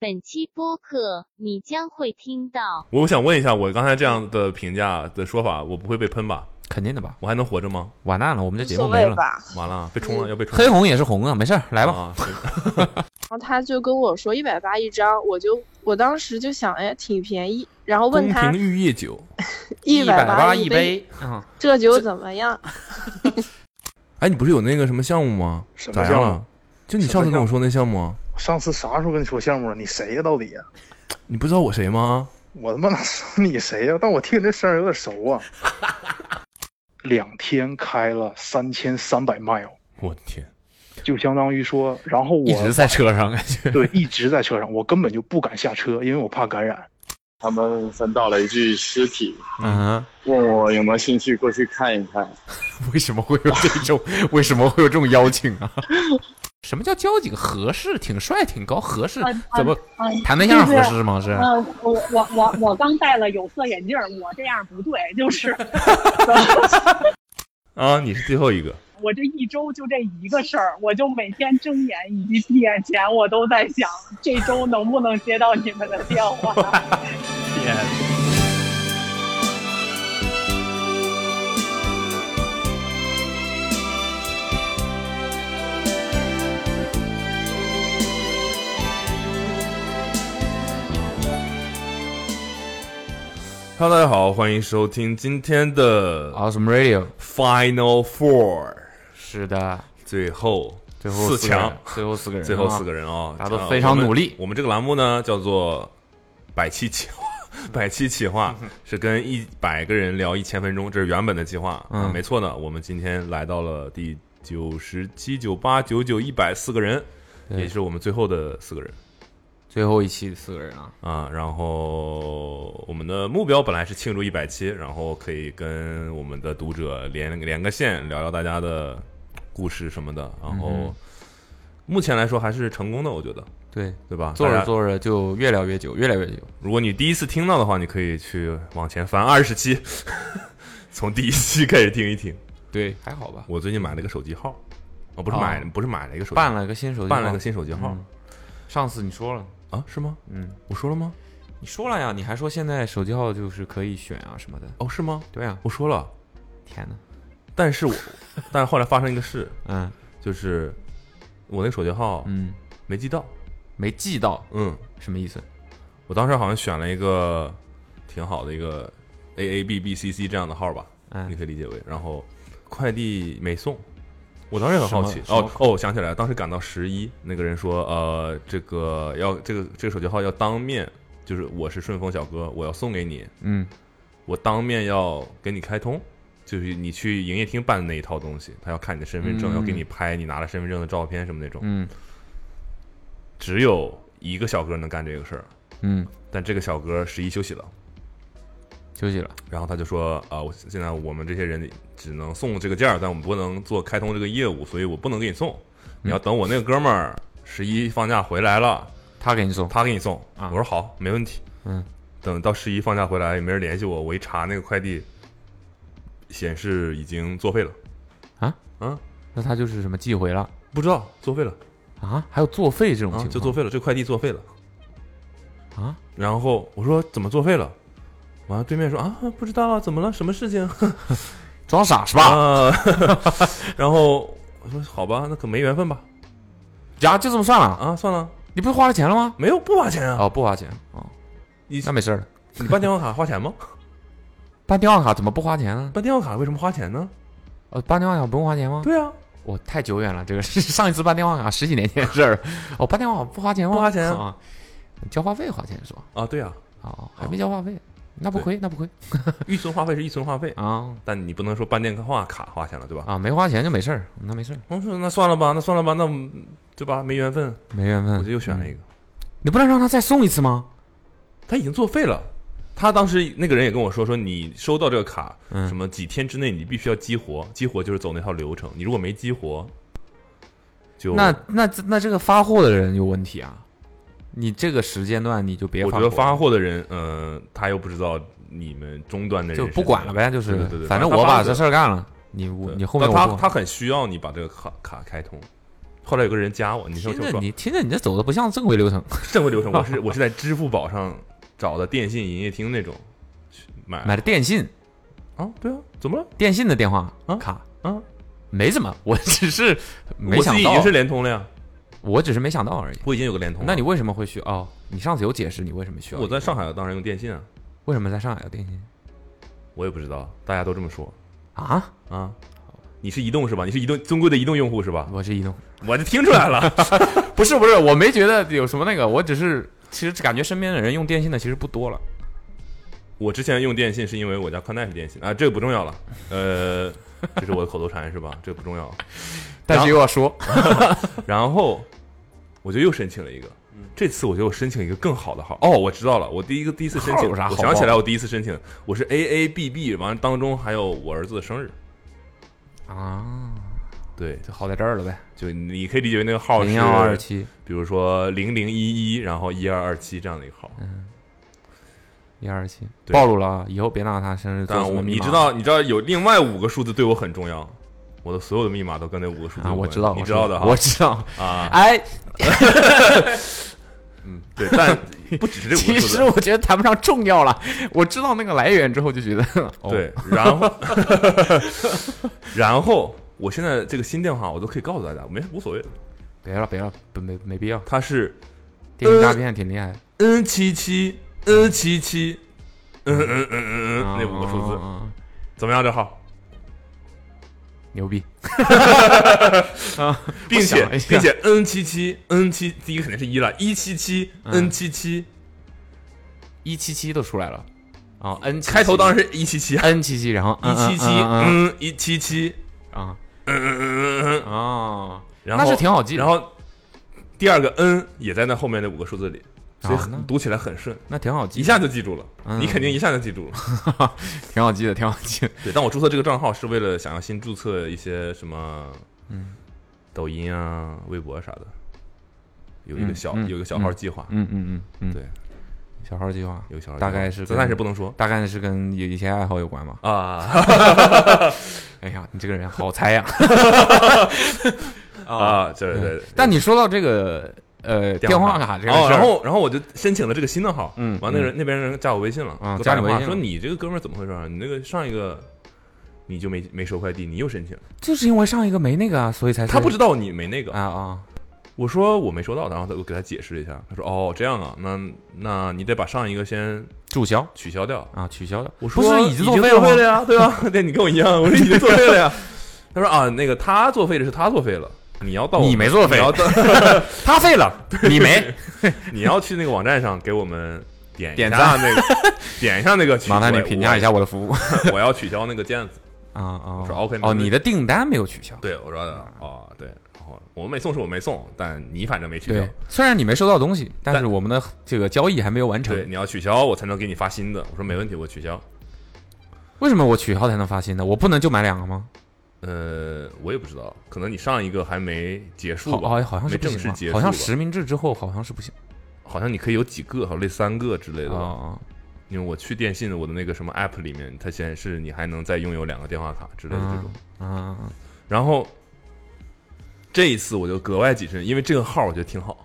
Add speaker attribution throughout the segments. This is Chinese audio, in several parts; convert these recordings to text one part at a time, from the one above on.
Speaker 1: 本期播客你将会听到
Speaker 2: 我想问一下，我刚才这样的评价的说法，我不会被喷吧？
Speaker 3: 肯定的吧？
Speaker 2: 我还能活着吗？
Speaker 3: 完蛋了，我们这
Speaker 4: 无
Speaker 3: 节目
Speaker 4: 所
Speaker 3: 没
Speaker 4: 谓
Speaker 3: 了。
Speaker 4: 吧。
Speaker 2: 完了，被冲了，要被冲了。
Speaker 3: 嗯黑红也是红啊，没事儿，来 吧。
Speaker 2: 啊，是
Speaker 4: 然后他就跟我说一百八一张，我就我当时就想，哎，挺便宜。然后问他
Speaker 2: 宫廷玉液酒，
Speaker 4: 一
Speaker 3: 百
Speaker 4: 八
Speaker 3: 八一
Speaker 4: 杯，
Speaker 3: 杯，嗯，
Speaker 4: 这酒怎么样？
Speaker 2: 哎，你不是有那个什么项目吗？
Speaker 5: 什么
Speaker 2: 咋
Speaker 5: 项
Speaker 2: 样
Speaker 5: 目
Speaker 2: 了？就你上次跟我说那项目啊，
Speaker 5: 上次啥时候跟你说项目了？你谁呀、到底呀、
Speaker 2: 你不知道我谁吗？
Speaker 5: 我他妈哪知道你谁呀、但我听你这声儿有点熟 啊。两天开了三千三百 mile，
Speaker 2: 我的天，
Speaker 5: 就相当于说，然后
Speaker 3: 一
Speaker 5: 我
Speaker 3: 直在车上感觉。
Speaker 5: 对一直在车上，我根本就不敢下车，因为我怕感染。
Speaker 6: 他们分到了一具尸体，
Speaker 3: 嗯，
Speaker 6: 问我有没有兴趣过去看一看。
Speaker 3: 为什么会有这 种？为什么会有这种邀请啊？什么叫交警？合适，挺帅，挺高，合适
Speaker 7: 嗯，
Speaker 3: 怎么
Speaker 7: 嗯
Speaker 3: 谈对象
Speaker 7: 就是
Speaker 3: 合适吗？是
Speaker 8: 嗯
Speaker 7: 呃，我我我我刚戴了有色眼镜儿，我这样不对，就是，
Speaker 2: 啊，你是最后一个。
Speaker 7: 我这一周就这一个事儿，我就每天睁眼以及闭眼前，我都在想这周能不能接到你们的电话。
Speaker 2: Hello，大家好，欢迎收听今天的
Speaker 3: Awesome Radio，
Speaker 2: Final Four，
Speaker 3: 是的，
Speaker 2: 最后
Speaker 3: 最后
Speaker 2: 四
Speaker 3: 四个人
Speaker 2: 强，，
Speaker 3: 最后四个人，
Speaker 2: 最后四
Speaker 3: 人
Speaker 2: 个人啊，
Speaker 3: 大家都
Speaker 2: 呃
Speaker 3: 非常
Speaker 2: 我们
Speaker 3: 努力
Speaker 2: 我们这个栏目呢叫做百期企划， 百期企 划是跟一百个人聊一千分钟，这是原本的计划。
Speaker 3: 嗯
Speaker 2: 啊没错呢，我们今天来到了第九十七、九八、九九、一百四个人，
Speaker 3: 对
Speaker 2: 也是我们最后的四个人。
Speaker 3: 最后一期四个人啊，
Speaker 2: 啊，然后我们的目标本来是庆祝一百期，然后可以跟我们的读者连连个线，聊聊大家的故事什么的。然
Speaker 3: 嗯
Speaker 2: 后
Speaker 3: 哼
Speaker 2: 目前来说还是成功的，我觉得，
Speaker 3: 对，
Speaker 2: 对吧？
Speaker 3: 做
Speaker 2: 大
Speaker 3: 着
Speaker 2: 家
Speaker 3: 做着就越聊越久，越聊越久。
Speaker 2: 如果你第一次听到的话，你可以去往前翻二十期， 从第一期开始听一听。
Speaker 3: 对，还好吧。
Speaker 2: 我最近买了个手机号，哦，不是
Speaker 3: 哦
Speaker 2: 买，不是买了一个手机，
Speaker 3: 办了个新手机号，
Speaker 2: 办了个新手机号、
Speaker 3: 嗯上次你说了，
Speaker 2: 啊？是吗？
Speaker 3: 嗯，
Speaker 2: 我说了吗？
Speaker 3: 你说了呀，你还说现在手机号就是可以选啊什么的。
Speaker 2: 哦，是吗？
Speaker 3: 对啊，
Speaker 2: 我说了，
Speaker 3: 天哪，
Speaker 2: 但是我， 但是后来发生一个事，
Speaker 3: 嗯
Speaker 2: 就是我那个手机号
Speaker 3: 嗯，
Speaker 2: 没记到，
Speaker 3: 没记到
Speaker 2: 嗯，
Speaker 3: 什么意思？
Speaker 2: 我当时好像选了一个挺好的一个 A A B B C C 这样的号吧，你
Speaker 3: 嗯，
Speaker 2: 可以理解为，然后快递没送。我当时很好奇，
Speaker 3: 什么
Speaker 2: 哦哦，我想起来了，当时赶到十一，那个人说，呃，这个要这个这个手机号要当面，就是我是顺丰小哥，我要送给你，
Speaker 3: 嗯，
Speaker 2: 我当面要给你开通，就是你去营业厅办的那一套东西，他要看你的身份证，
Speaker 3: 嗯
Speaker 2: 要给你拍你拿了身份证的照片什么那种，
Speaker 3: 嗯
Speaker 2: 只有一个小哥能干这个事儿，
Speaker 3: 嗯，
Speaker 2: 但这个小哥十一休息了，
Speaker 3: 休息了。
Speaker 2: 然后他就说啊、我现在我们这些人只能送这个件儿，但我们不能做开通这个业务，所以我不能给你送，你要等我那个哥们儿十一放假回来了，
Speaker 3: 他给你送，
Speaker 2: 他给你送。
Speaker 3: 啊
Speaker 2: 我说好，没问题。
Speaker 3: 嗯，
Speaker 2: 等到十一放假回来也没人联系我，我一查那个快递显示已经作废了，
Speaker 3: 那他就是什么寄回了
Speaker 2: 不知道作废了
Speaker 3: 啊？还有作废这种情
Speaker 2: 啊，
Speaker 3: 况？
Speaker 2: 就作废了，这快递作废了。
Speaker 3: 啊？
Speaker 2: 然后我说怎么作废了？完了，对面说啊，不知道啊，怎么了？什么事情？
Speaker 3: 装傻是吧？
Speaker 2: 啊， 然后我说好吧，那可没缘分吧？
Speaker 3: 呀，就这么算了？
Speaker 2: 啊，算了，
Speaker 3: 你不是花了钱了吗？
Speaker 2: 没有不花钱啊。
Speaker 3: 哦，不花钱哦，
Speaker 2: 你
Speaker 3: 那没事儿了。
Speaker 2: 你办电话卡花钱吗？
Speaker 3: 办电话卡怎么不花钱呢？
Speaker 2: 办电话卡为什么花钱呢？
Speaker 3: 呃，办电话卡不用花钱吗？
Speaker 2: 对啊，
Speaker 3: 我太久远了，这个是上一次办电话卡十几年前的事儿。哦，办电话卡不花钱吗？
Speaker 2: 不花钱啊
Speaker 3: 啊，交话费花钱是吧？
Speaker 2: 啊对啊，
Speaker 3: 哦，还没交话费，那不
Speaker 2: 对
Speaker 3: 亏，那不亏
Speaker 2: 预存话费是预存话费，
Speaker 3: 啊
Speaker 2: 但你不能说办电话卡花钱了，对吧？
Speaker 3: 啊，没花钱就没事儿，那没事儿，
Speaker 2: 我说那算了吧，那算了吧，那我们对吧？没缘分，
Speaker 3: 没缘分。
Speaker 2: 我就又选了一
Speaker 3: 个，
Speaker 2: 个，
Speaker 3: 你不能让他再送一次吗？
Speaker 2: 他已经作废了。他当时那个人也跟我说，说你收到这个卡，
Speaker 3: 嗯
Speaker 2: 什么几天之内你必须要激活，激活就是走那套流程，你如果没激活，就
Speaker 3: 那那那这个发货的人有问题啊！你这个时间段你就别
Speaker 2: 我
Speaker 3: 发
Speaker 2: 觉
Speaker 3: 货了，
Speaker 2: 得发货的人，嗯、他又不知道你们终端的人
Speaker 3: 就是不管了呗，就是
Speaker 2: 对对对对
Speaker 3: 反正
Speaker 2: 他
Speaker 3: 我
Speaker 2: 发
Speaker 3: 把
Speaker 2: 的
Speaker 3: 这事儿干了，你我
Speaker 2: 对
Speaker 3: 你后面
Speaker 2: 但
Speaker 3: 我
Speaker 2: 他
Speaker 3: 不
Speaker 2: 他很需要你把这个卡卡开通，后来有个人加我，你听我
Speaker 3: 听着
Speaker 2: 说，
Speaker 3: 你听着你这走的不像正规流程，
Speaker 2: 正规流程， 我是我是在支付宝上找的电信营业厅那种去买
Speaker 3: 买的电信
Speaker 2: 啊，对啊，怎么了？
Speaker 3: 电信的电话
Speaker 2: 啊
Speaker 3: 卡，
Speaker 2: 啊，
Speaker 3: 没什么，我只是没
Speaker 2: 我自
Speaker 3: 想
Speaker 2: 己已
Speaker 3: 到，
Speaker 2: 经是联通了呀，
Speaker 3: 我只是没想到而已。
Speaker 2: 我已经有个联通了。
Speaker 3: 那你为什么会需要？哦你上次有解释你为什么需要？
Speaker 2: 我在上，海当然用电信啊，
Speaker 3: 为什么在上海有电信
Speaker 2: 我也不知道，大家都这么说
Speaker 3: 啊？
Speaker 2: 啊。你是移动是吧？你是移动尊贵的移动用户是吧？
Speaker 3: 我是移动，
Speaker 2: 我就听出来了。
Speaker 3: 不是不是，我没觉得有什么那个，我只是其实感觉身边的人用电信的其实不多了。
Speaker 2: 我之前用电信是因为我家宽带是电信啊，这个不重要了。呃，这是我的口头禅是吧？这个不重要。
Speaker 3: 但是又要说，
Speaker 2: 然后我就又申请了一个，
Speaker 3: 嗯
Speaker 2: 这次我就申请一个更好的号。哦，我知道了，我第一个第一次申
Speaker 3: 号
Speaker 2: 请，
Speaker 3: 有啥
Speaker 2: 我
Speaker 3: 好
Speaker 2: 想起
Speaker 3: 报
Speaker 2: 来我第一次申请，我是 A A B B，完了当中还有我儿子的生日。
Speaker 3: 啊，
Speaker 2: 对，
Speaker 3: 就好在这儿了呗。
Speaker 2: 就你可以理解为那个号是
Speaker 3: 零幺二，七
Speaker 2: 比如说零零一一，然后一二二七这样的一个号。
Speaker 3: 嗯一二七，
Speaker 2: 对
Speaker 3: 暴露了啊，以后别拿他生日做
Speaker 2: 但
Speaker 3: 什么
Speaker 2: 我
Speaker 3: 密
Speaker 2: 你
Speaker 3: 码
Speaker 2: 知道，你知道有另外五个数字对我很重要，我的所有的密码都跟那五个数字有
Speaker 3: 啊？
Speaker 2: 关
Speaker 3: 我知道，
Speaker 2: 你
Speaker 3: 我
Speaker 2: 知道的哈，
Speaker 3: 我知道。
Speaker 2: 啊，
Speaker 3: 哎，
Speaker 2: 对，但不只是这五
Speaker 3: 其
Speaker 2: 个数
Speaker 3: 实
Speaker 2: 字，
Speaker 3: 我觉得谈不上重要了。我知道那个来源之后就觉得，哦，
Speaker 2: 对，然后然后 我现在这个新电话我都可以告诉大家，没无所谓，
Speaker 3: 别了别了，不没没必要。
Speaker 2: 它是
Speaker 3: 电信诈骗挺厉害的，
Speaker 2: N 七七 N 七七，嗯嗯嗯嗯嗯，那五个数字
Speaker 3: 嗯嗯嗯
Speaker 2: 怎么样？这号，
Speaker 3: 牛逼。
Speaker 2: 并
Speaker 3: 啊我
Speaker 2: 且
Speaker 3: 想了一 下
Speaker 2: 并且 N 七七 N 七，第一个肯定是一了，一七七
Speaker 3: 嗯
Speaker 2: N 七七，
Speaker 3: 一七七都出来了啊，N
Speaker 2: 开头当然是一七七。
Speaker 3: N 七七，然后
Speaker 2: 一七七，
Speaker 3: 啊
Speaker 2: 嗯，一七七，
Speaker 3: 啊
Speaker 2: 嗯嗯嗯嗯嗯，
Speaker 3: 啊，
Speaker 2: 然后
Speaker 3: 那是挺好记的
Speaker 2: 然后第二个 N 也在那后面那五个数字里，所以
Speaker 3: 啊那
Speaker 2: 很读起来很顺，
Speaker 3: 那挺好记，
Speaker 2: 一下就记住了。
Speaker 3: 嗯
Speaker 2: 你肯定一下就记住了。
Speaker 3: 挺好记的，挺好 记的。
Speaker 2: 对，但我注册这个账号是为了想要新注册一些什么，
Speaker 3: 嗯
Speaker 2: 抖音啊、微博啥的，有一个
Speaker 3: 嗯
Speaker 2: 小
Speaker 3: 嗯
Speaker 2: 有一个小号计划，
Speaker 3: 嗯嗯嗯嗯，
Speaker 2: 对，
Speaker 3: 小号计划
Speaker 2: 有个小号计划，
Speaker 3: 大概是
Speaker 2: 这
Speaker 3: 跟
Speaker 2: 暂时不能说
Speaker 3: 大概是跟有一些爱好有关吧。
Speaker 2: 啊
Speaker 3: 哎呀，你这个人好猜呀！
Speaker 2: 啊， 对对对。
Speaker 3: 嗯但你说到这个呃电话卡这个事
Speaker 2: 哦
Speaker 3: 儿，
Speaker 2: 然后然后我就申请了这个新的号，
Speaker 3: 嗯
Speaker 2: 完那个人那边人加我微信了，
Speaker 3: 啊
Speaker 2: 给我打
Speaker 3: 加你微
Speaker 2: 电
Speaker 3: 信
Speaker 2: 话
Speaker 3: 了
Speaker 2: 说你这个哥们儿怎么回事啊？你那个上一个你就没没收快递，你又申请，
Speaker 3: 就是因为上一个没那个啊，所以才
Speaker 2: 他不知道你没那个
Speaker 3: 啊，啊
Speaker 2: 我说我没收到，然后他我给他解释了一下，他说哦这样啊，那那你得把上一个先
Speaker 3: 注销
Speaker 2: 取消掉。
Speaker 3: 啊取消的，
Speaker 2: 我
Speaker 3: 不
Speaker 2: 说
Speaker 3: 是
Speaker 2: 已
Speaker 3: 已
Speaker 2: 经
Speaker 3: 经
Speaker 2: 作
Speaker 3: 作
Speaker 2: 废
Speaker 3: 废了吗
Speaker 2: 了呀，对啊，对你跟我一样，我说已经作废 了呀。他说啊，那个他作废的是他作废了，你要到我们
Speaker 3: 你没作废
Speaker 2: 你要 到
Speaker 3: 他废 了，你没
Speaker 2: 你要去那个网站上给我们点
Speaker 3: 点
Speaker 2: 一下那个，点一下那个取消，
Speaker 3: 麻烦你评价一下我的服务
Speaker 2: 我， 我要取消那个键子。
Speaker 3: 啊啊
Speaker 2: 我说 OK，没
Speaker 3: 哦，
Speaker 2: 问题
Speaker 3: 你的订单没有取消。
Speaker 2: 对，我说的哦，对，然后我没送是我没送，但你反正没取消
Speaker 3: 对，，虽然你没收到东西，但是
Speaker 2: 但
Speaker 3: 我们的这个交易还没有完成。
Speaker 2: 对，你要取消我才能给你发新的。我说没问题，我取消。
Speaker 3: 为什么我取消才能发新的？我不能就买两个吗？
Speaker 2: 呃，我也不知道，可能你上一个还没结束
Speaker 3: 好，
Speaker 2: 吧，
Speaker 3: 好，好像
Speaker 2: 没
Speaker 3: 是不
Speaker 2: 正
Speaker 3: 行
Speaker 2: 式
Speaker 3: 吧
Speaker 2: 结束，
Speaker 3: 好像实，名制之后好像是不行
Speaker 2: 好像你可以有几个，好类似三个之类的吧。
Speaker 3: 啊。
Speaker 2: 因为我去电信的我的那个什么 app 里面，它显示你还能再拥有两个电话卡之类的这种。
Speaker 3: 啊，
Speaker 2: 然后这一次我就格外谨慎，因为这个号我觉得挺好，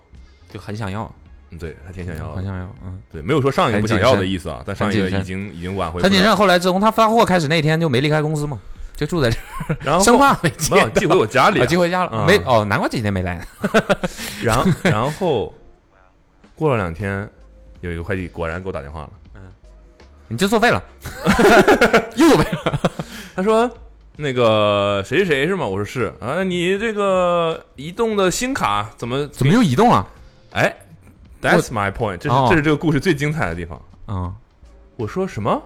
Speaker 3: 就很想要，
Speaker 2: 嗯，对，还挺想要
Speaker 3: 很
Speaker 2: 的。
Speaker 3: 想要，嗯。
Speaker 2: 对，没有说上一个不想要的意思啊，但上一个
Speaker 3: 很谨慎
Speaker 2: 已经已经挽回不
Speaker 3: 很谨
Speaker 2: 了。
Speaker 3: 慎，后来自从他发货开始那天就没离开公司嘛，就住在这儿，
Speaker 2: 然后
Speaker 3: 生怕没寄
Speaker 2: 没有寄回我家 里
Speaker 3: 啊，寄回家
Speaker 2: 啊
Speaker 3: 了，没哦，难怪这几天没来呢。
Speaker 2: 然 后然后过了两天，有一个快递果然给我打电话了，
Speaker 3: 你就作 废了，又作废了
Speaker 2: 他说。那个谁谁谁是吗？我说是啊，你这个移动的新卡怎么
Speaker 3: 怎么又移动啊了？
Speaker 2: 哎，That's my point，这是、
Speaker 3: 哦
Speaker 2: 这是这个故事最精彩的地方。
Speaker 3: 啊，
Speaker 2: 我说什么？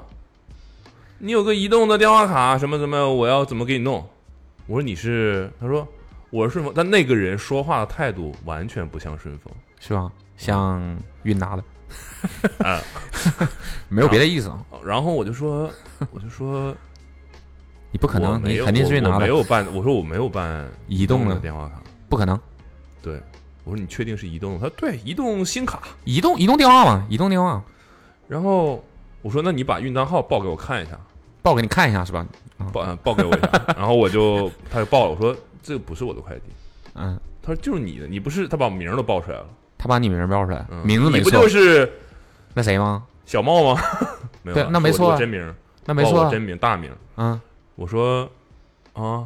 Speaker 2: 你有个移动的电话卡，什么什么，我要怎么给你弄？我说你是，他说我是顺丰，但那个人说话的态度完全不像顺丰。
Speaker 3: 是吧？像韵达的，
Speaker 2: 啊
Speaker 3: 没有别的意思啊，
Speaker 2: 然后我就 说，我就说，
Speaker 3: 你不可
Speaker 2: 我
Speaker 3: 能，
Speaker 2: 没
Speaker 3: 你
Speaker 2: 有
Speaker 3: 肯定是韵
Speaker 2: 我我
Speaker 3: 达
Speaker 2: 没
Speaker 3: 的，
Speaker 2: 有办，我说我没有办
Speaker 3: 移动
Speaker 2: 的
Speaker 3: 的
Speaker 2: 电话卡。
Speaker 3: 不可能。
Speaker 2: 对，我说你确定是移动的？他说对，移动新卡。
Speaker 3: 移动移动电话嘛，移动电话
Speaker 2: 然后我说那你把运单号报给我看一下。
Speaker 3: 报给你看一下是吧？
Speaker 2: 报呃报给我一下，然后我就他就报了，我说这个不是我的快递，
Speaker 3: 嗯，
Speaker 2: 他说就是你的，你不是他把我名儿都报出来了，
Speaker 3: 他把你名儿报出来，
Speaker 2: 嗯、
Speaker 3: 名字没
Speaker 2: 你不
Speaker 3: 错，
Speaker 2: 就是
Speaker 3: 那谁吗？
Speaker 2: 小茂吗？ 没有啊，
Speaker 3: 对那没
Speaker 2: 是我
Speaker 3: 错啊
Speaker 2: 我真名儿
Speaker 3: 那没
Speaker 2: 报
Speaker 3: 错啊
Speaker 2: 哦我，真名大名。
Speaker 3: 嗯
Speaker 2: 我说啊，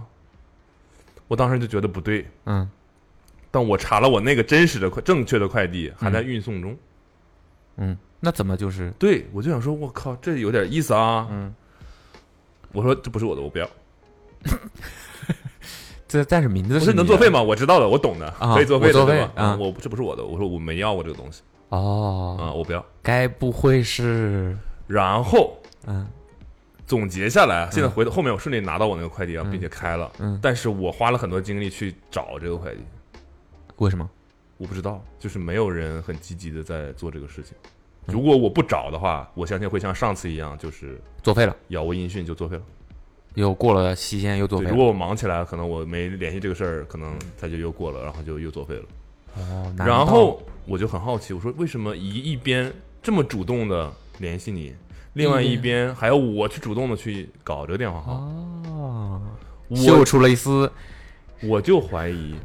Speaker 2: 我当时就觉得不对，
Speaker 3: 嗯，
Speaker 2: 但我查了我那个真实的快正确的快递还在
Speaker 3: 嗯
Speaker 2: 运送中，
Speaker 3: 嗯，那怎么就是
Speaker 2: 对我就想说，我靠，这有点意思啊。
Speaker 3: 嗯，
Speaker 2: 我说这不是我的，我不要。
Speaker 3: 这？但是名字
Speaker 2: 不是
Speaker 3: 你
Speaker 2: 能作废
Speaker 3: 的？
Speaker 2: 吗？我知道的，我懂的，
Speaker 3: 啊
Speaker 2: 可以作废的
Speaker 3: 我作
Speaker 2: 对
Speaker 3: 废
Speaker 2: 吧？嗯
Speaker 3: 啊
Speaker 2: 我这不是我的，我说我没要过这个东西
Speaker 3: 哦，
Speaker 2: 啊，我不要。
Speaker 3: 该不会是
Speaker 2: 然后
Speaker 3: 嗯
Speaker 2: 总结下来，啊现在回头后面我顺利拿到我那个快递啊，
Speaker 3: 嗯
Speaker 2: 并且开了，
Speaker 3: 嗯？
Speaker 2: 但是我花了很多精力去找这个快递，
Speaker 3: 为什么？
Speaker 2: 我不知道，就是没有人很积极的在做这个事情。
Speaker 3: 嗯
Speaker 2: 如果我不找的话，我相信会像上次一样，就是
Speaker 3: 作废了，
Speaker 2: 杳无音讯就作废了。
Speaker 3: 又过了期限又作
Speaker 2: 对，
Speaker 3: 废
Speaker 2: 如果
Speaker 3: 了。
Speaker 2: 我忙起来，可能我没联系这个事儿，可能它就又过了，然后就又作废了。
Speaker 3: 哦，难
Speaker 2: 然
Speaker 3: 道
Speaker 2: 后我就很好奇，我说为什么一一边这么主动的联系你，另外一边还要我去主动的去搞这个电话号，
Speaker 3: 哦，嗅
Speaker 2: 我
Speaker 3: 啊出了一丝
Speaker 2: 我就怀疑，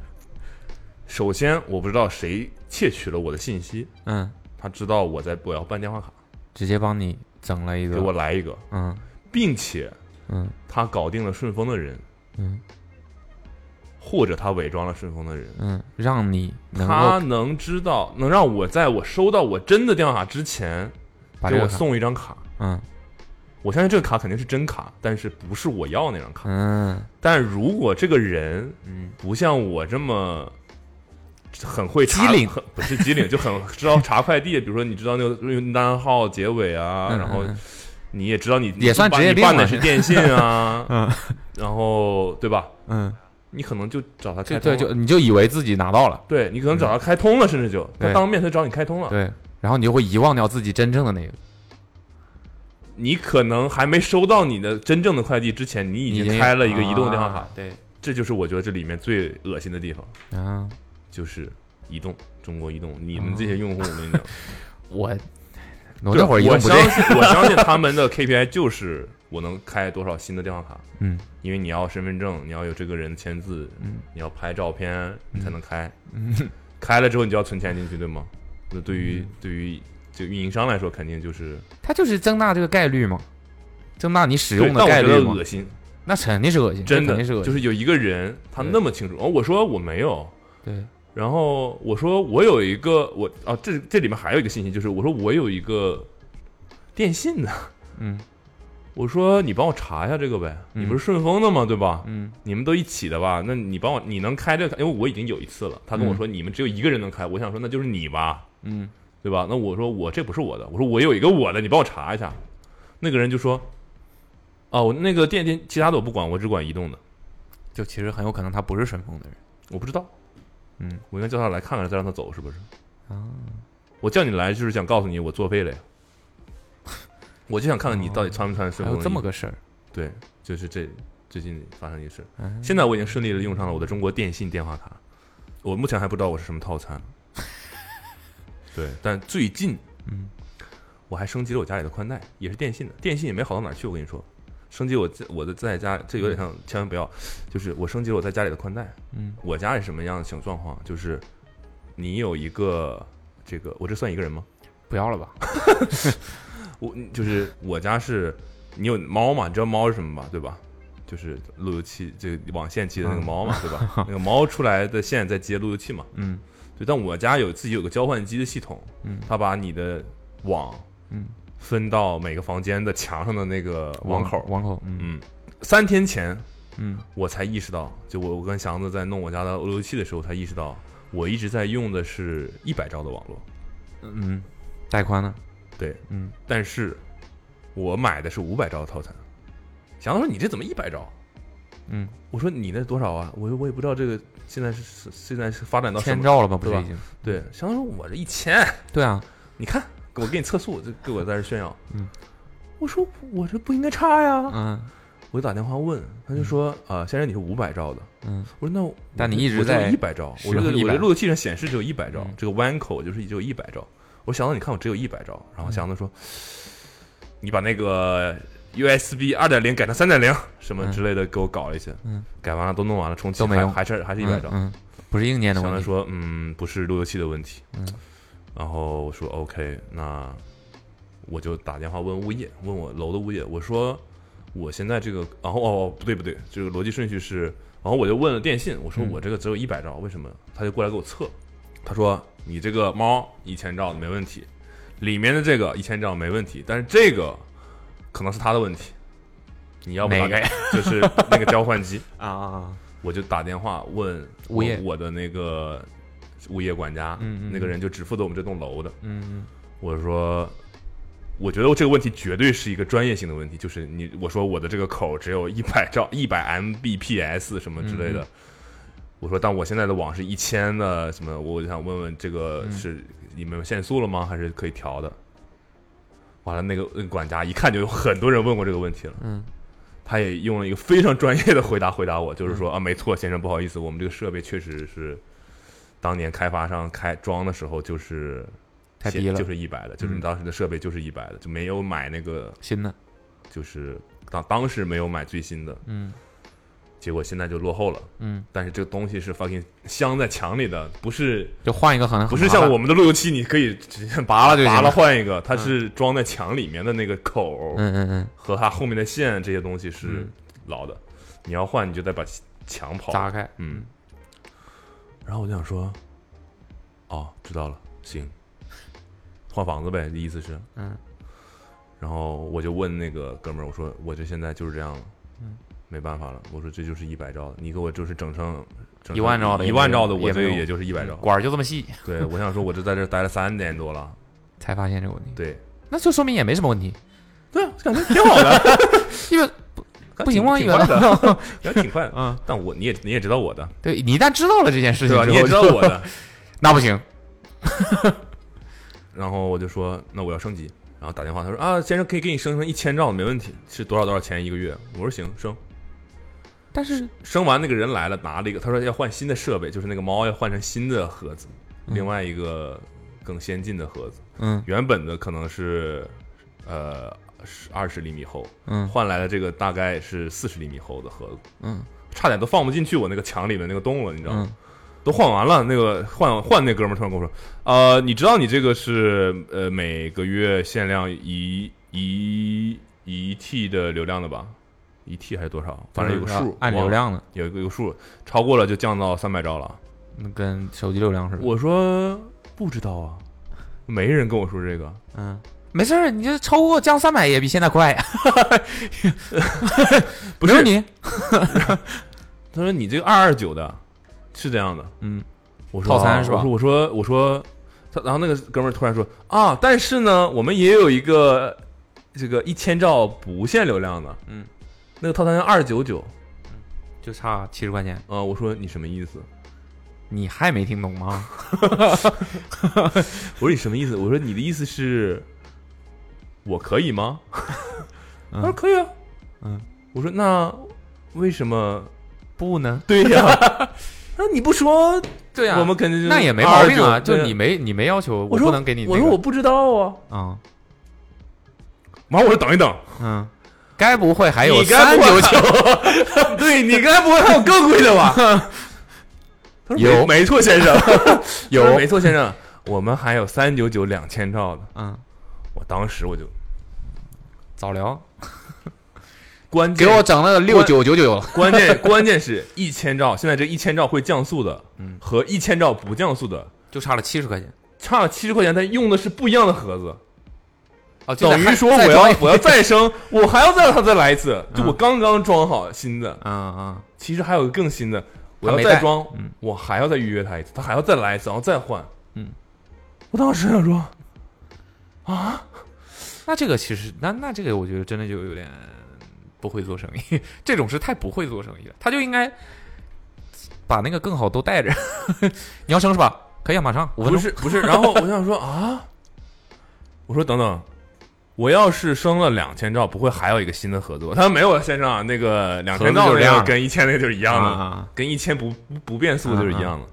Speaker 2: 首先我不知道谁窃取了我的信息，
Speaker 3: 嗯，
Speaker 2: 他知道我在我要办电话卡，
Speaker 3: 直接帮你整了一个
Speaker 2: 给我来一个，
Speaker 3: 嗯
Speaker 2: 并且
Speaker 3: 嗯
Speaker 2: 他搞定了顺丰的人，
Speaker 3: 嗯
Speaker 2: 或者他伪装了顺丰的人。
Speaker 3: 嗯，让你能
Speaker 2: 他
Speaker 3: 够
Speaker 2: 能知道，能让我在我收到我真的电话卡之前，
Speaker 3: 把
Speaker 2: 给
Speaker 3: 这
Speaker 2: 我
Speaker 3: 个卡
Speaker 2: 送一张卡，
Speaker 3: 嗯
Speaker 2: 我相信这个卡肯定是真卡，但是不是我要那张卡。
Speaker 3: 嗯
Speaker 2: 但如果这个人
Speaker 3: 嗯
Speaker 2: 不像我这么很会
Speaker 3: 机
Speaker 2: 查，
Speaker 3: 灵
Speaker 2: 很不是机灵，就很知道查快递，比如说你知道那个用单号结尾啊，
Speaker 3: 嗯
Speaker 2: 然后
Speaker 3: 嗯嗯
Speaker 2: 你也知道你
Speaker 3: 也算
Speaker 2: 你
Speaker 3: 职业
Speaker 2: 你
Speaker 3: 病
Speaker 2: 办的
Speaker 3: 了
Speaker 2: 是电信啊，
Speaker 3: 嗯
Speaker 2: 然后对吧？
Speaker 3: 嗯，
Speaker 2: 你可能就找他
Speaker 3: 这
Speaker 2: 开通
Speaker 3: 对
Speaker 2: 了，
Speaker 3: 就你就以为自己拿到了，
Speaker 2: 对你可能找他开通了，甚至就他
Speaker 3: 对
Speaker 2: 当面他找你开通了，
Speaker 3: 对，然后你就会遗忘掉自己真正的那个，
Speaker 2: 你可能还没收到你的真正的快递之前，你已
Speaker 3: 你
Speaker 2: 经开了一个移动电话卡
Speaker 3: 啊，对
Speaker 2: 这就是我觉得这里面最恶心的地方。
Speaker 3: 啊，
Speaker 2: 就是移动，中国移动，你们这些用户，我跟你讲，
Speaker 3: 我哦 我
Speaker 2: 我
Speaker 3: 那会儿移
Speaker 2: 我
Speaker 3: 动不
Speaker 2: 相
Speaker 3: 对，
Speaker 2: 信，我相信他们的 KPI 就是我能开多少新的电话卡，
Speaker 3: 嗯
Speaker 2: 因为你要身份证，你要有这个人签字，你要拍照片，
Speaker 3: 嗯
Speaker 2: 你才能开。 开了之后，你就要存钱进去，对吗？那对
Speaker 3: 嗯
Speaker 2: 于对于就运营商来说，肯定就是
Speaker 3: 它就是增大这个概率嘛，增大你使
Speaker 2: 对
Speaker 3: 用的
Speaker 2: 但我
Speaker 3: 概
Speaker 2: 觉得
Speaker 3: 率嘛
Speaker 2: 恶，心，
Speaker 3: 那肯定是恶心，
Speaker 2: 真
Speaker 3: 这肯
Speaker 2: 的
Speaker 3: 定是恶
Speaker 2: 就
Speaker 3: 心，
Speaker 2: 是有一个人他那么清楚，哦，我说我没有，
Speaker 3: 对，
Speaker 2: 然后我说我有一个我啊，这这里面还有一个信息，就是我说我有一个电信的，
Speaker 3: 嗯
Speaker 2: 我说你帮我查一下这个呗，
Speaker 3: 嗯
Speaker 2: 你不是顺丰的吗？对吧？
Speaker 3: 嗯
Speaker 2: 你们都一起的吧？那你帮我，你能开这个？因为我已经有一次了，他跟我说你们只有一个人能开，我想说那就是你吧，
Speaker 3: 嗯，
Speaker 2: 对吧？那我说我这不是我的，我说我有一个我的，你帮我查一下。那个人就说，哦，我那个电电其他的我不管，我只管移动的，
Speaker 3: 就其实很有可能他不是顺丰的人，
Speaker 2: 我不知道。
Speaker 3: 嗯
Speaker 2: 我应该叫他来看看，再让他走是不是？
Speaker 3: 啊，
Speaker 2: 我叫你来就是想告诉你我作废了呀， 我就想看看你到底穿不穿顺丰
Speaker 3: 还
Speaker 2: 的
Speaker 3: 有这
Speaker 2: 衣服
Speaker 3: 么个事儿，
Speaker 2: 对，就是这最近发生的一个事。
Speaker 3: 嗯
Speaker 2: 现在我已经顺利的用上了我的中国电信电话卡，我目前还不知道我是什么套餐。对，但最近，
Speaker 3: 嗯，
Speaker 2: 我还升级了我家里的宽带，也是电信的，电信也没好到哪儿去。我跟你说，升级我在我的在家，这有点像，千万不要，就是我升级了我在家里的宽带。
Speaker 3: 嗯
Speaker 2: 我家是什么样的情状况？就是你有一个这个，我这算一个人吗？
Speaker 3: 不要了吧，
Speaker 2: 我嗯就是我家是，你有猫嘛？你知道猫是什么吧？对吧？就是路由器，这个网线接的那个猫嘛，对吧？那个猫出来的线在接路由器嘛。
Speaker 3: 嗯
Speaker 2: 对，但我家有自己有个交换机的系统，
Speaker 3: 嗯
Speaker 2: 它把你的网
Speaker 3: 嗯
Speaker 2: 分到每个房间的墙上的那个网口。
Speaker 3: 网口，嗯
Speaker 2: 嗯，三天前
Speaker 3: 嗯
Speaker 2: 我才意识到，就我我跟祥子在弄我家的路由器的时候才意识到，我一直在用的是一百兆的网络。
Speaker 3: 嗯，带宽呢，
Speaker 2: 对，
Speaker 3: 嗯
Speaker 2: 但是我买的是五百兆的套餐。祥子说：“你这怎么一百兆
Speaker 3: 嗯，？”
Speaker 2: 我说：“你那多少啊？”我说：“我也不知道这个现在是是现在是发展到什
Speaker 3: 千
Speaker 2: 么。
Speaker 3: 兆了吧？不
Speaker 2: 对
Speaker 3: 是
Speaker 2: 吧
Speaker 3: 已经？”
Speaker 2: 对，祥子说：“我这一千，
Speaker 3: 对啊，
Speaker 2: 你看我给你测速，就给我在这炫耀。”
Speaker 3: 嗯，
Speaker 2: 我说：“我这不应该差呀。
Speaker 3: 嗯
Speaker 2: 我就打电话问，他就说：“啊、先生你是五百兆的。”
Speaker 3: 嗯
Speaker 2: 我说：“那我
Speaker 3: 但你一直在
Speaker 2: 一百兆，我
Speaker 3: 使
Speaker 2: 这
Speaker 3: 用
Speaker 2: 个我这
Speaker 3: 100
Speaker 2: 路由器上显示只有一百兆
Speaker 3: 嗯，
Speaker 2: 这个弯口就是只有
Speaker 3: 嗯
Speaker 2: 一百兆。”我说：“祥子，你看我只有一百兆。”然后祥子说：“你把那个 USB 二点零改成三点零什么之类的，给我搞了一些，
Speaker 3: 嗯
Speaker 2: 改完了都弄完了，重启
Speaker 3: 都没
Speaker 2: 还
Speaker 3: 用
Speaker 2: 还是还是一百张，
Speaker 3: 嗯，嗯不是硬件的
Speaker 2: 相
Speaker 3: 问
Speaker 2: 当
Speaker 3: 题。嗯
Speaker 2: 说，嗯，不是路由器的问题。然后我说 OK，那我就打电话问物业，问我楼的物业，我说我现在这个，然后哦不对不对，这个逻辑顺序是，然后我就问了电信，我说
Speaker 3: 嗯
Speaker 2: 我这个只有一百兆，为什么？他就过来给我测，他说你这个猫一千兆没问题，里面的这个一千兆没问题，但是这个可能是他的问题，你要不
Speaker 3: 哪
Speaker 2: 打
Speaker 3: 个呀
Speaker 2: 就是那个交换机。
Speaker 3: 啊啊，啊
Speaker 2: 我就打电话问
Speaker 3: 物
Speaker 2: 我
Speaker 3: 业
Speaker 2: 我的那个物业管家，
Speaker 3: 嗯嗯
Speaker 2: 那个人就只负责我们这栋楼的。
Speaker 3: 嗯，
Speaker 2: 我说，我觉得这个问题绝对是一个专业性的问题，就是你我说我的这个口只有一百兆、一百 Mbps 什么之类的。
Speaker 3: 嗯
Speaker 2: 我说，但我现在的网是一千的，什么？我就想问问，这个
Speaker 3: 嗯
Speaker 2: 是你们有限速了吗？还是可以调的？完了，那个那个管家一看就有很多人问过这个问题了。
Speaker 3: 嗯，
Speaker 2: 他也用了一个非常专业的回答回答我，就是
Speaker 3: 嗯
Speaker 2: 说啊，没错，先生，不好意思，我们这个设备确实是当年开发商开装的时候就是
Speaker 3: 太
Speaker 2: 写
Speaker 3: 低了嗯
Speaker 2: 就是一百的，就是你当时的设备就是一百的，就没有买那个，
Speaker 3: 新的，
Speaker 2: 就是当当时没有买最新的，
Speaker 3: 嗯
Speaker 2: 结果现在就落后了。
Speaker 3: 嗯，
Speaker 2: 但是这个东西是 fucking 镶在墙里的，不是
Speaker 3: 就换一个好像
Speaker 2: 不是像我们的路由器，你可以直接拔
Speaker 3: 了就行
Speaker 2: 拔了
Speaker 3: 了
Speaker 2: 换一个，它是装在墙里面的那个口，
Speaker 3: 嗯嗯嗯，
Speaker 2: 和它后面的线这些东西是
Speaker 3: 嗯
Speaker 2: 牢的，你要换你就得把墙刨
Speaker 3: 砸开，
Speaker 2: 嗯，然后我就想说，哦，知道了，行，换房子呗，意思是，
Speaker 3: 嗯，
Speaker 2: 然后我就问那个哥们儿，我说我这现在就是这样了，
Speaker 3: 嗯，
Speaker 2: 没办法了，我说这就是一百兆的，你给我就是整成整成
Speaker 3: 一万兆的
Speaker 2: 嗯
Speaker 3: 也
Speaker 2: 一
Speaker 3: 没
Speaker 2: 万兆
Speaker 3: 用
Speaker 2: 的，我
Speaker 3: 也没
Speaker 2: 这个
Speaker 3: 用
Speaker 2: 也就是一百兆，
Speaker 3: 管儿就这么细，
Speaker 2: 对，我想说，我这在这儿待了三年多了，
Speaker 3: 才发现这个问题，
Speaker 2: 对，
Speaker 3: 那就说明也没什么问题，
Speaker 2: 对啊，感觉挺好的，
Speaker 3: 因为不行 吗？
Speaker 2: 挺
Speaker 3: 一
Speaker 2: 快
Speaker 3: 般
Speaker 2: 的，
Speaker 3: 的，
Speaker 2: 感觉挺快的，
Speaker 3: 嗯，
Speaker 2: 但我你也你也知道我的，
Speaker 3: 对你一旦知道了这件事
Speaker 2: 对
Speaker 3: 情
Speaker 2: 吧？
Speaker 3: 之
Speaker 2: 你也
Speaker 3: 后，
Speaker 2: 知道我的，
Speaker 3: 那 不行，
Speaker 2: 然后我就说那我要升级，然后打电话，他说啊，先生可以给你升成一千兆，没问题，是多少多少钱一个月？我说行，升。
Speaker 3: 但 是
Speaker 2: 升完那个人来了，拿了一个，他说要换新的设备，就是那个猫要换成新的盒子，另外一个更先进的盒子，
Speaker 3: 嗯
Speaker 2: 原本的可能是呃二十厘米厚，
Speaker 3: 嗯
Speaker 2: 换来的这个大概是四十厘米厚的盒子，
Speaker 3: 嗯
Speaker 2: 差点都放不进去我那个墙里的那个洞了，你知道吗？
Speaker 3: 嗯
Speaker 2: 都换完了，那个换换那哥们儿突然跟我说，呃，你知道你这个是呃每个月限量一一一 T 的流量的吧？一 T 还是多少？反正有个数，
Speaker 3: 按
Speaker 2: 忘
Speaker 3: 流
Speaker 2: 了
Speaker 3: 量的，
Speaker 2: 有一个有个数，超过了就降到三百兆了。
Speaker 3: 那跟手机流量似的，
Speaker 2: 我说不知道啊，没人跟我说这个。
Speaker 3: 嗯。没事儿，你这超过降三百也比现在快，
Speaker 2: 不
Speaker 3: 没
Speaker 2: 是
Speaker 3: 问，题。
Speaker 2: 他说你这个二二九的，是这样的。
Speaker 3: 嗯，
Speaker 2: 我说啊
Speaker 3: 套餐是吧
Speaker 2: 我说我说我说，他然后那个哥们儿突然说啊，但是呢，我们也有一个这个一千兆不限流量的，
Speaker 3: 嗯，
Speaker 2: 那个套餐二九九。
Speaker 3: 就差七十块钱，
Speaker 2: 啊，我说你什么意思？
Speaker 3: 你还没听懂吗？
Speaker 2: 我说你什么意思？我说你的意思是，我可以吗？他说可以啊。
Speaker 3: 嗯，
Speaker 2: 我说那为什么？
Speaker 3: 不呢？
Speaker 2: 对呀、 他说你不说，
Speaker 3: 对呀、
Speaker 2: 我们肯定就
Speaker 3: 那也没毛病啊，
Speaker 2: 29
Speaker 3: 就
Speaker 2: 对
Speaker 3: 你没你没要求，
Speaker 2: 我说
Speaker 3: 不能给你、那个。
Speaker 2: 我说我不知道啊。
Speaker 3: 啊，
Speaker 2: 完，我说等一等，
Speaker 3: 嗯，该不会还有
Speaker 2: 你该
Speaker 3: 三
Speaker 2: 不
Speaker 3: 九
Speaker 2: 会
Speaker 3: 九？
Speaker 2: 对你该不会还有更贵的 吧？他说没
Speaker 3: 有
Speaker 2: 没错，先 生，
Speaker 3: 有
Speaker 2: 他说没错，先生，我们还有三九九两千兆的。
Speaker 3: 嗯，
Speaker 2: 我当时我就
Speaker 3: 早聊，
Speaker 2: 关
Speaker 3: 给
Speaker 2: 键
Speaker 3: 我整了个六九九九。
Speaker 2: 关 键关键是一千兆，现在这一千兆会降速的，
Speaker 3: 嗯
Speaker 2: 和一千兆不降速的
Speaker 3: 就差了七十块钱。
Speaker 2: 差了七十块钱，但用的是不一样的盒子。
Speaker 3: 哦，就
Speaker 2: 等于
Speaker 3: 再
Speaker 2: 说
Speaker 3: 再
Speaker 2: 我
Speaker 3: 装一
Speaker 2: 要我要再嗯升， 我还要再让他再来一次。就我刚刚装好新的，
Speaker 3: 嗯嗯，
Speaker 2: 其实还有个更新的，我要
Speaker 3: 没
Speaker 2: 再
Speaker 3: 带
Speaker 2: 装
Speaker 3: 嗯，
Speaker 2: 我还要再预约他一次，他还要再来一次，然后再换。
Speaker 3: 嗯，
Speaker 2: 我当时想说，
Speaker 3: 那这个其实那那这个我觉得真的就有点不会做生意， 这种是太不会做生意了，他就应该把那个更好都带着。 你要升是吧？可以啊，马上五分
Speaker 2: 不是
Speaker 3: 钟。
Speaker 2: 不是，然后我想说啊，我说等等，我要是升了两千兆，不会还有一个新的合作？他说没有啊，先生啊，那个两千
Speaker 3: 合
Speaker 2: 兆
Speaker 3: 作就是这样
Speaker 2: 那个跟一千那个就是一样的，
Speaker 3: 啊啊
Speaker 2: 跟一千不不不变速就是一样的。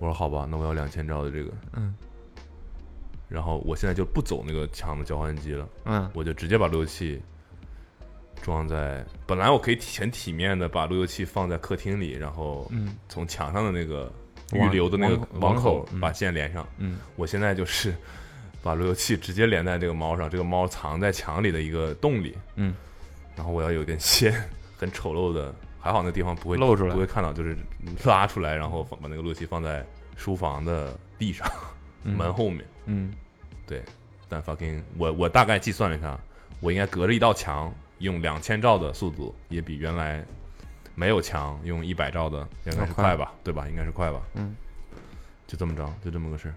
Speaker 2: 我说好吧，那我要两千兆的这个，
Speaker 3: 嗯
Speaker 2: 然后我现在就不走那个抢的交换机了，
Speaker 3: 嗯
Speaker 2: 我就直接把路由器装在本来我可以体很体面的把路由器放在客厅里，然后
Speaker 3: 嗯
Speaker 2: 从墙上的那个
Speaker 3: 网
Speaker 2: 预留的那个
Speaker 3: 网
Speaker 2: 网
Speaker 3: 网
Speaker 2: 口
Speaker 3: 口嗯
Speaker 2: 把线连上。
Speaker 3: 嗯，
Speaker 2: 我现在就是 把路由器直接连在这个猫上，这个猫藏在墙里的一个洞里。
Speaker 3: 嗯，
Speaker 2: 然后我要有点线，很丑陋的，还好那地方不会
Speaker 3: 露出来
Speaker 2: 不会看到，就是拉出来，然后放把那个路由器放在书房的地上、
Speaker 3: 嗯
Speaker 2: 门后面。
Speaker 3: 嗯
Speaker 2: 对，但 fucking 我我大概计算了一下，我应该隔着一道墙，用两千兆的速度，也比原来没有墙用一百兆的应该是快吧，对吧？应该是快吧。
Speaker 3: 哦嗯，
Speaker 2: 就这么着，就这么个事儿。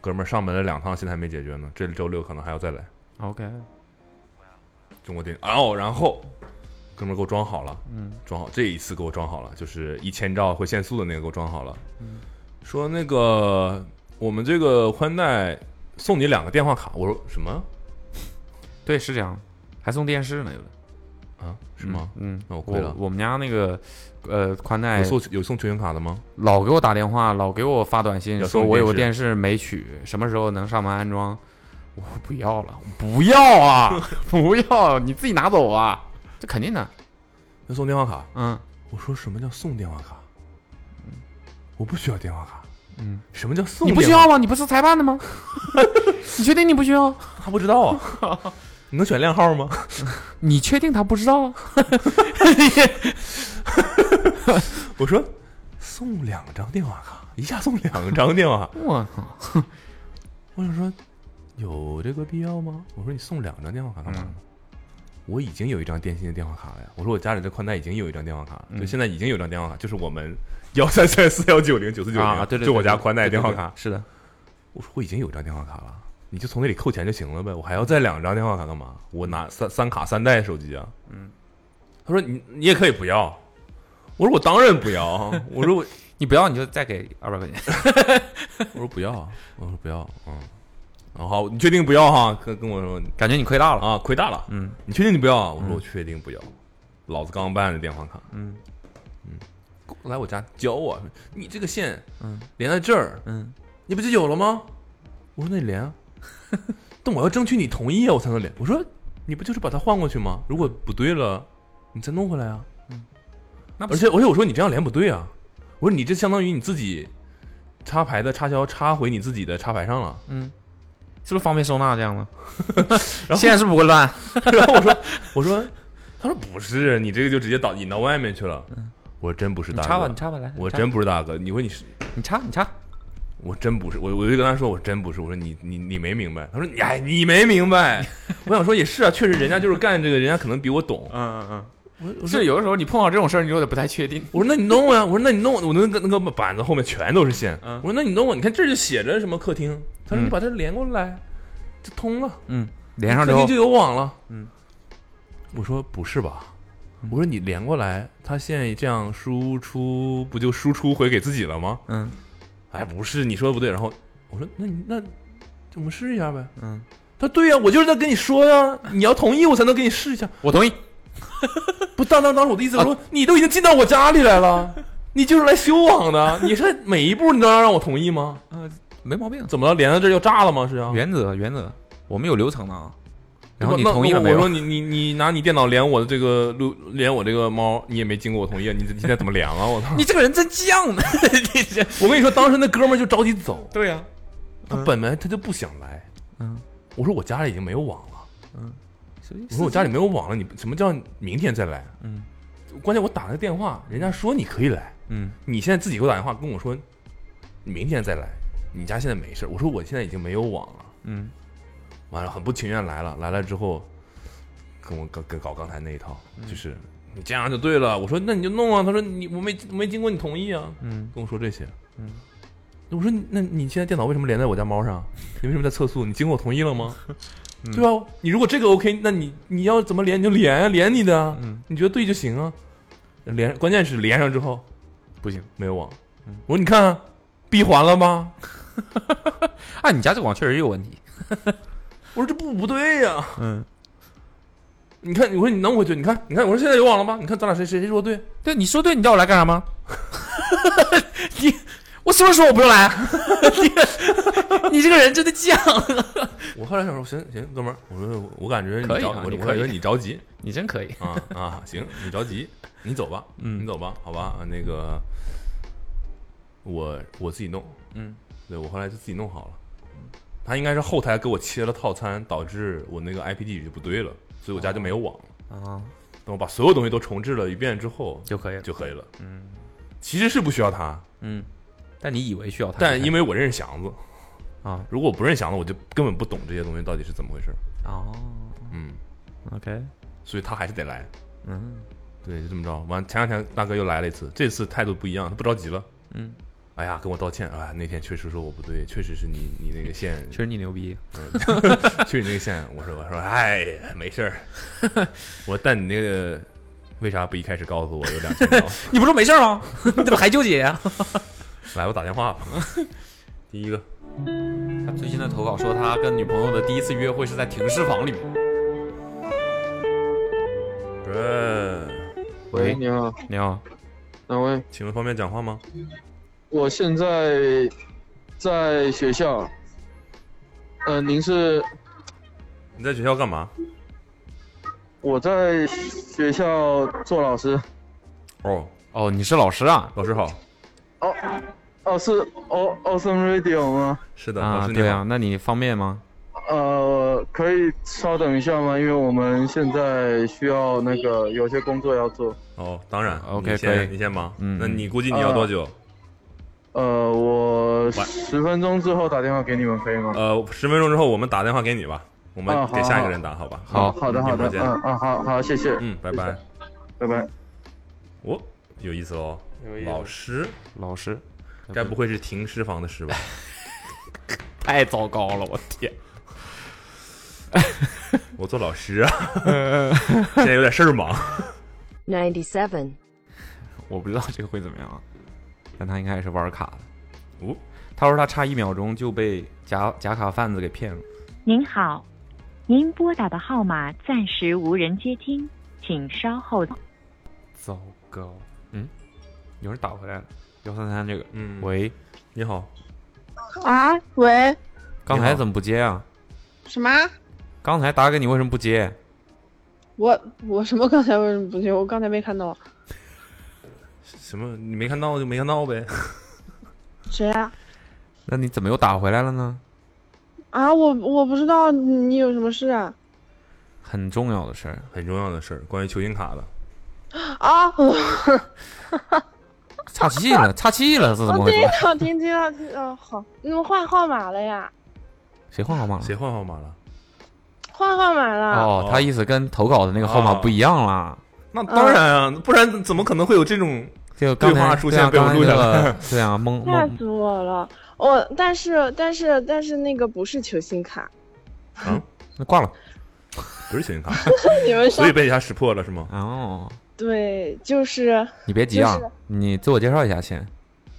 Speaker 2: 哥们儿上门了两趟，现在还没解决呢，这周六可能还要再来。
Speaker 3: ，OK，
Speaker 2: 中国电信，然后然后，哥们儿给我装好了，
Speaker 3: 嗯，
Speaker 2: 装好这一次给我装好了，就是一千兆会限速的那个给我装好了，
Speaker 3: 嗯
Speaker 2: 说那个我们这个宽带送你两个电话卡，我说什么
Speaker 3: 对，是这样，还送电视呢，有的
Speaker 2: 啊？是吗？
Speaker 3: 嗯，
Speaker 2: 那我亏了
Speaker 3: 我我们家那个呃宽带
Speaker 2: 有送有送球员卡的吗？
Speaker 3: 老给我打电话，老给我发短
Speaker 2: 要
Speaker 3: 信，
Speaker 2: 送
Speaker 3: 说我有个
Speaker 2: 电
Speaker 3: 电视没取，什么时候能上门安装？我说不要了，不要啊， 不要，你自己拿走啊，这肯定的，
Speaker 2: 要送电话卡？
Speaker 3: 嗯
Speaker 2: 我说什么叫送电话卡？我不需要电话卡。
Speaker 3: 嗯，
Speaker 2: 什么叫送？
Speaker 3: 你不需要？吗？你不是裁判的吗？ 你确定你不需要？
Speaker 2: 他不知道啊。 你能选靓号吗？
Speaker 3: 你确定他不知道啊？
Speaker 2: 我说送两张电话卡，一下送两张电话卡。
Speaker 3: 我靠，
Speaker 2: 我想说，有这个必要吗？我说你送两张电话卡干嘛
Speaker 3: 嗯
Speaker 2: 呢？我已经有一张电信的电话卡了呀。我说我家里这宽带已经有一张电话卡了，
Speaker 3: 嗯
Speaker 2: 就现在已经有一张电话卡，就是我们幺三三四幺九零九四九
Speaker 3: 啊，
Speaker 2: 零，
Speaker 3: 对对对，
Speaker 2: 就我家
Speaker 3: 对
Speaker 2: 宽带
Speaker 3: 对
Speaker 2: 电话
Speaker 3: 对
Speaker 2: 卡。
Speaker 3: 是的，
Speaker 2: 我说我已经有一张电话卡了，你就从那里扣钱就行了呗，我还要再两张电话卡干嘛？我拿三三卡三代手机啊。嗯，他说你你也可以不要，我说我当然不要啊，我说我
Speaker 3: 你不要你就再给二百块钱，
Speaker 2: 我说不要啊，我说不要，嗯，然后你确定不要哈、跟跟我说
Speaker 3: 感觉你亏大了。
Speaker 2: 啊，亏大了，
Speaker 3: 嗯，
Speaker 2: 你确定你不要啊？我说我确定不要，老子刚办的电话卡，
Speaker 3: 嗯
Speaker 2: 嗯，来我家教我，你这个线，
Speaker 3: 嗯，
Speaker 2: 连在这儿，
Speaker 3: 嗯，
Speaker 2: 你不就有了吗？我说那你连 啊，但我要争取你同意啊，我才能连。我说你不就是把它换过去吗？如果不对了，你再弄回来啊。
Speaker 3: 那不
Speaker 2: 而且而且我说你这样连不对啊，我说你这相当于你自己插排的插销插回你自己的插排上了。
Speaker 3: 是不是方便收纳这样的？
Speaker 2: 然后
Speaker 3: 现在是不会乱。
Speaker 2: 然后我说我说， 他说不是，你这个就直接导引到外面去了。我说真不是
Speaker 3: 嗯你
Speaker 2: 大哥，
Speaker 3: 插吧，你插吧，来，
Speaker 2: 我
Speaker 3: 你插
Speaker 2: 真不是大哥。你说你是，
Speaker 3: 你插，你插。
Speaker 2: 我真不是，我我就跟他说我真不是，我说你你你没明白，他说你哎你没明 白，我想说也是啊，确实人家就是干这个，人家可能比我懂。
Speaker 3: 嗯嗯嗯，是有的时候你碰到这种事儿，你有点不太确定。
Speaker 2: 我说那你弄啊，我说那你弄，我那个那个板子后面全都是线，
Speaker 3: 嗯
Speaker 2: 我说那你弄啊，你看这儿就写着什么客厅，他说
Speaker 3: 嗯
Speaker 2: 你把这连过来，就通了，
Speaker 3: 嗯，连上之
Speaker 2: 客
Speaker 3: 后
Speaker 2: 厅就有网了。
Speaker 3: 嗯，
Speaker 2: 我说不是吧？我说你连过来，他现在这样输出不就输出回给自己了吗？
Speaker 3: 嗯
Speaker 2: 哎，不是，你说的不对。然后我说，那你那我们试一下呗。
Speaker 3: 嗯，
Speaker 2: 他说对呀、我就是在跟你说呀、你要同意我才能给你试一下。
Speaker 3: 我同意。
Speaker 2: 不，当当当时我的
Speaker 3: 啊
Speaker 2: 意思，我说、你都已经进到我家里来了，你就是来修网的，你是每一步你都要让我同意吗？
Speaker 3: 呃，没毛病。
Speaker 2: 怎么了？连到这儿要炸了吗？是啊。
Speaker 3: 原则原则，我们有流程的啊。
Speaker 2: 那
Speaker 3: 然后你
Speaker 2: 那
Speaker 3: 同意
Speaker 2: 那
Speaker 3: 了没
Speaker 2: 我说
Speaker 3: 有？
Speaker 2: 你你你拿你电脑连我的这个录连我这个猫，你也没经过我同意，啊，你这现在怎么连啊？我操！
Speaker 3: 你这个人真犟 呢！你这
Speaker 2: 我跟你说，当时那哥们儿就着急走，
Speaker 3: 对呀，
Speaker 2: 他本来他就不想来。
Speaker 3: 嗯，
Speaker 2: 我说我家里已经没有网了。
Speaker 3: 我
Speaker 2: 我说我家里没有网了，你什么叫明天再来？啊
Speaker 3: 嗯，
Speaker 2: 关键我打了个电话，人家说你可以来，
Speaker 3: 嗯
Speaker 2: 你现在自己给我打电话跟我说，你明天再来，你家现在没事儿。我说我现在已经没有网了，
Speaker 3: 嗯
Speaker 2: 完了很不情愿来了，来了之后跟我搞搞搞刚才那一套，
Speaker 3: 嗯
Speaker 2: 就是你这样就对了。我说那你就弄啊，他说你我没我没经过你同意啊，
Speaker 3: 嗯
Speaker 2: 跟我说这些。
Speaker 3: 嗯，
Speaker 2: 我说你那你现在电脑为什么连在我家猫上？你为什么在测速？你经过我同意了 吗？
Speaker 3: 嗯
Speaker 2: 对吧？你如果这个 OK，那你你要怎么连你就连啊，连你的啊，
Speaker 3: 嗯
Speaker 2: 你觉得对就行啊。连关键是连上之后
Speaker 3: 不行。嗯
Speaker 2: 没有网，我说你看啊闭环了吧？
Speaker 3: 啊，你家这网确实有问题。
Speaker 2: 我说这不不对呀、
Speaker 3: 嗯，
Speaker 2: 你看，我说你弄回去，你看，你看，我说现在有网了吧？你看咱俩谁谁谁说对？
Speaker 3: 对，你说对，你叫我来干啥吗？ 你啊 我什么时候我不用来？你你这个人真的犟。
Speaker 2: 我后来想说，行行，哥们儿，我说我感觉你
Speaker 3: 可以
Speaker 2: 着，
Speaker 3: 啊
Speaker 2: 我
Speaker 3: 你
Speaker 2: 我
Speaker 3: 可
Speaker 2: 感
Speaker 3: 以
Speaker 2: 觉你着急
Speaker 3: 你真可以。
Speaker 2: 啊啊，行，你着 急，你走吧，
Speaker 3: 嗯
Speaker 2: 你走吧，好吧，啊那个我我自己弄，
Speaker 3: 嗯，
Speaker 2: 对我后来就自己弄好了。他应该是后台给我切了套餐，导致我那个 IP 地址就不对了，所以我家就没有网了。
Speaker 3: 啊，
Speaker 2: 等我把所有东西都重置了一遍之后，
Speaker 3: 就可以了。
Speaker 2: 就可以了。
Speaker 3: 嗯
Speaker 2: 其实是不需要他，
Speaker 3: 嗯，但你以为需要 他，
Speaker 2: 但因
Speaker 3: 为
Speaker 2: 为我认识祥子，
Speaker 3: 啊
Speaker 2: 如果我不认识祥子，我就根本不懂这些东西到底是怎么回事。
Speaker 3: 哦
Speaker 2: 嗯，
Speaker 3: ，OK，
Speaker 2: 所以他还是得来。
Speaker 3: 嗯
Speaker 2: 对，就这么着。完，前两天大哥又来了一次，这次态度不一样，他不着急了。
Speaker 3: 嗯，
Speaker 2: 哎呀，跟我道歉啊！那天确实说我不对，确实是你你那个线，
Speaker 3: 确实你牛逼。
Speaker 2: 确实你那个线。我说我说，哎，没事儿。我说但你那个为啥不一开始告诉我有两千刀？
Speaker 3: 你不说没事儿吗？ 你怎么还纠结啊呀、
Speaker 2: 来，我打电话吧。 第一个，
Speaker 3: 他 最近的投稿说，他跟女朋友的第一次约会是在停尸房里面。
Speaker 2: 不是，
Speaker 6: 喂，你好，
Speaker 3: 你好，
Speaker 6: 哪位？
Speaker 2: 请问方便讲话吗？
Speaker 6: 我现在在学校。呃，您是
Speaker 2: 你在学校干嘛？
Speaker 6: 我在学校做老师？
Speaker 2: 哦，
Speaker 3: 哦，你是老师啊？
Speaker 2: 老师好。
Speaker 6: 哦，哦是哦 Awesome Radio 吗？
Speaker 2: 是的，老
Speaker 3: 啊，
Speaker 2: 师你
Speaker 3: 对
Speaker 2: 好
Speaker 3: 啊，。那你方便吗？
Speaker 6: 呃，可以稍等一下吗？因为我们现在需要那个有些工作要做。
Speaker 2: 哦，当然。
Speaker 3: OK，
Speaker 2: 你
Speaker 3: 可以
Speaker 2: 先你先忙。
Speaker 3: 嗯
Speaker 2: 那你估计你要多久？
Speaker 6: 呃，我十分钟之后打电话给你们可以吗？
Speaker 2: 呃，十分钟之后我们打电话给你吧，我们
Speaker 6: 啊
Speaker 2: 给
Speaker 6: 好
Speaker 2: 下一个
Speaker 6: 好
Speaker 2: 人打，好吧？
Speaker 3: 好
Speaker 6: 好的，
Speaker 2: 一会
Speaker 6: 好
Speaker 2: 儿
Speaker 6: 的，
Speaker 2: 见
Speaker 6: 嗯嗯，好好，谢谢，
Speaker 2: 嗯，拜拜。
Speaker 6: 拜拜。
Speaker 2: 哦，有意思喽，老师，
Speaker 3: 老师，
Speaker 2: 该不会是停尸房的尸吧？
Speaker 3: 太糟糕了，我天！
Speaker 2: 我做老师啊，
Speaker 3: 呃
Speaker 2: 现在有点事儿忙。
Speaker 9: 97.
Speaker 3: 我不知道这个会怎么样啊，但他应该也是玩卡的。
Speaker 2: 哦，
Speaker 3: 他说他差一秒钟就被假假卡贩子给骗了。
Speaker 10: 您好，您拨打的号码暂时无人接听，请稍后。
Speaker 3: 糟糕，嗯，有人打回来了，幺三三这个，
Speaker 2: 嗯
Speaker 3: 喂，
Speaker 2: 你好，
Speaker 4: 啊，喂，
Speaker 3: 刚才怎么不接啊？
Speaker 4: 什么？
Speaker 3: 刚才打给你为什么不接？
Speaker 4: 我我什么刚 才为什么不接？我刚才没看到
Speaker 2: 什么？你没看到就没看到呗。
Speaker 4: 谁啊？
Speaker 3: 那你怎么又打回来了呢？
Speaker 4: 啊，我我不知道你你有什么事啊？
Speaker 3: 很重要的事儿，
Speaker 2: 很重要的事儿，关于球星卡的。
Speaker 4: 啊， 我
Speaker 3: 岔气了，岔气了，这怎么回
Speaker 4: 听
Speaker 3: 事？
Speaker 4: 到听听到听到，好，你们换号码了呀？
Speaker 3: 谁换号码了？
Speaker 2: 谁换号码了？
Speaker 4: 换号码了。
Speaker 3: 哦，他意思跟投稿的那个号码不一样啦。
Speaker 2: 那
Speaker 6: 呃
Speaker 2: 当然啊，不然怎么可能会有这种？
Speaker 3: 就刚
Speaker 2: 对话
Speaker 3: 才
Speaker 2: 出
Speaker 3: 对啊
Speaker 2: 现被我
Speaker 3: 刚才
Speaker 2: 录下
Speaker 3: 那
Speaker 2: 来
Speaker 3: 个对啊，懵
Speaker 4: 吓
Speaker 3: 懵
Speaker 4: 死我了！我但是但是但是那个不是球星卡，
Speaker 2: 啊，
Speaker 3: 那挂了。
Speaker 2: 不是球星卡，
Speaker 4: 你们
Speaker 2: 所
Speaker 4: 上
Speaker 2: 以被他识破了是吗？
Speaker 3: 哦，
Speaker 4: 对就是
Speaker 3: 你别急啊，
Speaker 4: 就是
Speaker 3: 你自我介绍一下先。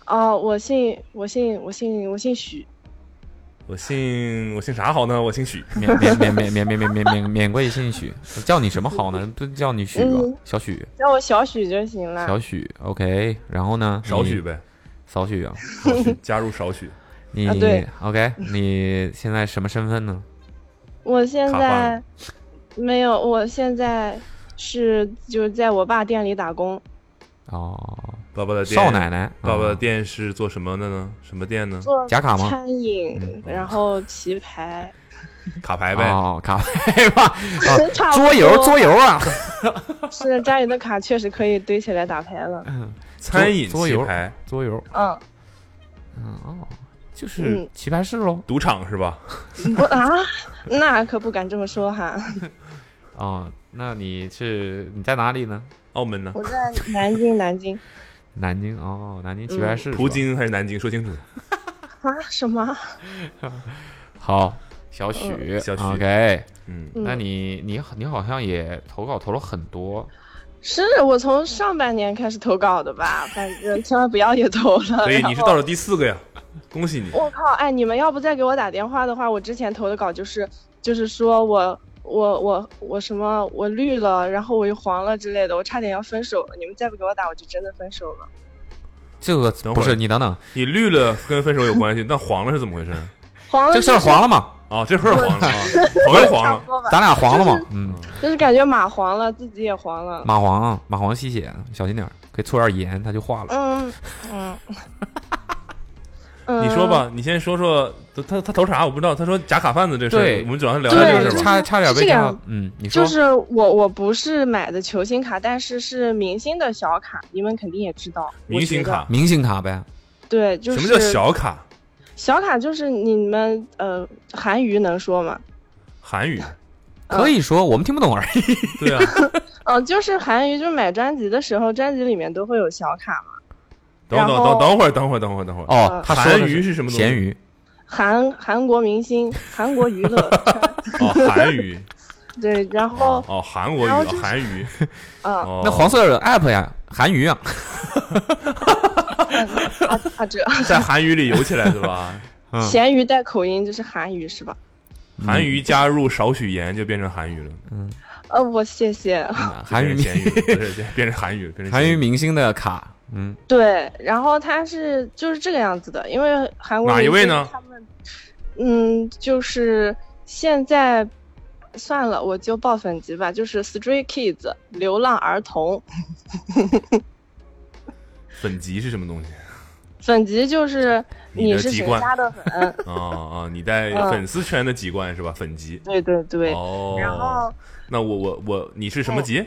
Speaker 4: 哦，我姓我姓我姓我姓许，
Speaker 2: 我姓我姓啥好呢？我姓许。
Speaker 3: 免免免免免免免免免免贵姓许，叫你什么好呢？不叫你许吧
Speaker 4: 嗯，
Speaker 3: 小许，
Speaker 4: 叫我小许就行了。
Speaker 3: 小许，OK。然后呢？
Speaker 2: 少许
Speaker 3: 你，
Speaker 2: 呗，
Speaker 3: 少许 啊。
Speaker 2: 少许 加入少许，
Speaker 3: 你
Speaker 4: 啊对
Speaker 3: OK？你现在什么身份呢？
Speaker 4: 我现
Speaker 2: 卡饭
Speaker 4: 在没有，我现在是就是在我爸店里打工，
Speaker 3: 哦，
Speaker 2: 爸爸的店
Speaker 3: 少奶奶，
Speaker 2: 呃爸爸的
Speaker 3: 嗯
Speaker 2: 店是做什么的呢？什么店呢？
Speaker 4: 做
Speaker 3: 假卡吗嗯
Speaker 4: 餐饮，然后棋牌，
Speaker 2: 卡牌呗。
Speaker 3: 哦，卡牌吧，啊
Speaker 4: 差不多
Speaker 3: 桌游桌游啊，
Speaker 4: 是家里的卡确实可以堆起来打牌 了。
Speaker 2: 餐饮、
Speaker 3: 桌
Speaker 2: 棋
Speaker 3: 游
Speaker 2: 牌、
Speaker 3: 桌游，
Speaker 4: 嗯，
Speaker 3: 嗯哦，就是
Speaker 4: 嗯
Speaker 3: 棋牌室喽。
Speaker 2: 赌场是吧？
Speaker 4: 我啊，那可不敢这么说哈。
Speaker 3: 哦，那你是你在哪里呢？
Speaker 2: 澳门呢？
Speaker 4: 我在南京，南京
Speaker 3: 南京哦，南京棋
Speaker 4: 嗯
Speaker 3: 牌室是吧。
Speaker 2: 葡京还是南京？说清楚。
Speaker 4: 啊？什么？
Speaker 3: 好，小许，
Speaker 2: 小许
Speaker 3: OK，
Speaker 2: 嗯，
Speaker 4: 嗯
Speaker 3: 那你你你好像也投稿投了很多，
Speaker 4: 是我从上半年开始投稿的吧？反正千万不要也投了。
Speaker 2: 所以你
Speaker 4: 然
Speaker 2: 是
Speaker 4: 后
Speaker 2: 倒数第四个呀，恭喜你。
Speaker 4: 我靠！哎，你们要不再给我打电话的话，我之前投的稿就是就是说我我我我什么我绿了，然后我又黄了之类的，我差点要分手了。你们再不给我打，我就真的分手了。
Speaker 3: 这个
Speaker 2: 等会儿
Speaker 4: 嗯
Speaker 3: 不是你等等，
Speaker 2: 你绿了跟分手有关系，但黄了是怎么回事？
Speaker 4: 黄了、
Speaker 3: 这
Speaker 4: 就
Speaker 3: 事儿
Speaker 4: 是
Speaker 3: 黄了嘛？
Speaker 2: 啊，这会儿黄了 啊，头又黄
Speaker 4: 差不
Speaker 2: 了，
Speaker 4: 多吧，
Speaker 3: 咱俩黄了嘛？嗯，
Speaker 4: 就是感觉马黄了，自己也黄了。
Speaker 3: 蚂蟥啊，蚂蟥吸血，小心点儿，可以搓点盐，它就化了。
Speaker 4: 嗯嗯， 嗯
Speaker 2: 你说，吧，你先说说他他他投啥我不知道，他说假卡贩子这事儿
Speaker 3: 对，
Speaker 2: 我们主要是聊
Speaker 4: 对
Speaker 2: 聊这
Speaker 4: 对
Speaker 2: 个事
Speaker 3: 就
Speaker 2: 儿
Speaker 3: 是
Speaker 2: 吧。
Speaker 3: 差差点被
Speaker 4: 是这
Speaker 3: 电
Speaker 4: 样
Speaker 3: 话，嗯，你说
Speaker 4: 就是我我不是买的球星卡，但是是明星的小卡，你们肯定也知道。
Speaker 2: 明星
Speaker 4: 我觉
Speaker 2: 卡，
Speaker 3: 明星卡呗，
Speaker 4: 得，对，就是
Speaker 2: 什么叫小卡？
Speaker 4: 小卡？就是你们呃，韩语能说吗？
Speaker 2: 韩语，
Speaker 4: 嗯
Speaker 3: 可以说我们听不懂而已。
Speaker 2: 对 啊，
Speaker 4: 嗯、就是韩语，就是买专辑的时候，专辑里面都会有小卡嘛。
Speaker 2: 等会儿
Speaker 4: 然后
Speaker 2: 等等会儿等会儿等会儿等会儿，
Speaker 4: 嗯
Speaker 3: 哦，他说
Speaker 2: 韩
Speaker 3: 的
Speaker 2: 娱
Speaker 3: 是
Speaker 2: 是什么东西？
Speaker 3: 咸鱼，
Speaker 4: 韩韩国明星，韩国娱乐 圈，
Speaker 2: 哦，韩语，
Speaker 4: 对，然后
Speaker 2: 哦，哦韩国语，
Speaker 4: 然后就
Speaker 2: 哦
Speaker 4: 是
Speaker 2: 韩语，
Speaker 4: 啊
Speaker 2: 哦，
Speaker 3: 那黄色的 app 呀，韩娱啊，
Speaker 4: 啊啊这，
Speaker 2: 在韩语里游起来对 吧？
Speaker 3: 嗯
Speaker 4: 咸鱼带口音就是韩语是吧？
Speaker 2: 韩语加入少许盐就变成韩语了，
Speaker 4: 呃，我谢谢。
Speaker 3: 韩
Speaker 2: 啊语
Speaker 3: 娱
Speaker 2: 咸鱼，不是变成韩 语，变成
Speaker 3: 韩
Speaker 2: 咸
Speaker 3: 娱
Speaker 2: 鱼。
Speaker 3: 明星的卡，嗯，
Speaker 4: 对，然后他是就是这个样子的，因为韩国
Speaker 2: 哪一
Speaker 4: 明
Speaker 2: 位
Speaker 4: 星
Speaker 2: 呢
Speaker 4: 他们，嗯，就是现在算了，我就爆粉级吧，就是 Stray Kids 流浪儿童
Speaker 2: 粉籍是什么东西？
Speaker 4: 粉级，就是
Speaker 2: 你的
Speaker 4: 是
Speaker 2: 籍
Speaker 4: 谁
Speaker 2: 贯
Speaker 4: 家 的粉？
Speaker 2: 哦 哦，你带
Speaker 4: 嗯
Speaker 2: 粉丝圈的籍贯是吧？粉籍。
Speaker 4: 对对对。
Speaker 2: 哦，
Speaker 4: 然后哦
Speaker 2: 那我我我，你是什么级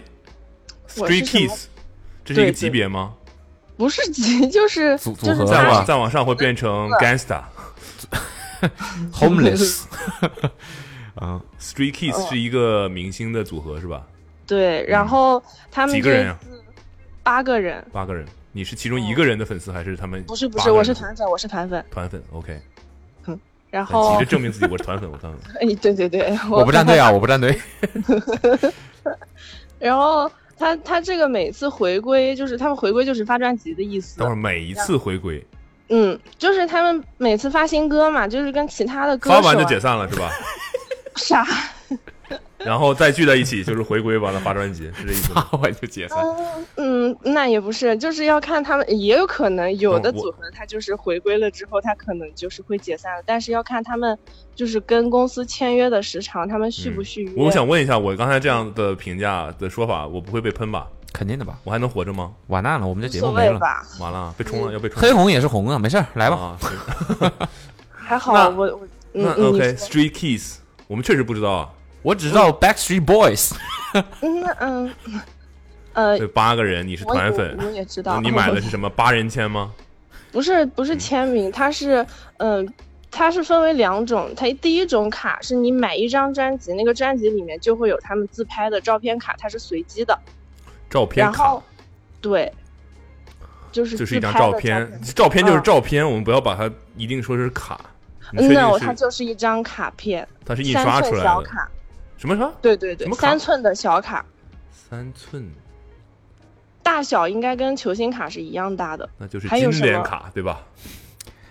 Speaker 4: 我是
Speaker 2: ？Street
Speaker 4: 什么
Speaker 2: Kids，这是一个
Speaker 4: 对
Speaker 2: 级
Speaker 4: 对
Speaker 2: 别吗？
Speaker 4: 不是级，就是
Speaker 3: 组组
Speaker 4: 就是啊
Speaker 3: 合
Speaker 2: 再
Speaker 3: 是
Speaker 4: 他
Speaker 2: 往
Speaker 3: 吧
Speaker 2: 再往上会变成 Gangsta。
Speaker 3: homeless，啊，
Speaker 2: Street
Speaker 4: 嗯
Speaker 2: Kids 是一个明星的组合是吧？
Speaker 4: 对，然后他
Speaker 2: 嗯
Speaker 4: 们
Speaker 2: 几个
Speaker 4: 这
Speaker 2: 人啊呀
Speaker 4: 八个人，
Speaker 2: 八个人，你是其中一个人的粉丝还是他们？
Speaker 4: 哦不是不是，我是团粉，哦我是团粉。
Speaker 2: 团粉，OK，
Speaker 4: 然
Speaker 2: 很
Speaker 4: 后
Speaker 2: 急着，证明自己我是团粉，我团粉。
Speaker 4: 哎，对对对，
Speaker 3: 我不站队啊，我不站队，
Speaker 4: 然后他他这个每次回归，就是他们回归就是发专辑的意思
Speaker 2: 等。会儿每一次回归，
Speaker 4: 嗯，就是他们每次发新歌嘛，就是跟其他的歌手、
Speaker 2: 发
Speaker 4: 啊、
Speaker 2: 完就解散了是吧？
Speaker 4: 啥？
Speaker 2: 然后再聚在一起就是回归完了发专辑，是这意思 吗？
Speaker 3: 我就解散。
Speaker 4: 嗯，那也不是，就是要看他们，也有可能有的
Speaker 2: 嗯我
Speaker 4: 组合他就是回归了之后，他可能就是会解散了，但是要看他们就是跟公司签约的时长，他们续不续约。
Speaker 2: 嗯我想问一下，我刚才这样的评价的说法，我不会被喷吧？
Speaker 3: 肯定的吧，
Speaker 2: 我还能活着吗？
Speaker 3: 完蛋了，我们这
Speaker 4: 无
Speaker 3: 节
Speaker 4: 所
Speaker 3: 目没
Speaker 4: 谓
Speaker 3: 了。
Speaker 4: 吧，
Speaker 2: 完了，被
Speaker 4: 嗯
Speaker 2: 冲了，要被冲了。
Speaker 3: 黑红也是红啊，没事儿，来吧。
Speaker 2: 啊，是
Speaker 4: 还好
Speaker 2: 那
Speaker 4: 我我嗯
Speaker 2: 那
Speaker 4: 嗯你
Speaker 2: OK，Street Kids，我们确实不知道啊。
Speaker 3: 我只知道 Backstreet Boys，
Speaker 4: 嗯那嗯呃
Speaker 2: 对，八个人，你是
Speaker 4: 我
Speaker 2: 团
Speaker 4: 我我
Speaker 2: 粉，
Speaker 4: 也知
Speaker 2: 那
Speaker 4: 道
Speaker 2: 你买的是嗯什么八人签吗？
Speaker 4: 不是不是签名，它是嗯、呃它是分为两种。它第一种卡是你买一张专辑，那个专辑里面就会有他们自拍的照片卡，它是随机的。
Speaker 2: 照片
Speaker 4: 然
Speaker 2: 卡
Speaker 4: 后，对，就是
Speaker 2: 就是
Speaker 4: 自
Speaker 2: 一张
Speaker 4: 拍的
Speaker 2: 照
Speaker 4: 照
Speaker 2: 片， 照片就是
Speaker 4: 嗯
Speaker 2: 照片，我们不要把它一定说是卡。你确定
Speaker 4: no，它
Speaker 2: 是
Speaker 4: 就是一张卡片，
Speaker 2: 它是印
Speaker 4: 三
Speaker 2: 刷出
Speaker 4: 寸
Speaker 2: 来
Speaker 4: 小
Speaker 2: 的？
Speaker 4: 卡，
Speaker 2: 什么什么？
Speaker 4: 对对对
Speaker 2: 什，么卡
Speaker 4: 三寸的小卡，
Speaker 2: 三寸，
Speaker 4: 大小应该跟球星卡是一样大的。
Speaker 2: 那就是
Speaker 4: 还有
Speaker 2: 经
Speaker 4: 什么
Speaker 2: 典卡，对吧？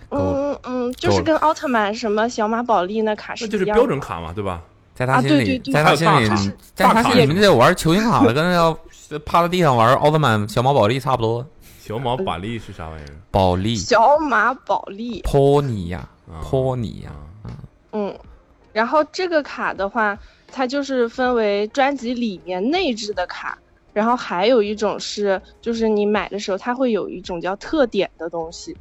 Speaker 4: 嗯嗯，就
Speaker 3: 够
Speaker 4: 是
Speaker 3: 了
Speaker 4: 跟奥特曼什么小马宝莉那卡
Speaker 2: 那
Speaker 4: 是一
Speaker 2: 就
Speaker 4: 样
Speaker 2: 是
Speaker 4: 的。
Speaker 2: 标准卡嘛，对吧？
Speaker 3: 在他
Speaker 4: 啊
Speaker 3: 心
Speaker 4: 对
Speaker 3: 里，
Speaker 4: 对对
Speaker 3: 在他心里
Speaker 2: 大卡，
Speaker 3: 在他心里，
Speaker 2: 大
Speaker 3: 你
Speaker 2: 卡
Speaker 3: 们这玩球星卡的，跟那要趴在地上玩奥特曼、小毛宝莉差不多。
Speaker 2: 小马
Speaker 4: 嗯
Speaker 2: 宝莉是啥玩意儿？
Speaker 3: 宝莉，
Speaker 4: 小马宝莉。
Speaker 3: 托尼呀
Speaker 2: 啊，
Speaker 3: 托尼呀，
Speaker 2: 啊，
Speaker 4: 嗯，然后这个卡的话，它就是分为专辑里面内置的卡，然后还有一种是，就是你买的时候，它会有一种叫特点的东西，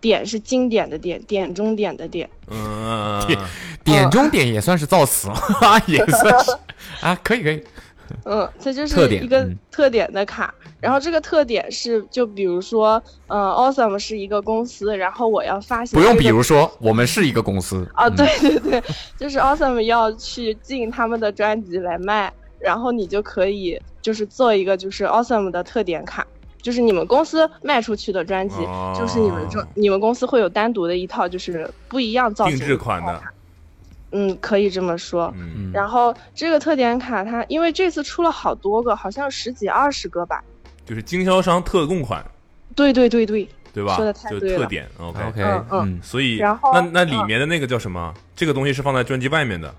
Speaker 4: 点是经典的点，点中点的点。
Speaker 2: 嗯，嗯嗯
Speaker 3: 天点中点也算是造词嘛， 也算是啊，可以可以。
Speaker 4: 嗯，它就
Speaker 3: 特
Speaker 4: 是
Speaker 3: 点
Speaker 4: 一个
Speaker 3: 嗯
Speaker 4: 特点的卡。然后这个特点是，就比如说，嗯、呃、，Awesome 是一个公司，然后我要发行
Speaker 3: 不用，
Speaker 4: 这个
Speaker 3: 比如说我们是一个公司
Speaker 4: 啊，
Speaker 3: 嗯
Speaker 4: 对对对，就是 Awesome 要去进他们的专辑来卖，然后你就可以就是做一个就是 Awesome 的特点卡，就是你们公司卖出去的专辑，
Speaker 2: 哦
Speaker 4: 就是你们这你们公司会有单独的一套就是不一样造型
Speaker 2: 定制款的，
Speaker 4: 嗯，可以这么说。
Speaker 2: 嗯，
Speaker 3: 嗯，
Speaker 4: 然后这个特点卡它，因为这次出了好多个，好像十几二十个吧。
Speaker 2: 就是经销商特供款，
Speaker 4: 对对对对，
Speaker 2: 对吧？
Speaker 4: 说得太
Speaker 2: 就
Speaker 4: 对
Speaker 2: 特
Speaker 4: 了
Speaker 2: 点，OK。
Speaker 3: OK，
Speaker 4: 嗯嗯
Speaker 3: 嗯，
Speaker 2: 所以，
Speaker 4: 然后嗯
Speaker 2: 那那里面的那个叫什么？这个东西是放在专辑外面的，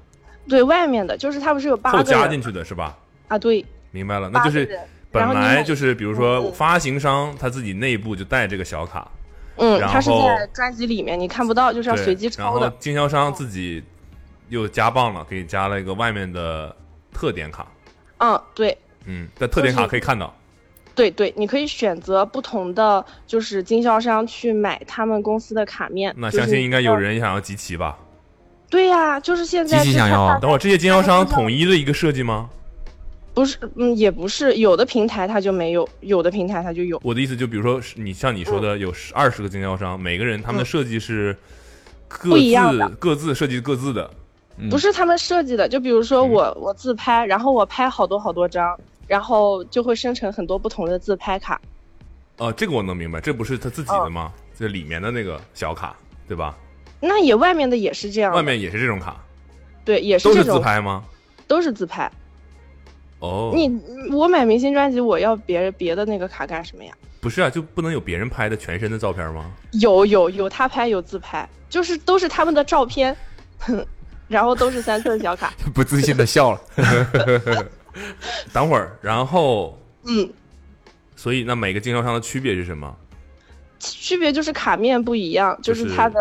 Speaker 4: 对外面的，就是它不是有八
Speaker 2: 后
Speaker 4: 个
Speaker 2: 加
Speaker 4: 人
Speaker 2: 进去的是吧？
Speaker 4: 啊？对，
Speaker 2: 明白了，那
Speaker 4: 八
Speaker 2: 就
Speaker 4: 个
Speaker 2: 是
Speaker 4: 人然
Speaker 2: 本
Speaker 4: 后你
Speaker 2: 来
Speaker 4: 买
Speaker 2: 就是，比如说
Speaker 4: 嗯
Speaker 2: 发行商他自己内部就带这个小卡，
Speaker 4: 嗯，
Speaker 2: 然
Speaker 4: 它是
Speaker 2: 后
Speaker 4: 在专辑里面，你看不到，就是要
Speaker 2: 对
Speaker 4: 随机
Speaker 2: 然
Speaker 4: 抽
Speaker 2: 后
Speaker 4: 的。嗯
Speaker 2: 经销商自己又加磅了，给你加了一个外面的特点卡。
Speaker 4: 嗯，对
Speaker 2: 嗯，在特点卡可以看到，
Speaker 4: 对对，你可以选择不同的就是经销商去买他们公司的卡面。
Speaker 2: 那
Speaker 4: 就是
Speaker 2: 相信应该有
Speaker 4: 你要。
Speaker 2: 人想要集齐吧？
Speaker 4: 对呀、就是现
Speaker 3: 积
Speaker 4: 在
Speaker 3: 极
Speaker 4: 就
Speaker 3: 想
Speaker 4: 看
Speaker 3: 要啊
Speaker 4: 到
Speaker 2: 等会儿这些经销商统一的一个设计吗？
Speaker 4: 不是，嗯，也不是，有的平台它就没有，有的平台它就有。
Speaker 2: 我的意思就比如说是你像你说
Speaker 4: 嗯
Speaker 2: 的有二十个经销商，每个人他们的设计是各
Speaker 4: 不一样
Speaker 2: 自
Speaker 4: 的
Speaker 2: 各自设计各自的，
Speaker 3: 嗯
Speaker 4: 不是他们设计的。就比如说
Speaker 2: 嗯
Speaker 4: 我、我自拍，然后我拍好多好多张，然后就会生成很多不同的自拍卡。
Speaker 2: 呃，这个我能明白，这不是他自己
Speaker 4: 嗯
Speaker 2: 的吗？这里面的那个小卡对吧？
Speaker 4: 那也外面的也是这样的，
Speaker 2: 外面也是这种卡，
Speaker 4: 对也是
Speaker 2: 都
Speaker 4: 这
Speaker 2: 是自
Speaker 4: 种，
Speaker 2: 拍吗？
Speaker 4: 都是自拍。
Speaker 2: 哦，
Speaker 4: 你我买明星专辑，我要别别的那个卡干什么呀？
Speaker 2: 不是啊，就不能有别人拍的全身的照片吗？
Speaker 4: 有有有他拍有自拍，就是都是他们的照片，哼，然后都是三寸小 卡。
Speaker 3: 不自信的笑了。
Speaker 2: 等会儿，然后，
Speaker 4: 嗯，
Speaker 2: 所以那每个经销商的区别是什么？
Speaker 4: 区别就是卡面不一样，就
Speaker 2: 就是
Speaker 4: 它的。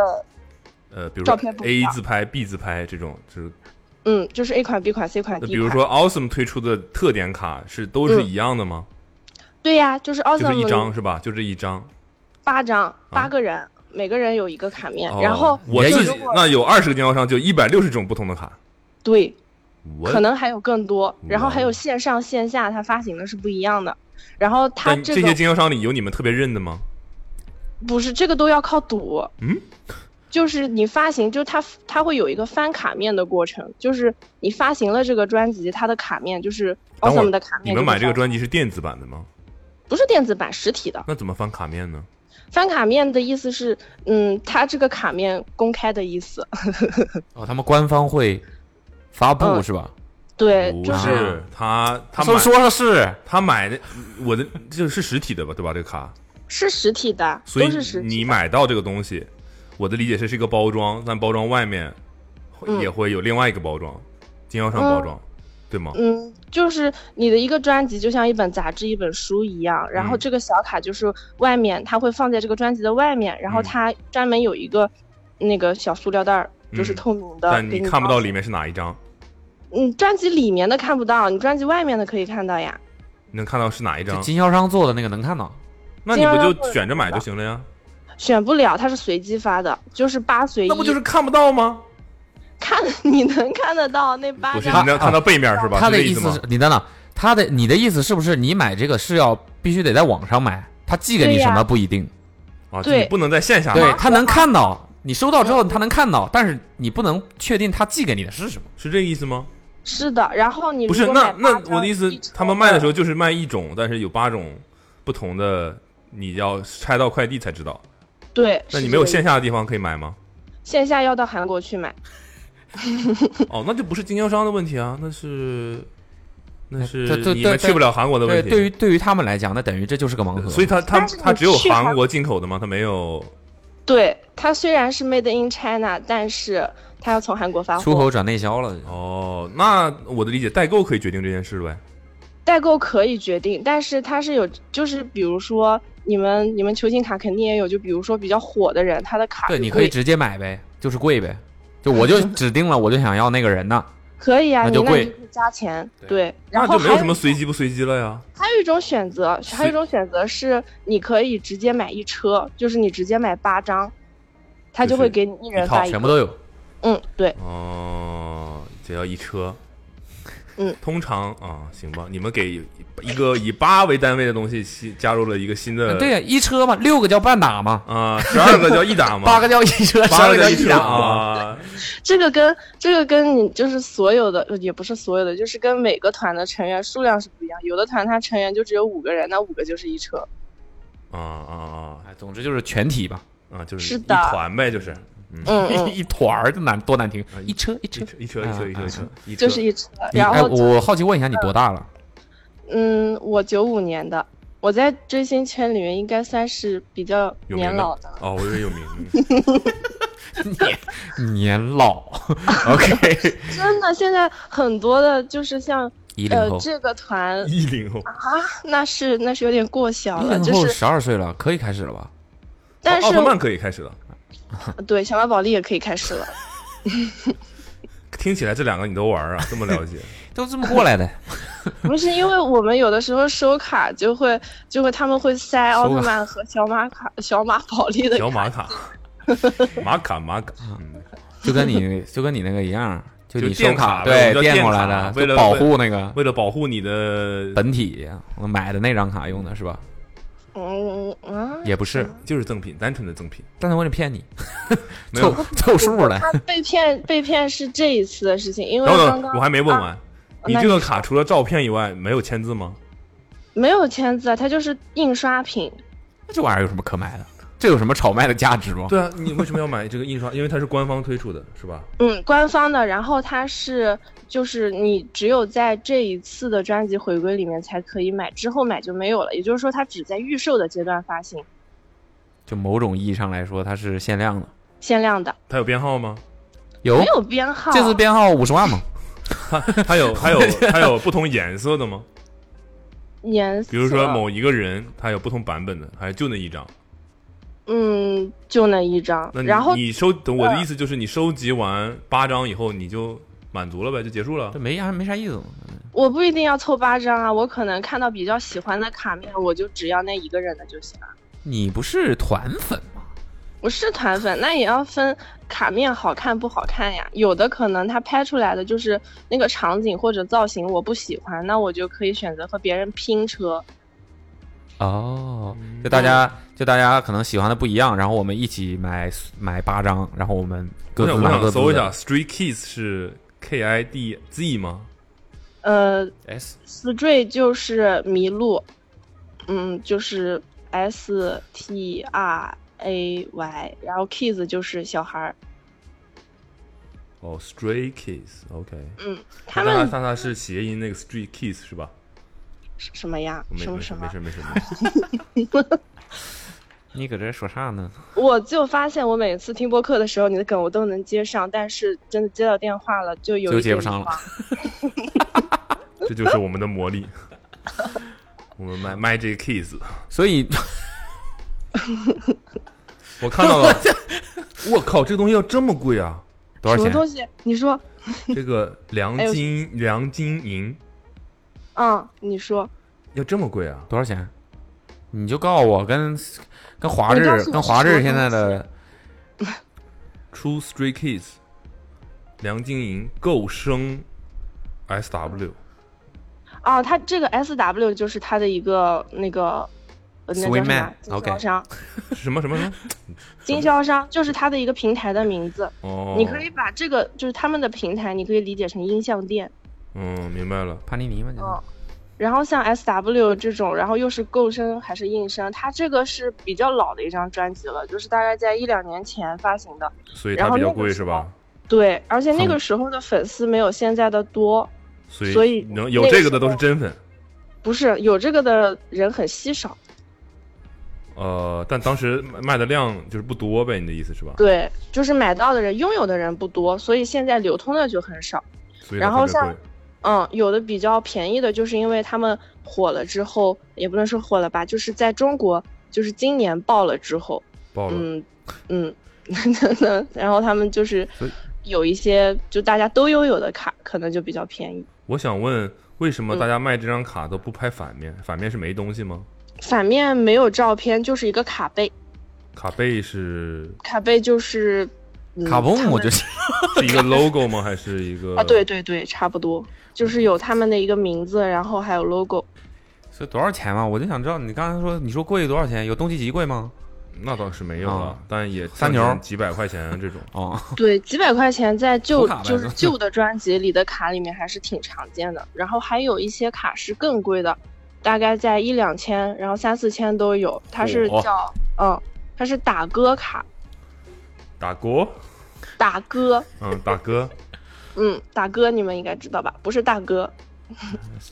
Speaker 2: 呃，比如
Speaker 4: 照
Speaker 2: 说
Speaker 4: 片不一
Speaker 2: A
Speaker 4: 样
Speaker 2: 自拍、B 自拍这种，就是
Speaker 4: 嗯，就是 A 款、B 款、C 款、
Speaker 2: 那比
Speaker 4: D 款。
Speaker 2: 如说 Awesome 推出的特点卡是都是一样的吗？
Speaker 4: 对呀、就是
Speaker 2: 就
Speaker 4: 嗯 Awesome
Speaker 2: 是一张是吧？就这一张。
Speaker 4: 八张，八个人，每个人有一个卡面，
Speaker 2: 哦
Speaker 4: 然后
Speaker 2: 我
Speaker 3: 就
Speaker 2: 自
Speaker 3: 如
Speaker 2: 己那有二十个经销商，就一百六十种不同的卡。
Speaker 4: 对，
Speaker 2: 我
Speaker 4: 可能还有更多，然后
Speaker 2: 哇哦
Speaker 4: 还有线上线下它发行的是不一样的，然后它
Speaker 2: 但
Speaker 4: 这
Speaker 2: 这
Speaker 4: 个
Speaker 2: 些经销商里有你们特别认的吗？
Speaker 4: 不是这个都要靠赌，
Speaker 2: 嗯，
Speaker 4: 就是你发行，就它它会有一个翻卡面的过程，就是你发行了这个专辑，它的卡面就是
Speaker 2: 等会
Speaker 4: Awesome
Speaker 2: 儿
Speaker 4: 的卡面，
Speaker 2: 你们买这个专辑是电子版的吗？
Speaker 4: 不是电子版实体的，
Speaker 2: 那怎么翻卡面呢？
Speaker 4: 翻卡面的意思是，嗯，它这个卡面公开的意思，
Speaker 3: 哦，他们官方会发布
Speaker 4: 嗯
Speaker 3: 是吧？
Speaker 4: 对，
Speaker 2: 不
Speaker 4: 就是
Speaker 2: 是，他他
Speaker 3: 说
Speaker 2: 买
Speaker 3: 说的是
Speaker 2: 他买的我的这是实体的吧？对吧？这个卡，
Speaker 4: 是实体的，
Speaker 2: 所
Speaker 4: 都是
Speaker 2: 以
Speaker 4: 实体
Speaker 2: 你
Speaker 4: 的。
Speaker 2: 买到这个东西，我的理解是是一个包装，但包装外面会
Speaker 4: 嗯
Speaker 2: 也会有另外一个包装，经销商包装，对吗？
Speaker 4: 嗯，就是你的一个专辑就像一本杂志、一本书一样，然后
Speaker 2: 嗯
Speaker 4: 这个小卡就是外面，它会放在这个专辑的外面，然后
Speaker 2: 嗯
Speaker 4: 它专门有一个那个小塑料袋儿，就是
Speaker 2: 嗯
Speaker 4: 透明的，
Speaker 2: 但
Speaker 4: 给
Speaker 2: 你
Speaker 4: 你
Speaker 2: 看不到
Speaker 4: 装
Speaker 2: 里面是哪一张，
Speaker 4: 嗯，专辑里面的看不到，你专辑外面的可以看到呀。
Speaker 2: 能看到是哪一
Speaker 3: 这
Speaker 2: 张，
Speaker 3: 经销商做的那个能看到，
Speaker 2: 那你不
Speaker 4: 经销商
Speaker 2: 就选着买就行了呀？
Speaker 4: 选不了，它是随机发的，就是八随一。
Speaker 2: 那不就是看不到吗？
Speaker 4: 看 你能看得到那八
Speaker 2: 不是，
Speaker 4: 张
Speaker 2: 你？能看到背面是吧？
Speaker 3: 他的
Speaker 2: 是这
Speaker 3: 意
Speaker 2: 意
Speaker 3: 思
Speaker 2: 吗
Speaker 3: 是，？你等等，他的你的意思是不是你买这个是要必须得在网上买？他寄给你
Speaker 4: 对呀
Speaker 3: 什么不一定，
Speaker 2: 啊，就
Speaker 4: 对
Speaker 2: 你不能在线下
Speaker 3: 对
Speaker 2: 买，
Speaker 3: 他能看到，你收到之后他能看到，但是你不能确定他寄给你的是什么。
Speaker 2: 是这个意思吗？
Speaker 4: 是的，然后你
Speaker 2: 不是，
Speaker 4: 如果
Speaker 2: 那
Speaker 4: 买
Speaker 2: 那
Speaker 4: 八张
Speaker 2: 我的意思
Speaker 4: 一抽，
Speaker 2: 他们卖的时候就是卖一种，但是有八种不同的，你要拆到快递才知道。
Speaker 4: 对，
Speaker 2: 那
Speaker 4: 是
Speaker 2: 你
Speaker 4: 这
Speaker 2: 没有
Speaker 4: 个意
Speaker 2: 线
Speaker 4: 思
Speaker 2: 下的地方可以买吗？
Speaker 4: 线下要到韩国去买，
Speaker 2: 哦，那就不是经销商的问题啊，那是那是
Speaker 3: 这这
Speaker 2: 你
Speaker 3: 这
Speaker 2: 们去不了韩国的
Speaker 3: 对，
Speaker 2: 问题。
Speaker 3: 对于对于他们来讲，那等于这就是个盲盒。
Speaker 2: 所以他他
Speaker 4: 但是你
Speaker 2: 他只有
Speaker 4: 去韩
Speaker 2: 韩国进口的吗？他没有
Speaker 4: 对，它虽然是 Made in China，但是它要从韩国发
Speaker 3: 出
Speaker 4: 货，
Speaker 3: 口转内销了。
Speaker 2: 哦。那我的理解，代购可以决定这件事呗。
Speaker 4: 代购可以决定，但是它是有，就是比如说你们你们球星卡肯定也有，就比如说比较火的人，他的卡
Speaker 3: 对，
Speaker 4: 就
Speaker 3: 你可以直接买呗，就是贵呗。就我 就指定了，我就想要那个人的。
Speaker 4: 可以啊，
Speaker 3: 那
Speaker 4: 你
Speaker 3: 就
Speaker 4: 那
Speaker 3: 贵
Speaker 4: 你就可以加钱，
Speaker 3: 对
Speaker 4: 对，然
Speaker 2: 那
Speaker 4: 后
Speaker 2: 就没有
Speaker 4: 还
Speaker 2: 什么随机不随机了呀。
Speaker 4: 还有一种选择，
Speaker 2: 随
Speaker 4: 还有一种选择是你可以直接买一车，就是你直接买八张，他
Speaker 2: 就是
Speaker 4: 就会给你一人发一
Speaker 3: 全
Speaker 4: 个。
Speaker 3: 部都有。
Speaker 4: 嗯，对，
Speaker 2: 哦，只要一车。
Speaker 4: 嗯，
Speaker 2: 通常啊，行吧，你们给一个以八为单位的东西新加入了一个新的
Speaker 3: 对呀，一车嘛，六个叫半打嘛，
Speaker 2: 啊，十二个叫一打嘛，
Speaker 3: 八个叫一车，十
Speaker 2: 八
Speaker 3: 二
Speaker 2: 个
Speaker 3: 叫
Speaker 2: 叫一车
Speaker 3: 打嘛。
Speaker 2: 啊，
Speaker 4: 这个跟这个跟你就是所有的，呃也不是所有的，就是跟每个团的成员数量是不一样。有的团它成员就只有五个人，那五个就是一车。
Speaker 2: 啊啊啊
Speaker 3: 哎，总之就是全体吧，
Speaker 2: 啊，就是
Speaker 4: 是
Speaker 2: 一
Speaker 4: 的
Speaker 2: 团呗，就是
Speaker 4: 嗯 嗯，
Speaker 3: 一团儿，这难多难听
Speaker 2: 啊，
Speaker 3: 一车一车
Speaker 2: 一。车一车一车一车一车，一车
Speaker 4: 啊就是一车。
Speaker 3: 你
Speaker 4: 然
Speaker 3: 哎，
Speaker 4: 后就
Speaker 3: 我好奇问一下，你多大了？
Speaker 4: 嗯，我九五年的，我在追星圈里面应该算是比较
Speaker 2: 有
Speaker 4: 年
Speaker 2: 名的
Speaker 4: 老的了。
Speaker 2: 哦，我以为有名的。 嗯
Speaker 3: 年老 ，OK，
Speaker 4: 真的，现在很多的就是像
Speaker 3: 一零
Speaker 4: 呃
Speaker 3: 后，
Speaker 4: 这个团
Speaker 2: 一零后，
Speaker 4: 啊，那是那是有点过小
Speaker 3: 一
Speaker 4: 了，
Speaker 3: 零
Speaker 4: 就
Speaker 3: 后
Speaker 4: 是
Speaker 3: 十二岁了，可以开始了吧？
Speaker 4: 但
Speaker 2: 奥
Speaker 4: 是
Speaker 2: 特曼可以开始了。
Speaker 4: 对小马宝莉也可以开始了。
Speaker 2: 听起来这两个你都玩啊，这么了 解？
Speaker 3: 都这么过来的。
Speaker 4: 不是因为我们有的时候收卡就会就会他们会塞奥特曼和小马卡小马宝莉的
Speaker 2: 啊小马卡，马卡马卡，嗯
Speaker 3: 就跟你就跟你那个一样，就
Speaker 2: 就
Speaker 3: 你收
Speaker 2: 电卡呗
Speaker 3: 对
Speaker 2: 我们叫
Speaker 3: 电过来
Speaker 2: 电卡
Speaker 3: 的，
Speaker 2: 为了
Speaker 3: 就保护那个
Speaker 2: 为了保护你的，
Speaker 3: 本体，我买的那张卡用的是吧？
Speaker 4: 嗯嗯啊，
Speaker 3: 也不是，
Speaker 2: 就是赠品，单纯的赠品。
Speaker 3: 但是我得骗你，
Speaker 2: 没有
Speaker 3: 凑凑数来。
Speaker 4: 他被骗被骗是这一次的事情，因为
Speaker 2: 等会儿
Speaker 4: 刚
Speaker 2: 等会
Speaker 4: 刚
Speaker 2: 儿，
Speaker 4: 啊
Speaker 2: 我还没问完，你
Speaker 4: 那
Speaker 2: 这个
Speaker 4: 你
Speaker 2: 卡除了照片以外，没有签字吗？
Speaker 4: 没有签字啊，它就是印刷品。
Speaker 3: 这玩意儿有什么可买的？这有什么炒卖的价值吗？
Speaker 2: 对啊，你为什么要买这个印刷？因为它是官方推出的，是吧？
Speaker 4: 嗯，官方的，然后它是就是你只有在这一次的专辑回归里面才可以买，之后买就没有了。也就是说，它只在预售的阶段发行，
Speaker 3: 就某种意义上来说，它是限量的。
Speaker 4: 限量的，
Speaker 2: 它有编号吗？
Speaker 3: 有
Speaker 4: 没有编号。
Speaker 2: 啊
Speaker 3: 这次编号五十万嘛？
Speaker 2: 它它 有它有它有不同颜色的吗？
Speaker 4: 颜色，
Speaker 2: 比如说某一个人，他有不同版本的，还是就那一张？
Speaker 4: 嗯，就那一张
Speaker 2: 那。你
Speaker 4: 然后呃
Speaker 2: 你收，等我的意思就是你收集完八张以后，你就满足了呗，就结束了
Speaker 3: 这。没啥没啥意思嘛。
Speaker 4: 我不一定要凑八张啊，我可能看到比较喜欢的卡面，我就只要那一个人的就行了。
Speaker 3: 你不是团粉吗？
Speaker 4: 我是团粉，那也要分卡面好看不好看呀。有的可能他拍出来的就是那个场景或者造型我不喜欢，那我就可以选择和别人拼车。
Speaker 3: 哦，
Speaker 2: 嗯
Speaker 3: 就大家就大家可能喜欢的不一样，然后我们一起买买八张，然后我们各
Speaker 2: 我
Speaker 3: 自
Speaker 2: 想我
Speaker 3: 拿各
Speaker 2: 想
Speaker 3: 自
Speaker 2: 搜一下
Speaker 3: 的。
Speaker 2: ，Street Kids 是 K I D Z 吗？
Speaker 4: 呃
Speaker 3: S
Speaker 4: ，stray 就是迷路，嗯，就是 S T R A Y，然后 kids 就是小孩儿，
Speaker 2: 哦，Stray Kids，OK。
Speaker 4: 嗯，他
Speaker 2: 那它
Speaker 4: 们
Speaker 2: 它它是谐音那个 Street Kids 是吧？
Speaker 4: 什么呀？
Speaker 2: 没
Speaker 4: 什么
Speaker 2: 没事
Speaker 4: 什么
Speaker 2: 没？事没事没事。
Speaker 3: 你搁这说啥呢？
Speaker 4: 我就发现，我每次听播客的时候，你的梗我都能接上，但是真的接到电话了，就有
Speaker 3: 就
Speaker 4: 一
Speaker 3: 接
Speaker 4: 点
Speaker 3: 不上了
Speaker 4: 遗忘。
Speaker 2: 这就是我们的魔力。 我们卖卖这个 kiss，
Speaker 3: 所以
Speaker 2: 我看到了，我靠，这个东西要这么贵啊！
Speaker 3: 多少
Speaker 4: 什么
Speaker 3: 钱？
Speaker 4: 东西？你说，
Speaker 2: 这个 良
Speaker 4: 哎呦
Speaker 2: 金良金银
Speaker 4: 嗯，你说，
Speaker 2: 要这么贵啊？
Speaker 3: 多少钱？你就告诉我，跟跟华
Speaker 4: 你
Speaker 3: 智
Speaker 4: 告诉我
Speaker 3: 跟华
Speaker 4: 是
Speaker 3: 智
Speaker 4: 什么
Speaker 3: 现在
Speaker 4: 东
Speaker 3: 的
Speaker 2: 出 Stray Kids，梁晶莹够生 S W，
Speaker 4: 啊，它这个 S W 就是它的一个那个，呃那叫什
Speaker 3: Swingman，
Speaker 4: 么？经
Speaker 3: OK
Speaker 4: 销商，
Speaker 2: 是什么什么什么？
Speaker 4: 经销商就是它的一个平台的名字。
Speaker 2: 哦，
Speaker 4: 你可以把这个就是他们的平台，你可以理解成音像店。
Speaker 2: 嗯，明白了。
Speaker 3: 帕尼尼吗？
Speaker 4: 嗯然后像 S W 这种，然后又是构声还是硬声，它这个是比较老的一张专辑了，就是大概在一两年前发行的。
Speaker 2: 所以
Speaker 4: 然
Speaker 2: 它
Speaker 4: 后
Speaker 2: 比较
Speaker 4: 那个
Speaker 2: 贵
Speaker 4: 时
Speaker 2: 是吧？
Speaker 4: 对，而且那
Speaker 3: 嗯
Speaker 4: 个时候的粉丝没有现在的多，
Speaker 2: 所以
Speaker 4: 所以
Speaker 2: 能
Speaker 4: 那
Speaker 2: 有
Speaker 4: 个
Speaker 2: 这
Speaker 4: 时
Speaker 2: 个的都是
Speaker 4: 候
Speaker 2: 真粉。
Speaker 4: 不是有这个的人很稀少。
Speaker 2: 呃，但当时卖卖的量就是不多呗，你的意思是吧？
Speaker 4: 对，就是买到的人、拥有的人不多，所以现在流通的就很少。
Speaker 2: 所以
Speaker 4: 然
Speaker 2: 它
Speaker 4: 后
Speaker 2: 特别
Speaker 4: 像
Speaker 2: 贵
Speaker 4: 嗯，有的比较便宜的，就是因为他们火了之后，也不能说火了吧，就是在中国，就是今年爆了之后，
Speaker 2: 爆了，
Speaker 4: 嗯嗯， 然后他们就是
Speaker 3: 所以
Speaker 4: 有一些就大家都拥有的卡，可能就比较便宜。
Speaker 2: 我想问，为什么
Speaker 4: 嗯
Speaker 2: 大家卖这张卡都不拍反面？反面是没东西吗？
Speaker 4: 反面没有照片，就是一个卡背，
Speaker 2: 卡背是
Speaker 4: 卡背就是、嗯、
Speaker 3: 卡
Speaker 4: 他
Speaker 3: 蹦，
Speaker 4: 们
Speaker 3: 我就是
Speaker 2: 是一个 logo 吗？还是一个
Speaker 4: 啊，对，对对，差不多，就是有他们的一个名字，然后还有 logo。
Speaker 3: 所以多少钱嘛？我就想知道，你刚才说你说贵多少钱？有东契奇贵吗？
Speaker 2: 那倒是没有了
Speaker 3: 啊，
Speaker 2: 但也
Speaker 3: 三
Speaker 2: 挣
Speaker 3: 牛
Speaker 2: 点几百块钱这种。
Speaker 3: 哦，
Speaker 4: 对，几百块钱在旧
Speaker 3: 卡呗
Speaker 4: 就是旧的专辑里的卡里面还是挺常见的，然后还有一些卡是更贵的，大概在一两千，然后三四千都有。它是
Speaker 3: 哦
Speaker 4: 叫、嗯，它是打歌卡，
Speaker 2: 打哥，
Speaker 4: 打歌，
Speaker 2: 嗯，打哥，
Speaker 4: 嗯，打歌你们应该知道吧？不是大哥，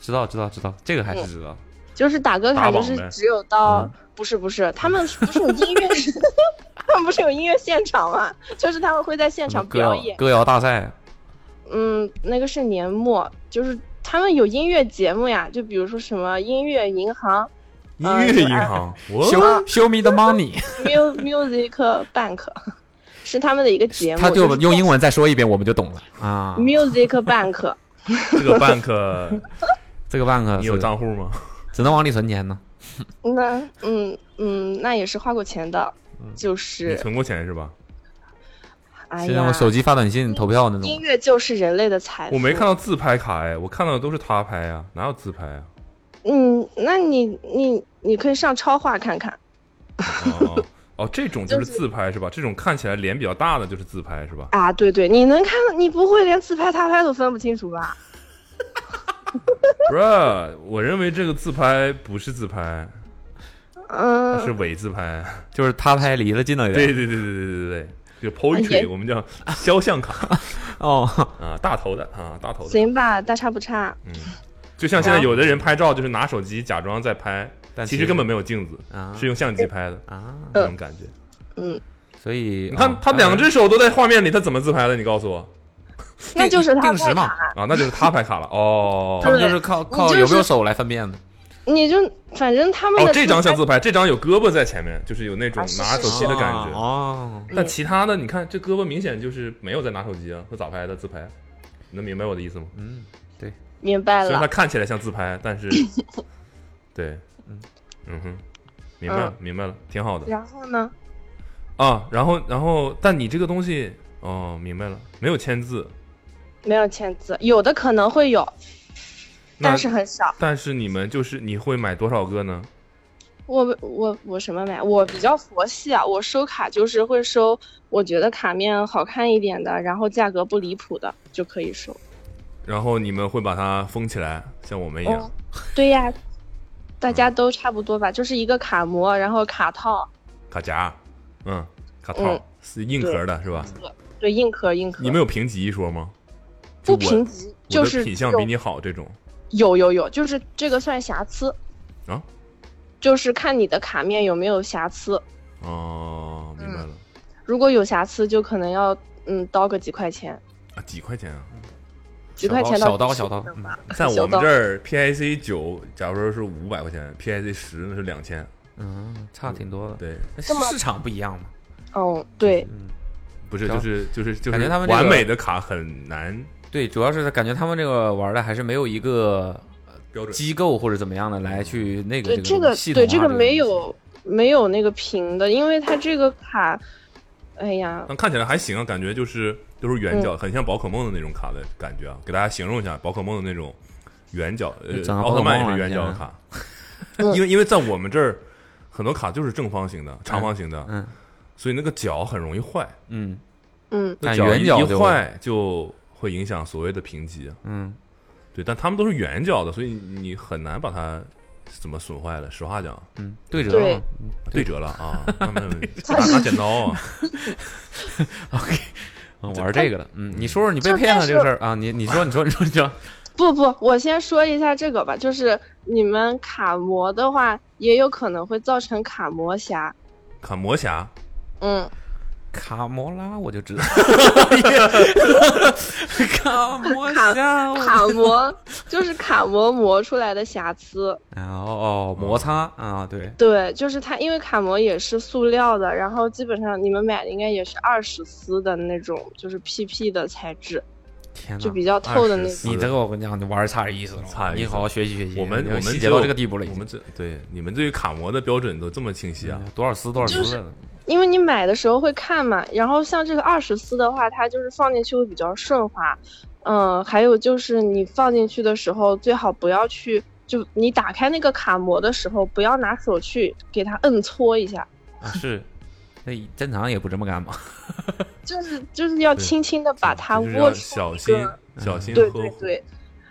Speaker 3: 知道知道知道，这个还是知道。
Speaker 4: 就是打歌
Speaker 2: 打
Speaker 4: 卡，就
Speaker 2: 榜
Speaker 4: 是
Speaker 2: 呗
Speaker 4: 只有到、不是不是，他们不是有音乐， 他们不是有音乐现场嘛？就是他们会在现
Speaker 3: 什么
Speaker 4: 场
Speaker 3: 歌啊
Speaker 4: 表
Speaker 3: 谣
Speaker 4: 演。
Speaker 3: 歌谣大 赛，
Speaker 4: 嗯，那个是年末，就是他们有音乐节目呀，就比如说什么音乐银行
Speaker 2: 音
Speaker 4: 嗯
Speaker 2: 乐
Speaker 4: 就
Speaker 2: 银
Speaker 4: 按
Speaker 2: 行，我
Speaker 4: 哦
Speaker 3: show show me the money，
Speaker 4: ，mu music bank，是他们的一个节目，
Speaker 3: 他
Speaker 4: 就
Speaker 3: 就是用英文再说一遍，我们就懂了啊。
Speaker 4: Music Bank，
Speaker 2: 这个 bank
Speaker 3: 这个 bank
Speaker 2: 你有
Speaker 3: 是
Speaker 2: 账户吗？
Speaker 3: 只能往里存钱呢。
Speaker 4: 那嗯嗯，那也是花过钱的，
Speaker 3: 嗯
Speaker 4: 就
Speaker 2: 你
Speaker 4: 是
Speaker 2: 存过钱是吧？
Speaker 4: 哎
Speaker 3: 是那
Speaker 4: 呀
Speaker 3: 种，手机发短信投票那
Speaker 4: 音
Speaker 3: 种。
Speaker 4: 乐就是人类的财富。
Speaker 2: 我没看到自拍卡哎，我看到的都是他拍啊，哪有自拍啊？
Speaker 4: 嗯，那你你你可以上超话看看。
Speaker 2: 哦哦哦，这种就是
Speaker 4: 就是
Speaker 2: 自拍是吧？这种看起来脸比较大的就是自拍是吧？
Speaker 4: 啊，对对，你能看到，你不会连自拍他拍都分不清楚吧？
Speaker 2: 不是，我认为这个自拍不是自拍，
Speaker 4: 嗯，
Speaker 2: 是伪自拍。
Speaker 3: 就是他拍离了近了一 点。
Speaker 2: 对对对对对对对对，就 poetry
Speaker 4: 也
Speaker 2: 我们叫肖像卡
Speaker 3: 哦，
Speaker 2: 啊，大头的啊，大头的，
Speaker 4: 行吧，大差不差。
Speaker 2: 嗯，就像现在有的人拍照就是拿手机假装在拍，
Speaker 3: 但
Speaker 2: 其
Speaker 3: 其
Speaker 2: 实
Speaker 3: 实
Speaker 2: 根本没有镜子，
Speaker 3: 啊
Speaker 2: 是用相机拍
Speaker 4: 嗯
Speaker 2: 的
Speaker 3: 啊，
Speaker 2: 那种感觉。
Speaker 3: 所以哦
Speaker 2: 你看他两只手都在画面里，他怎么自拍的？你告诉我
Speaker 4: 那就是他
Speaker 3: 定时
Speaker 4: 拍
Speaker 3: 嘛
Speaker 4: 卡，
Speaker 2: 啊，那就是他拍卡了哦。
Speaker 3: 他们就是靠
Speaker 4: 对
Speaker 3: 靠
Speaker 4: 你就是
Speaker 3: 有没有手来分辨的。
Speaker 4: 你就反正他们的
Speaker 2: 嗯哦，
Speaker 4: 自
Speaker 2: 这张
Speaker 4: 拍
Speaker 2: 像自拍，这张有胳膊在前面，就是有那种
Speaker 4: 啊是
Speaker 2: 拿手机的感
Speaker 3: 啊
Speaker 2: 觉。
Speaker 3: 哦，
Speaker 2: 但其他的，你看这胳膊明显就是没有在拿手机啊，那咋拍的自拍？你能明白我的意思吗？
Speaker 3: 嗯，
Speaker 4: 明白
Speaker 2: 虽然它
Speaker 4: 了，
Speaker 2: 看起来像自拍，但 是，对，嗯
Speaker 3: 嗯
Speaker 2: 嗯哼，明白了，明白了，挺好的
Speaker 4: 嗯然后呢？
Speaker 2: 啊。然后，然后，但你这个东西，哦，明白了，没有签字，
Speaker 4: 没有签字，有的可能会有，
Speaker 2: 那
Speaker 4: 但是很少。
Speaker 2: 但是你们就是你会买多少个呢？
Speaker 4: 我我我什么买？我比较佛系啊，我收卡就是会收我觉得卡面好看一点的，然后价格不离谱的就可以收。
Speaker 2: 然后你们会把它封起来，像我们一样。
Speaker 4: 哦对呀，大家都差不多吧，就是一个卡膜，然后卡套，
Speaker 2: 卡夹，嗯，卡套、
Speaker 4: 嗯
Speaker 2: 是硬壳的，是吧？
Speaker 4: 对硬壳硬壳。
Speaker 2: 你们有评级一说吗？就
Speaker 4: 不
Speaker 2: 我
Speaker 4: 评级，
Speaker 2: 我
Speaker 4: 就
Speaker 2: 的
Speaker 4: 是
Speaker 2: 品相
Speaker 4: 这
Speaker 2: 比
Speaker 4: 种
Speaker 2: 你好这种
Speaker 4: 有有有，就是这个算瑕疵
Speaker 2: 啊，
Speaker 4: 就是看你的卡面有没有瑕疵，
Speaker 2: 哦，明
Speaker 4: 嗯
Speaker 2: 白了、
Speaker 4: 如果有瑕疵就可能要嗯刀个几块钱，
Speaker 2: 啊，几块钱啊？
Speaker 4: 几块钱到
Speaker 3: 小刀
Speaker 4: 几
Speaker 3: 小
Speaker 4: 十
Speaker 3: 刀
Speaker 4: 不等
Speaker 3: 嗯
Speaker 4: 吧
Speaker 2: 在我
Speaker 4: 小
Speaker 2: 们
Speaker 4: 刀
Speaker 2: 这儿，PIC 九，假如说是五百块钱，PIC 十那是两千，
Speaker 3: 嗯，差挺多的。
Speaker 2: 对，
Speaker 3: 那
Speaker 4: 这么
Speaker 3: 市场不一样嘛，
Speaker 4: 哦，对，
Speaker 3: 嗯
Speaker 2: 不是，
Speaker 3: 然
Speaker 2: 就
Speaker 3: 后
Speaker 2: 是就是就是，
Speaker 3: 感觉他们这个
Speaker 2: 完美的卡很难
Speaker 3: 对，主要是感觉他们这个玩的还是没有一个
Speaker 2: 标准。
Speaker 3: 机构或者怎么样的来去那个
Speaker 4: 对这
Speaker 3: 个
Speaker 4: 个
Speaker 3: 系统
Speaker 4: 对
Speaker 3: 化
Speaker 4: 这
Speaker 3: 个
Speaker 4: 个
Speaker 3: 东
Speaker 4: 没
Speaker 3: 西
Speaker 4: 有没有那个平的，因为它这个卡，哎呀，
Speaker 2: 但看起来还行啊，感觉就是都是圆角，很像宝可梦的那种卡的感觉啊。给大家形容一下宝可梦的那种圆角，呃
Speaker 3: 就整，个
Speaker 2: 奥特曼也
Speaker 3: 宝可梦
Speaker 2: 是
Speaker 3: 啊
Speaker 2: 圆角的
Speaker 3: 现在
Speaker 2: 卡，因为因为在我们这儿很多卡就是正方形的、长方形的，
Speaker 3: 嗯
Speaker 2: 所以那个角很容易坏，
Speaker 3: 嗯
Speaker 4: 嗯，
Speaker 2: 那
Speaker 3: 但
Speaker 2: 角
Speaker 3: 圆
Speaker 2: 一
Speaker 3: 角
Speaker 2: 一
Speaker 3: 就
Speaker 2: 坏就会影响所谓的评级啊。
Speaker 3: 嗯，
Speaker 2: 对，但他们都是圆角的，所以你很难把它怎么损坏了。实话讲，
Speaker 3: 嗯，对折
Speaker 4: 对
Speaker 3: 嘛嗯
Speaker 2: 对折了 啊，那没有问题拿拿剪刀啊，
Speaker 3: ，OK，嗯玩这个了，嗯，你说说你被骗了这个事儿啊，你你说你说你说你说，
Speaker 4: 不不，我先说一下这个吧，就是你们卡膜的话，也有可能会造成卡膜瑕，
Speaker 2: 砍魔侠，
Speaker 4: 嗯，
Speaker 3: 卡摩拉我就 知道，卡摩拉，我
Speaker 4: 卡膜 就是卡膜磨出来的瑕疵，
Speaker 3: 然后哦摩擦啊，对，
Speaker 4: 对，就是它，因为卡膜也是塑料的，然后基本上你们买的应该也是二十丝的那种，就是 PP 的材质，
Speaker 3: 天
Speaker 4: 就
Speaker 3: 哪
Speaker 4: 比。较透的那
Speaker 2: 24
Speaker 4: 种。
Speaker 3: 你这个我跟你讲，你玩儿差点意思了。
Speaker 2: 差点意思
Speaker 3: 你好好学习学习。
Speaker 2: 我们
Speaker 3: 你
Speaker 2: 我们
Speaker 3: 细
Speaker 2: 只
Speaker 3: 节
Speaker 2: 有
Speaker 3: 到这个地步了已经，嗯
Speaker 2: 我们这对你们对于卡魔的标准都这么清晰啊？
Speaker 3: 多少丝多少丝的。
Speaker 4: 因为你买的时候会看嘛，然后像这个二十丝的话，它就是放进去会比较顺滑，嗯，还有就是你放进去的时候最好不要去，就你打开那个卡膜的时候，不要拿手去给它摁搓一下，
Speaker 3: 啊，是，那正常也不这么干嘛。
Speaker 4: 就是就是要
Speaker 2: 对
Speaker 4: 轻轻的把它
Speaker 2: 就是
Speaker 4: 握
Speaker 2: 要
Speaker 4: 住。
Speaker 2: 小心小心
Speaker 4: 对
Speaker 2: 呵
Speaker 4: 对
Speaker 2: 护。
Speaker 4: 对，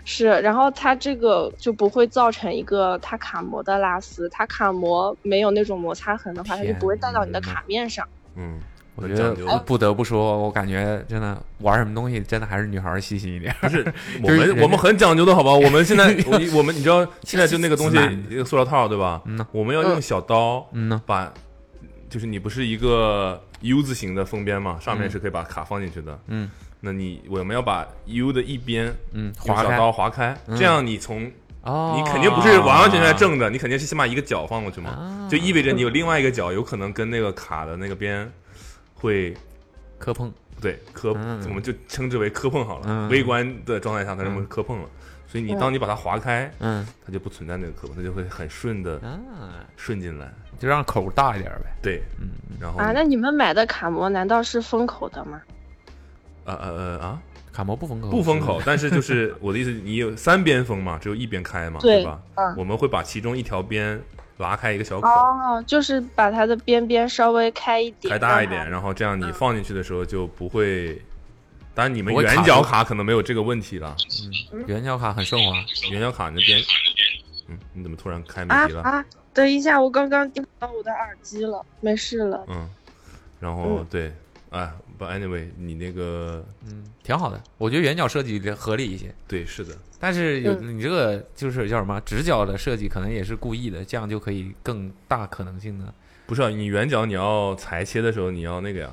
Speaker 4: 是，然后它这个就不会造成一个它卡膜的拉丝，它卡膜没有那种摩擦痕的话，它就不会带到你的
Speaker 3: 天哪
Speaker 4: 卡面上。
Speaker 2: 嗯，
Speaker 3: 我
Speaker 2: 很
Speaker 3: 觉
Speaker 2: 讲
Speaker 3: 得
Speaker 2: 究
Speaker 3: 我不得不说，我感觉真的玩什么东西，真的还是女孩儿细心一点。
Speaker 2: 不是我
Speaker 3: 就是人
Speaker 2: 们
Speaker 3: 家
Speaker 2: 我们很讲究的好吧？我们现在 我我们你知道现在就那个东西
Speaker 3: 直男
Speaker 2: 一个塑料套对吧？
Speaker 3: 嗯呐
Speaker 2: 我们要用小刀
Speaker 3: 嗯呐，
Speaker 2: 把就是你不是一个 U 字形的封边嘛，上面是可以把卡放进去的。
Speaker 3: 嗯，
Speaker 2: 那你我们要把 U 的一边
Speaker 3: 嗯，
Speaker 2: 用
Speaker 3: 划
Speaker 2: 小
Speaker 3: 开嗯
Speaker 2: 刀划开，这样你从
Speaker 3: 哦，
Speaker 2: 你肯定不是完完全全正的，你肯定是先把一个角放过去嘛，
Speaker 3: 啊
Speaker 2: 就意味着你有另外一个角有可能跟那个卡的那个边会
Speaker 3: 磕碰，
Speaker 2: 对磕，
Speaker 3: 嗯
Speaker 2: 我们就称之为磕碰好了。
Speaker 3: 嗯
Speaker 2: 微观的状态下，它认为
Speaker 3: 嗯
Speaker 2: 磕碰了，所以你当你把它划开，
Speaker 3: 嗯
Speaker 2: 它就不存在那个磕碰，它就会很顺的
Speaker 3: 啊，
Speaker 2: 顺进来。
Speaker 3: 就让口大一点呗。
Speaker 2: 对，
Speaker 3: 嗯，
Speaker 2: 然后
Speaker 4: 啊，那你们买的卡膜难道是封口的吗？
Speaker 2: 呃呃呃啊，
Speaker 3: 卡膜不封口，
Speaker 2: 不封 口，
Speaker 3: 是
Speaker 2: 但是就是我的意思，你有三边封嘛，只有一边开嘛，
Speaker 4: 对嗯
Speaker 2: 对吧？我们会把其中一条边拉开一个小口，
Speaker 4: 哦，就是把它的边边稍微开一点，
Speaker 2: 开大一
Speaker 4: 让它嗯
Speaker 2: 点，然后这样你放进去的时候就不会。当然，你们
Speaker 3: 不会卡
Speaker 2: 圆角
Speaker 3: 住
Speaker 2: 卡可能没有这个问题了，
Speaker 3: 圆角卡很顺滑，
Speaker 2: 圆角卡你的边，嗯，你怎么突然开
Speaker 4: 啊
Speaker 2: 没题了？
Speaker 4: 啊！等一下，我刚刚听不到我的耳机了，没事了。
Speaker 2: 嗯，然后、
Speaker 4: 嗯
Speaker 2: 对，哎，不，anyway，你那个
Speaker 3: 嗯，挺好的。我觉得圆角设计合理一些，
Speaker 2: 对，是的，
Speaker 3: 但是有
Speaker 4: 嗯
Speaker 3: 你这个就是叫什么直角的设计，可能也是故意的，这样就可以更大可能性的。
Speaker 2: 不是、啊、你圆角你要裁切的时候你要那个呀，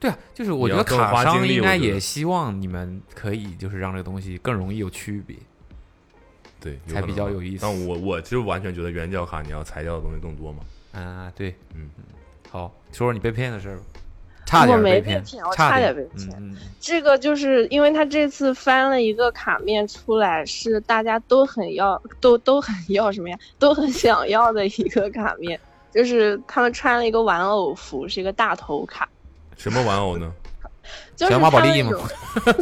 Speaker 3: 对啊，就是我觉得
Speaker 2: 你要更花
Speaker 3: 卡商
Speaker 2: 精力
Speaker 3: 应
Speaker 2: 我
Speaker 3: 该
Speaker 2: 觉得
Speaker 3: 也希望你们可以就是让这个东西更容易有区别。
Speaker 2: 对，
Speaker 3: 才
Speaker 2: 可能
Speaker 3: 比较
Speaker 2: 啊
Speaker 3: 有意思
Speaker 2: 但我我就完全觉得圆角卡你要裁掉的东西更多嘛，
Speaker 3: 啊，对，
Speaker 2: 嗯，
Speaker 3: 好，说说你被骗的事儿吧，差点
Speaker 4: 我没
Speaker 3: 被
Speaker 4: 被
Speaker 3: 骗
Speaker 4: 骗我，
Speaker 3: 差
Speaker 4: 差
Speaker 3: 点
Speaker 4: 点被骗
Speaker 3: 嗯嗯嗯
Speaker 4: 这个就是因为他这次翻了一个卡面出来，是大家都很要，都都很要什么呀？都很想要的一个卡面，就是他们穿了一个玩偶服，是一个大头卡，
Speaker 2: 什么玩偶呢？
Speaker 4: 就是
Speaker 3: 小马宝莉
Speaker 4: 他
Speaker 3: 吗
Speaker 4: 们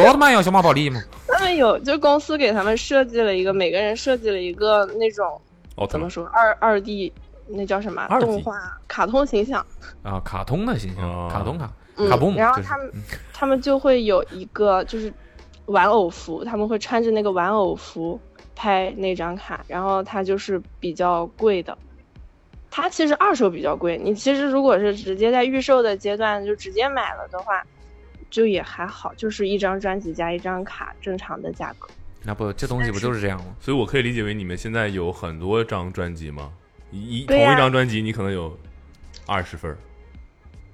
Speaker 3: 有奥特曼，有小马宝莉吗？
Speaker 4: 他们有，就公司给他们设计了一个，每个人设计了一个那种
Speaker 2: 奥特
Speaker 4: 怎么
Speaker 2: 曼
Speaker 4: 说二二 D 那叫什么啊
Speaker 3: 二 D
Speaker 4: 动画卡通形象。
Speaker 3: 啊，卡通的形象，
Speaker 2: 哦
Speaker 3: 卡通卡，
Speaker 4: 嗯
Speaker 3: 卡布姆
Speaker 4: 然
Speaker 3: 就
Speaker 4: 后
Speaker 3: 是
Speaker 4: 他们他们就会有一个就是玩偶服，他们会穿着那个玩偶服拍那张卡，然后它就是比较贵的。它其实二手比较贵，你其实如果是直接在预售的阶段就直接买了的话，就也还好，就是一张专辑加一张卡正常的价格。
Speaker 3: 那不这东西不就是这样吗？
Speaker 2: 所以我可以理解为你们现在有很多张专辑吗？一一同
Speaker 4: 对呀
Speaker 2: 一张专辑你可能有二十份儿，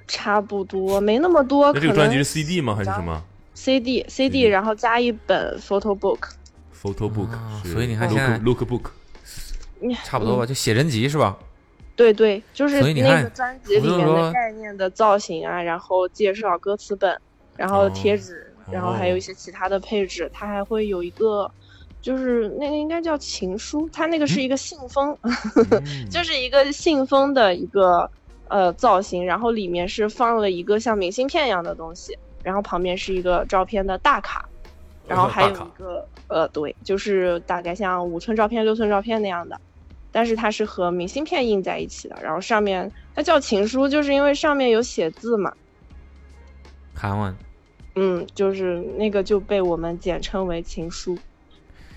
Speaker 4: 差不多，没那么多。
Speaker 2: 那这个
Speaker 4: 可
Speaker 2: 专辑
Speaker 4: 能
Speaker 2: 是 CD 吗？还是
Speaker 4: 几张
Speaker 2: 什么
Speaker 4: CD CD，然后加一本 photo book。
Speaker 2: ？Photo book，、
Speaker 3: 啊所以你看现在
Speaker 2: look look book，
Speaker 4: 你
Speaker 3: 差不多吧，就写真集是吧？
Speaker 4: 对对，就是
Speaker 3: 所以你
Speaker 4: 那
Speaker 3: 看
Speaker 4: 个专辑里面
Speaker 3: 不是说
Speaker 4: 的概念的造型啊，然后介绍歌词本，然后
Speaker 2: 哦
Speaker 4: 贴纸，然后还
Speaker 3: 哦
Speaker 4: 有一些其他的配置，它还会有一个。就是那个应该叫情书，它那个
Speaker 3: 嗯
Speaker 4: 是一个信封，就是一个信封的一个呃造型，然后里面是放了一个像明信片一样的东西，然后旁边是一个照片的大卡，然后还有
Speaker 2: 大卡
Speaker 4: 一个呃，对，就是大概像五寸照片、六寸照片那样的，但是它是和明信片印在一起的。然后上面它叫情书，就是因为上面有写字嘛，
Speaker 3: 韩文，
Speaker 4: 嗯，就是那个就被我们简称为情书。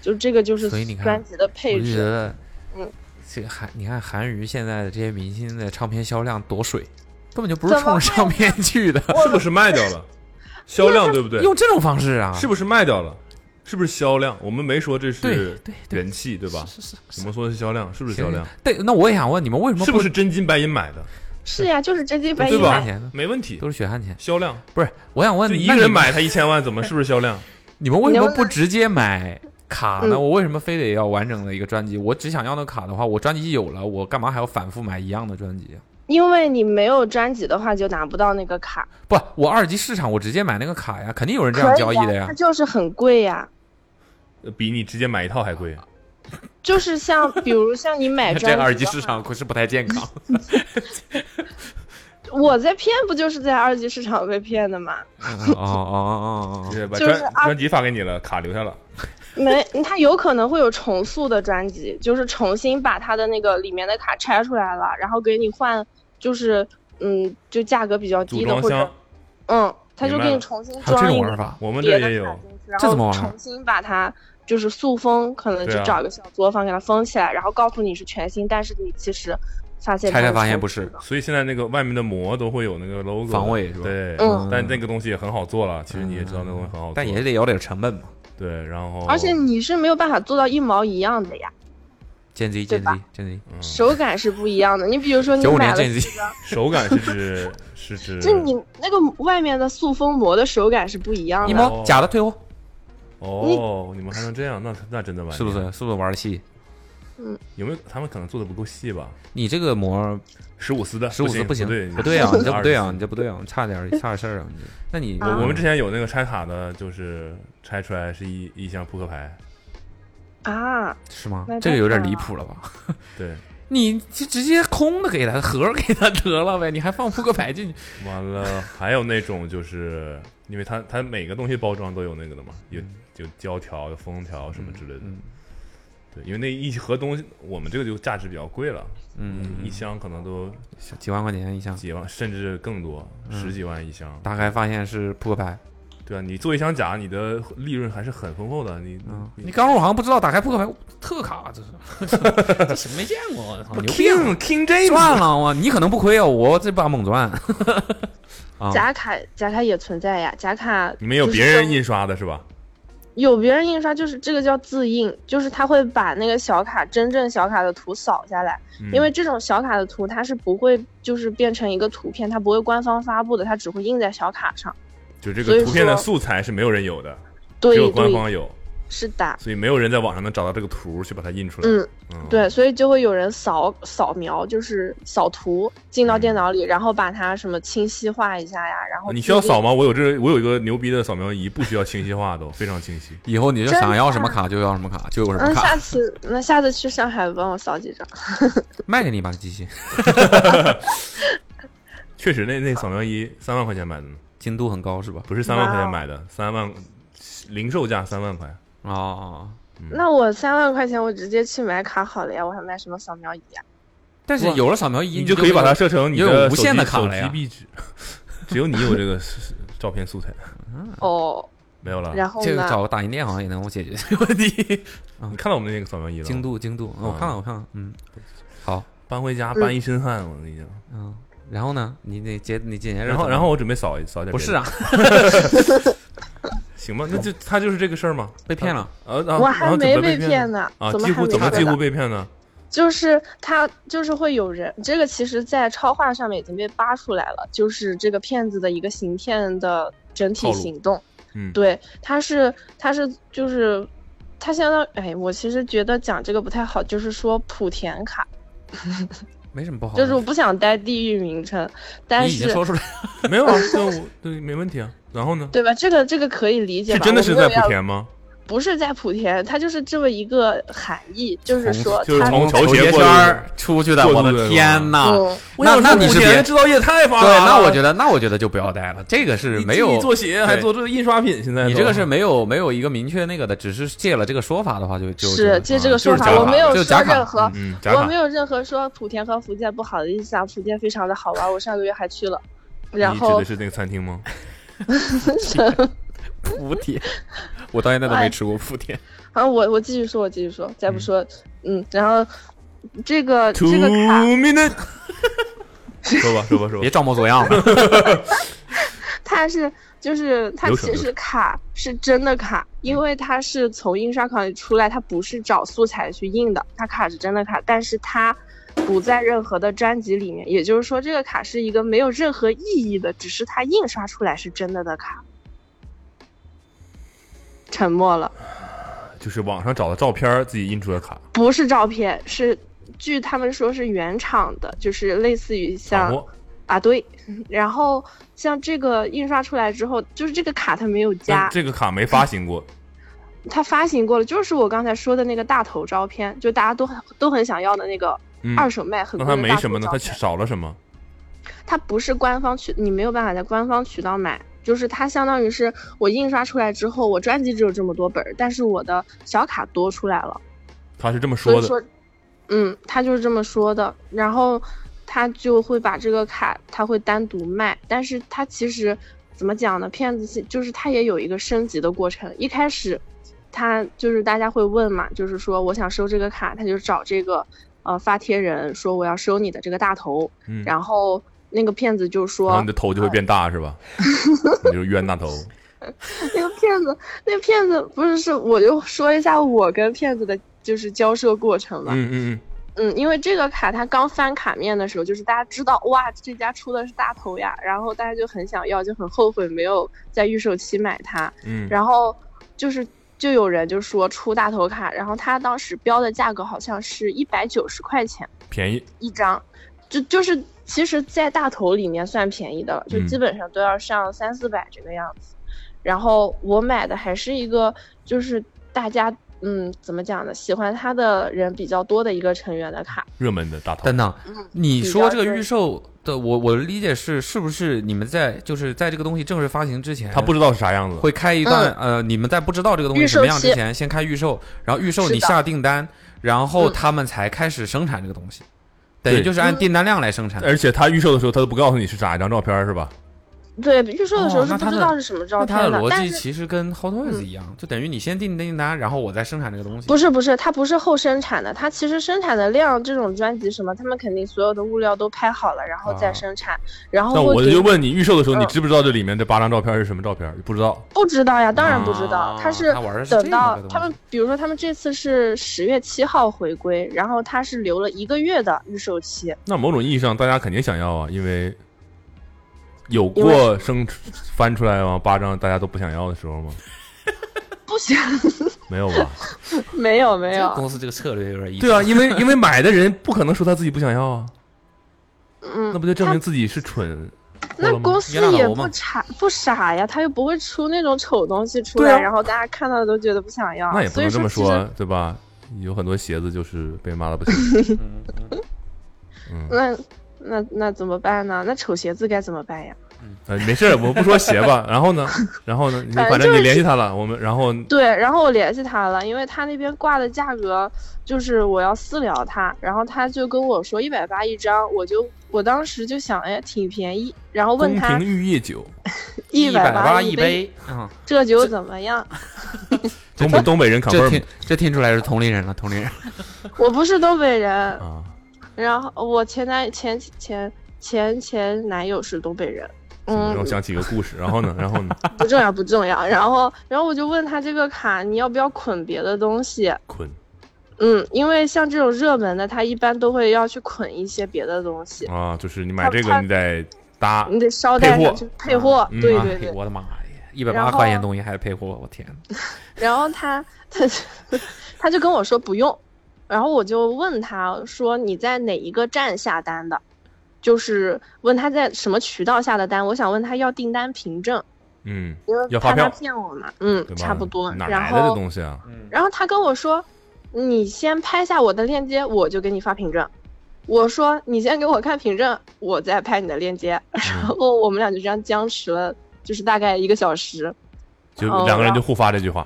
Speaker 4: 就这个就是
Speaker 3: 所以你看
Speaker 4: 专辑的配
Speaker 3: 我就觉
Speaker 4: 置，
Speaker 3: 得，
Speaker 4: 嗯，
Speaker 3: 这个韩，你看韩娱现在的这些明星的唱片销量多水，根本就不是
Speaker 4: 怎
Speaker 3: 冲
Speaker 4: 么会
Speaker 3: 唱片去的，
Speaker 2: 是不是卖掉 了？销量对不对？
Speaker 3: 用这种方式啊？
Speaker 2: 是不是卖掉了？是不是销量？我们没说这
Speaker 3: 对
Speaker 2: 是
Speaker 3: 对对
Speaker 2: 人气对吧？
Speaker 3: 是是
Speaker 2: 我们说的是销量，是不是
Speaker 3: 行
Speaker 2: 销量？
Speaker 3: 对，那我也想问你们为什么
Speaker 2: 是不是真金白银买的？
Speaker 4: 是呀，就是真金白
Speaker 2: 对
Speaker 4: 银
Speaker 2: 吧
Speaker 4: 买。
Speaker 3: 钱呢？
Speaker 2: 没问题
Speaker 3: 都，是血汗钱？
Speaker 2: 销量
Speaker 3: 不是，我想问
Speaker 2: 就一
Speaker 3: 那
Speaker 2: 个
Speaker 3: 你
Speaker 2: 人
Speaker 3: 们
Speaker 2: 买它一千万， 怎么是不是销量？
Speaker 3: 你们为什
Speaker 4: 你
Speaker 3: 么
Speaker 4: 要是
Speaker 3: 不直接买卡呢？
Speaker 4: 嗯
Speaker 3: 我为什么非得要完整的一个专辑？我只想要那卡的话，我专辑有了，我干嘛还要反复买一样的专辑啊？
Speaker 4: 因为你没有专辑的话，就拿不到那个卡。
Speaker 3: 不，我二级市场我直接买那个卡呀，肯定有人这
Speaker 4: 可
Speaker 3: 样
Speaker 4: 以
Speaker 3: 交易的
Speaker 4: 啊
Speaker 3: 呀
Speaker 4: 它。就是很贵呀。
Speaker 2: 呃比你直接买一套还贵。
Speaker 3: 哦
Speaker 4: 就是 像比如像你买专辑，
Speaker 3: 这二级市，场可是不太健康。
Speaker 4: 我在骗不就是在二级市场被骗的吗？
Speaker 3: 哦哦哦哦哦，
Speaker 2: 对，把
Speaker 4: 就是啊
Speaker 2: 专
Speaker 4: 二
Speaker 2: 专辑发给你了，卡留下了。
Speaker 4: 没，它有可能会有重塑的专辑，就是重新把它的那个里面的卡拆出来了，然后给你换，就是嗯，就价格比较
Speaker 2: 组
Speaker 4: 低的
Speaker 2: 装
Speaker 4: 或
Speaker 2: 箱
Speaker 4: 者，嗯，他
Speaker 2: 明
Speaker 4: 就
Speaker 2: 白
Speaker 4: 给你
Speaker 2: 了
Speaker 4: 重新
Speaker 3: 还有这
Speaker 4: 装
Speaker 3: 种
Speaker 4: 一
Speaker 3: 玩
Speaker 4: 个
Speaker 3: 法，
Speaker 2: 我们
Speaker 4: 别
Speaker 2: 这
Speaker 4: 的
Speaker 2: 也有
Speaker 4: 卡进去，然
Speaker 3: 这怎么
Speaker 4: 后
Speaker 3: 玩啊
Speaker 4: 重新把它就是塑封，可能
Speaker 2: 对
Speaker 4: 就
Speaker 2: 啊
Speaker 4: 找一个小作坊给它封起来，然后告诉你是全新，但是你其实发现
Speaker 3: 拆
Speaker 4: 它
Speaker 3: 开发现
Speaker 4: 重
Speaker 3: 不
Speaker 4: 塑
Speaker 3: 是
Speaker 4: 的
Speaker 2: 所以现在那个外面的膜都会有那个 logo 的
Speaker 3: 防伪是吧
Speaker 2: 对，
Speaker 4: 嗯
Speaker 2: 但那个东西也很好做了。其实你也知道那东西很好做，
Speaker 3: 嗯但也得有点成本嘛。
Speaker 2: 对。然后，
Speaker 4: 而且你是没有办法做到一毛一样的呀，
Speaker 3: Gen Z
Speaker 4: 对
Speaker 3: Gen
Speaker 4: 吧
Speaker 3: Z Gen
Speaker 2: 嗯
Speaker 4: 手感是不一样的。你比如说
Speaker 3: Z，
Speaker 4: 你
Speaker 3: 九五
Speaker 4: 买
Speaker 3: 年
Speaker 4: 了
Speaker 3: Gen
Speaker 4: 几
Speaker 3: Z，
Speaker 4: 张，
Speaker 2: 手感是指是指
Speaker 4: 就你那个外面的塑封膜的手感是不一样
Speaker 3: 一
Speaker 4: 的。
Speaker 3: 摸假的退货，
Speaker 2: 哦，你们还能这样？那那真的玩
Speaker 3: 是不是？？是不是玩的戏？
Speaker 4: 嗯，
Speaker 2: 有没有他们可能做的不够细吧？
Speaker 3: 你这个膜
Speaker 2: 十五丝的，
Speaker 3: 十五次
Speaker 2: 不
Speaker 3: 行，
Speaker 2: 对
Speaker 3: 不对啊，你这不对啊，
Speaker 2: 24
Speaker 3: 你这不对啊，差点差点事儿啊，你这。那你
Speaker 2: 我我们之前有那个拆卡的，就是拆出来是一一箱扑克牌，
Speaker 4: 啊，
Speaker 3: 是吗
Speaker 4: 那？
Speaker 3: 这个有点
Speaker 4: 太
Speaker 3: 离
Speaker 4: 好
Speaker 3: 谱了吧？
Speaker 2: 对，
Speaker 3: 你就直接空的给他盒儿给他得了呗，你还放扑克牌进去？
Speaker 2: 完了还有那种就是因为它它每个东西包装都有那个的嘛，有有胶条、有封条什么之类的，
Speaker 3: 嗯
Speaker 2: 对，因为那一盒东西我们这个就价值比较贵了，
Speaker 3: 嗯，
Speaker 2: 一箱可能都
Speaker 3: 小几万块钱一箱，
Speaker 2: 几万甚至更多，
Speaker 3: 嗯
Speaker 2: 十几万一箱，
Speaker 3: 打开发现是扑克牌。
Speaker 2: 对啊，你做一箱假，你的利润还是很丰厚的，你
Speaker 3: 嗯，
Speaker 2: 你
Speaker 3: 你刚说我好像不知道打开扑克牌特卡，啊这是这什么没见过？我操，牛逼！
Speaker 4: 啊
Speaker 2: King J
Speaker 3: 赚了我，你可能不亏啊，我这把猛赚。啊，
Speaker 4: 假卡假卡也存在呀，假卡
Speaker 2: 你们有
Speaker 4: 就是
Speaker 2: 别人
Speaker 4: 说
Speaker 2: 印刷的是吧？
Speaker 4: 有别人印刷，就是这个叫自印，就是他会把那个小卡真正小卡的图扫下来，
Speaker 2: 嗯
Speaker 4: 因为这种小卡的图它是不会就是变成一个图片，它不会官方发布的，它只会印在小卡上。
Speaker 2: 就这
Speaker 4: 所以
Speaker 2: 个图片的
Speaker 4: 说
Speaker 2: 素材是没有人有的，只有
Speaker 4: 对
Speaker 2: 官方
Speaker 4: 对，
Speaker 2: 有，
Speaker 4: 是的，
Speaker 2: 所以没有人在网上能找到这个图去把它印出来。
Speaker 4: 嗯，
Speaker 2: 嗯，
Speaker 4: 对，所以就会有人扫扫描，就是扫图进到
Speaker 2: 嗯啊
Speaker 4: 电脑里，然后把它什么清晰化一下呀，然后
Speaker 2: 你需
Speaker 4: 自
Speaker 2: 要
Speaker 4: 印
Speaker 2: 扫吗？我有这，我有一个牛逼的扫描仪，不需要清晰化都，非常清 晰。
Speaker 3: 以后你就想要什么卡就要什么卡，就有什么
Speaker 4: 嗯，
Speaker 3: 卡
Speaker 4: 下，次那下次去上海帮我扫几张。
Speaker 3: 卖给你吧，机器。
Speaker 2: 确实那，那扫描仪三万块钱买的呢，
Speaker 3: 精度很高是吧？
Speaker 2: 不是三万
Speaker 4: 哇哦
Speaker 2: 块钱买的，三万零售价三万块。
Speaker 3: 啊，
Speaker 4: 那我三万块钱，我直接去买卡好了呀，我还买什么扫描仪啊？
Speaker 3: 但是有了扫描仪，
Speaker 2: 就可以把它设成你
Speaker 3: 你就
Speaker 2: 的
Speaker 3: 有无限的卡
Speaker 2: 手
Speaker 3: 了
Speaker 2: 机
Speaker 3: 呀
Speaker 2: 手机壁纸， 只有你有这个 照片素材，
Speaker 4: 哦，
Speaker 2: 没有了。
Speaker 4: 然后
Speaker 3: 这个
Speaker 4: 呢？
Speaker 3: 找个打印店好像也能解决这个问题。
Speaker 2: 你看到我们那个扫描仪了吗？
Speaker 3: 精度，精度，哦我看了，我看了，嗯，好，
Speaker 2: 搬回家搬一身汗，我已经。
Speaker 3: 嗯，然后呢？你得接，你紧接着，
Speaker 2: 然后，然后我准备扫一扫点。
Speaker 3: 不是啊，，
Speaker 2: 行吧，那就他就是这个事儿吗？
Speaker 3: 被骗了，
Speaker 2: 呃，啊
Speaker 4: 我
Speaker 2: 然
Speaker 4: 还
Speaker 2: 后
Speaker 4: 没
Speaker 2: 怎么被
Speaker 4: 被骗
Speaker 2: 呢
Speaker 4: 呢
Speaker 2: 啊，
Speaker 4: 怎么
Speaker 2: 几
Speaker 4: 还
Speaker 2: 乎
Speaker 4: 没
Speaker 2: 怎么
Speaker 4: 被
Speaker 2: 几
Speaker 4: 呢
Speaker 2: 乎被骗呢？
Speaker 4: 就是他就是会有人，这个其实在超话上面已经被扒出来了，就是这个骗子的一个行骗的整
Speaker 2: 套
Speaker 4: 体
Speaker 2: 路
Speaker 4: 行动。
Speaker 2: 嗯，
Speaker 4: 对，他是他是就是他相当哎，我其实觉得讲这个不太好，就是说莆田卡，
Speaker 3: 没什么
Speaker 2: 哦
Speaker 3: 不好的，
Speaker 4: 就是我不想带地域名称，但
Speaker 3: 你已经
Speaker 4: 是
Speaker 3: 说出来了，
Speaker 2: 没有啊，那我对没问题啊。然后呢？
Speaker 4: 对吧？这个这个可以理解
Speaker 2: 是
Speaker 4: 吧？
Speaker 2: 真的
Speaker 4: 我
Speaker 2: 是
Speaker 4: 没
Speaker 2: 在
Speaker 4: 有
Speaker 2: 莆
Speaker 4: 要
Speaker 2: 田吗？
Speaker 4: 不是在莆田，它就是这么一个含义，就是说
Speaker 2: 就是
Speaker 4: 它
Speaker 2: 从球
Speaker 3: 球
Speaker 2: 鞋
Speaker 3: 鞋
Speaker 2: 过
Speaker 3: 圈
Speaker 2: 去
Speaker 3: 儿出去的，
Speaker 2: 过
Speaker 3: 我
Speaker 2: 渡的
Speaker 3: 的
Speaker 2: 是吧
Speaker 3: 天呐！
Speaker 4: 嗯
Speaker 3: 那那你是别
Speaker 2: 制造业太发
Speaker 3: 对，那我觉得，那我觉得就不要带了，这个是没有
Speaker 2: 做鞋还做这印刷品，现在都
Speaker 3: 你这 个是没有没有一个明确那个的，只是借了这个说法的话就，就是
Speaker 4: 借这
Speaker 3: 啊
Speaker 4: 个说
Speaker 3: 就是
Speaker 4: 法，
Speaker 3: 假
Speaker 4: 我没有
Speaker 3: 就
Speaker 4: 说
Speaker 3: 是假卡
Speaker 4: 任何，
Speaker 2: 嗯，假
Speaker 4: 我
Speaker 2: 卡
Speaker 4: 没。有任何说莆田和福建不好的意思啊，莆建非常的好玩，我上个月还去了，然
Speaker 2: 你指
Speaker 4: 后
Speaker 2: 的是那个餐厅 吗？
Speaker 3: 莆田，我到现在都没吃过莆田。
Speaker 4: 啊，我我继续说，我继续说，再不说，嗯，然后这个这个卡，
Speaker 2: minute，说吧说吧说吧
Speaker 3: 别，装模作样了。
Speaker 4: 它是就是它
Speaker 2: 流程
Speaker 4: 其
Speaker 2: 流
Speaker 4: 实
Speaker 2: 程
Speaker 4: 卡是真的卡，因为它是从印刷厂里出来，它不是找素材去印的，它卡是真的卡，但是它。不在任何的专辑里面，也就是说，这个卡是一个没有任何意义的，只是它印刷出来是真的的卡。沉默了。
Speaker 2: 就是网上找的照片儿自己印出的卡，
Speaker 4: 不是照片，是据他们说是原厂的，就是类似于
Speaker 2: 卡
Speaker 4: 像
Speaker 2: 货
Speaker 4: 啊对， 然后像这个印刷出来之后，就是这个卡它没有
Speaker 2: 但
Speaker 4: 加，
Speaker 2: 这个卡没发行过，
Speaker 4: 它发行过了，就是我刚才说的那个大头照片，就大家都很都很想要的那个
Speaker 2: 嗯，
Speaker 4: 二手卖很
Speaker 2: 那
Speaker 4: 贵
Speaker 2: 它
Speaker 4: 的
Speaker 2: 没
Speaker 4: 大
Speaker 2: 什
Speaker 4: 头
Speaker 2: 么呢？
Speaker 4: 照
Speaker 2: 它
Speaker 4: 片
Speaker 2: 少了什么？
Speaker 4: 它不是官方渠，你没有办法在官方渠道买，就是它相当于是我印刷出来之后，我专辑只有这么多本儿，但是我的小卡多出来了。
Speaker 2: 他是这么
Speaker 4: 所
Speaker 2: 说
Speaker 4: 以
Speaker 2: 的，
Speaker 4: 说，嗯，他就是这么说的。然后他就会把这个卡，他会单独卖，但是他其实怎么讲呢？骗子是就是他也有一个升级的过程。一开始，他就是大家会问嘛，就是说我想收这个卡，他就找这个呃发帖人说我要收你的这个大头，
Speaker 2: 嗯，然
Speaker 4: 然后那个骗子就说，
Speaker 2: 后你的头就会变大是吧？你就是冤大头，
Speaker 4: 那个骗子，那个骗子不是是，我就说一下我跟骗子的就是交涉过程吧。
Speaker 2: 嗯嗯
Speaker 4: 嗯，因为这个卡它刚翻卡面的时候，就是大家知道哇，这家出的是大头呀，然后大家就很想要，就很后悔没有在预售期买它。
Speaker 2: 嗯嗯，
Speaker 4: 然后就是就有人就说出大头卡，然后他当时标的价格好像是一百九十块钱
Speaker 2: 便宜，
Speaker 4: 一张，就就是其实，在大头里面算便宜的了，就
Speaker 3: 嗯
Speaker 4: 基本上都要上三四百这个样子。然后我买的还是一个，就是大家嗯怎么讲呢，喜欢他的人比较多的一个成员的卡。
Speaker 2: 热门的大头
Speaker 3: 等等，
Speaker 4: 嗯
Speaker 3: 你
Speaker 4: 比
Speaker 3: 说
Speaker 4: 较
Speaker 3: 这个
Speaker 4: 对
Speaker 3: 预售的，我我的理解是，是不是你们在就是在这个东西正式发行之前，
Speaker 2: 他不知道是啥样子，
Speaker 3: 会开一段、呃，你们在不知道这个东西
Speaker 4: 嗯预
Speaker 3: 什么
Speaker 4: 售
Speaker 3: 样之
Speaker 4: 期
Speaker 3: 前，先开预售，然后预售
Speaker 4: 是
Speaker 3: 你
Speaker 4: 的
Speaker 3: 下订单，然后
Speaker 4: 嗯
Speaker 3: 他们才开始生产这个东西，等于
Speaker 2: 对
Speaker 3: 就是按订单量来生
Speaker 4: 嗯
Speaker 3: 产。
Speaker 2: 而且他预售的时候他都不告诉你是哪一张照片是吧？
Speaker 4: 对，预售的时
Speaker 3: 哦
Speaker 4: 候是
Speaker 3: 那
Speaker 4: 不
Speaker 3: 它
Speaker 4: 知
Speaker 3: 的
Speaker 4: 道是什么照
Speaker 3: 那
Speaker 4: 片
Speaker 3: 它的
Speaker 4: 的，
Speaker 3: 逻
Speaker 4: 但
Speaker 3: 辑
Speaker 4: 是
Speaker 3: 其实跟 Hot Toys 一样，就等于你先订订单，然后我再生产这个东西。
Speaker 4: 不是不是，它不是后生产的，它其实生产的量，这种专辑什么，他们肯定所有的物料都拍好了，然后
Speaker 3: 啊
Speaker 4: 再生产，然
Speaker 2: 那
Speaker 4: 后
Speaker 2: 哦我
Speaker 4: 会给
Speaker 2: 就问你，预售的时候
Speaker 4: 嗯
Speaker 2: 你知不知道这里面这八张照片是什么照片？不知道，
Speaker 4: 不知道呀，当然不知道，
Speaker 3: 啊
Speaker 4: 他是
Speaker 3: 他玩的是这
Speaker 4: 等
Speaker 3: 样的
Speaker 4: 到
Speaker 3: 东西
Speaker 4: 他们，比如说他们这次是十月七号回归，然后他是留了一个月的预售期，
Speaker 2: 那某种意义上大家肯定想要啊，因为有
Speaker 4: 因为
Speaker 2: 过生翻出来吗？八张大家都不想要的时候吗？
Speaker 4: 不行，
Speaker 2: 没有吧？
Speaker 4: 没有没
Speaker 3: 这个
Speaker 4: 有，
Speaker 3: 公司这个策略有点意 思。
Speaker 2: 对啊，，因为因为买的人不可能说他自己不想要啊，
Speaker 4: 嗯，
Speaker 2: 那不就证明自己是蠢？
Speaker 4: 那
Speaker 2: 过了吗
Speaker 4: 公司
Speaker 3: 冤大
Speaker 4: 也
Speaker 3: 头嘛
Speaker 4: 不傻不傻呀，他又不会出那种丑东西出
Speaker 2: 对
Speaker 4: 来，
Speaker 2: 啊
Speaker 4: 然后大家看到都觉得不想要，
Speaker 2: 那也不
Speaker 4: 所以
Speaker 2: 能这么
Speaker 4: 其
Speaker 2: 说
Speaker 4: 实
Speaker 2: 啊，对吧？有很多鞋子就是被骂的不行。嗯，
Speaker 4: 那那那怎么办呢？那丑鞋子该怎么办呀？
Speaker 2: 呃，没事儿，我不说鞋吧。然后呢，然后呢，你
Speaker 4: 反正
Speaker 2: 反正你
Speaker 4: 就是
Speaker 2: 联系他了，我们然后
Speaker 4: 对，然后我联系他了，因为他那边挂的价格就是我要私聊他，然后他就跟我说一百八一张，我就我当时就想，哎，挺便宜，然后问
Speaker 2: 宫
Speaker 4: 他
Speaker 2: 廷玉液酒，
Speaker 3: 一
Speaker 4: 百
Speaker 3: 八
Speaker 4: 一
Speaker 3: 一，杯，嗯，
Speaker 4: 这酒怎么样？
Speaker 2: 东北东北人
Speaker 3: 这
Speaker 2: confirm
Speaker 3: 听这听出来是同龄人了，同龄人。
Speaker 4: 我不是东北人，
Speaker 2: 啊，
Speaker 4: 然后我前男前前前前男友是东北人，
Speaker 2: 让
Speaker 4: 嗯
Speaker 2: 我，想起一个故事。然后呢，然后 呢，
Speaker 4: 不重要不重要。然后然后我就问他这个卡你要不要捆别的东西？
Speaker 2: 捆
Speaker 4: 嗯，因为像这种热门的，他一般都会要去捆一些别的东西。
Speaker 2: 啊，就是你买
Speaker 4: 他
Speaker 2: 这个
Speaker 4: 他
Speaker 2: 你得搭
Speaker 4: 你得捎
Speaker 2: 配
Speaker 4: 带
Speaker 2: 货
Speaker 4: 上去配货，
Speaker 2: 嗯
Speaker 4: 对
Speaker 2: 啊
Speaker 4: 对
Speaker 3: 哎
Speaker 4: 对。
Speaker 3: 我的妈呀！一百
Speaker 4: 然
Speaker 3: 八
Speaker 4: 后
Speaker 3: 块钱东西还配货，我天！
Speaker 4: 然后他他 他就跟我说不用，然后我就问他说你在哪一个站下单的，就是问他在什么渠道下的单，我想问他要订单凭证，
Speaker 2: 嗯，
Speaker 4: 因为
Speaker 2: 要发
Speaker 4: 怕
Speaker 2: 票
Speaker 4: 他骗我嘛，嗯
Speaker 2: 对，吧？
Speaker 4: 差不多。
Speaker 2: 哪
Speaker 4: 然
Speaker 2: 来的这
Speaker 4: 后
Speaker 2: 东西啊？
Speaker 3: 嗯
Speaker 4: 然后他跟我说，你先拍下我的链接，我就给你发凭证。我说你先给我看凭证，我再拍你的链接。
Speaker 3: 嗯
Speaker 4: 然后我们俩就这样僵持了，就是大概一个小时。
Speaker 2: 就
Speaker 4: 哦
Speaker 2: 两个人
Speaker 4: 然
Speaker 2: 就互发这句话，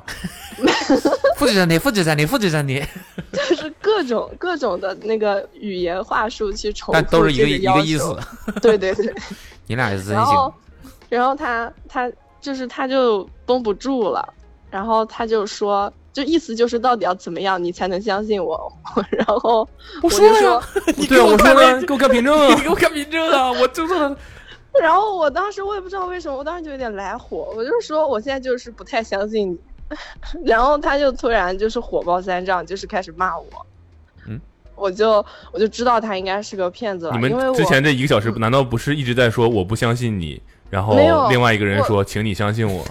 Speaker 3: 复制粘贴，复制粘贴，复制粘贴，
Speaker 4: 就是各种各种的那个语言话术去重复
Speaker 3: 但都是一个
Speaker 4: 这
Speaker 3: 一
Speaker 4: 要
Speaker 3: 个
Speaker 4: 求
Speaker 3: 意思。。
Speaker 4: 对对 对，
Speaker 3: 你俩也是真
Speaker 4: 然
Speaker 3: 行
Speaker 4: 后，然后他他就是他就绷不住了，然后他就说，就意思就是到底要怎么样你才能相信我？ 然后我
Speaker 3: 说
Speaker 4: 就
Speaker 3: 了呀
Speaker 4: 说，
Speaker 2: 对啊，我说呢，给我看凭证啊
Speaker 3: 你，给我看凭证啊！我真的
Speaker 4: 然后我当时我也不知道为什么，我当时就有点来火，我就说我现在就是不太相信你。 然后他就突然就是火冒三丈，就是开始骂我。
Speaker 3: 嗯，
Speaker 4: 我就我就知道他应该是个骗子了，
Speaker 2: 你们
Speaker 4: 因为我嗯
Speaker 2: 之前这一个小时难道不是一直在说我不相信你，然
Speaker 4: 没有
Speaker 2: 后另外一个人
Speaker 4: 我
Speaker 2: 说请你相信我，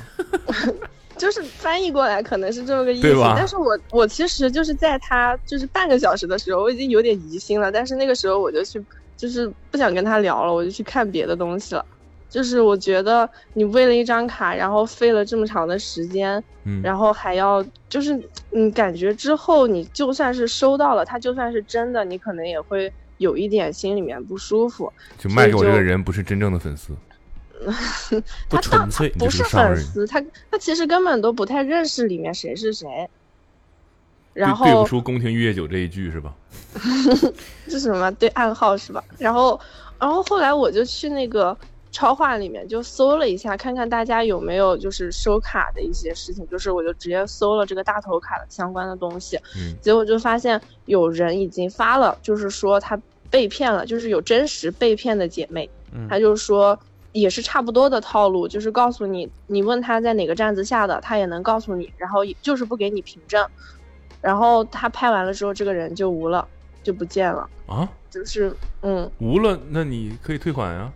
Speaker 4: 就是翻译过来可能是这么个意
Speaker 2: 对
Speaker 4: 思
Speaker 2: 吧，
Speaker 4: 但是我我其实就是在他就是半个小时的时候，我已经有点疑心了，但是那个时候我就去就是不想跟他聊了，我就去看别的东西了。就是我觉得你为了一张卡，然后费了这么长的时间，
Speaker 2: 嗯，
Speaker 4: 然后还要就是嗯，感觉之后你就算是收到了，它就算是真的，你可能也会有一点心里面不舒服。
Speaker 2: 就卖给我
Speaker 4: 所以
Speaker 2: 这
Speaker 4: 就
Speaker 2: 个人不是真正的粉丝，
Speaker 3: 不
Speaker 4: 他
Speaker 3: 纯粹，
Speaker 2: 你
Speaker 4: 不
Speaker 2: 就是
Speaker 4: 是
Speaker 2: 个商
Speaker 4: 粉
Speaker 2: 人
Speaker 4: 丝，他他其实根本都不太认识里面谁是谁。然
Speaker 2: 对对
Speaker 4: 后
Speaker 2: 不出宫廷玉液酒这一句是吧？
Speaker 4: 是什么对暗号是吧？然后，然后后来我就去那个超话里面就搜了一下，看看大家有没有就是收卡的一些事情，就是我就直接搜了这个大头卡的相关的东西，
Speaker 2: 嗯
Speaker 4: 结果就发现有人已经发了，就是说他被骗了，就是有真实被骗的姐妹，
Speaker 3: 嗯
Speaker 4: 她就说。也是差不多的套路，就是告诉你，你问他在哪个站子下的，他也能告诉你，然后也就是不给你凭证，然后他拍完了之后，这个人就无了，就不见了。
Speaker 2: 啊，
Speaker 4: 就是嗯，
Speaker 2: 无了，那你可以退款啊，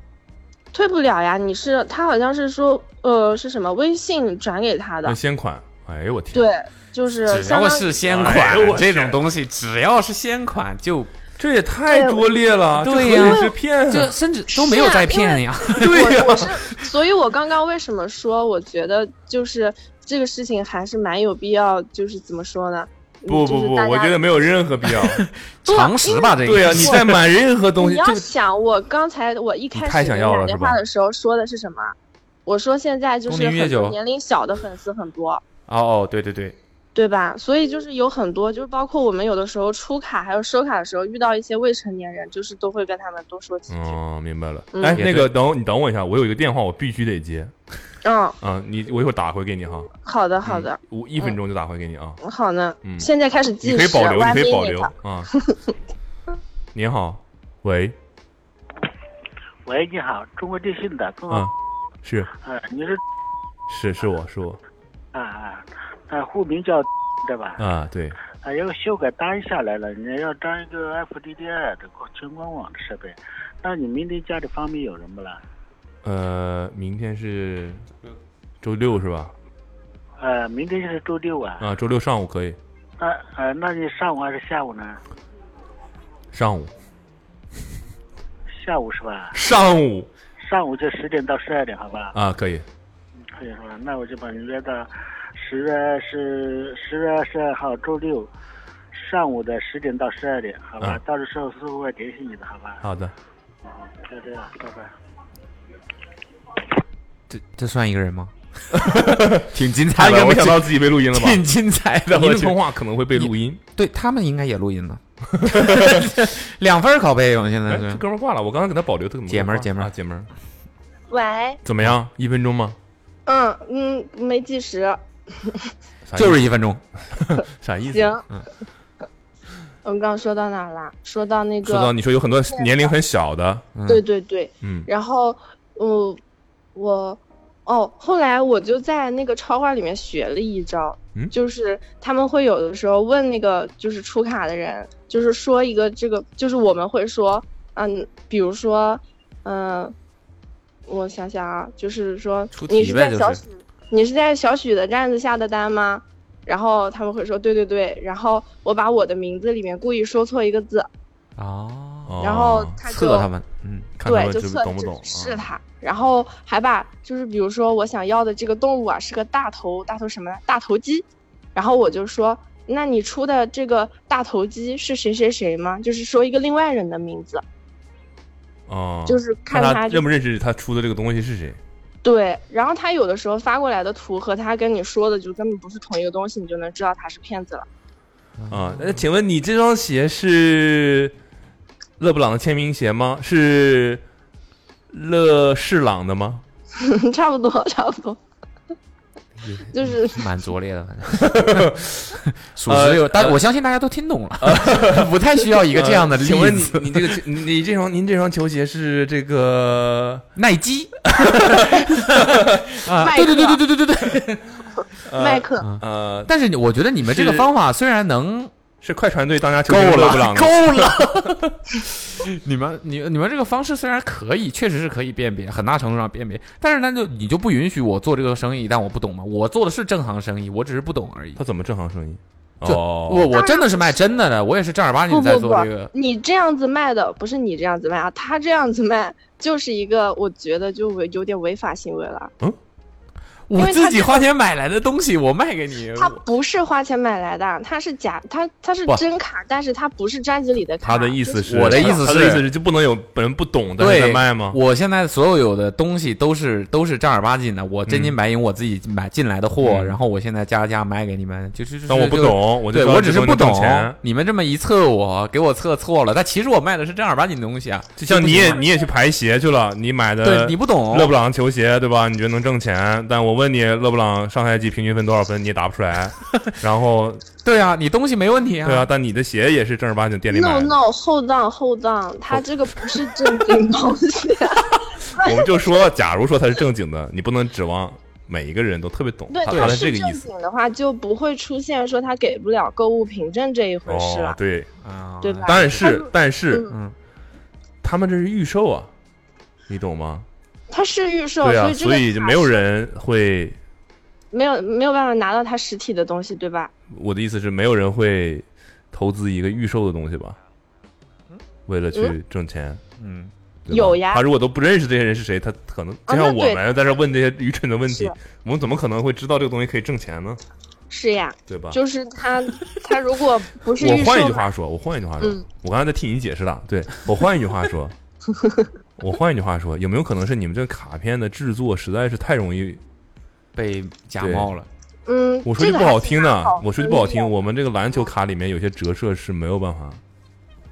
Speaker 4: 退不了呀。你是他好像是说呃是什么微信转给他的
Speaker 2: 那，先款哎呦我天，
Speaker 4: 对，就是
Speaker 3: 只
Speaker 4: 相
Speaker 3: 要
Speaker 4: 当
Speaker 3: 是先
Speaker 2: 哎
Speaker 3: 款
Speaker 2: 呦我去
Speaker 3: 这种东西，只要是先款就
Speaker 2: 这也太拙劣了，这
Speaker 3: 对
Speaker 2: 可
Speaker 3: 呀
Speaker 2: 以是骗
Speaker 3: 这
Speaker 2: 啊！
Speaker 3: 甚至都没有
Speaker 4: 是啊
Speaker 3: 在
Speaker 4: 因为
Speaker 3: 骗呀。
Speaker 2: 对呀
Speaker 4: 我我是，所以我刚刚为什么说，我觉得就是这个事情还是蛮有必要，就是怎么说呢？嗯
Speaker 2: 不不不，我觉得。没有任何必 要。
Speaker 4: 不
Speaker 3: 常识吧，这个
Speaker 2: 对呀，啊你再买任何
Speaker 4: 就
Speaker 2: 东
Speaker 4: 是大家你
Speaker 2: 西，
Speaker 4: 要
Speaker 2: 这个
Speaker 4: 想，我刚才我一开
Speaker 2: 你太
Speaker 4: 始
Speaker 2: 想
Speaker 4: 给
Speaker 2: 要了
Speaker 4: 你打
Speaker 2: 是
Speaker 4: 电
Speaker 2: 吧
Speaker 4: 话的时候说的是什么？我说现在就
Speaker 3: 东
Speaker 4: 是
Speaker 3: 林月
Speaker 4: 很多
Speaker 3: 酒
Speaker 4: 年龄小的粉丝很多，
Speaker 3: 哦哦，对对对，
Speaker 4: 对吧？所以就是有很多，就是包括我们有的时候出卡还有收卡的时候，遇到一些未成年人，就是都会跟他们多说几句。
Speaker 2: 哦，明白了。
Speaker 4: 嗯
Speaker 2: 哎，
Speaker 3: 也
Speaker 2: 那个等你等我一下，我有一个电话，我必须得接
Speaker 4: 嗯，
Speaker 2: 啊！你我一会儿打回给你哈，
Speaker 4: 好的好的，
Speaker 2: 我一分钟就打回给你啊。
Speaker 4: 好呢。
Speaker 2: 嗯
Speaker 4: 现在开始
Speaker 2: 你
Speaker 4: 计
Speaker 2: 可以
Speaker 4: 时
Speaker 2: 保留，你
Speaker 4: ，one
Speaker 2: 可以保留
Speaker 4: minute。
Speaker 2: 啊。 您好，喂，
Speaker 11: 喂，你好，中国电信的，中
Speaker 4: 嗯
Speaker 11: 国，
Speaker 2: 啊，是
Speaker 11: 呃，你是
Speaker 2: 是是我是我
Speaker 11: 啊啊，呃，户名叫对吧？
Speaker 2: 啊，对，
Speaker 11: 啊，要修改单下来了，你要装一个 FDDI 的全官网的设备。那你明天家里方面有人不啦？
Speaker 2: 呃，明天是周六是吧？
Speaker 11: 呃，明天是周六啊。
Speaker 2: 啊，周六上午可以，
Speaker 11: 那呃，那你上午还是下午呢？
Speaker 2: 上午
Speaker 11: 下午是吧？
Speaker 2: 上午
Speaker 11: 上午就十点到十二点，好吧？
Speaker 2: 啊，可以，
Speaker 11: 可以是吧？那我就把你约到十月是十月十二号周六上午的十点到十二点，好吧？
Speaker 2: 嗯
Speaker 11: 到时候师傅会联系你的，好吧？
Speaker 2: 好的，
Speaker 11: 就这样，拜拜。
Speaker 3: 这这算一个人吗？挺精彩
Speaker 2: 他应
Speaker 3: 的，
Speaker 2: 该没
Speaker 3: 我
Speaker 2: 想
Speaker 3: 觉
Speaker 2: 到自己被录音了吧？
Speaker 3: 挺精彩的。
Speaker 2: 您
Speaker 3: 我
Speaker 2: 的
Speaker 3: 去
Speaker 2: 通话可能会被录音。
Speaker 3: 对他们应该也录音了， 两分儿拷贝，我们现在
Speaker 2: 哎，这
Speaker 3: 是。
Speaker 2: 哥们儿挂了，我刚才给他保留，他怎么
Speaker 3: 姐们儿
Speaker 2: 挂
Speaker 3: 姐们儿
Speaker 2: 啊姐们儿，
Speaker 4: 喂，
Speaker 2: 怎么样？一分钟吗？
Speaker 4: 嗯嗯，没计时，
Speaker 2: 啥意思
Speaker 3: 就是一分钟，
Speaker 2: 啥意思？
Speaker 4: 行。我们刚刚说到哪儿了？说到那个，
Speaker 2: 说到你说有很多年龄很小的，
Speaker 3: 嗯
Speaker 4: 对对对，
Speaker 2: 嗯，
Speaker 4: 然后，嗯，我，哦，后来我就在那个超话里面学了一招，
Speaker 2: 嗯
Speaker 4: 就是他们会有的时候问那个就是出卡的人，就是说一个这个，就是我们会说，嗯，比如说，嗯、我想想啊，就是说
Speaker 3: 出
Speaker 4: 你
Speaker 3: 题
Speaker 4: 是
Speaker 3: 呗
Speaker 4: 在
Speaker 3: 就是
Speaker 4: 小许，你是在小许的站子下的单吗？然后他们会说对对对，然后我把我的名字里面故意说错一个字，
Speaker 3: 哦，
Speaker 4: 然后
Speaker 2: 哦
Speaker 4: 他就
Speaker 3: 测他们，嗯，
Speaker 2: 看他
Speaker 4: 对，
Speaker 2: 们
Speaker 4: 就
Speaker 2: 知不
Speaker 4: 测
Speaker 2: 懂不懂？
Speaker 4: 是
Speaker 2: 啊
Speaker 4: 它，然后还把就是比如说我想要的这个动物啊是个大头，大头什么呢？大头鸡，然后我就说，那你出的这个大头鸡是谁谁谁吗？就是说一个另外人的名字，
Speaker 2: 哦，
Speaker 4: 就是
Speaker 2: 看
Speaker 4: 看
Speaker 2: 他
Speaker 4: 他就
Speaker 2: 认不认识他出的这个东西是谁。
Speaker 4: 对，然后他有的时候发过来的图和他跟你说的就根本不是同一个东西，你就能知道他是骗子了。
Speaker 2: 啊，那请问你这双鞋是勒布朗的签名鞋吗？是乐士朗的吗？
Speaker 4: 差不多，差不多， 就是
Speaker 3: 蛮拙劣的，反正 属实有，但我相信大家都听懂了，不太需要一个这样的例
Speaker 2: 请问你
Speaker 3: 子。
Speaker 2: 你这个你你这双您这双球鞋是这个
Speaker 3: 耐基啊，
Speaker 2: 嗯
Speaker 4: 麦
Speaker 3: 对对对
Speaker 4: 克
Speaker 3: 对对对对对。
Speaker 4: 麦克，
Speaker 2: 呃
Speaker 3: 但是我觉得你们这个
Speaker 2: 是
Speaker 3: 方法虽然能
Speaker 2: 是快船队当家球星勒布朗的
Speaker 3: 够了。 你们你你们这个方式虽然可以，确实是可以辨别，很大程度上辨别，但是那就你就不允许我做这个生意，但我不懂嘛，我做的是正行生意，我只是不懂而已。
Speaker 2: 他怎么正行生意？
Speaker 3: 这
Speaker 2: 哦，
Speaker 3: 我我真的是卖真的的，我也是正儿八
Speaker 4: 不
Speaker 3: 经在
Speaker 4: 不不
Speaker 3: 做这个，。
Speaker 4: 你这样子卖的不是你这样子卖啊，他这样子卖就是一个我觉得就违有点违法行为了。
Speaker 3: 我自己花钱买来的东西，我卖给
Speaker 2: 嗯
Speaker 3: 你。
Speaker 4: 他不是花钱买来的，啊他是假，他他是
Speaker 3: 不
Speaker 4: 真卡，但是他不是专辑里的卡。
Speaker 2: 他的意思，
Speaker 4: 就是
Speaker 3: 我的意思
Speaker 2: 他
Speaker 3: 是
Speaker 2: 的意思是就不能有本人不懂但是在
Speaker 3: 对，
Speaker 2: 卖吗？
Speaker 3: 我现在所有的东西都是都是正儿八经的，我真金白银我自己买进来的货，
Speaker 2: 嗯
Speaker 3: 然后我现在加价卖给你们，就是。就是
Speaker 2: 但我不
Speaker 3: 这个
Speaker 2: 懂，我就
Speaker 3: 对
Speaker 2: 说
Speaker 3: 我只是
Speaker 2: 这
Speaker 3: 不
Speaker 2: 东西能
Speaker 3: 懂
Speaker 2: 挣钱，。
Speaker 3: 你们这么一测我，给我测错了，但其实我卖的是正儿八经的东西啊。
Speaker 2: 就像你也
Speaker 3: 不
Speaker 2: 你也去排鞋去了，你买的
Speaker 3: 对你不懂
Speaker 2: 勒布朗球鞋对吧？你觉得能挣钱？但我问你，勒布朗上赛季平均分多少分，你也答不出 来。然后
Speaker 3: 对啊，你东西没问题啊。
Speaker 2: 对啊，但你的鞋也是正儿八经店里买
Speaker 4: No
Speaker 2: 的。
Speaker 4: no hold on hold on，他这个不是正经东西。啊
Speaker 2: 我们就说，假如说它是正经的，你不能指望每一个人都特别懂。
Speaker 4: 对，
Speaker 2: 他
Speaker 4: 他
Speaker 2: 他的
Speaker 4: 是
Speaker 2: 这个意
Speaker 4: 正
Speaker 2: 思。
Speaker 4: 经的话，就不会出现说他给不了购物凭证这一回事
Speaker 2: 哦
Speaker 4: 了，。
Speaker 2: 对，
Speaker 3: 啊，
Speaker 4: 对吧
Speaker 2: 但是但是
Speaker 4: 哎嗯，
Speaker 3: 嗯，
Speaker 2: 他们这是预售啊，你懂吗？
Speaker 4: 他是预售，
Speaker 2: 对啊，
Speaker 4: 以这个
Speaker 2: 所以就
Speaker 4: 卡
Speaker 2: 没有
Speaker 4: 是
Speaker 2: 人会
Speaker 4: 没有没有办法拿到它实体的东西，对吧？
Speaker 2: 我的意思是，没有人会投资一个预售的东西吧？为了去
Speaker 4: 嗯
Speaker 2: 挣钱，
Speaker 3: 嗯，
Speaker 4: 有呀
Speaker 2: 他如果都不认识这些人是谁，他可能
Speaker 4: 啊
Speaker 2: 就像
Speaker 4: 那
Speaker 2: 我
Speaker 4: 对
Speaker 2: 们在这问这些愚蠢的问题
Speaker 4: 是，
Speaker 2: 我们怎么可能会知道这个东西可以挣钱呢？
Speaker 4: 是呀，
Speaker 2: 对吧
Speaker 4: 就是它，它如果不是
Speaker 2: 我
Speaker 4: 预售
Speaker 2: 换一句
Speaker 4: 嘛，
Speaker 2: 话说，我换一句话说，
Speaker 4: 嗯
Speaker 2: 我刚才在替你解释了。对我换一句话 说，我换一句话说，有没有可能是你们这个卡片的制作实在是太容易
Speaker 3: 被假冒了？
Speaker 4: 嗯，
Speaker 2: 我说句
Speaker 4: 这个
Speaker 2: 不
Speaker 4: 还
Speaker 2: 好
Speaker 4: 是
Speaker 2: 听
Speaker 4: 蛮
Speaker 2: 的，我说句不好
Speaker 4: 分的
Speaker 2: 听，我们这个篮球卡里面有些折射是没有办法，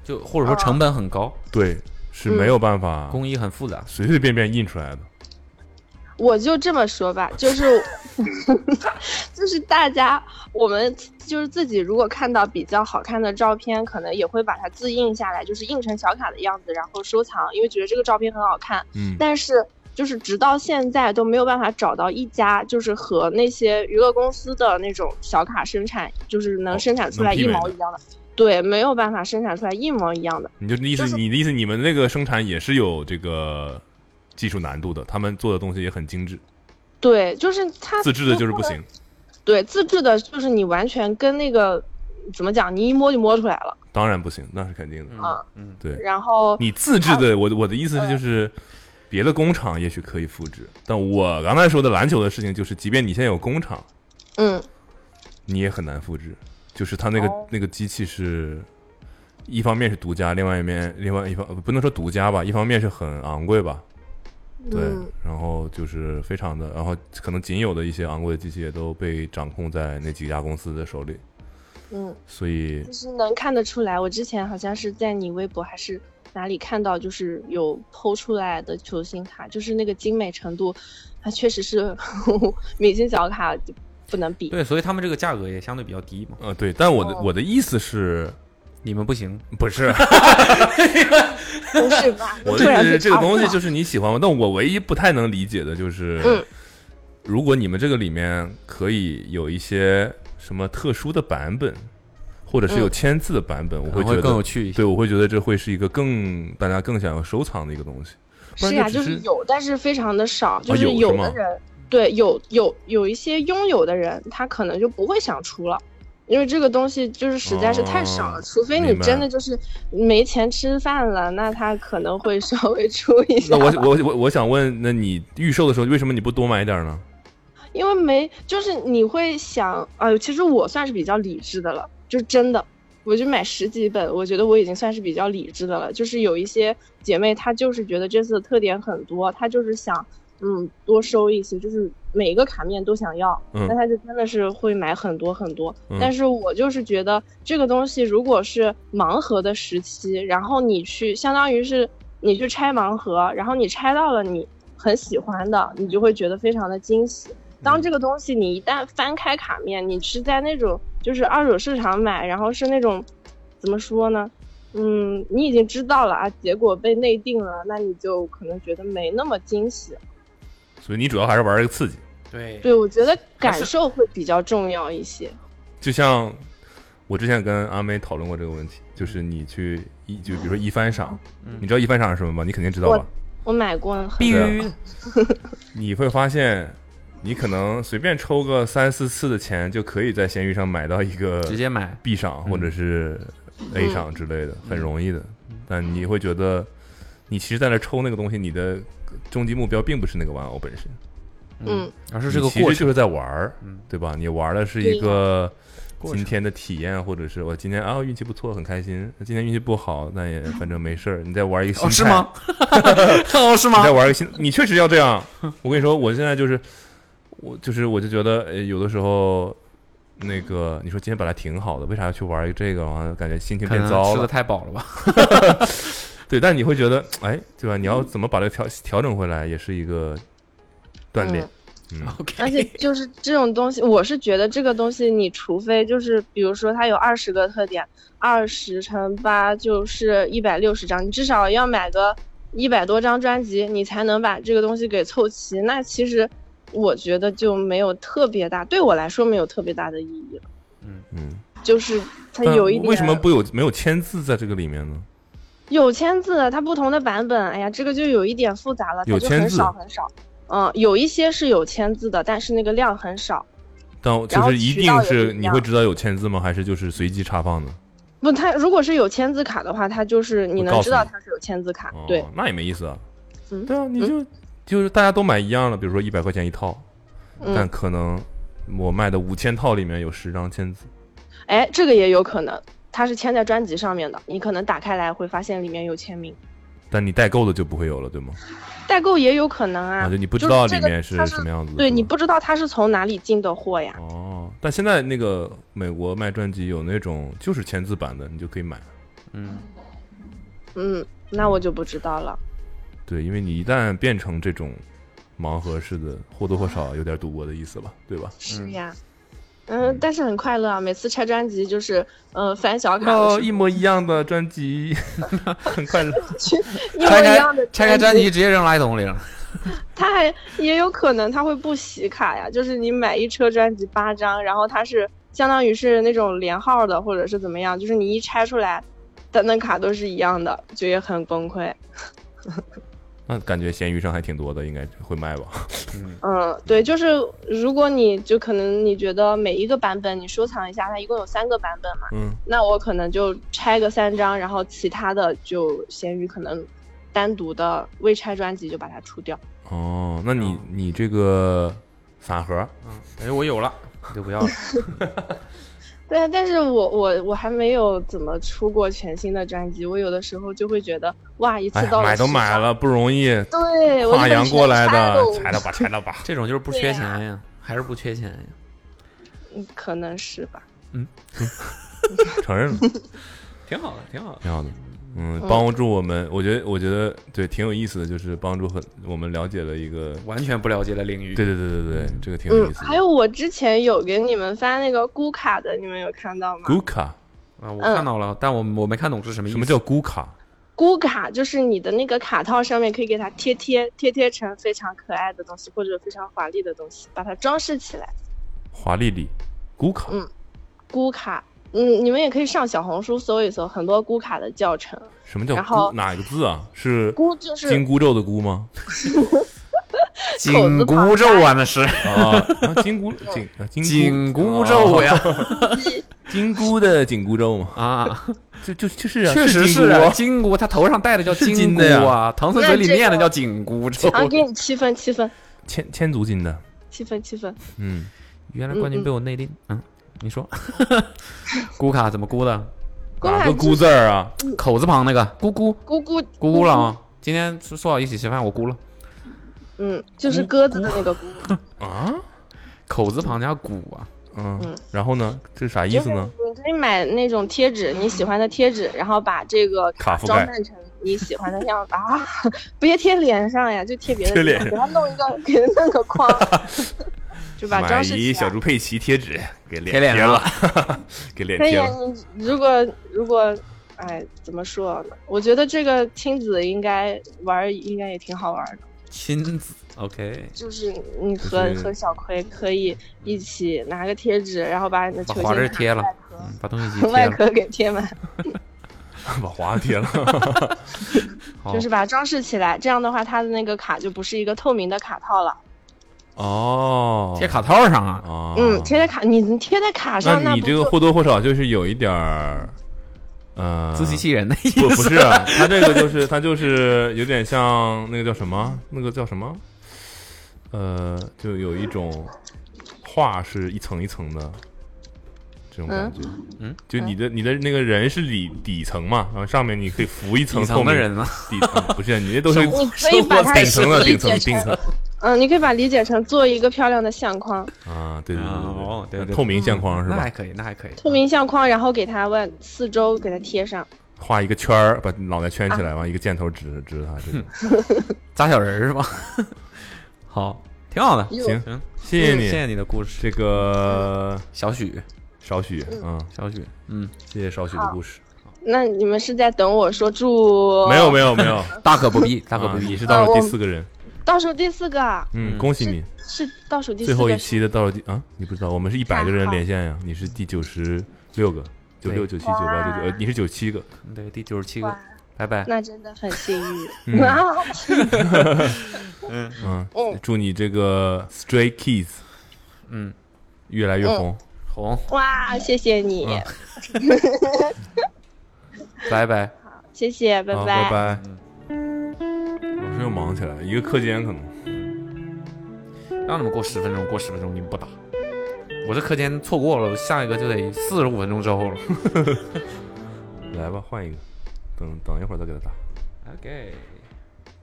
Speaker 3: 就或者说成本很高，
Speaker 2: 对，是
Speaker 4: 嗯
Speaker 2: 没有办法，
Speaker 3: 工艺很复杂。
Speaker 2: 随随便便印出来的。
Speaker 4: 我就这么说吧，就是 就是大家，我们就是自己如果看到比较好看的照片，可能也会把它自印下来，就是印成小卡的样子，然后收藏，因为觉得这个照片很好看。
Speaker 2: 嗯
Speaker 4: 但是就是直到现在都没有办法找到一家就是和那些娱乐公司的那种小卡生产，就是能生产出来
Speaker 2: 哦能媲
Speaker 4: 一
Speaker 2: 美
Speaker 4: 毛
Speaker 2: 的
Speaker 4: 一样的。对，没有办法生产出来一毛一样的。
Speaker 2: 嗯你就意思，你的意思，你们那个生产也是有这个技术难度的，他们做的东西也很精致，
Speaker 4: 对，就是它
Speaker 2: 自制的就是
Speaker 4: 啊不
Speaker 2: 不
Speaker 4: 能
Speaker 2: 行。
Speaker 4: 对，自制的就是你完全跟那个怎么讲，你一摸就摸出来了。
Speaker 2: 当然不行，那是肯定的。
Speaker 4: 啊
Speaker 3: 嗯，
Speaker 2: 对。
Speaker 4: 然后
Speaker 2: 你自制的，我我的意思是就是，别的工厂也许可以复制，但我刚才说的篮球的事情就是，即便你现在有工厂，
Speaker 4: 嗯，
Speaker 2: 你也很难复制，就是它那个、那个机器是，一方面是独家，另外一面另外一方呃不能说独家吧，一方面是很昂贵吧，对，
Speaker 4: 嗯
Speaker 2: 然后就是非常的，然后可能仅有的一些昂贵的机器也都被掌控在那几家公司的手里，
Speaker 4: 嗯，
Speaker 2: 所以
Speaker 4: 就是能看得出来。我之前好像是在你微博还是哪里看到，就是有剖出来的球星卡，就是那个精美程度，它确实是 明星小卡就不能比。
Speaker 3: 对，所以他们这个价格也相对比较低嘛。
Speaker 2: 呃对，但我的、我的意思是，
Speaker 3: 你们不行，
Speaker 2: 不是。？
Speaker 4: 不啊是吧
Speaker 2: 我
Speaker 4: 突
Speaker 2: 的
Speaker 4: 然
Speaker 2: 意思是，这个东西就是是你喜欢吗？但我唯一不太能理解的就是，
Speaker 4: 嗯
Speaker 2: 如果你们这个里面可以有一些什么特殊的版本，或者是有
Speaker 4: 嗯
Speaker 2: 签字的版本，我
Speaker 3: 能
Speaker 2: 觉
Speaker 3: 会
Speaker 2: 得
Speaker 3: 更有趣一些
Speaker 2: 对，我会觉得这会是一个更大家更想要收藏的一个 东西。不然
Speaker 4: 是呀、
Speaker 2: 只
Speaker 4: 就是有，但是非常的少，就
Speaker 2: 啊
Speaker 4: 是
Speaker 2: 有是
Speaker 4: 有
Speaker 2: 吗
Speaker 4: 的人，对，有有有一些拥有的人，他可能就不会想出了。因为这个东西就是实在是太少了，
Speaker 2: 哦
Speaker 4: 除非你
Speaker 2: 明白
Speaker 4: 真的就是没钱吃饭了，那他可能会稍微出一
Speaker 2: 那
Speaker 4: 下吧。
Speaker 2: 我我我我想问，那你预售的时候为什么你不多买一点呢？
Speaker 4: 因为没，就是你会想，呃，其实我算是比较理智的了，就真的，我就买十几本，我觉得我已经算是比较理智的了。就是有一些姐妹，她就是觉得这次的特点很多，她就是想，嗯，多收一些，就是每一个卡面都想要，
Speaker 2: 嗯
Speaker 4: 那她就真的是会买很多很多。
Speaker 2: 嗯
Speaker 4: 但是我就是觉得这个东西如果是盲盒的时期，然后你去，相当于是你去拆盲盒，然后你拆到了你很喜欢的，你就会觉得非常的惊喜。当这个东西你一旦翻开卡面，你是在那种就是二手市场买，然后是那种怎么说呢？嗯，你已经知道了啊，结果被内定了，那你就可能觉得没那么惊喜。
Speaker 2: 所以你主要还是玩这个刺激，
Speaker 3: 对
Speaker 4: 对，我觉得感受会比较重要一些。
Speaker 2: 就像。我之前跟阿妹讨论过这个问题，就是你去一就比如说一番赏，
Speaker 4: 嗯
Speaker 2: 你知道一番赏是什么吗？你肯定知道吧
Speaker 4: 我？我买过很
Speaker 3: 必
Speaker 2: 对啊
Speaker 3: 须
Speaker 2: 你会发现，你可能随便抽个三四次的钱，就可以在闲鱼上买到一个
Speaker 3: 直接买嗯
Speaker 2: B 赏或者是 A 赏之类的，很容易的。但你会觉得，你其实在那抽那个东西，你的终极目标并不是那个玩偶本身，
Speaker 4: 嗯，
Speaker 3: 而是这个
Speaker 2: 你其
Speaker 3: 过
Speaker 2: 实就
Speaker 3: 程。嗯
Speaker 2: 是在玩儿，对吧？你玩的是一个。
Speaker 3: 过程
Speaker 2: 今天的体验，或者是我今天啊运气不错，很开心。今天运气不好，那也反正没事儿。你再玩一个心态，
Speaker 3: 哦，是吗？ 哦，是
Speaker 2: 你
Speaker 3: 吗
Speaker 2: 再？玩个新，你确实要这样。我跟你说，我现在就是，我就是我就觉得，呃有的时候，那个你说今天本来挺好的，为啥要去玩一个这个？完了感觉心情
Speaker 3: 可
Speaker 2: 变
Speaker 3: 能
Speaker 2: 糟
Speaker 3: 吃的
Speaker 2: 了。
Speaker 3: 太饱了吧？
Speaker 2: 对，但你会觉得，哎，对吧？你
Speaker 3: 嗯
Speaker 2: 要怎么把这个调调整回来，也是一个锻炼。
Speaker 4: 嗯
Speaker 2: 嗯
Speaker 4: 而且就是这种东西，我是觉得这个东西，你除非就是比如说它有二十个特点，二十乘八就是一百六十张，你至少要买个一百多张专辑，你才能把这个东西给凑齐。那其实我觉得就没有特别大，对我来说没有特别大的意义了。
Speaker 2: 嗯，
Speaker 4: 就是它
Speaker 2: 但
Speaker 4: 有一点
Speaker 2: 嗯为什么不有没有签字在这个里面呢？
Speaker 4: 有签字，它不同的版本，哎呀，这个就有一点复杂了，它
Speaker 2: 有
Speaker 4: 就
Speaker 2: 签
Speaker 4: 很
Speaker 2: 字
Speaker 4: 少很少。嗯，有一些是有签字的，但是那个量很少。
Speaker 2: 但我就是一
Speaker 4: 然
Speaker 2: 定
Speaker 4: 后渠道也
Speaker 2: 是
Speaker 4: 不一
Speaker 2: 你
Speaker 4: 样
Speaker 2: 会知道有签字吗？还是就是随机插放的？
Speaker 4: 不，它如果是有签字卡的话，它就是你
Speaker 2: 告
Speaker 4: 能
Speaker 2: 诉
Speaker 4: 知道
Speaker 2: 你
Speaker 4: 它是有签字卡
Speaker 2: 哦，
Speaker 4: 对，
Speaker 2: 那也没意思啊。
Speaker 4: 嗯，
Speaker 2: 对啊，你就就是大家都买一样的，比如说一百块钱一套，
Speaker 4: 嗯
Speaker 2: 但可能我卖的五千套里面有十张签字。
Speaker 4: 哎，这个也有可能，它是签在专辑上面的，你可能打开来会发现里面有签名。
Speaker 2: 但你代购的就不会有了，对吗？
Speaker 4: 代购也有可能啊，
Speaker 2: 啊就嗯你不知
Speaker 4: 是
Speaker 2: 道
Speaker 4: 这
Speaker 2: 里
Speaker 4: 个
Speaker 2: 面是
Speaker 4: 它
Speaker 2: 什么样子的
Speaker 4: 对
Speaker 2: 是
Speaker 4: 你
Speaker 2: 吧
Speaker 4: 不知道它是从哪里进的货呀。
Speaker 2: 哦，但现在那个美国卖专辑有那种就是签字版的，你就可以买。嗯，
Speaker 4: 嗯，那我就不知道了。
Speaker 2: 对，因为你一旦变成这种盲盒似的，或多或少有点赌博的意思吧，对吧？
Speaker 4: 是呀，嗯，但是很快乐啊，每次拆专辑就是，嗯，翻小卡
Speaker 2: 哦，
Speaker 4: 的
Speaker 2: 一
Speaker 4: 时候，
Speaker 2: 模一样的专 辑，很快乐。
Speaker 4: 一模
Speaker 3: 拆
Speaker 4: 一
Speaker 3: 开
Speaker 4: 样的
Speaker 3: 拆开
Speaker 4: 专
Speaker 3: 专辑，直接扔垃圾桶里了。
Speaker 4: 它还也有可能它会不洗卡呀，就是你买一车专辑八张，然后它是相当于是那种连号的，或者是怎么样，就是你一拆出来，等等卡都是一样的，就也很崩溃。
Speaker 2: 那感觉闲鱼上还挺多的，应该会卖吧？嗯，
Speaker 4: 嗯，对，就是如果你就可能你觉得每一个版本你收藏一下，它一共有三个版本嘛，
Speaker 2: 嗯
Speaker 4: 那我可能就拆个三张，然后其他的就闲鱼可能单独的未拆专辑就把它出掉。
Speaker 2: 哦，那
Speaker 4: 嗯
Speaker 2: 你你这个散盒，
Speaker 3: 哎，我有了，就不要了。
Speaker 4: 对，啊但是我我我还没有怎么出过全新的专辑，我有的时候就会觉得哇，一
Speaker 2: 哎
Speaker 4: 次
Speaker 2: 呀，
Speaker 4: 到了
Speaker 2: 买都
Speaker 4: 10
Speaker 2: 买了，不容易。
Speaker 4: 对我就
Speaker 2: 跨
Speaker 4: 把
Speaker 2: 洋
Speaker 4: 全
Speaker 2: 过来
Speaker 4: 拆
Speaker 2: 的，
Speaker 4: 了
Speaker 2: 拆了吧，拆了吧。
Speaker 3: 这种就是不缺钱呀，
Speaker 4: 啊
Speaker 3: 还是不缺钱呀。
Speaker 4: 嗯可能是吧。
Speaker 2: 承认了，
Speaker 3: 挺好的，挺好的。
Speaker 2: 挺好的。嗯
Speaker 4: 嗯，
Speaker 2: 帮助我们，我觉得，我觉得对，挺有意思的，就是帮助很我们了解了一个
Speaker 3: 完全不了解的领域。
Speaker 2: 对对对对对，这个挺有
Speaker 4: 嗯
Speaker 2: 意，思的。
Speaker 4: 还有我之前有给你们发那个咕卡的，你们有看到吗？
Speaker 2: 咕卡，
Speaker 3: 啊，我看到
Speaker 4: 嗯
Speaker 3: 了，但我我没看懂是什么意思。
Speaker 2: 什么叫咕卡？
Speaker 4: 咕卡就是你的那个卡套上面可以给它贴贴贴贴成非常可爱的东西或者非常华丽的东西，把它装饰起来。
Speaker 2: 华丽丽，咕卡。
Speaker 4: 嗯，咕卡，嗯，你们也可以上小红书搜一搜，很多咕卡的教程。
Speaker 2: 什么叫
Speaker 4: 然后
Speaker 2: 咕？哪个字啊？是
Speaker 4: 咕就是
Speaker 2: 紧箍咒的箍 吗？
Speaker 3: 紧
Speaker 4: 口字旁
Speaker 3: 箍咒啊，那是
Speaker 2: 啊，啊紧箍紧啊
Speaker 3: 紧
Speaker 2: 紧
Speaker 3: 箍咒呀，
Speaker 2: 金箍的紧箍咒嘛，
Speaker 3: 啊，
Speaker 2: 就就就是啊，
Speaker 3: 确实
Speaker 2: 是
Speaker 3: 是
Speaker 2: 紧箍
Speaker 3: 啊，
Speaker 2: 啊
Speaker 3: 金箍，他头上戴的 叫
Speaker 2: 是
Speaker 3: 金
Speaker 2: 金
Speaker 3: 箍
Speaker 2: 的呀
Speaker 3: 啊，搿唐僧嘴里念的叫紧箍咒。
Speaker 2: 哦
Speaker 4: 然后给你七分，七分，
Speaker 2: 千千足金的，
Speaker 4: 七分，七分。
Speaker 2: 嗯，
Speaker 3: 原来冠军被我内定，嗯，你说， 咕卡怎么咕的？
Speaker 4: 咕
Speaker 2: 哪
Speaker 4: 卡
Speaker 2: 个
Speaker 4: 就
Speaker 2: 咕
Speaker 4: 是
Speaker 2: 字儿啊？
Speaker 3: 口字旁那个咕咕
Speaker 4: 咕咕
Speaker 3: 咕咕了啊！今天说说好一起吃饭，我咕了，
Speaker 4: 嗯，就是鸽子的那个咕。
Speaker 2: 啊，
Speaker 3: 口字旁加鼓啊，
Speaker 2: 嗯，然后呢？这是啥意
Speaker 4: 就
Speaker 2: 思
Speaker 4: 是
Speaker 2: 呢？
Speaker 4: 你可以买那种贴纸，你喜欢的贴纸，然后把这个
Speaker 2: 卡覆盖
Speaker 4: 装扮成你喜欢的样子啊， 别贴脸上呀，就贴别的
Speaker 2: 贴
Speaker 4: 地方，
Speaker 2: 脸
Speaker 4: 给它弄一个，给它弄个 框，就把装饰起来。
Speaker 2: 猪佩奇贴纸给
Speaker 3: 贴脸上了，
Speaker 2: 给脸
Speaker 4: 可以啊，。你如果如果，哎，怎么说呢？我觉得这个亲子应该玩儿，应该也挺好玩儿的。
Speaker 3: 亲子，OK，
Speaker 4: 就是你和、
Speaker 2: 就是
Speaker 4: 和小葵可以一起拿个贴纸，然后把你的
Speaker 3: 把
Speaker 4: 球
Speaker 3: 华
Speaker 4: 星
Speaker 3: 这
Speaker 4: 卡
Speaker 3: 贴了
Speaker 4: 外，壳
Speaker 3: 嗯把东西集贴
Speaker 4: 外
Speaker 3: 了，
Speaker 4: 壳给贴满，啊
Speaker 2: 把华贴 了，哦
Speaker 3: 好
Speaker 4: 就是把它装饰起来。这样的话，它的那个卡就不是一个透明的卡套了。
Speaker 2: 哦，
Speaker 3: 贴卡套上啊，
Speaker 2: 啊，
Speaker 4: 嗯，贴在卡，你你贴在卡上，
Speaker 2: 那你
Speaker 4: 不
Speaker 2: 这个
Speaker 4: 就
Speaker 2: 或多或少就是有一点儿，呃，
Speaker 3: 自欺欺人的意思，
Speaker 2: 不不是，啊 他这个就是他就是有点像那个叫什么，那个叫什么，呃，就有一种画是一层一层的这种感觉，
Speaker 3: 嗯，
Speaker 2: 就你的你的那个人是底底层嘛，然后上面你可以浮一层
Speaker 3: 底层
Speaker 2: 透明
Speaker 3: 的人啊吗？
Speaker 2: 底层不是，你这 都是
Speaker 4: 你可以把它
Speaker 2: 顶层的
Speaker 4: 理
Speaker 2: 顶层
Speaker 4: 解成
Speaker 2: 顶层
Speaker 4: 嗯，你可以把它理解成做一个漂亮的相框，
Speaker 2: 啊，对对
Speaker 3: 哦对
Speaker 2: 对
Speaker 3: 对对
Speaker 2: 透明相框是
Speaker 3: 那
Speaker 2: 吧
Speaker 3: 还？可以，那还可以，
Speaker 4: 透明相框，然后给它外四周给它贴上。
Speaker 2: 画一个圈儿，把脑袋圈起来，完一个箭头指指着它，这种。
Speaker 3: 扎小人儿是吧？ 好，挺好的，
Speaker 4: 哟
Speaker 2: 行
Speaker 3: 行，
Speaker 2: 谢谢
Speaker 3: 谢谢
Speaker 2: 你，
Speaker 3: 你的故事，
Speaker 2: 这个
Speaker 3: 小许，
Speaker 2: 少许，嗯，
Speaker 3: 小许，嗯，
Speaker 2: 谢谢少许的故事。
Speaker 4: 那你们是在等我说祝？
Speaker 2: 没有没有没有，
Speaker 3: 大可不必，大可
Speaker 2: 啊
Speaker 3: 不必
Speaker 2: 你，是倒数
Speaker 4: 呃
Speaker 2: 第
Speaker 4: 我
Speaker 2: 四个人，
Speaker 4: 倒数第四个
Speaker 2: 嗯，
Speaker 3: 嗯
Speaker 2: 恭喜你，
Speaker 4: 是倒数第四
Speaker 2: 最
Speaker 4: 个，
Speaker 2: 后一期的倒数第啊，你不知道，我们是一百个人
Speaker 4: 好
Speaker 2: 连线呀，你是第九十六个，九六九七九八九九，呃，你是九七个，
Speaker 3: 对，第九十七个
Speaker 4: 哇，
Speaker 3: 拜拜，
Speaker 4: 那真的很幸运。
Speaker 2: 嗯
Speaker 4: 啊，
Speaker 2: 嗯
Speaker 4: 嗯，
Speaker 2: 啊祝你这个 Stray Kids
Speaker 3: 嗯，越来越
Speaker 4: 嗯
Speaker 3: 红，红，
Speaker 4: 哇，谢谢你，
Speaker 3: 嗯拜拜，
Speaker 4: 谢谢，哦拜
Speaker 2: 好拜拜。老师又忙起来，一个课间可能。
Speaker 3: 让你们过十分钟，过十分钟你们不打，我这课间错过了，下一个就得四十五分钟之后了。
Speaker 2: 来吧，换一个，等等一会儿再给他打。
Speaker 3: OK，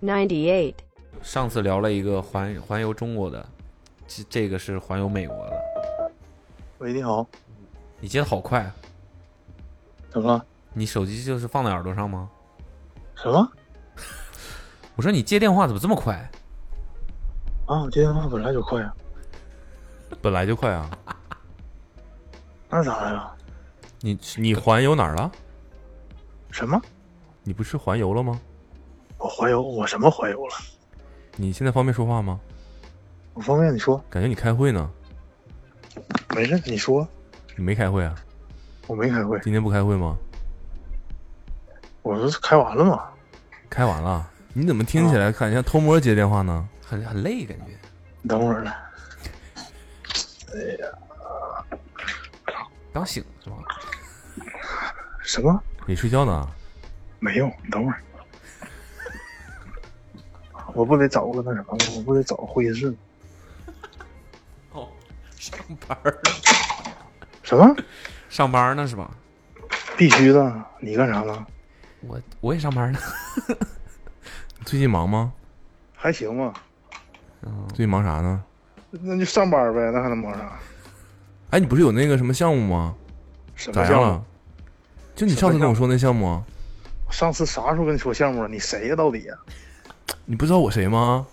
Speaker 9: 98.
Speaker 3: 上次聊了一个环环游中国的，这这个是环游美国的。
Speaker 5: 喂，你好，
Speaker 3: 你接的好快啊，
Speaker 5: 怎么了？
Speaker 3: 你手机就是放在耳朵上吗？
Speaker 5: 什么？
Speaker 3: 我说你接电话怎么这么快？
Speaker 5: 啊，我接电话本来就快啊，
Speaker 2: 本来就快啊，
Speaker 5: 那咋了呀？
Speaker 2: 你你环游哪儿了？
Speaker 5: 什么？
Speaker 2: 你不是环游了吗？
Speaker 5: 我怀柔，我什么怀柔了？
Speaker 2: 你现在方便说话吗？
Speaker 5: 我方便你说，
Speaker 2: 感觉你开会呢，
Speaker 5: 没事，你说，
Speaker 2: 你没开会啊？
Speaker 5: 我没开会，
Speaker 2: 今天不开会吗？
Speaker 5: 我不是开完了吗？
Speaker 2: 开完了，你怎么听起来感觉像偷摸接电话呢？
Speaker 3: 很很累感觉。
Speaker 5: 你等会儿了，
Speaker 3: 刚醒是吧？
Speaker 5: 什么？
Speaker 2: 你睡觉呢？
Speaker 5: 没有，你等会 儿，我不得找个那什么吗？我不得找个会议室吗？
Speaker 3: 哦，上班儿
Speaker 5: 什么？
Speaker 3: 上班呢是吧？
Speaker 5: 必须的，你干啥呢？
Speaker 3: 我我也上班呢。
Speaker 2: 最近忙吗？
Speaker 5: 还行吧，
Speaker 3: 嗯，
Speaker 2: 最近忙啥呢？
Speaker 5: 那就上班呗，那还能忙啥？
Speaker 2: 哎，你不是有那个什么项目吗？
Speaker 5: 什么
Speaker 2: 咋
Speaker 5: 项
Speaker 2: 样
Speaker 5: 目？
Speaker 2: 了？就你上次跟我说那项目，啊
Speaker 5: 上次啥时候跟你说项目了？你谁呀、到底呀、
Speaker 2: 你不知道我谁吗？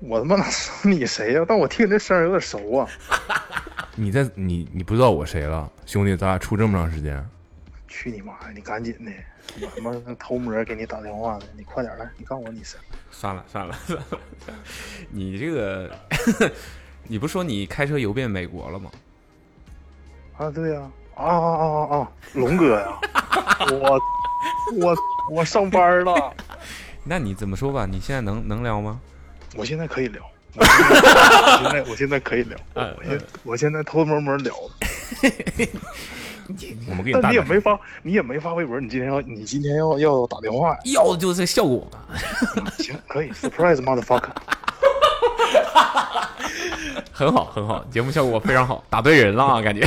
Speaker 5: 我他妈哪知道你谁呀、但我听你这声儿有点熟啊！
Speaker 2: 你在你你不知道我谁了，兄弟，咱俩处这么长时间，
Speaker 5: 去你妈呀！你赶紧的，我他妈偷摸给你打电话呢，你快点来，你告诉我你谁？
Speaker 3: 算了算了 算了，你这个，你不说你开车游遍美国了吗？
Speaker 5: 啊，对呀、啊，啊啊啊啊，龙哥呀、我我我上班了，
Speaker 3: 那你怎么说吧？你现在能能聊吗？
Speaker 5: 我现在可以聊，我现在我现在我现在可以聊，
Speaker 2: 嗯
Speaker 5: 我现我现在偷偷摸摸聊，
Speaker 2: 我们给你
Speaker 5: 但
Speaker 2: 大
Speaker 5: 你也
Speaker 2: 点
Speaker 5: 没发你也没发微博，你今天要你今天要要打电话呀？
Speaker 3: 要的就是这效果嘛。
Speaker 5: 行，可以，surprise motherfucker，
Speaker 3: 很好，很好，节目效果非常好，打对人了啊，感觉。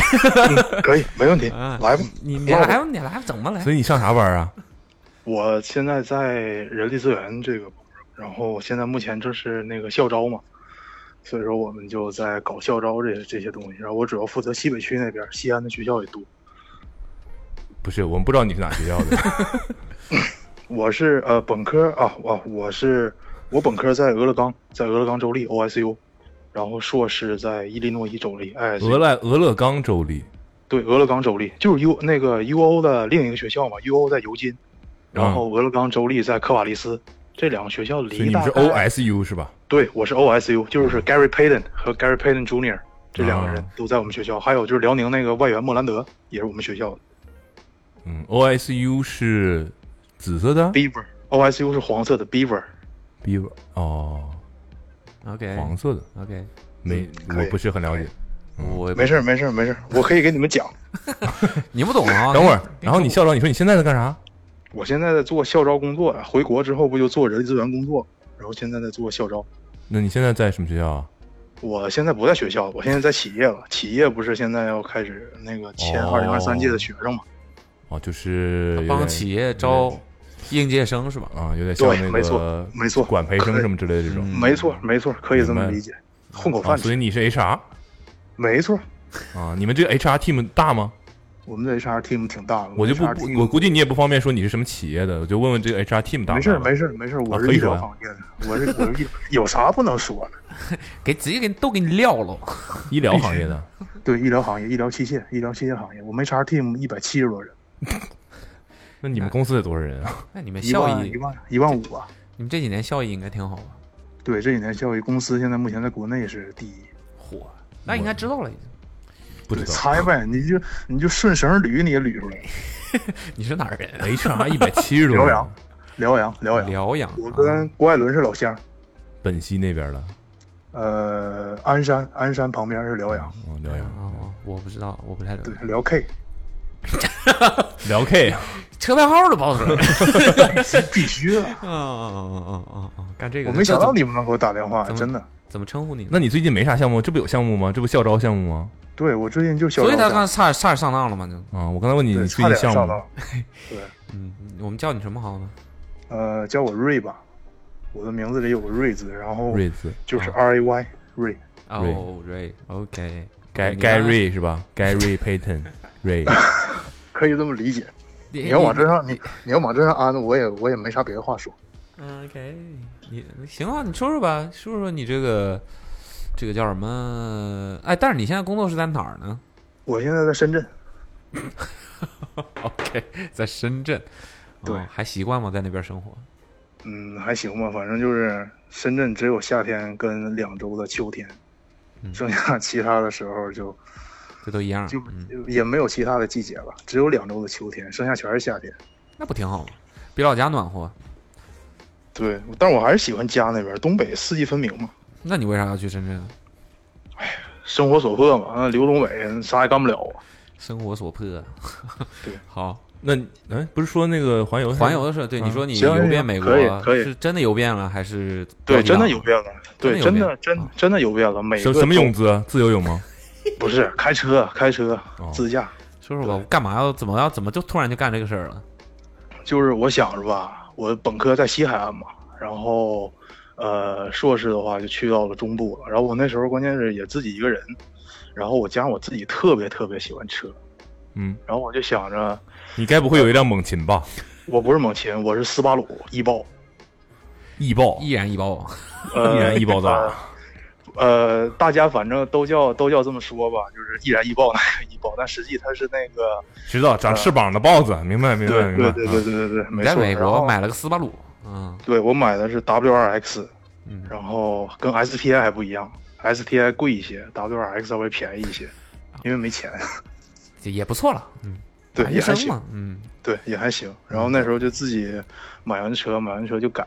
Speaker 5: 可以，没问题，
Speaker 2: 嗯
Speaker 5: 来吧，
Speaker 3: 你你
Speaker 5: 唠吧
Speaker 3: 来吧，你来吧，怎么来
Speaker 2: 所？以你上啥班啊？
Speaker 3: 哎
Speaker 5: 我现在在人力资源这个部门，然后现在目前正是那个校招嘛，所以说我们就在搞校招这些这些东西。然后我主要负责西北区那边，西安的学校也多。
Speaker 2: 不是，我们不知道你是哪学校的。
Speaker 5: 我是呃本科啊，我我是我本科在俄勒冈，在俄勒冈州立 OSU，然后硕士在伊利诺伊州立 ISU，
Speaker 2: 俄勒俄勒冈州立，
Speaker 5: 对俄勒冈州立就是 U 那个 UO 的另一个学校嘛，UO 在尤金，然后俄勒冈州立在科瓦利斯，这两个学校
Speaker 2: 啊所以
Speaker 5: 离
Speaker 2: 你们
Speaker 5: 大
Speaker 2: 是
Speaker 5: 概
Speaker 2: OSU 是吧？
Speaker 5: 对，我是 OSU，就是 Gary Payton 和 Gary Payton Jr. 这两个人
Speaker 2: 嗯啊
Speaker 5: 都在我们学校，还有就是辽宁那个外援莫兰德也是我们学校的。
Speaker 2: 嗯，OSU 是紫色的
Speaker 5: Beaver OSU 是黄色的 Beaver，
Speaker 2: b e 哦，
Speaker 3: OK，
Speaker 2: 黄色的，
Speaker 3: OK，
Speaker 2: 没，
Speaker 5: 哎嗯可以
Speaker 2: 我不是很了解。
Speaker 3: 我
Speaker 5: 没事儿没事儿没事儿，我可以给你们讲。
Speaker 3: 你不懂啊。
Speaker 2: 等会儿，然后你校长，你说你现在在干啥？
Speaker 5: 我现在在做校招工作，回国之后不就做人力资源工作，然后现在在做校招。
Speaker 2: 那你现在在什么学校啊？
Speaker 5: 我现在不在学校，我现在在企业了。企业不是现在要开始那个签
Speaker 2: 哦
Speaker 5: 二零二三届的学生嘛？
Speaker 2: 哦，就是有点
Speaker 3: 帮企业招应届生是吧？
Speaker 2: 啊，有点像
Speaker 5: 对
Speaker 2: 那个
Speaker 5: 没错没错
Speaker 2: 管培生
Speaker 5: 可以
Speaker 2: 什么之类的这种。
Speaker 3: 嗯
Speaker 5: 没错没错，可以这
Speaker 2: 明
Speaker 5: 么
Speaker 2: 白
Speaker 5: 理解，混口
Speaker 2: 啊，
Speaker 5: 饭
Speaker 2: 所以
Speaker 5: 吃。
Speaker 2: 你是 HR
Speaker 5: 没错，
Speaker 2: 啊？你们这个 HR team 大吗？
Speaker 5: 我们的 HR team 挺大的，
Speaker 2: 我就不
Speaker 5: HR
Speaker 2: 不
Speaker 5: team
Speaker 2: 我估计你也不方便说你是什么企业的，我就问问这个 HR team 大
Speaker 5: 没
Speaker 2: 不
Speaker 5: 事
Speaker 2: 大
Speaker 5: 儿
Speaker 2: 吧
Speaker 5: 没事儿没事儿，
Speaker 3: 啊
Speaker 5: 我
Speaker 2: 可
Speaker 5: 是
Speaker 2: 以
Speaker 5: 医
Speaker 2: 说
Speaker 5: 疗
Speaker 2: 呀
Speaker 5: 行业的，我是我是医，有啥不能说的？
Speaker 3: 给直接给你都给你撂了。
Speaker 2: 医疗行业的，
Speaker 5: 对，医疗行业、医疗器械、医疗器械行业，我们 HR team 一百七十多人，
Speaker 2: 那你们公司得多少人啊？
Speaker 3: 那你们
Speaker 5: 一
Speaker 3: 效
Speaker 5: 万
Speaker 3: 益
Speaker 5: 一，万一万五啊！
Speaker 3: 你们这几年效益应该挺好吧？
Speaker 5: 对，这几年效益，公司现在目前在国内是第一。
Speaker 3: 火，那应该知道了已经。
Speaker 2: 不知
Speaker 5: 对
Speaker 2: 道。
Speaker 5: 猜呗，你就你就顺绳捋，你也捋出来。
Speaker 3: 你是哪儿人？啊
Speaker 2: HR 一百七十多
Speaker 5: 辽
Speaker 2: 人，
Speaker 5: 阳，辽阳，辽阳，
Speaker 3: 辽阳。
Speaker 5: 我
Speaker 3: 啊
Speaker 5: 跟郭艾伦是老乡。
Speaker 2: 本溪那边的，
Speaker 5: 呃，鞍山，鞍山旁边是辽阳，
Speaker 2: 辽阳
Speaker 3: 啊，我不知道，我不太懂。
Speaker 5: 对，辽 K，
Speaker 2: 聊 K，啊
Speaker 3: 车牌号都报出来了，
Speaker 5: 必须的。
Speaker 3: 啊啊啊啊啊啊！干这个，
Speaker 5: 我没想到你们能给
Speaker 3: 我
Speaker 5: 我打电话，
Speaker 3: 怎么
Speaker 5: 真的。
Speaker 3: 怎么称呼你呢？
Speaker 2: 那你最近没啥项目？这不有项目吗？这不校招项目吗？
Speaker 5: 对我最近就小
Speaker 3: 所以他
Speaker 5: 招
Speaker 3: 刚差差点上当了嘛？就
Speaker 2: 啊，我刚才问你
Speaker 5: 对
Speaker 2: 你最
Speaker 5: 差
Speaker 2: 近
Speaker 5: 点
Speaker 2: 项
Speaker 5: 上
Speaker 2: 目
Speaker 5: 当，对，
Speaker 3: 嗯，我们叫你什么好呢？
Speaker 5: 呃，叫我瑞吧，我的名字里有个瑞字，然后
Speaker 2: 瑞字
Speaker 5: 就是 R A Y 瑞，
Speaker 2: Ray
Speaker 3: 哦，Ray，OK，
Speaker 2: 该
Speaker 3: 你呢
Speaker 2: 该瑞是吧？该瑞 Payton 瑞，
Speaker 5: 可以这么理解。
Speaker 3: 你
Speaker 5: 你要往这上，你你要往这上安，我也我也没啥别的话说。
Speaker 3: 嗯，OK，你行啊，你说说吧，说说你这个这个叫什么？哎，但是你现在工作是在哪儿呢
Speaker 5: 我现在在深圳，
Speaker 3: ？OK，在深圳。
Speaker 5: 对
Speaker 3: 哦还习惯吗？在那边生活？
Speaker 5: 嗯，还行吧，反正就是深圳只有夏天跟两周的秋天，
Speaker 3: 嗯
Speaker 5: 剩下其他的时候就
Speaker 3: 这都一样。
Speaker 5: 就
Speaker 3: 嗯，
Speaker 5: 就也没有其他的季节了，只有两周的秋天，剩下全是夏天。
Speaker 3: 那不挺好吗？比老家暖和。
Speaker 5: 对，但我还是喜欢家那边，东北四季分明嘛，
Speaker 3: 那你为啥要去深圳啊？
Speaker 5: 生活所迫嘛。啊，刘东北啥也干不了啊。
Speaker 3: 生活所迫。
Speaker 5: 对，
Speaker 3: 好，
Speaker 2: 那你哎，不是说那个环游是吧
Speaker 3: 环游的时候，对
Speaker 2: 啊
Speaker 3: 你说你
Speaker 5: 嗯行
Speaker 3: 游遍
Speaker 5: 行
Speaker 3: 美国
Speaker 5: 可以，可以
Speaker 3: 是真的游遍了还是？
Speaker 5: 对，真的有。变了，对，
Speaker 3: 真
Speaker 5: 真
Speaker 3: 的有
Speaker 5: 的
Speaker 3: 变
Speaker 5: 真真的有变了。每
Speaker 2: 啊什
Speaker 5: 个
Speaker 2: 什么
Speaker 5: 州
Speaker 2: 泳姿？自由泳吗？
Speaker 5: 不是开车，开车
Speaker 2: 哦
Speaker 5: 自驾，
Speaker 3: 说说吧，我干嘛要怎么要怎么就突然就干这个事儿了？
Speaker 5: 就是我想着吧，我本科在西海岸嘛，然后呃硕士的话就去到了中部了。然后我那时候关键是也自己一个人，然后我加上我自己特别特别喜欢车，
Speaker 2: 嗯，
Speaker 5: 然后我就想着，
Speaker 2: 你该不会有一辆猛禽吧？
Speaker 5: 我不是猛禽，我是斯巴鲁翼豹，
Speaker 2: 易 爆，
Speaker 3: 易燃易爆。
Speaker 5: 呃，
Speaker 2: 易燃易爆啊炸
Speaker 5: 呃。呃，大家反正都叫都叫这么说吧，就是易燃易爆那个易爆，但实际它是那个，
Speaker 2: 知道长翅膀的豹子，明白明白
Speaker 5: 对
Speaker 2: 明
Speaker 5: 对
Speaker 2: 白。
Speaker 5: 对
Speaker 2: 啊
Speaker 5: 对对对对，
Speaker 3: 你
Speaker 5: 没错。
Speaker 3: 在美
Speaker 5: 然
Speaker 3: 国
Speaker 5: 后
Speaker 3: 买了个斯巴鲁，嗯
Speaker 5: 对我买的是 WRX，
Speaker 3: 嗯
Speaker 5: 然后跟 STI 还不一样，STI 贵一些，WRX 稍微便宜一些，因为没钱，
Speaker 3: 这也不错了，嗯，
Speaker 5: 对
Speaker 3: 男
Speaker 5: 也还
Speaker 3: 生
Speaker 5: 行
Speaker 3: 嘛，，嗯，
Speaker 5: 对也还行。然后那时候就自己买完车，买完车就改，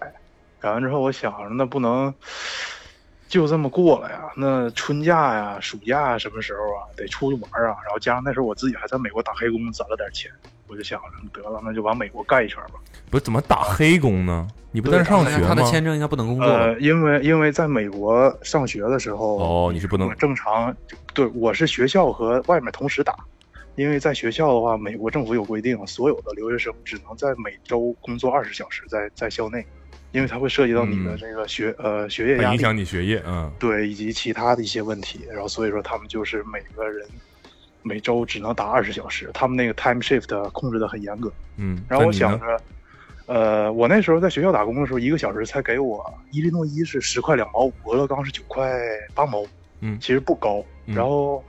Speaker 5: 改完之后我想着那不能就这么过了呀，那春假呀、暑假呀什么时候啊得出去玩啊。然后加上那时候我自己还在美国打黑工，攒了点钱，我就想着得了，那就把美国盖一圈吧。
Speaker 2: 不是怎么打黑工呢？你不在这上
Speaker 3: 但
Speaker 2: 学
Speaker 3: 是
Speaker 2: 吗？
Speaker 3: 他的签证应该不能工作吧
Speaker 5: 呃，因为因为在美国上学的时候，
Speaker 2: 哦你是不能
Speaker 5: 我正常，对，我是学校和外面同时打，因为在学校的话，美国政府有规定，所有的留学生只能在每周工作二十小时在，在校内，因为它会涉及到你的
Speaker 2: 嗯
Speaker 5: 这个学、呃学业
Speaker 2: 它
Speaker 5: 压
Speaker 2: 影
Speaker 5: 力，
Speaker 2: 响你学业，嗯，
Speaker 5: 对，以及其他的一些问题，然后所以说他们就是每个人。每周只能打二十小时，他们那个 time shift 控制的很严格。
Speaker 2: 嗯，
Speaker 5: 然后我
Speaker 2: 那你呢
Speaker 5: 想着，呃，我那时候在学校打工的时候，一个小时才给我伊利诺伊是十块两毛五，俄勒冈是九块八毛五，
Speaker 2: 嗯
Speaker 5: 其实不高。
Speaker 2: 嗯
Speaker 5: 然后，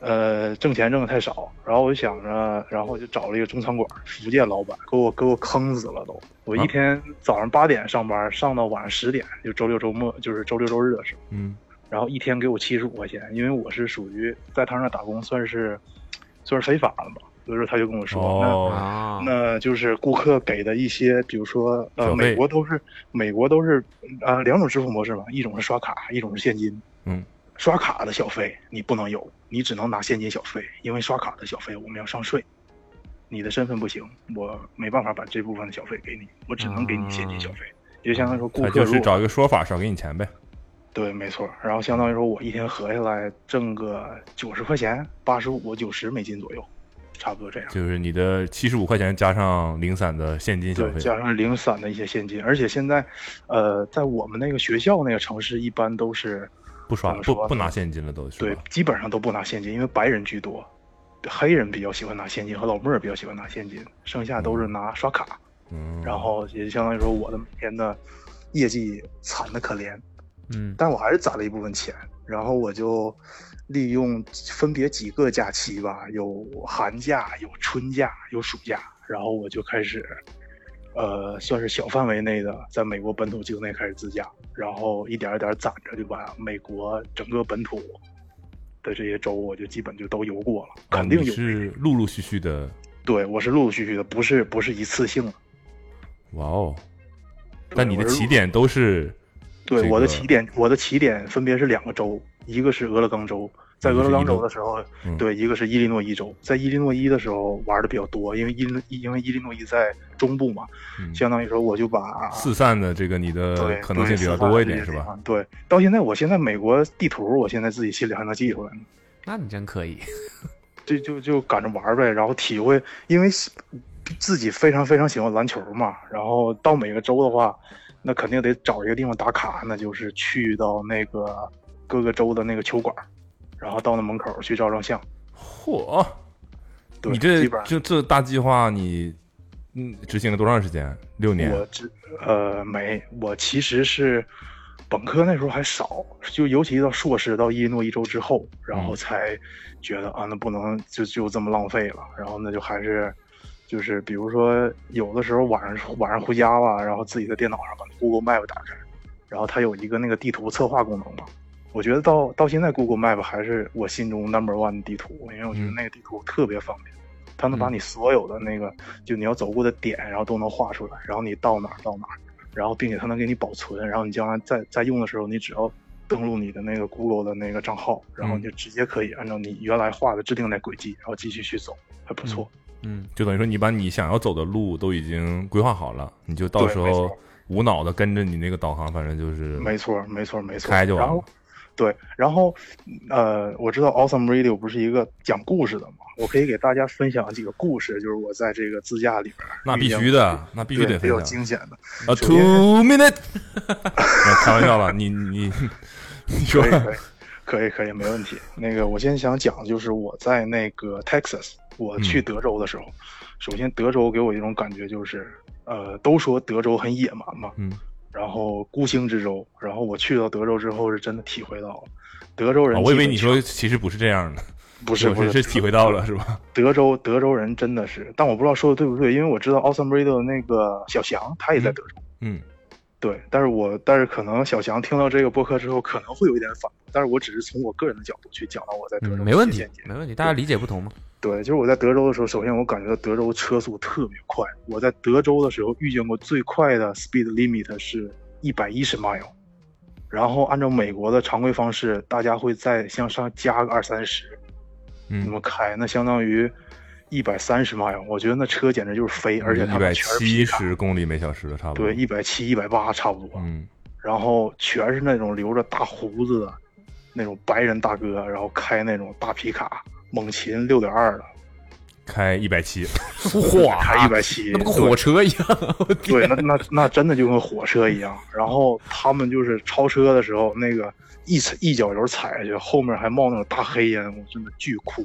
Speaker 5: 呃，挣钱挣的太少，然后我就想着，然后就找了一个中餐馆，福建老板给我给我坑死了都。我
Speaker 2: 啊
Speaker 5: 一天早上八点上班，上到晚上十点，就周六周末就是周六周日的时候。
Speaker 2: 嗯，
Speaker 5: 然后一天给我七十五块钱，因为我是属于在他那打工，算是算是非法的嘛，所以说他就跟我说，那
Speaker 2: 哦，
Speaker 3: 啊，
Speaker 5: 那就是顾客给的一些，比如说
Speaker 2: 小
Speaker 5: 呃，
Speaker 2: 费
Speaker 5: 美国都是美国都是呃两种支付模式嘛，一种是刷卡，一种是现金。
Speaker 2: 嗯，
Speaker 5: 刷卡的小费你不能有，你只能拿现金小费，因为刷卡的小费我们要上税，你的身份不行，我没办法把这部分的小费给你，我只能给你现金小费。就相当于说顾
Speaker 2: 啊他
Speaker 5: 客
Speaker 2: 就
Speaker 5: 如
Speaker 2: 是
Speaker 5: 果
Speaker 2: 找一个说法，少给你钱呗。
Speaker 5: 对，没错。然后相当于说我一天合下来挣个九十块钱，八十五九十美金左右，差不多这样。
Speaker 2: 就是你的七十五块钱加上零散的现金小
Speaker 5: 对，
Speaker 2: 费，
Speaker 5: 加上零散的一些现金，而且现在，呃，在我们那个学校那个城市，一般都是
Speaker 2: 不刷
Speaker 5: 怎么
Speaker 2: 不
Speaker 5: 说
Speaker 2: 不拿
Speaker 5: 呢
Speaker 2: 现金了都是
Speaker 5: 对
Speaker 2: 吧？，
Speaker 5: 基本上都不拿现金，因为白人居多，黑人比较喜欢拿现金，和老妹儿比较喜欢拿现金，剩下都是拿刷卡，
Speaker 2: 嗯，
Speaker 5: 然后也就相当于说我的每天的业绩惨的可怜，
Speaker 3: 嗯，
Speaker 5: 但我还是攒了一部分钱，然后我就利用分别几个假期吧，有寒假、有春假、有暑假，然后我就开始，呃，算是小范围内的在美国本土境内开始自驾，然后一点儿一点儿攒着，就把美国整个本土的这些州，我就基本就都游过了，肯定
Speaker 2: 哦你
Speaker 5: 有。
Speaker 2: 是陆陆续续的，
Speaker 5: 对，我是陆陆续续的，不是不是一次性的。
Speaker 2: 哇哦！但你的
Speaker 5: 我是
Speaker 2: 起点都是
Speaker 5: 对，
Speaker 2: 这
Speaker 5: 我的
Speaker 2: 个
Speaker 5: 起点，我的起点分别是两个州，一个是俄勒冈州，在
Speaker 2: 一个
Speaker 5: 俄勒
Speaker 2: 是
Speaker 5: 冈
Speaker 2: 伊
Speaker 5: 州
Speaker 2: 诺
Speaker 5: 的时候，
Speaker 2: 嗯
Speaker 5: 对，一个是伊利诺伊州，在伊利诺伊的时候玩的比较多，因为伊利因为伊利诺伊在中部嘛，
Speaker 2: 嗯
Speaker 5: 相当于说我就把
Speaker 2: 四散的这个你的
Speaker 5: 对
Speaker 2: 可能
Speaker 5: 对
Speaker 2: 性比较
Speaker 5: 四散
Speaker 2: 多一
Speaker 5: 这
Speaker 2: 点
Speaker 5: 些
Speaker 2: 是
Speaker 5: 地
Speaker 2: 吧？
Speaker 5: 方对，到现在我现在美国地图，我现在自己心里还能记出来呢。
Speaker 3: 那你真可以。
Speaker 5: 就就就赶着玩儿呗，然后体会，因为喜自己非常非常喜欢篮球嘛，然后到每个州的话，那肯定得找一个地方打卡，那就是去到那个各个州的那个球馆儿，然后到那门口儿去照张相。
Speaker 2: 嚯，
Speaker 5: 对
Speaker 2: 你这
Speaker 5: 基本上
Speaker 2: 就这大计划你嗯执行了多长时间？六年？
Speaker 5: 我只呃没，我其实是本科那时候还少，就尤其到硕士到伊利诺伊州之后，然后
Speaker 2: 嗯
Speaker 5: 才觉得啊，那不能就就这么浪费了，然后那就还是。就是比如说，有的时候晚上晚上回家吧，然后自己在电脑上把 Google Map 打开，然后它有一个那个地图策划功能嘛。我觉得到到现在 Google Map 还是我心中 number one 的地图，因为我觉得
Speaker 2: 嗯
Speaker 5: 那个地图特别方便。它能把
Speaker 2: 嗯
Speaker 5: 你所有的那个，就你要走过的点，然后都能画出来，然后你到哪儿到哪儿，然后并且它能给你保存，然后你将来再再用的时候，你只要登录你的那个 Google 的那个账号，然后
Speaker 2: 嗯
Speaker 5: 你就直接可以按照你原来画的制定的轨迹，然后继续去走，还不错。
Speaker 3: 嗯，
Speaker 2: 就等于说你把你想要走的路都已经规划好了，你就到
Speaker 5: 对
Speaker 2: 时
Speaker 5: 没
Speaker 2: 候
Speaker 5: 错
Speaker 2: 无脑的跟着你那个导航，反正就是
Speaker 5: 没错，没错，没错。
Speaker 2: 开就完
Speaker 5: 然
Speaker 2: 了
Speaker 5: 后，对，然后，呃，我知道 Awesome Radio 不是一个讲故事的嘛，我可以给大家分享几个故事，就是我在这个自驾里边儿
Speaker 2: 那
Speaker 5: 遇
Speaker 2: 必
Speaker 5: 见
Speaker 2: 须
Speaker 5: 过
Speaker 2: 的，那必须
Speaker 5: 对
Speaker 2: 得
Speaker 5: 比
Speaker 2: 分
Speaker 5: 较
Speaker 2: 享。
Speaker 5: 惊险的。
Speaker 2: 啊
Speaker 5: 首先
Speaker 2: ，two minute，没有开玩笑了，你你你说啊
Speaker 5: 可以可以可以可以，没问题。那个，我先想讲，就是我在那个 Texas，我去
Speaker 2: 嗯
Speaker 5: 德州的时候，首先德州给我一种感觉就是，呃，都说德州很野蛮嘛，
Speaker 2: 嗯，
Speaker 5: 然后孤星之州，然后我去到德州之后，是真的体会到了德州人、
Speaker 2: 啊我以为你说其实不是这样的，
Speaker 5: 不是
Speaker 2: 我
Speaker 5: 不是
Speaker 2: 是体会到了是吧？
Speaker 5: 德州德州人真的是，但我不知道说的对不对，因为我知道 Awesome Radio 的那个小翔他也在
Speaker 2: 嗯
Speaker 5: 德州。
Speaker 2: 嗯，
Speaker 5: 对，但是我但是可能小翔听到这个播客之后可能会有一点反驳，但是我只是从我个人的角度去讲到我在德州、
Speaker 3: 嗯，没问题，没问题，大家理解不同嘛。
Speaker 5: 对，就是我在德州的时候，首先我感觉到德州车速特别快。我在德州的时候遇见过最快的 speed limit 是一百一十 mile，然后按照美国的常规方式，大家会再向上加个二三十，
Speaker 2: 嗯
Speaker 5: 那么开，那相当于一百三十 mile。我觉得那车简直就是飞，而
Speaker 2: 嗯
Speaker 5: 且
Speaker 2: 一
Speaker 5: 他
Speaker 2: 百
Speaker 5: 们全是皮
Speaker 2: 七
Speaker 5: 卡，
Speaker 2: 十公里每小时的差不多。
Speaker 5: 对，一百七、一百八差不多。
Speaker 2: 嗯，
Speaker 5: 然后全是那种留着大胡子的那种白人大哥，然后开那种大皮卡，猛禽六点二的，
Speaker 2: 开一百七，
Speaker 3: 哇，
Speaker 5: 开一百七，
Speaker 3: 啊那不跟火车一样？我天
Speaker 5: 对，那那那真的就跟火车一样。然后他们就是超车的时候，那个一踩一脚油踩下去，后面还冒那种大黑烟，我真的巨酷。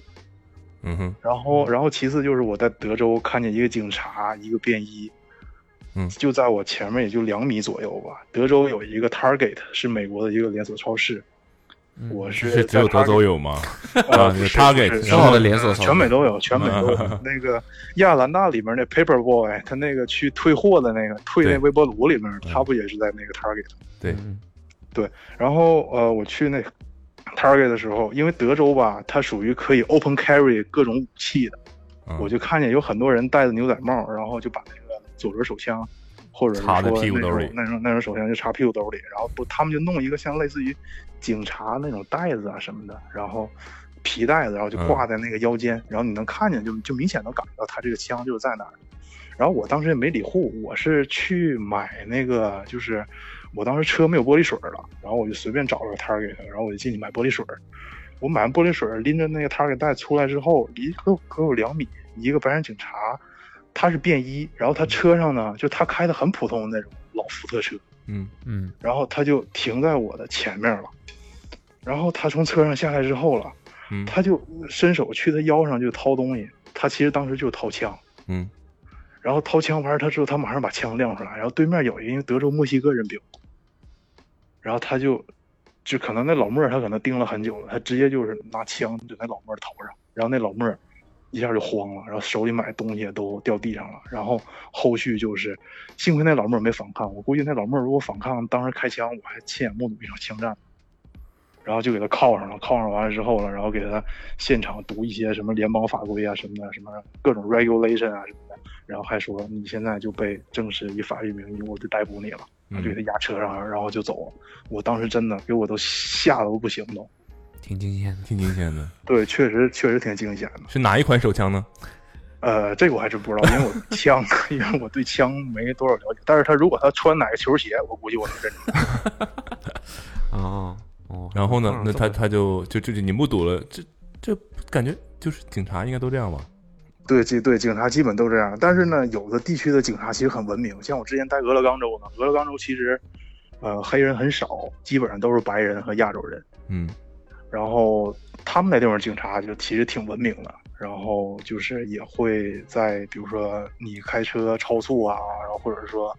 Speaker 2: 嗯哼，
Speaker 5: 然后，然后其次就是我在德州看见一个警察，一个便衣，
Speaker 2: 嗯
Speaker 5: 就在我前面也就两米左右吧。德州有一个 Target 是美国的一个连锁超市，
Speaker 3: 嗯
Speaker 5: 我是
Speaker 2: 是只有
Speaker 5: 在
Speaker 2: 德
Speaker 5: Target-
Speaker 2: 州有吗？
Speaker 5: 呃
Speaker 2: 啊
Speaker 5: 不是
Speaker 2: ，Target，
Speaker 5: 不是
Speaker 3: 然后的连锁超市
Speaker 5: 全美都有，全美都有。那个亚特兰大里面那 Paper Boy，他那个去退货的那个退
Speaker 2: 对嗯
Speaker 5: 那微波炉里面，他不也是在那个 Target？
Speaker 2: 对，
Speaker 3: 嗯
Speaker 5: 然后呃，我去那 Target 的时候，因为德州吧，它属于可以 open carry 各种武器的，
Speaker 2: 嗯
Speaker 5: 我就看见有很多人戴着牛仔帽，然后就把那个左轮手枪。或者是
Speaker 2: 插
Speaker 5: 说
Speaker 2: 在
Speaker 5: 那
Speaker 2: 屁股兜
Speaker 5: 种
Speaker 2: 里
Speaker 5: 那种那种手枪就插屁股兜里，然后不，他们就弄一个像类似于警察那种袋子啊什么的，然后皮带子，然后就挂在那个腰间，然后你能看见就，就明显能感觉到他这个枪就是在那儿。然后我当时也没理户，我是去买那个，就是我当时车没有玻璃水儿了，然后我就随便找了个摊儿给他，然后我就进去买玻璃水儿。我买完玻璃水儿，拎着那个摊儿给带出来之后，离可有可有两米，一个白人警察，他是便衣，然后他车上呢，就他开的很普通的那种老福特车，
Speaker 2: 嗯
Speaker 3: 嗯
Speaker 5: 然后他就停在我的前面了。然后他从车上下来之后了，
Speaker 2: 嗯
Speaker 5: 他就伸手去他腰上就掏东西，他其实当时就是掏枪。
Speaker 2: 嗯
Speaker 5: 然后掏枪玩他之后，他马上把枪亮出来，然后对面有一个因为德州墨西哥人比较多，然后他就就可能那老莫儿他可能盯了很久了，他直接就是拿枪就在老莫儿头上，然后那老莫儿一下就慌了，然后手里买东西也都掉地上了，然后后续就是幸亏那老莫儿没反抗，我估计那老莫儿如果反抗，当时开枪我还亲眼目睹一场枪战。然后就给他铐上了，铐上完了之后了，然后给他现场读一些什么联邦法规啊什么的，什么各种 regulation 啊什么的，然后还说你现在就被正式以法律名义我就逮捕你了，
Speaker 2: 嗯
Speaker 5: 他就给他压车上，然后就走了。我当时真的给我都吓得都不行都。
Speaker 3: 挺惊险的，
Speaker 2: 挺惊险的。
Speaker 5: 对，确实确实挺惊险的。
Speaker 2: 是哪一款手枪呢？
Speaker 5: 呃，这个我还真不知道，因为我 枪，因为我对枪没多少了解。但是他如果他穿哪个球鞋，我估计我能认出来。
Speaker 3: 哦哦，
Speaker 2: 然后呢
Speaker 3: 嗯，
Speaker 2: 那他
Speaker 3: 这么
Speaker 2: 他就就就就你目睹了，这这感觉就是警察应该都这样吧？
Speaker 5: 对，警对警察基本都这样。但是呢，有的地区的警察其实很文明，像我之前待俄勒冈州呢，俄勒冈州其实，呃，黑人很少，基本上都是白人和亚洲人。
Speaker 2: 嗯，
Speaker 5: 然后他们那地方警察就其实挺文明的，然后就是也会在比如说你开车超速啊，然后或者说，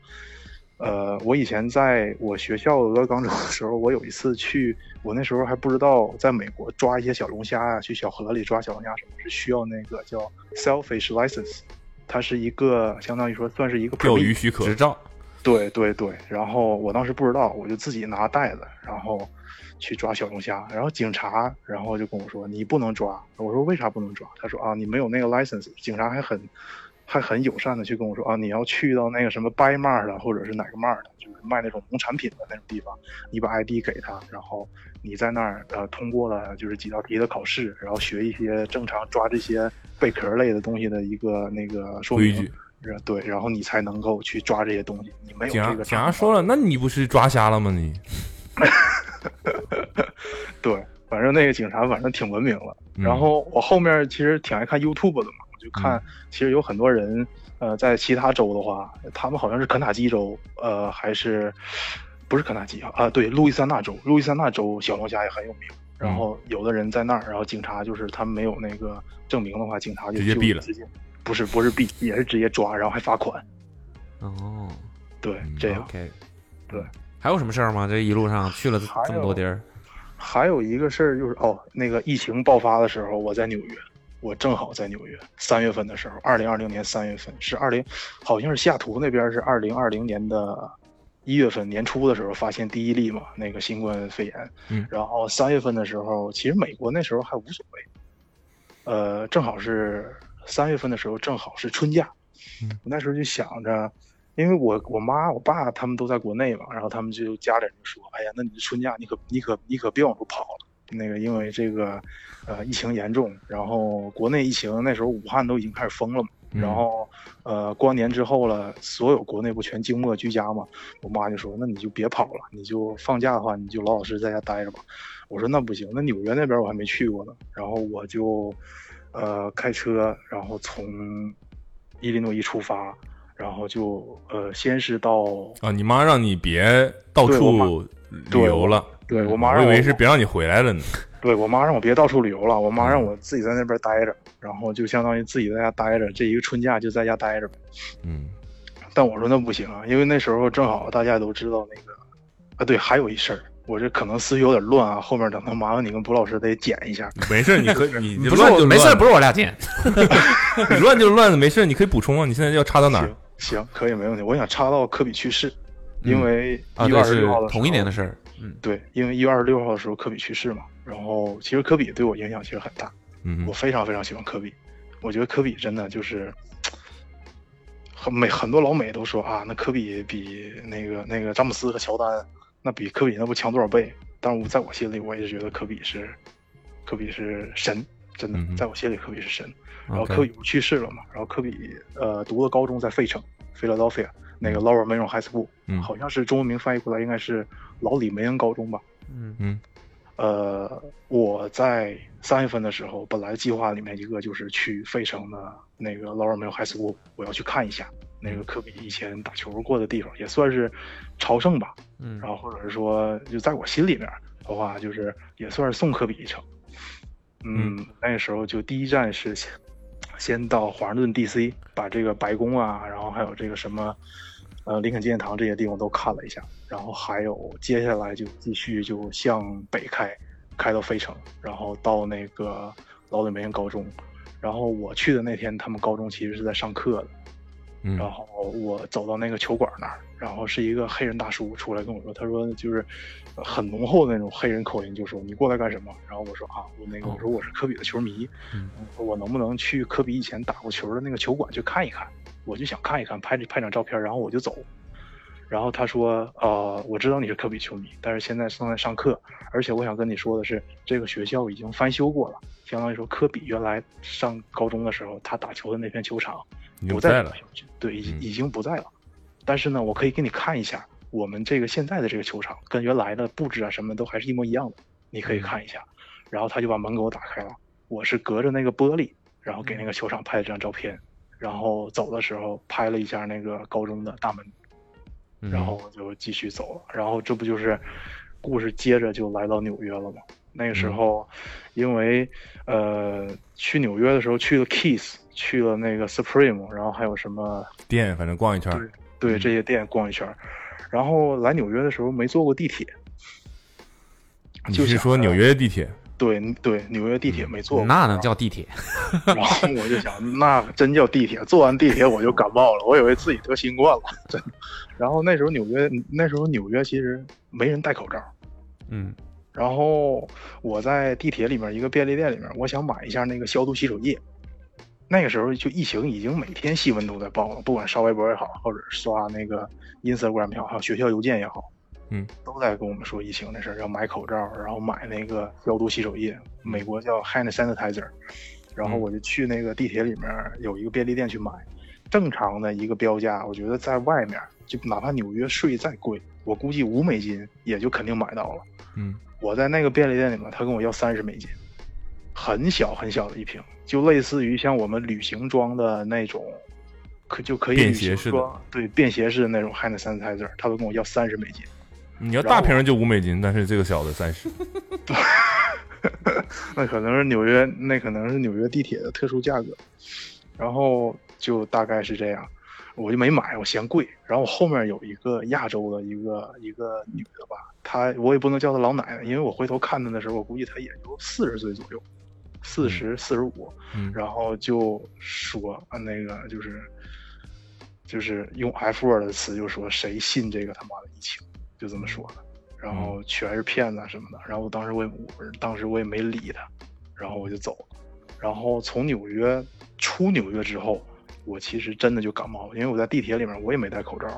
Speaker 5: 呃，我以前在我学校俄勒冈州的时候，我有一次去，我那时候还不知道在美国抓一些小龙虾啊，去小河里抓小龙虾什么是需要那个叫 selfish license，它是一个相当于说算是一个
Speaker 2: 钓
Speaker 5: permit
Speaker 2: 鱼许可
Speaker 3: 执照，
Speaker 5: 对对对，然后我当时不知道，我就自己拿袋子，然后去抓小龙虾，然后警察，然后就跟我说你不能抓，我说为啥不能抓？他说啊，你没有那个 license。警察还很还很友善的去跟我说啊，你要去到那个什么 buy mart 啊，或者是哪个 mart，就是卖那种农产品的那种地方，你把 ID 给他，然后你在那儿呃通过了就是几道题的考试，然后学一些正常抓这些贝壳类的东西的一个那个说
Speaker 2: 规
Speaker 5: 明
Speaker 2: 矩。
Speaker 5: 然对，然后你才能够去抓这些东西。你没有
Speaker 2: 警察
Speaker 5: 这个
Speaker 2: 警
Speaker 5: 查
Speaker 2: 察说了，那你不是抓瞎了吗？你
Speaker 5: 对，反正那个警察反正挺文明了。
Speaker 2: 嗯
Speaker 5: 然后我后面其实挺爱看 YouTube 的嘛，我就看，其实有很多人，呃，在其他州的话，他们好像是肯塔基州，呃，还是不是肯塔基啊？啊，对，路易三那州，路易三那州小龙虾也很有名。
Speaker 2: 嗯
Speaker 5: 然后有的人在那儿，然后警察就是他们没有那个证明的话，警察就
Speaker 2: 直接
Speaker 5: 就
Speaker 2: 毙了
Speaker 5: 直接不是不是毙，也是直接抓，然后还罚款。
Speaker 3: 哦，
Speaker 5: 对，
Speaker 2: 嗯
Speaker 5: 这样。
Speaker 3: OK，
Speaker 5: 对，
Speaker 3: 还有什么事儿吗？这一路上去了这么多地儿，
Speaker 5: 还有一个事儿就是哦，那个疫情爆发的时候，我在纽约，我正好在纽约，三月份的时候，二零二零年三月份是二零，好像是西雅图那边是二零二零年的一月份年初的时候发现第一例嘛，那个新冠肺炎，
Speaker 2: 嗯
Speaker 5: 然后三月份的时候，其实美国那时候还无所谓，呃，正好是三月份的时候，正好是春假，我那时候就想着。因为我我妈我爸他们都在国内嘛，然后他们就家里人就说：“哎呀，那你这春假你可你可你可别往出跑了，那个因为这个，呃，疫情严重，然后国内疫情那时候武汉都已经开始封了嘛，
Speaker 2: 嗯
Speaker 5: 然后呃过完年之后了，所有国内不全静默居家嘛，我妈就说：那你就别跑了，你就放假的话你就老老实实在家待着吧。我说那不行，那纽约那边我还没去过呢，然后我就呃开车，然后从伊利诺伊出发。然后就呃，先是到
Speaker 2: 啊，你妈让你别到
Speaker 5: 对我妈
Speaker 2: 处旅游了，
Speaker 5: 对我妈
Speaker 2: 我
Speaker 5: 让
Speaker 2: 以
Speaker 5: 我
Speaker 2: 为是别让你回来了呢。
Speaker 5: 对我妈让我别到处旅游了，我妈让我自己在那边待着，然后就相当于自己在家待着，这一个春假就在家待着呗。
Speaker 2: 嗯，
Speaker 5: 但我说那不行啊，因为那时候正好大家也都知道那个，啊对，还有一事儿，我这可能思绪有点乱啊，后面等到麻烦你跟卜老师得剪一下。
Speaker 2: 没事，你 可你
Speaker 3: 不是
Speaker 2: 乱
Speaker 3: 我
Speaker 2: 就
Speaker 3: 没事
Speaker 2: 乱
Speaker 3: 儿，不是我俩贱，
Speaker 2: 你乱就乱，没事，你可以补充啊。你现在要插到哪儿？
Speaker 5: 行，可以，没问题。我想插到科比去世，
Speaker 3: 嗯
Speaker 5: 因为
Speaker 3: 啊，
Speaker 5: 一月
Speaker 3: 对，
Speaker 5: 二十
Speaker 3: 是
Speaker 5: 六号的时候
Speaker 3: 同一年的事儿。嗯，
Speaker 5: 对，因为一月二十六号的时候科比去世嘛，然后其实科比对我影响其实很大，
Speaker 2: 嗯
Speaker 5: 我，非常非常喜欢科比，我觉得科比真的就是很美，很多老美都说啊，那科比比那个那个詹姆斯和乔丹，那比科比那不强多少倍？但是我在我心里，我也是觉得科比是科比是神，真的
Speaker 2: 嗯，哼
Speaker 5: 在我心里科比是神。然后
Speaker 3: OK
Speaker 5: 科比不去世了嘛，然后科比呃读的高中在费城 （Philadelphia） 那个 Lower Maron High School，、
Speaker 2: 嗯
Speaker 5: 好像是中文名翻译过来应该是老李梅恩高中吧。
Speaker 3: 嗯
Speaker 2: 嗯
Speaker 5: 呃，我在三月份的时候，本来计划里面一个就是去费城的那个 l a u r a m i l High School，我要去看一下那个科比以前打球过的地方，也算是朝圣吧。
Speaker 3: 嗯
Speaker 5: 然后或者是说，就在我心里面的话，就是也算是送科比一程。嗯，那个时候就第一站是先先到华盛顿 D.C.，把这个白宫啊，然后还有这个什么，呃，林肯纪念堂这些地方都看了一下，然后还有接下来就继续就向北开，开到费城，然后到那个老李梅恩高中，然后我去的那天，他们高中其实是在上课的，
Speaker 2: 嗯
Speaker 5: 然后我走到那个球馆那儿，然后是一个黑人大叔出来跟我说，他说就是呃很浓厚的那种黑人口音，就说你过来干什么？然后我说啊，我那个
Speaker 3: 哦
Speaker 5: 我说我是科比的球迷，
Speaker 3: 嗯
Speaker 5: 我说啊我能不能去科比以前打过球的那个球馆去看一看？我就想看一看，拍拍张照片，然后我就走。然后他说，呃，我知道你是科比球迷，但是现在正在上课，而且我想跟你说的是，这个学校已经翻修过了，相当于说科比原来上高中的时候他打球的那片球场
Speaker 2: 已经
Speaker 5: 不
Speaker 2: 不在
Speaker 5: 了
Speaker 2: 了，嗯
Speaker 5: 对，已经已经不在了。但是呢，我可以给你看一下我们这个现在的这个球场跟原来的布置啊什么都还是一模一样的，你
Speaker 2: 嗯
Speaker 5: 可以看一下。然后他就把门给我打开了，我是隔着那个玻璃，然后给那个球场拍了张照片，然后走的时候拍了一下那个高中的大门，
Speaker 3: 嗯
Speaker 2: 嗯
Speaker 5: 然后我就继续走了。然后这不就是故事接着就来到纽约了吗？那个
Speaker 2: 嗯
Speaker 5: 时候，因为呃去纽约的时候去了 Kiss，去了那个 Supreme，然后还有什么
Speaker 2: 店反正逛一圈儿，嗯
Speaker 5: 对这些店逛一圈儿，然后来纽约的时候没坐过地铁，
Speaker 2: 你是说纽约嗯地铁？
Speaker 5: 对对，纽约地铁没坐过，
Speaker 3: 那能叫地铁？
Speaker 5: 然后我就想，那真叫地铁，坐完地铁我就感冒了，我以为自己得新冠了，真的。然后那时候纽约，那时候纽约其实没人戴口罩，
Speaker 3: 嗯，
Speaker 5: 然后我在地铁里面一个便利店里面，我想买一下那个消毒洗手液。那个时候就疫情已经每天新闻都在报了，不管刷微博也好，或者刷那个 Instagram 也好，还有学校邮件也好，
Speaker 2: 嗯，
Speaker 5: 都在跟我们说疫情的事儿，要买口罩，然后买那个消毒洗手液，美国叫 hand sanitizer。然
Speaker 2: 嗯
Speaker 5: 后我就去那个地铁里面有一个便利店去买，正常的一个标价，我觉得在外面就哪怕纽约税再贵，我估计五美金也就肯定买到了。
Speaker 2: 嗯，
Speaker 5: 我在那个便利店里面，他跟我要三十美金，很小很小的一瓶，就类似于像我们旅行装的那种，可就可以
Speaker 2: 便
Speaker 5: 旅
Speaker 2: 携
Speaker 5: 行
Speaker 2: 式的
Speaker 5: 装，对便携式的那种 hand sanitizer，他都跟我要三十美金。
Speaker 2: 你要
Speaker 5: 然
Speaker 2: 大
Speaker 5: 后
Speaker 2: 瓶儿就五美金，但是这个小的三 十。
Speaker 5: 那可能是纽约，那可能是纽约地铁的特殊价格。然后就大概是这样，我就没买，我嫌贵。然后我后面有一个亚洲的一个一个女的吧，她我也不能叫她老奶奶，因为我回头看她的时候，我估计她也就四十岁左右，四十四十五。
Speaker 2: 嗯
Speaker 5: 然后就说啊，那个就是就是用 F word 的词，就说谁信这个他妈的疫情，就这么说的。然后全是骗子啊什么的。然后我当时我也我当时我也没理他，然后我就走了。然后从纽约出纽约之后，我其实真的就感冒了，因为我在地铁里面我也没戴口罩，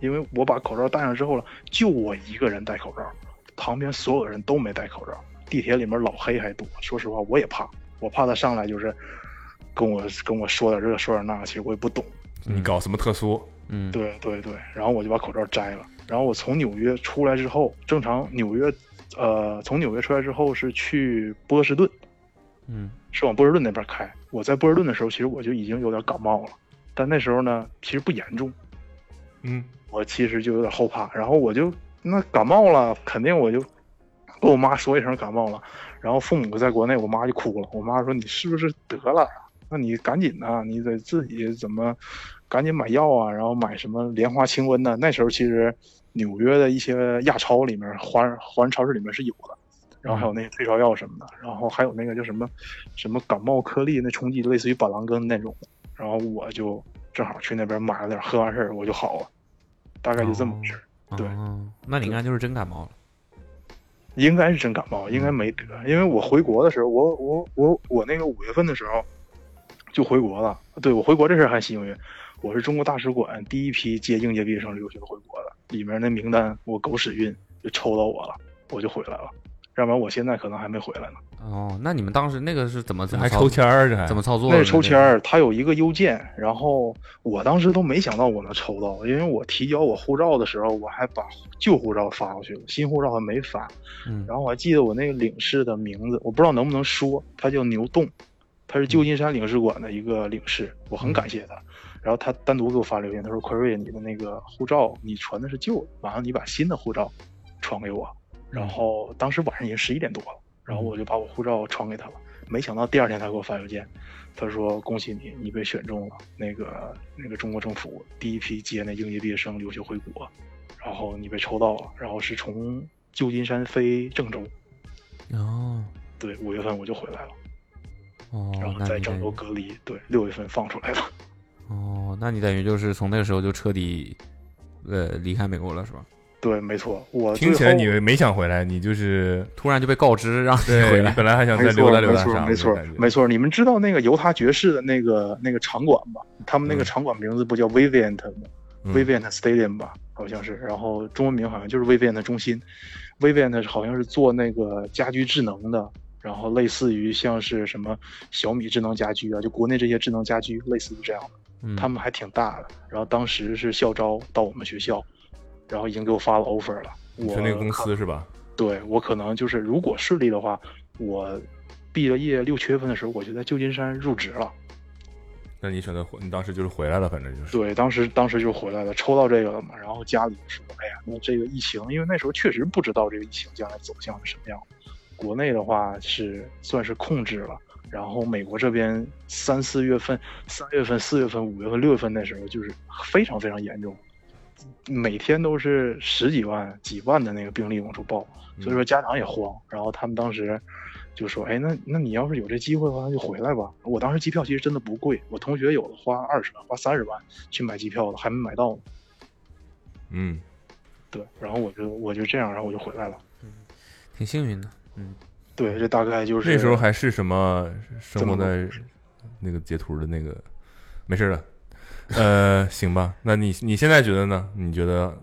Speaker 5: 因为我把口罩戴上之后了，就我一个人戴口罩，旁边所有人都没戴口罩。地铁里面老黑还多，说实话我也怕，我怕他上来就是跟我跟我说点这说点那，其实我也不懂。
Speaker 2: 你搞什么特殊？
Speaker 3: 嗯，
Speaker 5: 对对对，然后我就把口罩摘了。然后我从纽约出来之后，正常纽约，呃，从纽约出来之后是去波士顿，
Speaker 3: 嗯，
Speaker 5: 是往波士顿那边开。我在波士顿的时候，其实我就已经有点感冒了，但那时候呢，其实不严重，
Speaker 2: 嗯，
Speaker 5: 我其实就有点后怕。然后我就那感冒了，肯定我就跟我妈说一声感冒了。然后父母在国内，我妈就哭了。我妈说：“你是不是得了呀？那你赶紧啊，你得自己怎么赶紧买药啊，然后买什么莲花清瘟呢？那时候其实纽约的一些亚超里面、华人华人超市里面是有的，然后还有那些退烧药什么的，然后还有那个叫什么什么感冒颗粒那冲剂，类似于板蓝根那种的。然后我就正好去那边买了点儿，喝完事儿我就好了，大概就这么回事儿。对
Speaker 3: 哦，那你应该就是真感冒了。
Speaker 5: 应该是真感冒，应该没得，因为我回国的时候，我我我我那个五月份的时候就回国了。对我回国这事儿还幸运，我是中国大使馆第一批接应届毕业生留学回国的，里面那名单我狗屎运就抽到我了，我就回来了，要不然我现在可能还没回来呢。
Speaker 3: 哦，那你们当时那个是怎么怎么
Speaker 2: 还
Speaker 3: 操
Speaker 2: 抽签儿这还
Speaker 3: 怎么操作的
Speaker 5: 那
Speaker 3: 呢？
Speaker 5: 是抽签
Speaker 3: 这个
Speaker 5: 儿，它有一个邮件，然后我当时都没想到我能抽到，因为我提交我护照的时候，我还把旧护照发过去了，新护照还没发。
Speaker 3: 嗯
Speaker 5: 然后我还记得我那个领事的名字，我不知道能不能说，他叫牛栋，他是旧金山领事馆的一个领事，我很感谢他。然后他单独给我发留言，他说：“奎瑞，你的那个护照你传的是旧的，晚上你把新的护照传给我。”然后当时晚上已经十一点多了，然
Speaker 2: 嗯
Speaker 5: 后我就把我护照传给他了。没想到第二天他给我发邮件，他说：“恭喜你，你被选中了。那个那个中国政府第一批接那应届毕业生留学回国，然后你被抽到了，然后是从旧金山飞郑州。
Speaker 3: 哦
Speaker 5: 对，五月份我就回来了，
Speaker 2: 哦
Speaker 5: 然
Speaker 3: 哦，
Speaker 5: 后
Speaker 3: 那
Speaker 5: 在
Speaker 3: 你
Speaker 5: 郑
Speaker 3: 等
Speaker 5: 州
Speaker 3: 于
Speaker 5: 隔离。对，六月份放出来了。
Speaker 3: 哦，那你等于就是从那个时候就彻底呃离开美国了是吧？
Speaker 5: 对，没错，我
Speaker 2: 听
Speaker 5: 最
Speaker 2: 起来
Speaker 5: 后
Speaker 2: 你没想回来，你就是
Speaker 3: 突然就被告知让你
Speaker 2: 对
Speaker 3: 回来，
Speaker 2: 你本来还想
Speaker 5: 没
Speaker 2: 再
Speaker 5: 错
Speaker 2: 溜达溜达
Speaker 5: 没错
Speaker 2: 啥的
Speaker 5: 没错
Speaker 2: 感觉
Speaker 5: 没错。你们知道那个犹他爵士的那个那个场馆吧？他们那个
Speaker 2: 嗯
Speaker 5: 场馆名字不叫 Vivian 吗？
Speaker 2: 嗯
Speaker 5: Vivint Stadium 吧，好像是，然后中文名好像就是 Vivint 中心，Vivint 好像是做那个家居智能的，然后类似于像是什么小米智能家居啊，就国内这些智能家居类似于这样
Speaker 3: 嗯
Speaker 5: 的，他们还挺大的。然后当时是校招到我们学校，然后已经给我发了 offer 了，
Speaker 2: 你
Speaker 5: 我
Speaker 2: 说那个公
Speaker 5: 可
Speaker 2: 司是吧？
Speaker 5: 对我可能就是如果顺利的话，我毕了业六七月份的时候，我就在旧金山入职了。
Speaker 2: 那你选择回，你当时就是回来了，反正就是。
Speaker 5: 对，当时当时就回来了，抽到这个了嘛。然后家里就说：“哎呀，那这个疫情，因为那时候确实不知道这个疫情将来走向是什么样。国内的话是算是控制了，然后美国这边三四月份、三月份、四月份、五月份、六月份那时候就是非常非常严重，每天都是十几万、几万的那个病例往出报，
Speaker 2: 嗯
Speaker 5: 所以说家长也慌。然后他们当时就说：“哎，那那你要是有这机会的话，那就回来吧。”我当时机票其实真的不贵，我同学有的花二十万、花三十万去买机票的，还没买到呢。
Speaker 2: 嗯，
Speaker 5: 对，然后我就我就这样，然后我就回来了。
Speaker 3: 挺幸运的，嗯，
Speaker 5: 对，这大概就
Speaker 2: 嗯
Speaker 5: 是
Speaker 2: 那时候还是什么生活
Speaker 5: 这么
Speaker 2: 在那个截图的那个，没事了。 呃，行吧，那你你现在觉得呢？你觉得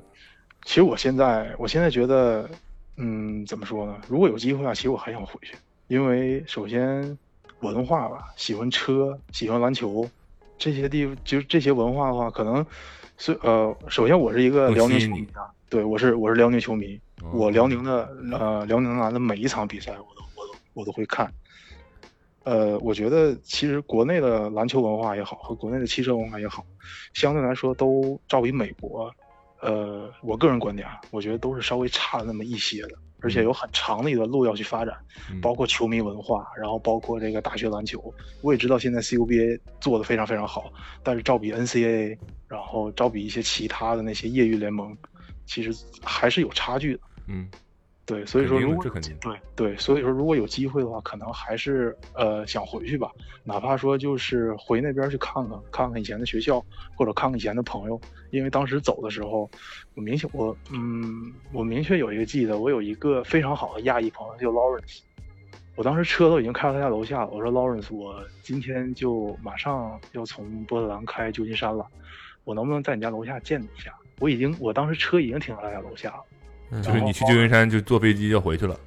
Speaker 5: 其实我现在，我现在觉得，嗯，怎么说呢？如果有机会啊，其实我还想回去，因为首先文化吧，喜欢车，喜欢篮球，这些地就是这些文化的话，可能是呃，首先我是一个
Speaker 2: 更
Speaker 5: 辽宁
Speaker 2: 吸
Speaker 5: 球
Speaker 2: 引
Speaker 5: 迷
Speaker 2: 你
Speaker 5: 啊，对我是我是辽宁球迷，
Speaker 2: 嗯
Speaker 5: 我辽宁的呃辽宁男的每一场比赛我都我都我都会看。呃，我觉得其实国内的篮球文化也好，和国内的汽车文化也好，相对来说都照比美国，呃，我个人观点啊，我觉得都是稍微差了那么一些的，而且有很长的一段路要去发展，
Speaker 2: 嗯
Speaker 5: 包括球迷文化，然后包括这个大学篮球。我也知道现在 CUBA 做的非常非常好，但是照比 NCAA，然后照比一些其他的那些业余联盟，其实还是有差距的。
Speaker 2: 嗯，
Speaker 5: 对，所以说
Speaker 2: 肯定的
Speaker 5: 如果
Speaker 2: 这肯定的
Speaker 5: 对对，所以说如果有机会的话，可能还是呃想回去吧，哪怕说就是回那边去看看，看看以前的学校，或者看看以前的朋友，因为当时走的时候，我明显我嗯我明确有一个记得，我有一个非常好的亚裔朋友叫 Lawrence，我当时车都已经开到他家楼下了，我说 Lawrence，我今天就马上要从波特兰开旧金山了，我能不能在你家楼下见你一下？我已经我当时车已经停在他家楼下了。
Speaker 3: 嗯
Speaker 2: 就是你去旧金山就坐飞机要回去了，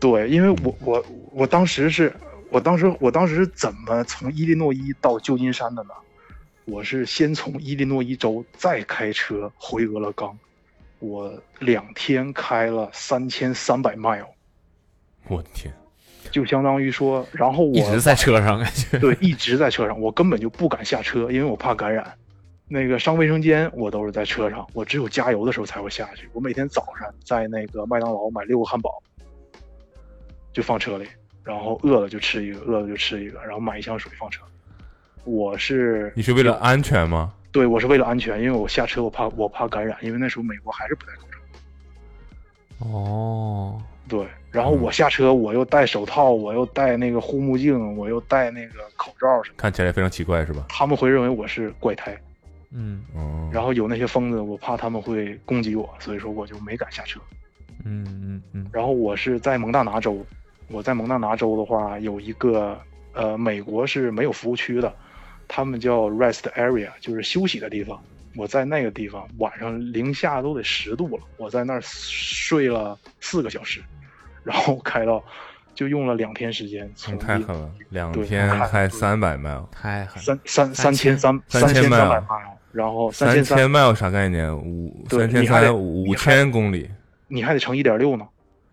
Speaker 5: 对，因为
Speaker 3: 嗯
Speaker 5: 我我我当时是，我当时我当时是怎么从伊利诺伊到旧金山的呢？我是先从伊利诺伊州再开车回俄勒冈，我两天开了三千三百 mile，
Speaker 2: 我的天，
Speaker 5: 就相当于说，然后我
Speaker 3: 一直在车上感 觉，
Speaker 5: 对，一直在车上，我根本就不敢下车，因为我怕感染。那个上卫生间我都是在车上，我只有加油的时候才会下去。我每天早上在那个麦当劳买六个汉堡，就放车里，然后饿了就吃一个，饿了就吃一个，然后买一箱水放车。我是
Speaker 2: 你是为了安全吗？
Speaker 5: 对我是为了安全，因为我下车我怕我怕感染，因为那时候美国还是不戴口罩。
Speaker 3: 哦，
Speaker 5: 对，然后我下车我又戴手套，我又戴那个护目镜，我又戴那个口罩什么的，
Speaker 2: 看起来非常奇怪是吧？
Speaker 5: 他们会认为我是怪胎。
Speaker 3: 嗯
Speaker 2: 哦，
Speaker 5: 然后有那些疯子，我怕他们会攻击我，所以说我就没敢下车。
Speaker 3: 嗯嗯嗯，
Speaker 5: 然后我是在蒙大拿州，我在蒙大拿州的话有一个呃，美国是没有服务区的，他们叫 rest area，就是休息的地方。我在那个地方晚上零下都得十度了，我在那儿睡了四个小时，然后开到就用了两天时间，从
Speaker 2: 嗯太
Speaker 5: 一
Speaker 2: 狠了，两
Speaker 5: 对
Speaker 2: 天
Speaker 5: 太
Speaker 2: 开三百 mile，
Speaker 3: 太狠了，
Speaker 5: 三三三千三
Speaker 2: 三千
Speaker 5: 千三百啊
Speaker 2: mile
Speaker 5: 然后哦三
Speaker 2: 三
Speaker 5: 千三
Speaker 2: 千 mile 啥概念？五
Speaker 5: 对
Speaker 2: 三千
Speaker 5: 你还
Speaker 2: 三
Speaker 5: 得
Speaker 2: 五千公里，
Speaker 5: 你还得乘一点六呢，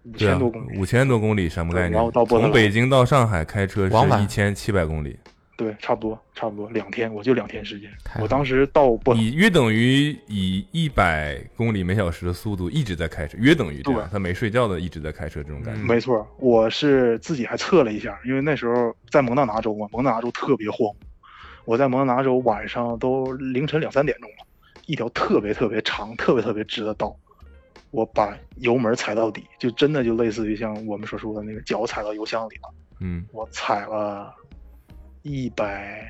Speaker 5: 五
Speaker 2: 对
Speaker 5: 千
Speaker 2: 啊
Speaker 5: 多公里，，
Speaker 2: 五千多公里什么概
Speaker 5: 对然
Speaker 2: 念
Speaker 5: 后？到波
Speaker 2: 从
Speaker 5: 特兰
Speaker 2: 北京到上海开车
Speaker 3: 往
Speaker 2: 是
Speaker 3: 返
Speaker 2: 一千七百公里，
Speaker 5: 对，差不多，差不多两天，我就两天时间
Speaker 3: 太。好
Speaker 5: 我当时到波
Speaker 2: 你约等于以一百公里每小时的速度一直在开车，约等于这样
Speaker 5: 对，
Speaker 2: 他没睡觉的一直在开车这种感觉。
Speaker 5: 没错，我是自己还测了一下，因为那时候在蒙大拿州嘛，蒙大拿州特别荒，我在蒙大拿州晚上都凌晨两三点钟了，一条特别特别长、特别特别直的道，我把油门踩到底，就真的就类似于像我们所说的那个脚踩到油箱里了，
Speaker 2: 嗯
Speaker 5: 我踩了一百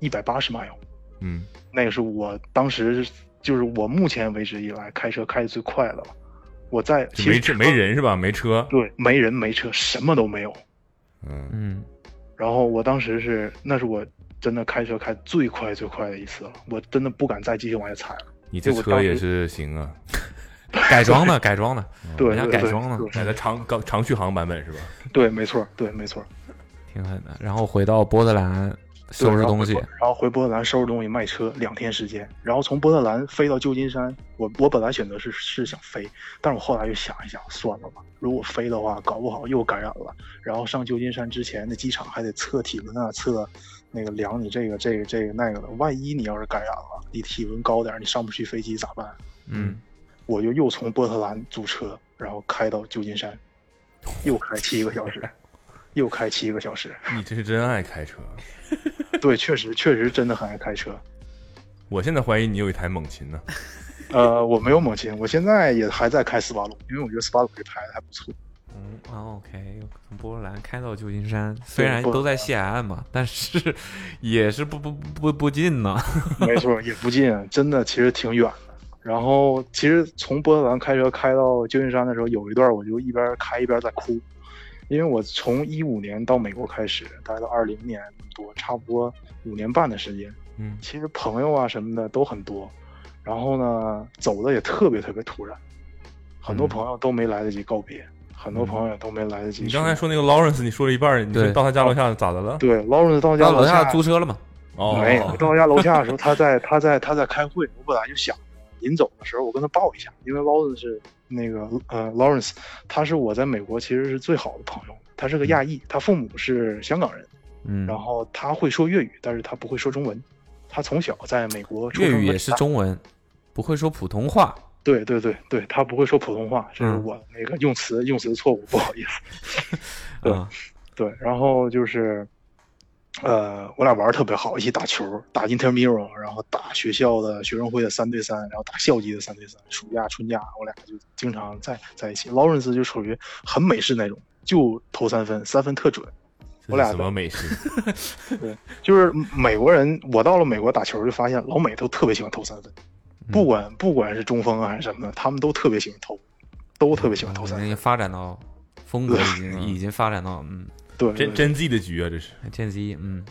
Speaker 5: 一百八十迈油。哦
Speaker 2: 嗯，
Speaker 5: 那个是我当时就是我目前为止以来开车开的最快的了。我在
Speaker 2: 就
Speaker 5: 其
Speaker 2: 没
Speaker 5: 实
Speaker 2: 车没人是吧？没车，
Speaker 5: 对没人没车什么都没有。
Speaker 2: 嗯，
Speaker 3: 嗯，
Speaker 5: 然后我当时是那是我真的开车开最快最快的一次了，我真的不敢再继续往下踩了。
Speaker 3: 你这
Speaker 5: 就我
Speaker 3: 车
Speaker 5: 当时
Speaker 3: 也是行啊，改装的，改装的，
Speaker 5: 对
Speaker 3: 人家
Speaker 5: 对
Speaker 3: 改
Speaker 5: 对
Speaker 3: 装 的，
Speaker 5: 对
Speaker 2: 改的长高长续航版本是吧？
Speaker 5: 对，没错，对，没错。
Speaker 3: 挺狠的。然后回到波特兰收拾东西，
Speaker 5: 然后回波特兰收拾东西卖车，两天时间。然后从波特兰飞到旧金山，我我本来选择是是想飞，但是我后来又想一想，算了吧，如果飞的话，搞不好又感染了。然后上旧金山之前，那机场还得测体温啊，测那个量你这个这个这个那个的。万一你要是感染了，你体温高点儿，你上不去飞机咋办？
Speaker 3: 嗯，
Speaker 5: 我就又从波特兰租车，然后开到旧金山，又开七个小时，又开七个小时。
Speaker 2: 你这是真爱开车，啊
Speaker 5: 对，确实确实真的很爱开车。
Speaker 2: 我现在怀疑你有一台猛禽呢。嗯
Speaker 5: 呃，我没有猛禽，我现在也还在开斯巴鲁，因为我觉得斯巴鲁这牌子还不 错。
Speaker 3: 嗯哦，OK，从波特兰开到旧金山，虽然
Speaker 5: 波特
Speaker 3: 都在西海岸嘛，但是也是不不不不近呢。
Speaker 5: 没错，也不近，真的其实挺远的。然后其实从波特兰开车开到旧金山的时候，有一段我就一边开一边在哭，因为我从一五年到美国开始，待到二零年多，差不多五年半的时间。
Speaker 3: 嗯，
Speaker 5: 其实朋友啊什么的都很多，然后呢走的也特别特别突然，很多朋友都没来得及告别，很多朋友也都没来得及
Speaker 2: 嗯你
Speaker 5: 去。
Speaker 2: 刚才说那个 Lawrence，你说了一半儿，你说
Speaker 3: 对
Speaker 2: 到他家楼下咋的了？
Speaker 5: 哦对，Lawrence 到家
Speaker 3: 到楼下
Speaker 5: 下
Speaker 3: 租车了嘛？
Speaker 2: 哦，
Speaker 5: 没有，到我家楼下的时候，他在他在他在开会，我本来就想临走的时候我跟他抱一下，因为 Lawrence 是那个呃 Lawrence，他是我在美国其实是最好的朋友，他是个亚裔，他父母是香港人，
Speaker 3: 嗯，
Speaker 5: 然后他会说粤语，但是他不会说中文，他从小在美国出
Speaker 3: 粤
Speaker 5: 生和
Speaker 3: 语也是
Speaker 5: 长大
Speaker 3: 中文，不会说普通话。
Speaker 5: 对对对对，他不会说普通话，这是
Speaker 3: 嗯
Speaker 5: 我那个用词用词错误，不好意思。对
Speaker 3: 啊，
Speaker 5: 对，然后就是，呃，我俩玩儿特别好，一起打球，打 Intermiro，然后打学校的学生会的三对三，然后打校级的三对三。暑假、春假，我俩就经常在在一起。劳伦斯就属于很美式那种，就投三分，三分特准。
Speaker 2: 这
Speaker 5: 我
Speaker 2: 是
Speaker 5: 俩
Speaker 2: 什么美食？
Speaker 5: 对，就是美国人，我到了美国打球就发现老美都特别喜欢投三分，不管不管是中锋啊还是什么的，他们都特别喜欢投，都特别喜欢投三
Speaker 3: 已
Speaker 5: 分
Speaker 3: 经。发展到风格已经已经发展到嗯
Speaker 5: 对，
Speaker 2: 真
Speaker 5: 对
Speaker 2: 真 Z 的局啊，这是。
Speaker 3: ，Gen Z，嗯，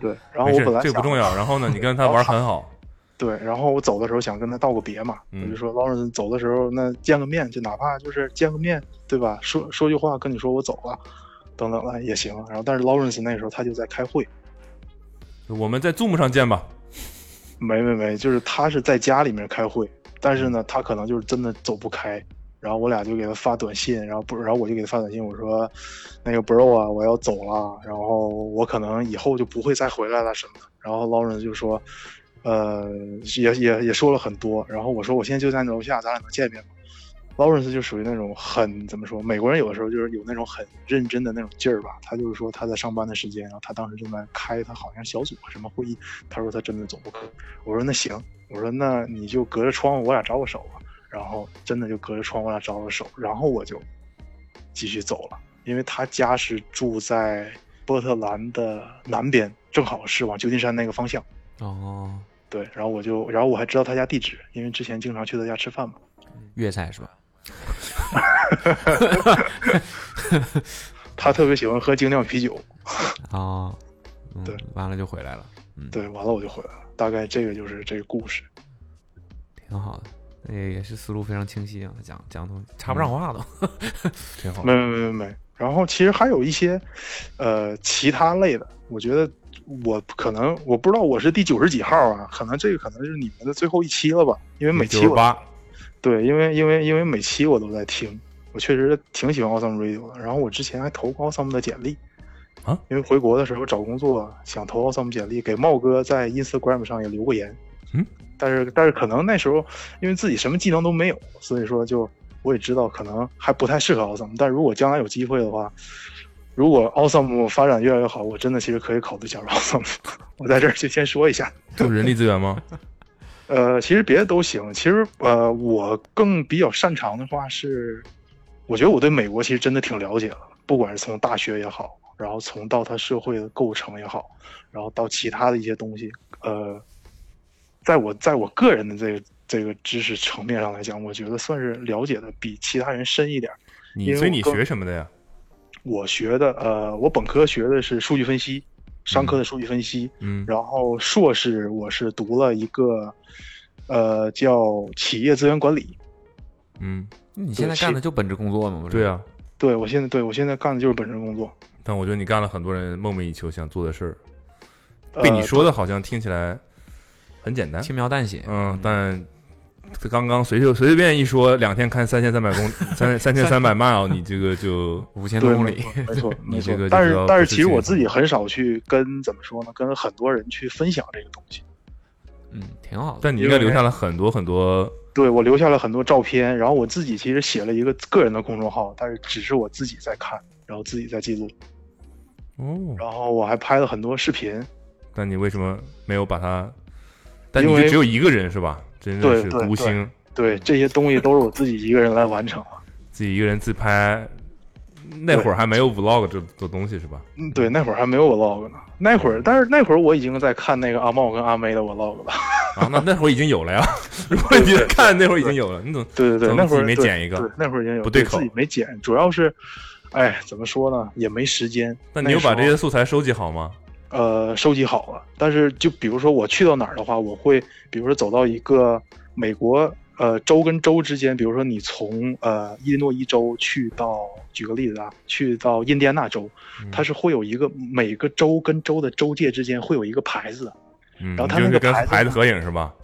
Speaker 5: 对。然后
Speaker 2: 没
Speaker 5: 我
Speaker 2: 事，
Speaker 5: 本来
Speaker 2: 这个不
Speaker 5: 想
Speaker 2: 重要。然后 呢，你跟他玩很好，
Speaker 5: 对，然后我走的时候想跟他道个别嘛，
Speaker 2: 嗯
Speaker 5: 我就说劳伦走的时候那见个面，就哪怕就是见个面，对吧？说说句话，跟你说我走了，等等的也行。然后但是劳伦斯那时候他就在开会，
Speaker 2: 我们在 Zoom 上见吧。
Speaker 5: 没没没，就是他是在家里面开会，但是呢，他可能就是真的走不开。然后我俩就给他发短信，然后不，然后我就给他发短信，我说，那个 bro 啊，我要走了，然后我可能以后就不会再回来了什么的。然后 Lawrence 就说，呃，也也也说了很多。然后我说我现在就在你楼下，咱俩能见面吗？Lawrence 就属于那种很怎么说，美国人有的时候就是有那种很认真的那种劲儿吧。他就是说他在上班的时间，然后他当时正在开他好像小组啊什么会议，他说他真的走不开。我说那行，我说那你就隔着窗户，我俩招个手吧。然后真的就隔着窗户我俩招个手，然后我就继续走了，因为他家是住在波特兰的南边，正好是往旧金山那个方向。
Speaker 3: 哦，
Speaker 5: 对，然后我就，然后我还知道他家地址，因为之前经常去他家吃饭嘛。
Speaker 3: 粤菜是吧？
Speaker 5: 他特别喜欢喝精酿啤酒。
Speaker 3: 哦，嗯
Speaker 5: 对，
Speaker 3: 完了就回来了，
Speaker 5: 对，完了我就回来了。大概这个就是这个故事。
Speaker 3: 挺好的。也也是思路非常清晰啊，讲讲东西插不上话都。
Speaker 2: 挺好
Speaker 5: 没。没没没没。然后其实还有一些，呃，其他类的，我觉得我可能我不知道我是第九十几号啊，可能这个可能是你们的最后一期了吧，因为每
Speaker 2: 九
Speaker 5: 期
Speaker 2: 十
Speaker 5: 我
Speaker 2: 八，
Speaker 5: 对，因为因为因为每期我都在听，我确实挺喜欢 Awesome Radio 的。然后我之前还投过 Awesome 的简历
Speaker 2: 啊，
Speaker 5: 因为回国的时候找工作想投 Awesome 简历，给茂哥在 Instagram 上也留过言。
Speaker 2: 嗯，
Speaker 5: 但是但是可能那时候因为自己什么技能都没有，所以说就我也知道可能还不太适合 Awesome。但如果将来有机会的话，如果 Awesome 发展越来越好，我真的其实可以考虑加入 Awesome。我 在这儿就先说一下。
Speaker 2: 就人力资源 吗？
Speaker 5: 呃，其实别的都行。其实呃，我更比较擅长的话是，我觉得我对美国其实真的挺了解的，不管是从大学也好，然后从到它社会的构成也好，然后到其他的一些东西，呃，在我在我个人的这个这个知识层面上来讲，我觉得算是了解的比其他人深一点儿。因
Speaker 2: 你
Speaker 5: 为
Speaker 2: 所以
Speaker 5: 我
Speaker 2: 你
Speaker 5: 更
Speaker 2: 学什么的呀？
Speaker 5: 我学的呃，我本科学的是数据分析，商科的数据分析，
Speaker 2: 嗯
Speaker 5: 然后硕士我是读了一个，呃，叫企业资源管理。
Speaker 2: 嗯，
Speaker 3: 你现在干的就本职工作嘛，不是？
Speaker 2: 对啊，
Speaker 5: 对我现在对我现在干的就是本职工作。
Speaker 2: 但我觉得你干了很多人梦寐以求想做的事儿，
Speaker 5: 呃
Speaker 2: 被你说的好像听起来很简单，轻
Speaker 3: 描淡写。
Speaker 2: 嗯，但这刚刚随随随随便一说，两天看三千三百公 三三千三百 mile，你这个就
Speaker 3: 五
Speaker 5: 对，没错，没
Speaker 2: 你
Speaker 5: 错
Speaker 2: 这个就
Speaker 5: 但
Speaker 2: 知
Speaker 5: 是
Speaker 2: 道
Speaker 5: 但
Speaker 2: 不
Speaker 5: 是其实我
Speaker 2: 轻松
Speaker 5: 自己很少去跟怎么说呢，跟很多人去分享这个东西。
Speaker 3: 嗯，挺好的。
Speaker 2: 但你应该留下了很多很多，
Speaker 5: 对我留下了很多照片，然后我自己其实写了一个个人的公众号，但是只是我自己在看，然后自己在记录，
Speaker 2: 哦，
Speaker 5: 然后我还拍了很多视频。
Speaker 2: 但你为什么没有把它？但你
Speaker 5: 因
Speaker 2: 就
Speaker 5: 为
Speaker 2: 只有一个人是吧？真的
Speaker 5: 对
Speaker 2: 是
Speaker 5: 对
Speaker 2: 孤星
Speaker 5: 对，对，这些东西都是我自己一个人来完成的。
Speaker 2: 自己一个人自拍。那会儿还没有 vlog 这这东西是吧？
Speaker 5: 嗯，对，那会儿还没有 vlog 呢，那会儿，但是那会儿我已经在看那个阿茂跟阿妹的 vlog 了。
Speaker 2: 啊，那那会儿已经有了 呀。如果你看那会儿已经有了，你怎么
Speaker 5: 对对对，
Speaker 2: 怎么
Speaker 5: 那会
Speaker 2: 自
Speaker 5: 儿
Speaker 2: 己没
Speaker 5: 对
Speaker 2: 剪一
Speaker 5: 对
Speaker 2: 个？
Speaker 5: 那会儿已经有，
Speaker 2: 不对口
Speaker 5: 自己没剪，主要是，哎，怎么说呢，也没时间。
Speaker 2: 那你有把这
Speaker 5: 时
Speaker 2: 些
Speaker 5: 候
Speaker 2: 素材收集好吗？
Speaker 5: 呃收集好了，但是就比如说我去到哪儿的话，我会比如说走到一个美国呃州跟州之间，比如说你从呃伊利诺伊州去到，举个例子啊，去到印第安纳州，
Speaker 2: 嗯
Speaker 5: 它是会有一个每个州跟州的州界之间会有一个牌子，
Speaker 2: 嗯，
Speaker 5: 然后
Speaker 2: 你
Speaker 5: 他那
Speaker 2: 就是
Speaker 5: 个
Speaker 2: 跟
Speaker 5: 牌子
Speaker 2: 孩子
Speaker 5: 上
Speaker 2: 合影是吧？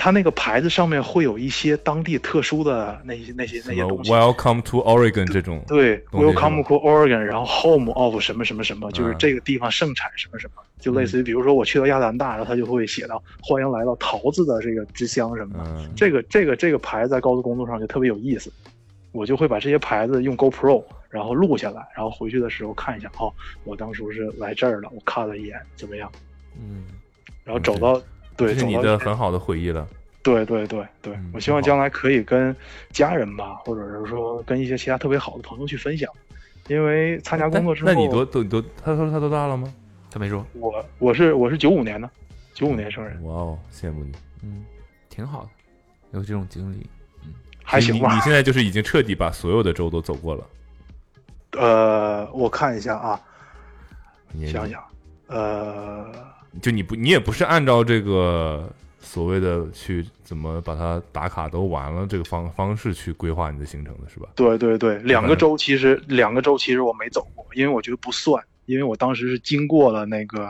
Speaker 5: 它那个牌子上面会有一些当地特殊的那些那些那
Speaker 2: 什
Speaker 5: 些
Speaker 2: 么
Speaker 5: 东西。
Speaker 2: Welcome to Oregon 这种
Speaker 5: 对
Speaker 2: 东西是吧
Speaker 5: ，Welcome to Oregon，然后 Home of 什么什么什么，就是
Speaker 2: 嗯
Speaker 5: 这个地方盛产什么什么，就类似于比如说我去到亚特兰大，然后他就会写到欢迎来到桃子的这个之乡什么的。
Speaker 2: 嗯，
Speaker 5: 这个这个这个牌子在高速公路上就特别有意思，我就会把这些牌子用 GoPro 然后录下来，然后回去的时候看一下，哦，我当初是来这儿了，我看了一眼怎么样，
Speaker 3: 嗯，
Speaker 5: 然后走到对，
Speaker 2: 这是
Speaker 5: 走
Speaker 2: 你
Speaker 5: 到
Speaker 2: 的很好的回忆了。
Speaker 5: 对对对对，
Speaker 2: 嗯
Speaker 5: 我希望将来可以跟家人吧，或者是说跟一些其他特别好的朋友去分享，因为参加工作之后，
Speaker 2: 哎那你多多多，他说他多大了吗？
Speaker 3: 他没说，
Speaker 5: 我我是我是九五年的，九五年生人，
Speaker 2: 哇哦，羡慕你，
Speaker 3: 嗯，挺好的，有这种经历，
Speaker 5: 还行
Speaker 2: 你
Speaker 5: 吧
Speaker 2: 你。现在就是已经彻底把所有的州都走过了。嗯
Speaker 5: 呃，我看一下啊，
Speaker 2: 你也
Speaker 5: 想想，呃，
Speaker 2: 就你不你也不是按照这个所谓的去怎么把它打卡都完了这个方方式去规划你的行程的是吧？
Speaker 5: 对对对，两
Speaker 2: 嗯
Speaker 5: 个州其实两个州其实我没走过，因为我觉得不算，因为我当时是经过了那个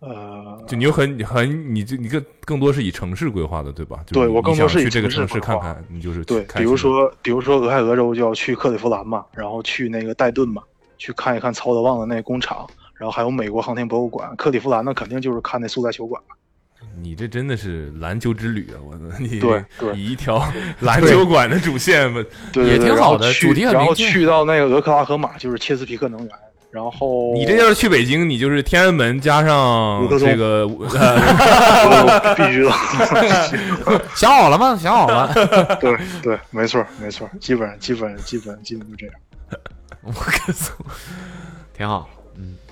Speaker 5: 呃，
Speaker 2: 就你又很很你就你更更多是以城市规划的对吧？就是
Speaker 5: 对
Speaker 2: 你
Speaker 5: 我更多是以
Speaker 2: 你想去这个
Speaker 5: 城
Speaker 2: 城
Speaker 5: 市
Speaker 2: 市
Speaker 5: 规划
Speaker 2: 看看，你就是
Speaker 5: 对，
Speaker 2: 看
Speaker 5: 比如
Speaker 2: 什么
Speaker 5: 说，比如说俄亥俄州就要去克利夫兰嘛，然后去那个戴顿嘛，去看一看曹德旺的那个工厂，然后还有美国航天博物馆。克利夫兰呢，肯定就是看那苏袋球馆嘛。
Speaker 2: 你这真的是篮球之旅啊！我的你
Speaker 5: 对对
Speaker 2: 以一条篮球馆的主线吧，
Speaker 5: 对对
Speaker 3: 也
Speaker 5: 对
Speaker 3: 挺
Speaker 5: 然
Speaker 3: 好
Speaker 5: 后
Speaker 3: 的
Speaker 5: 去
Speaker 3: 主题很
Speaker 5: 然后
Speaker 3: 明确
Speaker 5: 去到那个俄克拉荷马，就是切斯皮克能源。然后
Speaker 2: 你这要是去北京，你就是天安门加上
Speaker 5: 五哦棵松
Speaker 2: 这个，呃
Speaker 5: 我必 须的，
Speaker 3: 想好了吗？ 想好了。
Speaker 5: 对对，没错没错，基本基本基本基本就这样。
Speaker 3: 我跟你说挺好，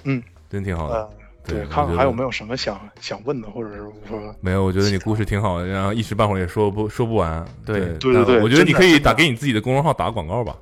Speaker 3: 嗯，
Speaker 2: 真挺好
Speaker 5: 呃
Speaker 2: 的。，
Speaker 5: 对，
Speaker 2: 我
Speaker 5: 看
Speaker 2: 觉
Speaker 5: 看
Speaker 2: 得
Speaker 5: 还有没有什么想想问的，或者是说
Speaker 2: 没有？我觉得你故事挺好的，然后一时半会儿也说不 说不完。
Speaker 3: 对
Speaker 5: 对
Speaker 2: 但
Speaker 5: 对对
Speaker 2: 我觉得你
Speaker 5: 真的
Speaker 2: 可以
Speaker 5: 真的
Speaker 2: 打给你自己的公众号打广告吧，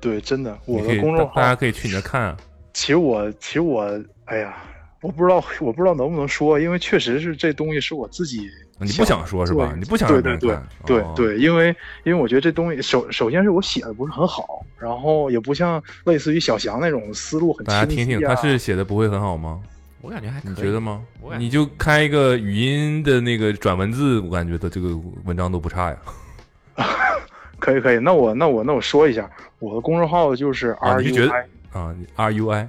Speaker 5: 对，真的
Speaker 2: 你
Speaker 5: 我
Speaker 2: 可
Speaker 5: 的
Speaker 2: 以
Speaker 5: 公众号
Speaker 2: 大家可以去你那看啊。
Speaker 5: 其实我，其实我，哎呀，我不知道，我不知道能不能说，因为确实是这东西是我自己
Speaker 2: 哦
Speaker 5: 做的。
Speaker 2: 你不想说是吧？你不想
Speaker 5: 对
Speaker 2: 让别
Speaker 5: 对
Speaker 2: 人
Speaker 5: 对
Speaker 2: 看
Speaker 5: 对
Speaker 2: 哦
Speaker 5: 对，因为因为我觉得这东西，首首先是我写的不是很好，然后也不像类似于小翔那种思路很
Speaker 2: 大家
Speaker 5: 清晰、
Speaker 2: 听
Speaker 5: 啊。
Speaker 2: 听，他是写的不会很好吗？
Speaker 3: 我感觉还可以。
Speaker 2: 你觉得？吗
Speaker 3: 我？感觉
Speaker 2: 你就开一个语音的那个转文字，我感觉的这个文章都不差呀。
Speaker 5: 可以可以，那我那我那我说一下，我的公众号就是
Speaker 2: 啊，
Speaker 5: R
Speaker 2: 你就
Speaker 5: U
Speaker 2: 觉得
Speaker 5: I，
Speaker 2: 啊你，R U I，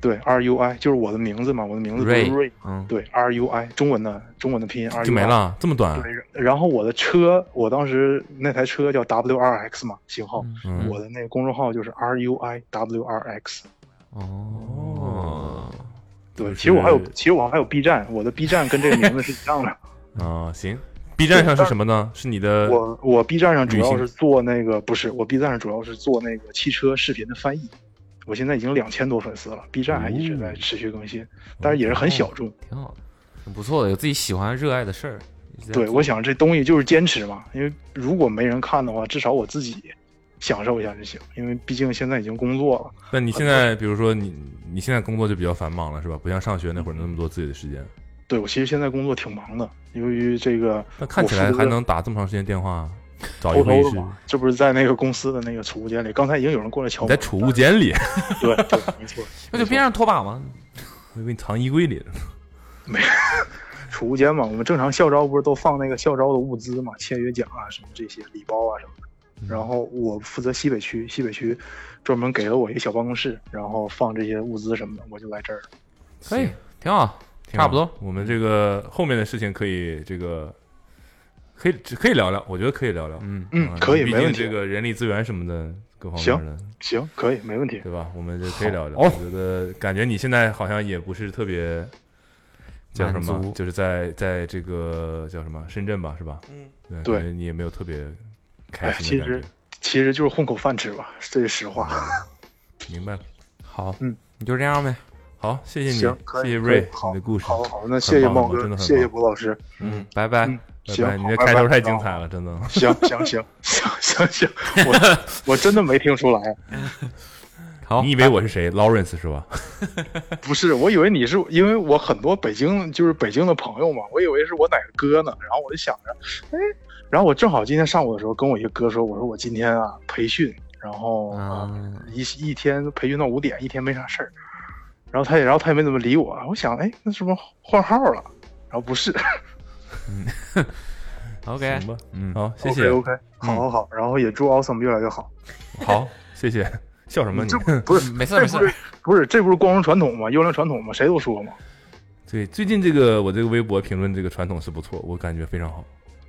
Speaker 5: 对 R U I 就是我的名字嘛，我的名字不是
Speaker 3: Ray，
Speaker 5: Ray，
Speaker 3: 嗯，
Speaker 5: 对 R U I 中文的中文的拼音 R
Speaker 2: 就
Speaker 5: U
Speaker 2: 没
Speaker 5: I。
Speaker 2: 了，这么短。啊
Speaker 5: 对，然后我的车，我当时那台车叫 WRX 嘛，型号，
Speaker 2: 嗯
Speaker 5: 我的那个公众号就是 RUIWRX。
Speaker 3: 哦，
Speaker 2: 嗯就
Speaker 5: 对，
Speaker 2: 是
Speaker 5: 其实我还有，其实我还有 B 站，我的 B 站跟这个名字是一样 的。
Speaker 2: 啊，行。B 站上是什么呢？是你的
Speaker 5: 我我 B 站上主要
Speaker 2: 旅
Speaker 5: 是做那个，不是我 B 站上主要是做那个汽车视频的翻译。我现在已经两千多粉丝了，B 站还一直在持续更
Speaker 2: 哦
Speaker 5: 新，但是也是很小众。
Speaker 3: 挺好的，挺不错的，有自己喜欢热爱的事儿。一直在
Speaker 5: 对，
Speaker 3: 做
Speaker 5: 我想这东西就是坚持嘛，因为如果没人看的话，至少我自己享受一下就行。因为毕竟现在已经工作了，
Speaker 2: 那你现在，比如说你，你现在工作就比较繁忙了，是吧？不像上学那会儿那么多自己的时间。
Speaker 5: 对我其实现在工作挺忙的，由于这个
Speaker 2: 那看起来还能打这么长时间电话，找一会议
Speaker 5: 偷偷
Speaker 2: 室
Speaker 5: 的。嘛，这不是在那个公司的那个储物间里，刚才已经有人过来敲
Speaker 2: 你
Speaker 5: 门
Speaker 2: 在
Speaker 5: 了，
Speaker 2: 储物间里，
Speaker 5: 对对，没错，
Speaker 3: 那就边上拖把吗？
Speaker 2: 我以为你藏衣柜里了。
Speaker 5: 储物间嘛，我们正常校招不是都放那个校招的物资嘛，签约奖啊什么这些礼包啊什么的。
Speaker 2: 嗯
Speaker 5: 然后我负责西北区，西北区专门给了我一个小办公室，然后放这些物资什么的，我就来这儿了。
Speaker 3: 可以，挺好，
Speaker 2: 挺好
Speaker 3: 差不多。。
Speaker 2: 我们这个后面的事情可以这个可以只可以聊聊，我觉得可以聊聊。嗯
Speaker 5: 嗯可以
Speaker 2: 毕
Speaker 5: 没
Speaker 2: 竟
Speaker 5: 问题
Speaker 2: 这个人力资源什么的各方面的
Speaker 5: 行，行，可以，没问题。
Speaker 2: 对吧？我们就可以聊聊。
Speaker 3: 好
Speaker 5: 哦
Speaker 2: 我觉得感觉你现在好像也不是特别叫什
Speaker 3: 满
Speaker 2: 么
Speaker 3: 足，
Speaker 2: 就是在在这个叫什么深圳吧，是吧？
Speaker 3: 嗯，
Speaker 5: 对
Speaker 2: 感觉你也没有特别开
Speaker 5: 哎，
Speaker 2: 心
Speaker 5: 其
Speaker 2: 的感
Speaker 5: 实
Speaker 2: 觉。
Speaker 5: 其实就是混口饭吃吧，这是实话。
Speaker 2: 明白了，
Speaker 3: 好，
Speaker 5: 嗯，
Speaker 3: 你就这样呗。
Speaker 2: 好，谢谢你，
Speaker 5: 行，可
Speaker 2: 谢
Speaker 5: 以，
Speaker 2: 谢
Speaker 5: 可以
Speaker 2: Ray
Speaker 5: 好
Speaker 2: 你的故事，
Speaker 5: 好好，那谢谢
Speaker 2: 很棒很
Speaker 5: 茂
Speaker 2: 棒真
Speaker 5: 哥，
Speaker 2: 的很
Speaker 5: 谢谢
Speaker 2: 棒
Speaker 5: 博老师。
Speaker 2: 嗯，
Speaker 3: 拜拜。
Speaker 5: 嗯，
Speaker 2: 拜
Speaker 5: 行
Speaker 2: 拜，，你
Speaker 5: 好
Speaker 2: 这
Speaker 5: 拜
Speaker 2: 开头
Speaker 5: 拜
Speaker 2: 太精
Speaker 5: 好
Speaker 2: 彩了，真的。
Speaker 5: 行行行行行行，我我真的没听出来，
Speaker 3: 好，
Speaker 2: 你以为我是谁？Lawrence 是吧？
Speaker 5: 不是，我以为你是因为我很多北京就是北京的朋友嘛，我以为是我哪个哥呢，然后我就想着，哎，然后我正好今天上午的时候跟我一个哥说，我说我今天啊培训，然后、
Speaker 3: 啊
Speaker 5: 啊、一一天培训到五点，一天没啥事儿，然后他也然后他也没怎么理我，我想哎那是不是换号了？然后不是啊
Speaker 3: OK，
Speaker 2: 行吧
Speaker 3: 嗯，
Speaker 2: 好，谢谢
Speaker 5: ，OK，OK，好好好，然后也祝 Awesome 越来越好。
Speaker 2: 好，谢谢。 笑什么你？
Speaker 5: 这不是
Speaker 3: 没事
Speaker 5: 这
Speaker 3: 没
Speaker 5: 不是
Speaker 3: 事，
Speaker 5: 不是这不是光荣传统吗？优良传统吗？谁都说嘛。
Speaker 2: 对，最近这个我这个微博评论这个传统是不错，我感觉非常好。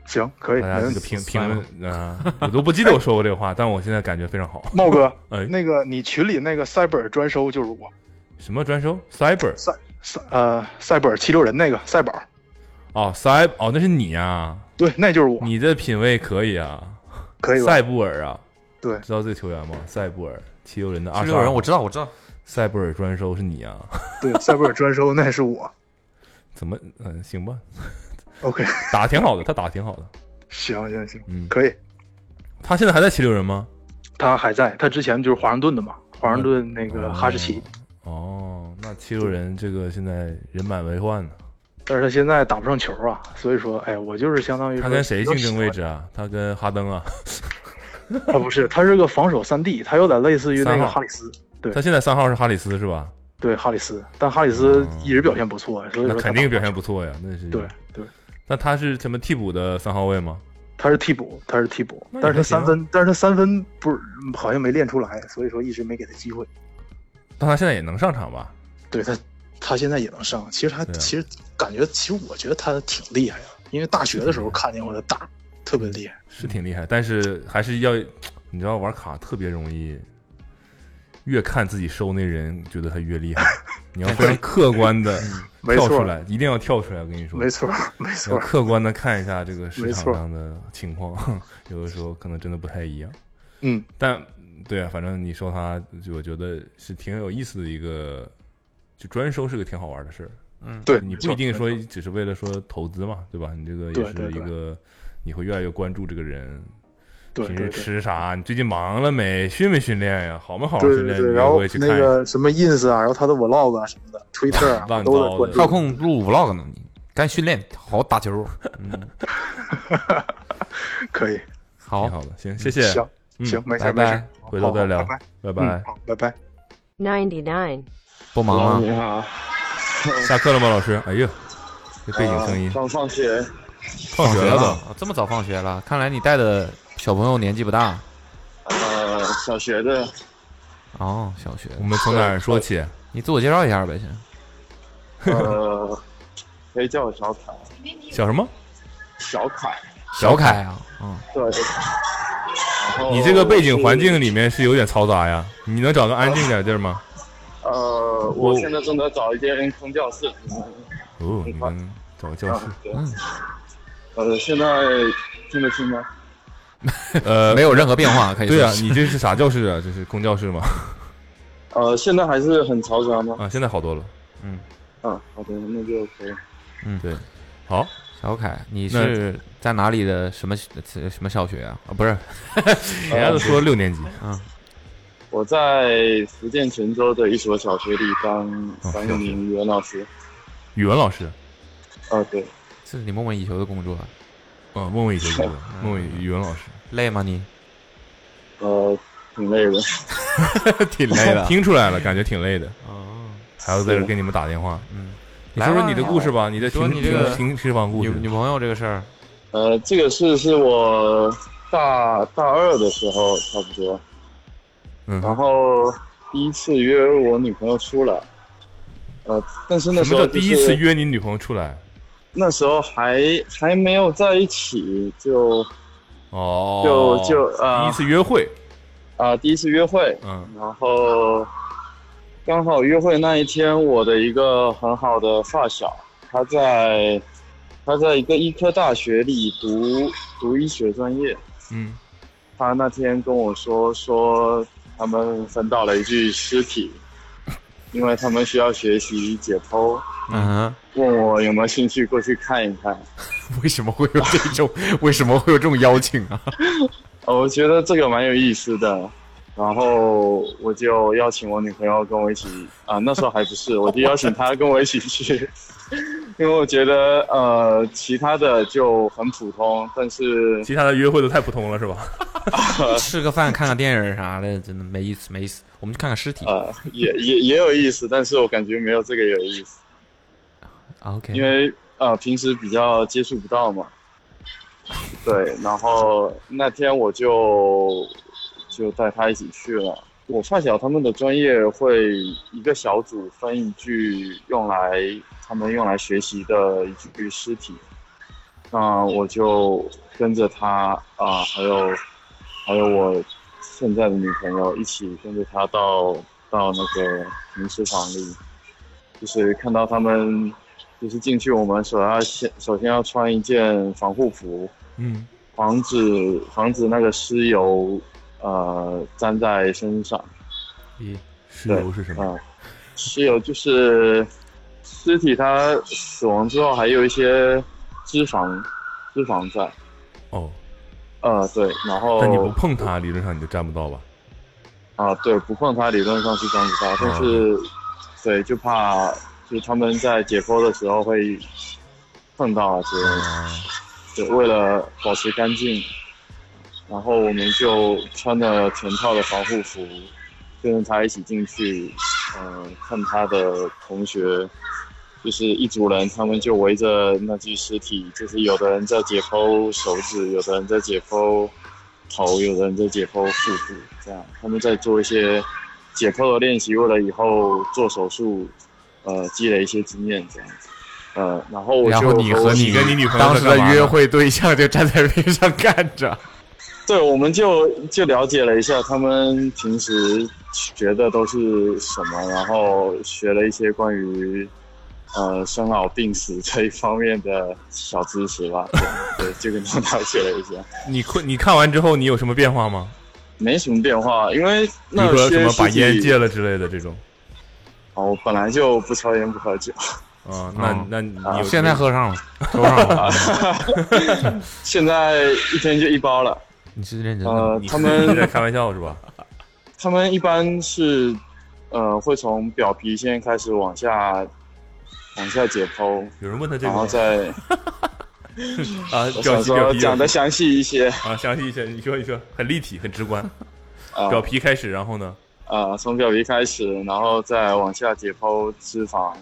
Speaker 5: 行，可以，
Speaker 2: 大家
Speaker 5: 没
Speaker 2: 这
Speaker 5: 问
Speaker 2: 哎个
Speaker 5: 题。
Speaker 2: 评评
Speaker 3: 算了
Speaker 2: 论啊、我都不记得我说过这个话，但我现在感觉非常 好。
Speaker 5: 茂哥，
Speaker 2: 哎，
Speaker 5: 那个你群里那个塞本专收就是我，
Speaker 2: 什么专收？Cyber
Speaker 5: 塞塞呃塞本七六人那个塞本，
Speaker 2: 哦，Cyber 哦，那是你呀、啊，
Speaker 5: 对，那就是我，
Speaker 2: 你的品味可以啊，
Speaker 5: 可以吧？
Speaker 2: 塞布尔啊，
Speaker 5: 对
Speaker 2: 知道这个球员吗？塞布尔，七六人的二
Speaker 3: 十
Speaker 2: 十
Speaker 3: 六人，我知道我知道，
Speaker 2: 塞布尔专收是你啊？
Speaker 5: 对，塞本专收那是我。
Speaker 2: 怎么嗯、行吧，
Speaker 5: OK，
Speaker 2: 打得挺好的，他打得挺好的，
Speaker 5: 行行行，
Speaker 2: 嗯，
Speaker 5: 可以。
Speaker 2: 他现在还在七六人吗？
Speaker 5: 他还在，他之前就是华盛顿的嘛，华盛顿那
Speaker 2: 嗯
Speaker 5: 个哈士奇，
Speaker 2: 哦，那七六人这个现在人满为患呢。
Speaker 5: 但是他现在打不上球啊，所以说，哎，我就是相当于
Speaker 2: 他
Speaker 5: 说
Speaker 2: 跟谁竞争位
Speaker 5: 比较喜
Speaker 2: 置啊？他跟哈登啊？
Speaker 5: 欢？他啊不是，他是个防守三 D，他有点类似于那
Speaker 2: 三
Speaker 5: 个
Speaker 2: 号
Speaker 5: 哈里斯，对
Speaker 2: 他现在三号是哈里斯是吧？
Speaker 5: 对哈里斯，但哈里斯一直表现不错，所
Speaker 2: 哦
Speaker 5: 以
Speaker 2: 那
Speaker 5: 说他
Speaker 2: 肯定
Speaker 5: 打不
Speaker 2: 表
Speaker 5: 上
Speaker 2: 现不错呀，那是
Speaker 5: 球。对。对，
Speaker 2: 那他是什么替补的三号位吗？
Speaker 5: 他是替补，他是替补
Speaker 2: 那，也
Speaker 5: 但是他
Speaker 2: 还行啊
Speaker 5: 三分，但是他三分不是好像没练出来，所以说一直没给他机会。
Speaker 2: 但他现在也能上场吧？
Speaker 5: 对他，他现在也能上，其实他、
Speaker 2: 对啊
Speaker 5: 其实感觉，其实我觉得他挺厉害的，因为大学的时候看见过他打，特别厉害。
Speaker 2: 是挺厉害，但是还是要，你知道玩卡特别容易，越看自己收那人，觉得他越 厉害。你要非常客观的
Speaker 5: 没
Speaker 2: 跳
Speaker 5: 错
Speaker 2: 出来，一定要跳出来。我跟你说，
Speaker 5: 没错，没
Speaker 2: 要
Speaker 5: 错，
Speaker 2: 客观的看一下这个市
Speaker 5: 没
Speaker 2: 场
Speaker 5: 错
Speaker 2: 上的情况， 有的时候可能真的不太一样。
Speaker 5: 嗯，
Speaker 2: 但对啊，反正你收他，就我觉得是挺有意思的一个，就专收是个挺好玩的事儿。
Speaker 5: 对，
Speaker 2: 你
Speaker 5: 没
Speaker 2: 不
Speaker 5: 错
Speaker 2: 一定说只是为了说投资嘛，对吧？你这个也
Speaker 5: 对
Speaker 2: 是
Speaker 5: 对
Speaker 2: 一
Speaker 5: 对
Speaker 2: 个，你会越来越关注这个人，
Speaker 5: 对
Speaker 2: 平
Speaker 5: 对
Speaker 2: 时
Speaker 5: 对。
Speaker 2: 吃啥？你最近忙了没？训没训练呀？好没好好
Speaker 5: 对
Speaker 2: 训练？
Speaker 5: 对对，
Speaker 2: 你
Speaker 5: 然
Speaker 2: 也
Speaker 5: 后
Speaker 2: 会去看
Speaker 5: 那
Speaker 2: 一下。
Speaker 5: 个什么 ins 啊，然后他的 vlog 啊什么的，Twitter 啊，
Speaker 2: 乱
Speaker 5: 我都
Speaker 2: 糟
Speaker 5: 在关
Speaker 2: 的
Speaker 5: 注
Speaker 3: 靠。空录 vlog 呢，你赶紧训练，好好打球。嗯，
Speaker 5: 可以，
Speaker 2: 挺
Speaker 3: 好，
Speaker 2: 好的，行，谢谢，
Speaker 5: 行
Speaker 2: 嗯
Speaker 5: 行，没事
Speaker 3: 拜
Speaker 5: 没事
Speaker 3: 拜，
Speaker 2: 回头再聊
Speaker 5: 好好，
Speaker 2: 拜
Speaker 5: 拜拜，嗯，好，拜拜。
Speaker 9: 99.
Speaker 3: 不
Speaker 2: 啊
Speaker 3: 忙啊
Speaker 6: 你
Speaker 3: 了，
Speaker 6: 好，
Speaker 2: 下课了吗，老师？哎呀，这背景声音
Speaker 6: 啊，刚放学，
Speaker 2: 放学了吧？
Speaker 3: 啊？这么早放学了？看来你带的小朋友年纪不大。
Speaker 6: 呃，小学的，
Speaker 3: 哦，小学的，
Speaker 2: 我们从哪儿说起？
Speaker 3: 你自我介绍一下呗，先。
Speaker 6: 呃， 可以叫我小凯，
Speaker 2: 小什么？
Speaker 6: 小凯，
Speaker 3: 小凯啊，嗯，
Speaker 6: 对。
Speaker 5: 哦
Speaker 6: 然后
Speaker 2: 你这个背景环境里面是有点嘈杂呀，你能找个安静点的地儿吗？
Speaker 6: 是，呃，我现在正在找一间空教室，
Speaker 2: 哦，你们找个教室
Speaker 6: 啊。对
Speaker 3: 嗯
Speaker 6: 呃，现在听得清吗？
Speaker 2: 呃
Speaker 3: 没，有任何变化，可以说
Speaker 2: 对啊，
Speaker 3: 是
Speaker 2: 你这是啥教室啊？这是公教室吗？
Speaker 6: 呃，现在还是很嘈杂吗？
Speaker 2: 啊，现在好多了。啊
Speaker 6: 嗯，好的，那就可以。
Speaker 3: 嗯，
Speaker 2: 对好，
Speaker 3: 小凯，你是在哪里的什么什么小学啊？啊，不是，
Speaker 2: 人家都说六年级，
Speaker 6: 我在福建泉州的一所小学里当
Speaker 2: 哦
Speaker 6: 当一名语文老师。
Speaker 2: 语文老师。
Speaker 6: 啊，对，
Speaker 3: 这 是你梦寐以求的工作啊！
Speaker 2: 啊，梦寐以求的工作，梦寐语文老师
Speaker 3: 累吗你？
Speaker 6: 呃，挺累的。
Speaker 3: 挺累的
Speaker 2: 听出来了，感觉挺累的。
Speaker 3: 哦，
Speaker 2: 还要在这儿给你们打电话。
Speaker 3: 嗯，
Speaker 2: 你说说
Speaker 3: 来吧
Speaker 2: 你的故事吧，你的
Speaker 3: 说
Speaker 2: 停
Speaker 3: 你这个
Speaker 2: 停停停房故
Speaker 3: 女
Speaker 2: 事。
Speaker 3: 女朋友这个事儿，
Speaker 6: 呃，这个事是我大大二的时候差不多，
Speaker 2: 嗯，
Speaker 6: 然后第一次约我女朋友出来，呃，但是那
Speaker 2: 什
Speaker 6: 时
Speaker 2: 么叫
Speaker 6: 候、就是、
Speaker 2: 第一次约你女朋友出来？
Speaker 6: 那时候还还没有在一起，就
Speaker 2: 哦，
Speaker 6: 就就呃
Speaker 2: 第一次约会，
Speaker 6: 啊、第一次约会，
Speaker 2: 嗯，
Speaker 6: 然后刚好约会那一天，我的一个很好的发小，他在他在一个医科大学里读读医学专业，
Speaker 2: 嗯，
Speaker 6: 他那天跟我说说他们分到了一具尸体，因为他们需要学习解剖，
Speaker 3: 嗯，
Speaker 6: 问我有没有兴趣过去看一看。
Speaker 3: 为什么会有这种？ 为什么会有这种邀请啊？
Speaker 6: 呃我觉得这个蛮有意思的，然后我就邀请我女朋友跟我一起啊、那时候还不是，我就邀请她跟我一起去， 因为我觉得呃其他的就很普通，但是
Speaker 2: 其他的约会都太普通了，是吧？
Speaker 3: 吃个饭、看个电影啥的，真的没意思，没意思。我们去看看尸体。
Speaker 6: 呃也也也有意思，但是我感觉没有这个有意思，
Speaker 3: 啊 OK，
Speaker 6: 因为呃平时比较接触不到嘛，对，然后那天我就就带她一起去了。我发小他们的专业会一个小组分一具用来他们用来学习的一具尸体，那我就跟着他啊、还有还有我现在的女朋友一起跟着他到到那个停尸房里，就是看到他们就是进去，我们首要先首先要穿一件防护服，
Speaker 2: 嗯，
Speaker 6: 防止防止那个尸油呃粘在身上。
Speaker 3: 咦，
Speaker 2: 石油是什么？
Speaker 6: 啊，尸油就是尸体它死亡之后还有一些脂肪脂肪在。
Speaker 2: 哦，
Speaker 6: 呃，对，然
Speaker 3: 哦
Speaker 6: 后
Speaker 2: 但你不碰它，理论上你就沾不到吧？
Speaker 6: 啊，对，不碰它理论上是沾不到，但是、对就怕就是他们在解剖的时候会碰到啊之类的。对，为了保持干净，然后我们就穿了全套的防护服，跟着他一起进去，嗯、看他的同学，就是一组人，他们就围着那具尸体，就是有的人在解剖手指，有的人在解剖头，有的人在解剖腹部，这样他们在做一些解剖的练习，为了以后做手术，呃，积累一些经验这样子。呃，然后我就
Speaker 3: 然后你
Speaker 6: 我
Speaker 3: 和
Speaker 2: 你跟你女朋友
Speaker 3: 当时
Speaker 2: 在
Speaker 3: 的
Speaker 2: 干嘛呢
Speaker 3: 约会对象就站在边上看着。
Speaker 6: 对，我们就就了解了一下他们平时学的都是什么，然后学了一些关于呃生老病死这一方面的小知 识吧。对，对就跟他了解了一下，
Speaker 2: 你困，你看完之后你有什么变化吗？
Speaker 6: 没什么变化，因为
Speaker 2: 比
Speaker 6: 那
Speaker 2: 如说
Speaker 6: 些
Speaker 2: 什么把
Speaker 6: 尸体
Speaker 2: 烟 戒了之类的这种。
Speaker 6: 哦，我本来就不抽烟不喝酒，
Speaker 2: 啊，那
Speaker 3: 哦
Speaker 2: 那你有
Speaker 3: 现在喝上了，抽上了，
Speaker 6: 啊现在一天就一包了。
Speaker 3: 你是认真的
Speaker 6: 呃
Speaker 3: 吗？，
Speaker 6: 他
Speaker 2: 你
Speaker 6: 们
Speaker 2: 在开玩笑是吧？
Speaker 6: 他们一般是，呃，会从表皮先开始往下，往下解剖，
Speaker 2: 有人问他这
Speaker 6: 然
Speaker 2: 个
Speaker 6: 后
Speaker 2: 吗
Speaker 6: 再
Speaker 2: 啊，
Speaker 6: 我
Speaker 2: 表皮表
Speaker 6: 想说
Speaker 2: 皮
Speaker 6: 讲的详细 一些
Speaker 2: 啊，详细一些，你说你说，很立体，很直观。
Speaker 6: 啊
Speaker 2: 表皮开始，然后呢？
Speaker 6: 啊，从表皮开始，然后再往下解剖脂肪，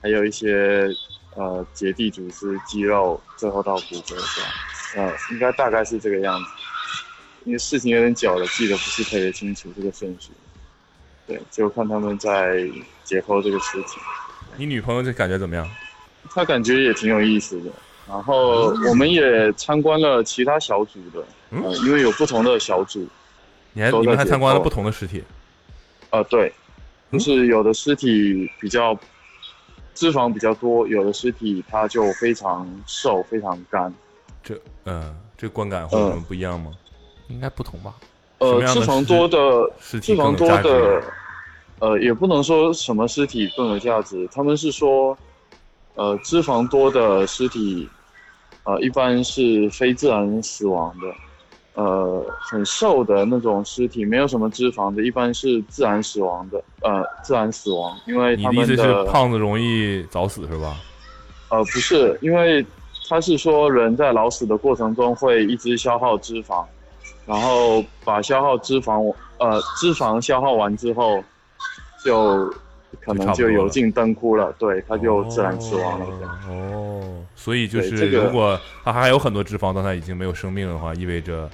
Speaker 6: 还有一些呃结缔组织、肌肉，最后到骨骼这样。呃，应该大概是这个样子。因为事情有点久了，记得不是特别清楚这个顺序。对，就看他们在解剖这个尸体。
Speaker 2: 你女朋友这感觉怎么样？
Speaker 6: 他感觉也挺有意思的。然后我们也参观了其他小组的，
Speaker 2: 嗯
Speaker 6: 呃，因为有不同的小组，
Speaker 2: 你还
Speaker 6: 都在
Speaker 2: 你们还参观了
Speaker 6: 解剖
Speaker 2: 不同的尸体，
Speaker 6: 呃，对，
Speaker 2: 嗯
Speaker 6: 就是有的尸体比较脂肪比较多，有的尸体它就非常瘦、非常干。
Speaker 2: 这呃，这观感会有什
Speaker 6: 嗯
Speaker 2: 么不一样吗？
Speaker 3: 应该不同吧？
Speaker 2: 什
Speaker 6: 呃
Speaker 2: 么，样
Speaker 6: 脂
Speaker 2: 的
Speaker 6: 肪多的
Speaker 2: 尸体
Speaker 6: 脂肪
Speaker 2: 更
Speaker 6: 多
Speaker 2: 有价值
Speaker 6: 的，呃，也不能说什么尸体更有价值，他们是说，呃，脂肪多的尸体，呃，一般是非自然死亡的，呃，很瘦的那种尸体，没有什么脂肪的，一般是自然死亡的，呃，自然死亡，因为
Speaker 2: 你
Speaker 6: 他
Speaker 2: 的意
Speaker 6: 们
Speaker 2: 思
Speaker 6: 的
Speaker 2: 是胖子容易早死是吧？
Speaker 6: 呃，不是，因为他是说人在老死的过程中会一直消耗脂肪，然后把消耗脂肪呃脂肪消耗完之后，就可能就油尽灯枯了，对，他就自然死亡了。
Speaker 2: 哦，所以就
Speaker 6: 对
Speaker 2: 是
Speaker 6: 这个
Speaker 2: 如果他还有很多脂肪，但他已经没有生命的话，意味着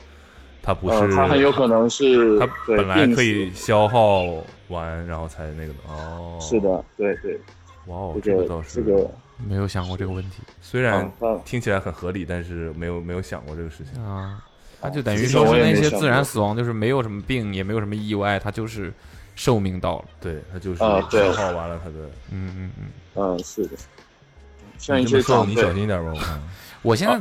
Speaker 2: 他不
Speaker 6: 呃
Speaker 2: 是，
Speaker 6: 他很有可能是
Speaker 2: 他
Speaker 6: 对
Speaker 2: 本来
Speaker 6: 病
Speaker 2: 可以消耗完，然后才那个的。哦，
Speaker 6: 是的，对对。
Speaker 2: 哇哦，
Speaker 6: 这
Speaker 2: 这
Speaker 6: 个
Speaker 2: 个倒是
Speaker 6: 这个啊
Speaker 3: 没有想过这个问题。
Speaker 2: 虽然听起来很合理，但是没有没有想过这个事情
Speaker 3: 啊。他就等于说是那些自然死亡，就是没有什么病，也没有什么意外，他就是寿命到了。
Speaker 2: 对他就是
Speaker 6: 啊对
Speaker 2: 消耗完了他的。
Speaker 3: 嗯嗯嗯，
Speaker 6: 嗯，是的。像一
Speaker 2: 你这
Speaker 6: 些
Speaker 2: 么说
Speaker 6: 长
Speaker 2: 你
Speaker 6: 辈
Speaker 2: 小心一点吧，我看。
Speaker 3: 嗯我现在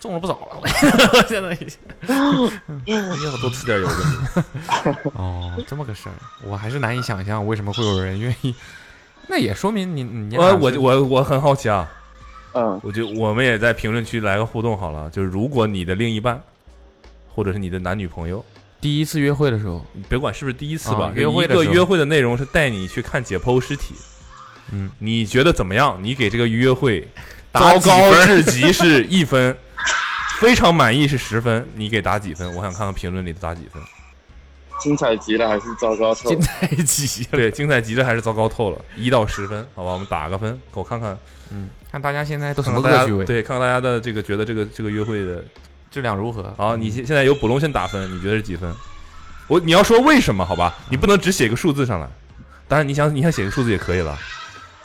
Speaker 3: 中了不少了， 我现在已经。
Speaker 2: 要多吃点油吧你
Speaker 3: 哦，这么个事儿，我还是难以想象为什么会有人愿意。 那也说明你你
Speaker 2: 我哎我我我很好奇啊，
Speaker 6: 嗯，
Speaker 2: 我就我们也在评论区来个互动好了，就是如果你的另一半，或者是你的男女朋友，
Speaker 3: 第一次约会的时候，
Speaker 2: 别管是不是第一次吧
Speaker 3: 啊，
Speaker 2: 就
Speaker 3: 约会
Speaker 2: 一
Speaker 3: 的
Speaker 2: 个
Speaker 3: 时候
Speaker 2: 约会的内容是带你去看解剖尸体，
Speaker 3: 嗯，
Speaker 2: 你觉得怎么样？你给这个约 会
Speaker 3: 打
Speaker 2: 糟
Speaker 3: 几
Speaker 2: 糕
Speaker 3: 分
Speaker 2: 至极是 一分，非常满意是十分，你给打几分？我想看看评论里打几分。
Speaker 6: 精彩极了还是糟糕透？
Speaker 3: 精彩极了，
Speaker 2: 对，精彩极了还是糟糕透了，一到十分，好吧，我们打个分，我看看，
Speaker 3: 嗯，看大家现在都什
Speaker 2: 看
Speaker 3: 么
Speaker 2: 看大
Speaker 3: 恶
Speaker 2: 家
Speaker 3: 趣味，
Speaker 2: 对，看看大家的这个觉得这个这个约会的
Speaker 3: 质量如何。嗯
Speaker 2: 好，你现现在由卜龙先打分，你觉得是几分？我你要说为什么？好吧，你不能只写个数字上来，当然你想你想写个数字也可以了。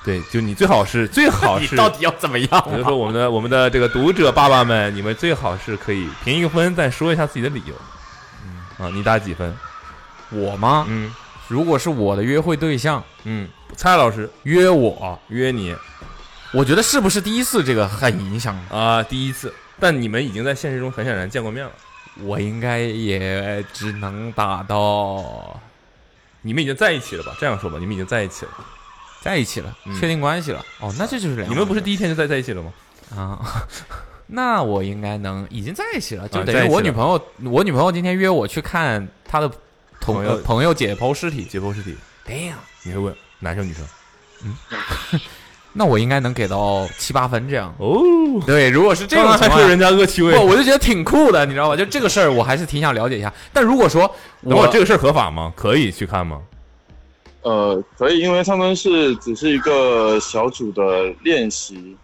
Speaker 2: 对，就你最好是最好是
Speaker 3: 你到底要怎么样啊
Speaker 2: 我就说我们的我们的这个读者爸爸们，你们最好是可以评一个分，再说一下自己的理由。啊，你打几分？
Speaker 3: 我吗？
Speaker 2: 嗯，
Speaker 3: 如果是我的约会对象，
Speaker 2: 嗯，蔡老师
Speaker 3: 约我
Speaker 2: 约你，
Speaker 3: 我觉得是不是第一次这个很影响
Speaker 2: 啊、第一次，但你们已经在现实中很显然见过面了。
Speaker 3: 我应该也只能打到
Speaker 2: 你们已经在一起了吧？这样说吧，你们已经在一起了，
Speaker 3: 在一起了，
Speaker 2: 嗯
Speaker 3: 确定关系了。哦，那这就是两回事
Speaker 2: 你们不是第一天就在在一起了吗？
Speaker 3: 啊。 那我应该能已经在一起了，就
Speaker 2: 啊
Speaker 3: 等
Speaker 2: 在一
Speaker 3: 于
Speaker 2: 起
Speaker 3: 我
Speaker 2: 了
Speaker 3: 女朋友，我女朋友今天约我去看她的同
Speaker 2: 朋友
Speaker 3: 呃朋友解剖尸体。
Speaker 2: 解剖尸体，
Speaker 3: Damn，
Speaker 2: 你会问男生女生？
Speaker 3: 那我应该能给到七八分这样。
Speaker 2: 哦，
Speaker 3: 对，如果是这种
Speaker 2: 刚刚还
Speaker 3: 情况
Speaker 2: 说
Speaker 3: 下，
Speaker 2: 人家恶趣味
Speaker 3: 不，我就觉得挺酷的，你知道吧？就这个事儿，我还是挺想了解一下。但如果说
Speaker 2: 等会
Speaker 3: 我
Speaker 2: 儿这个事儿合法吗？可以去看吗？
Speaker 6: 呃，可以，因为他们是只是一个小组的练习，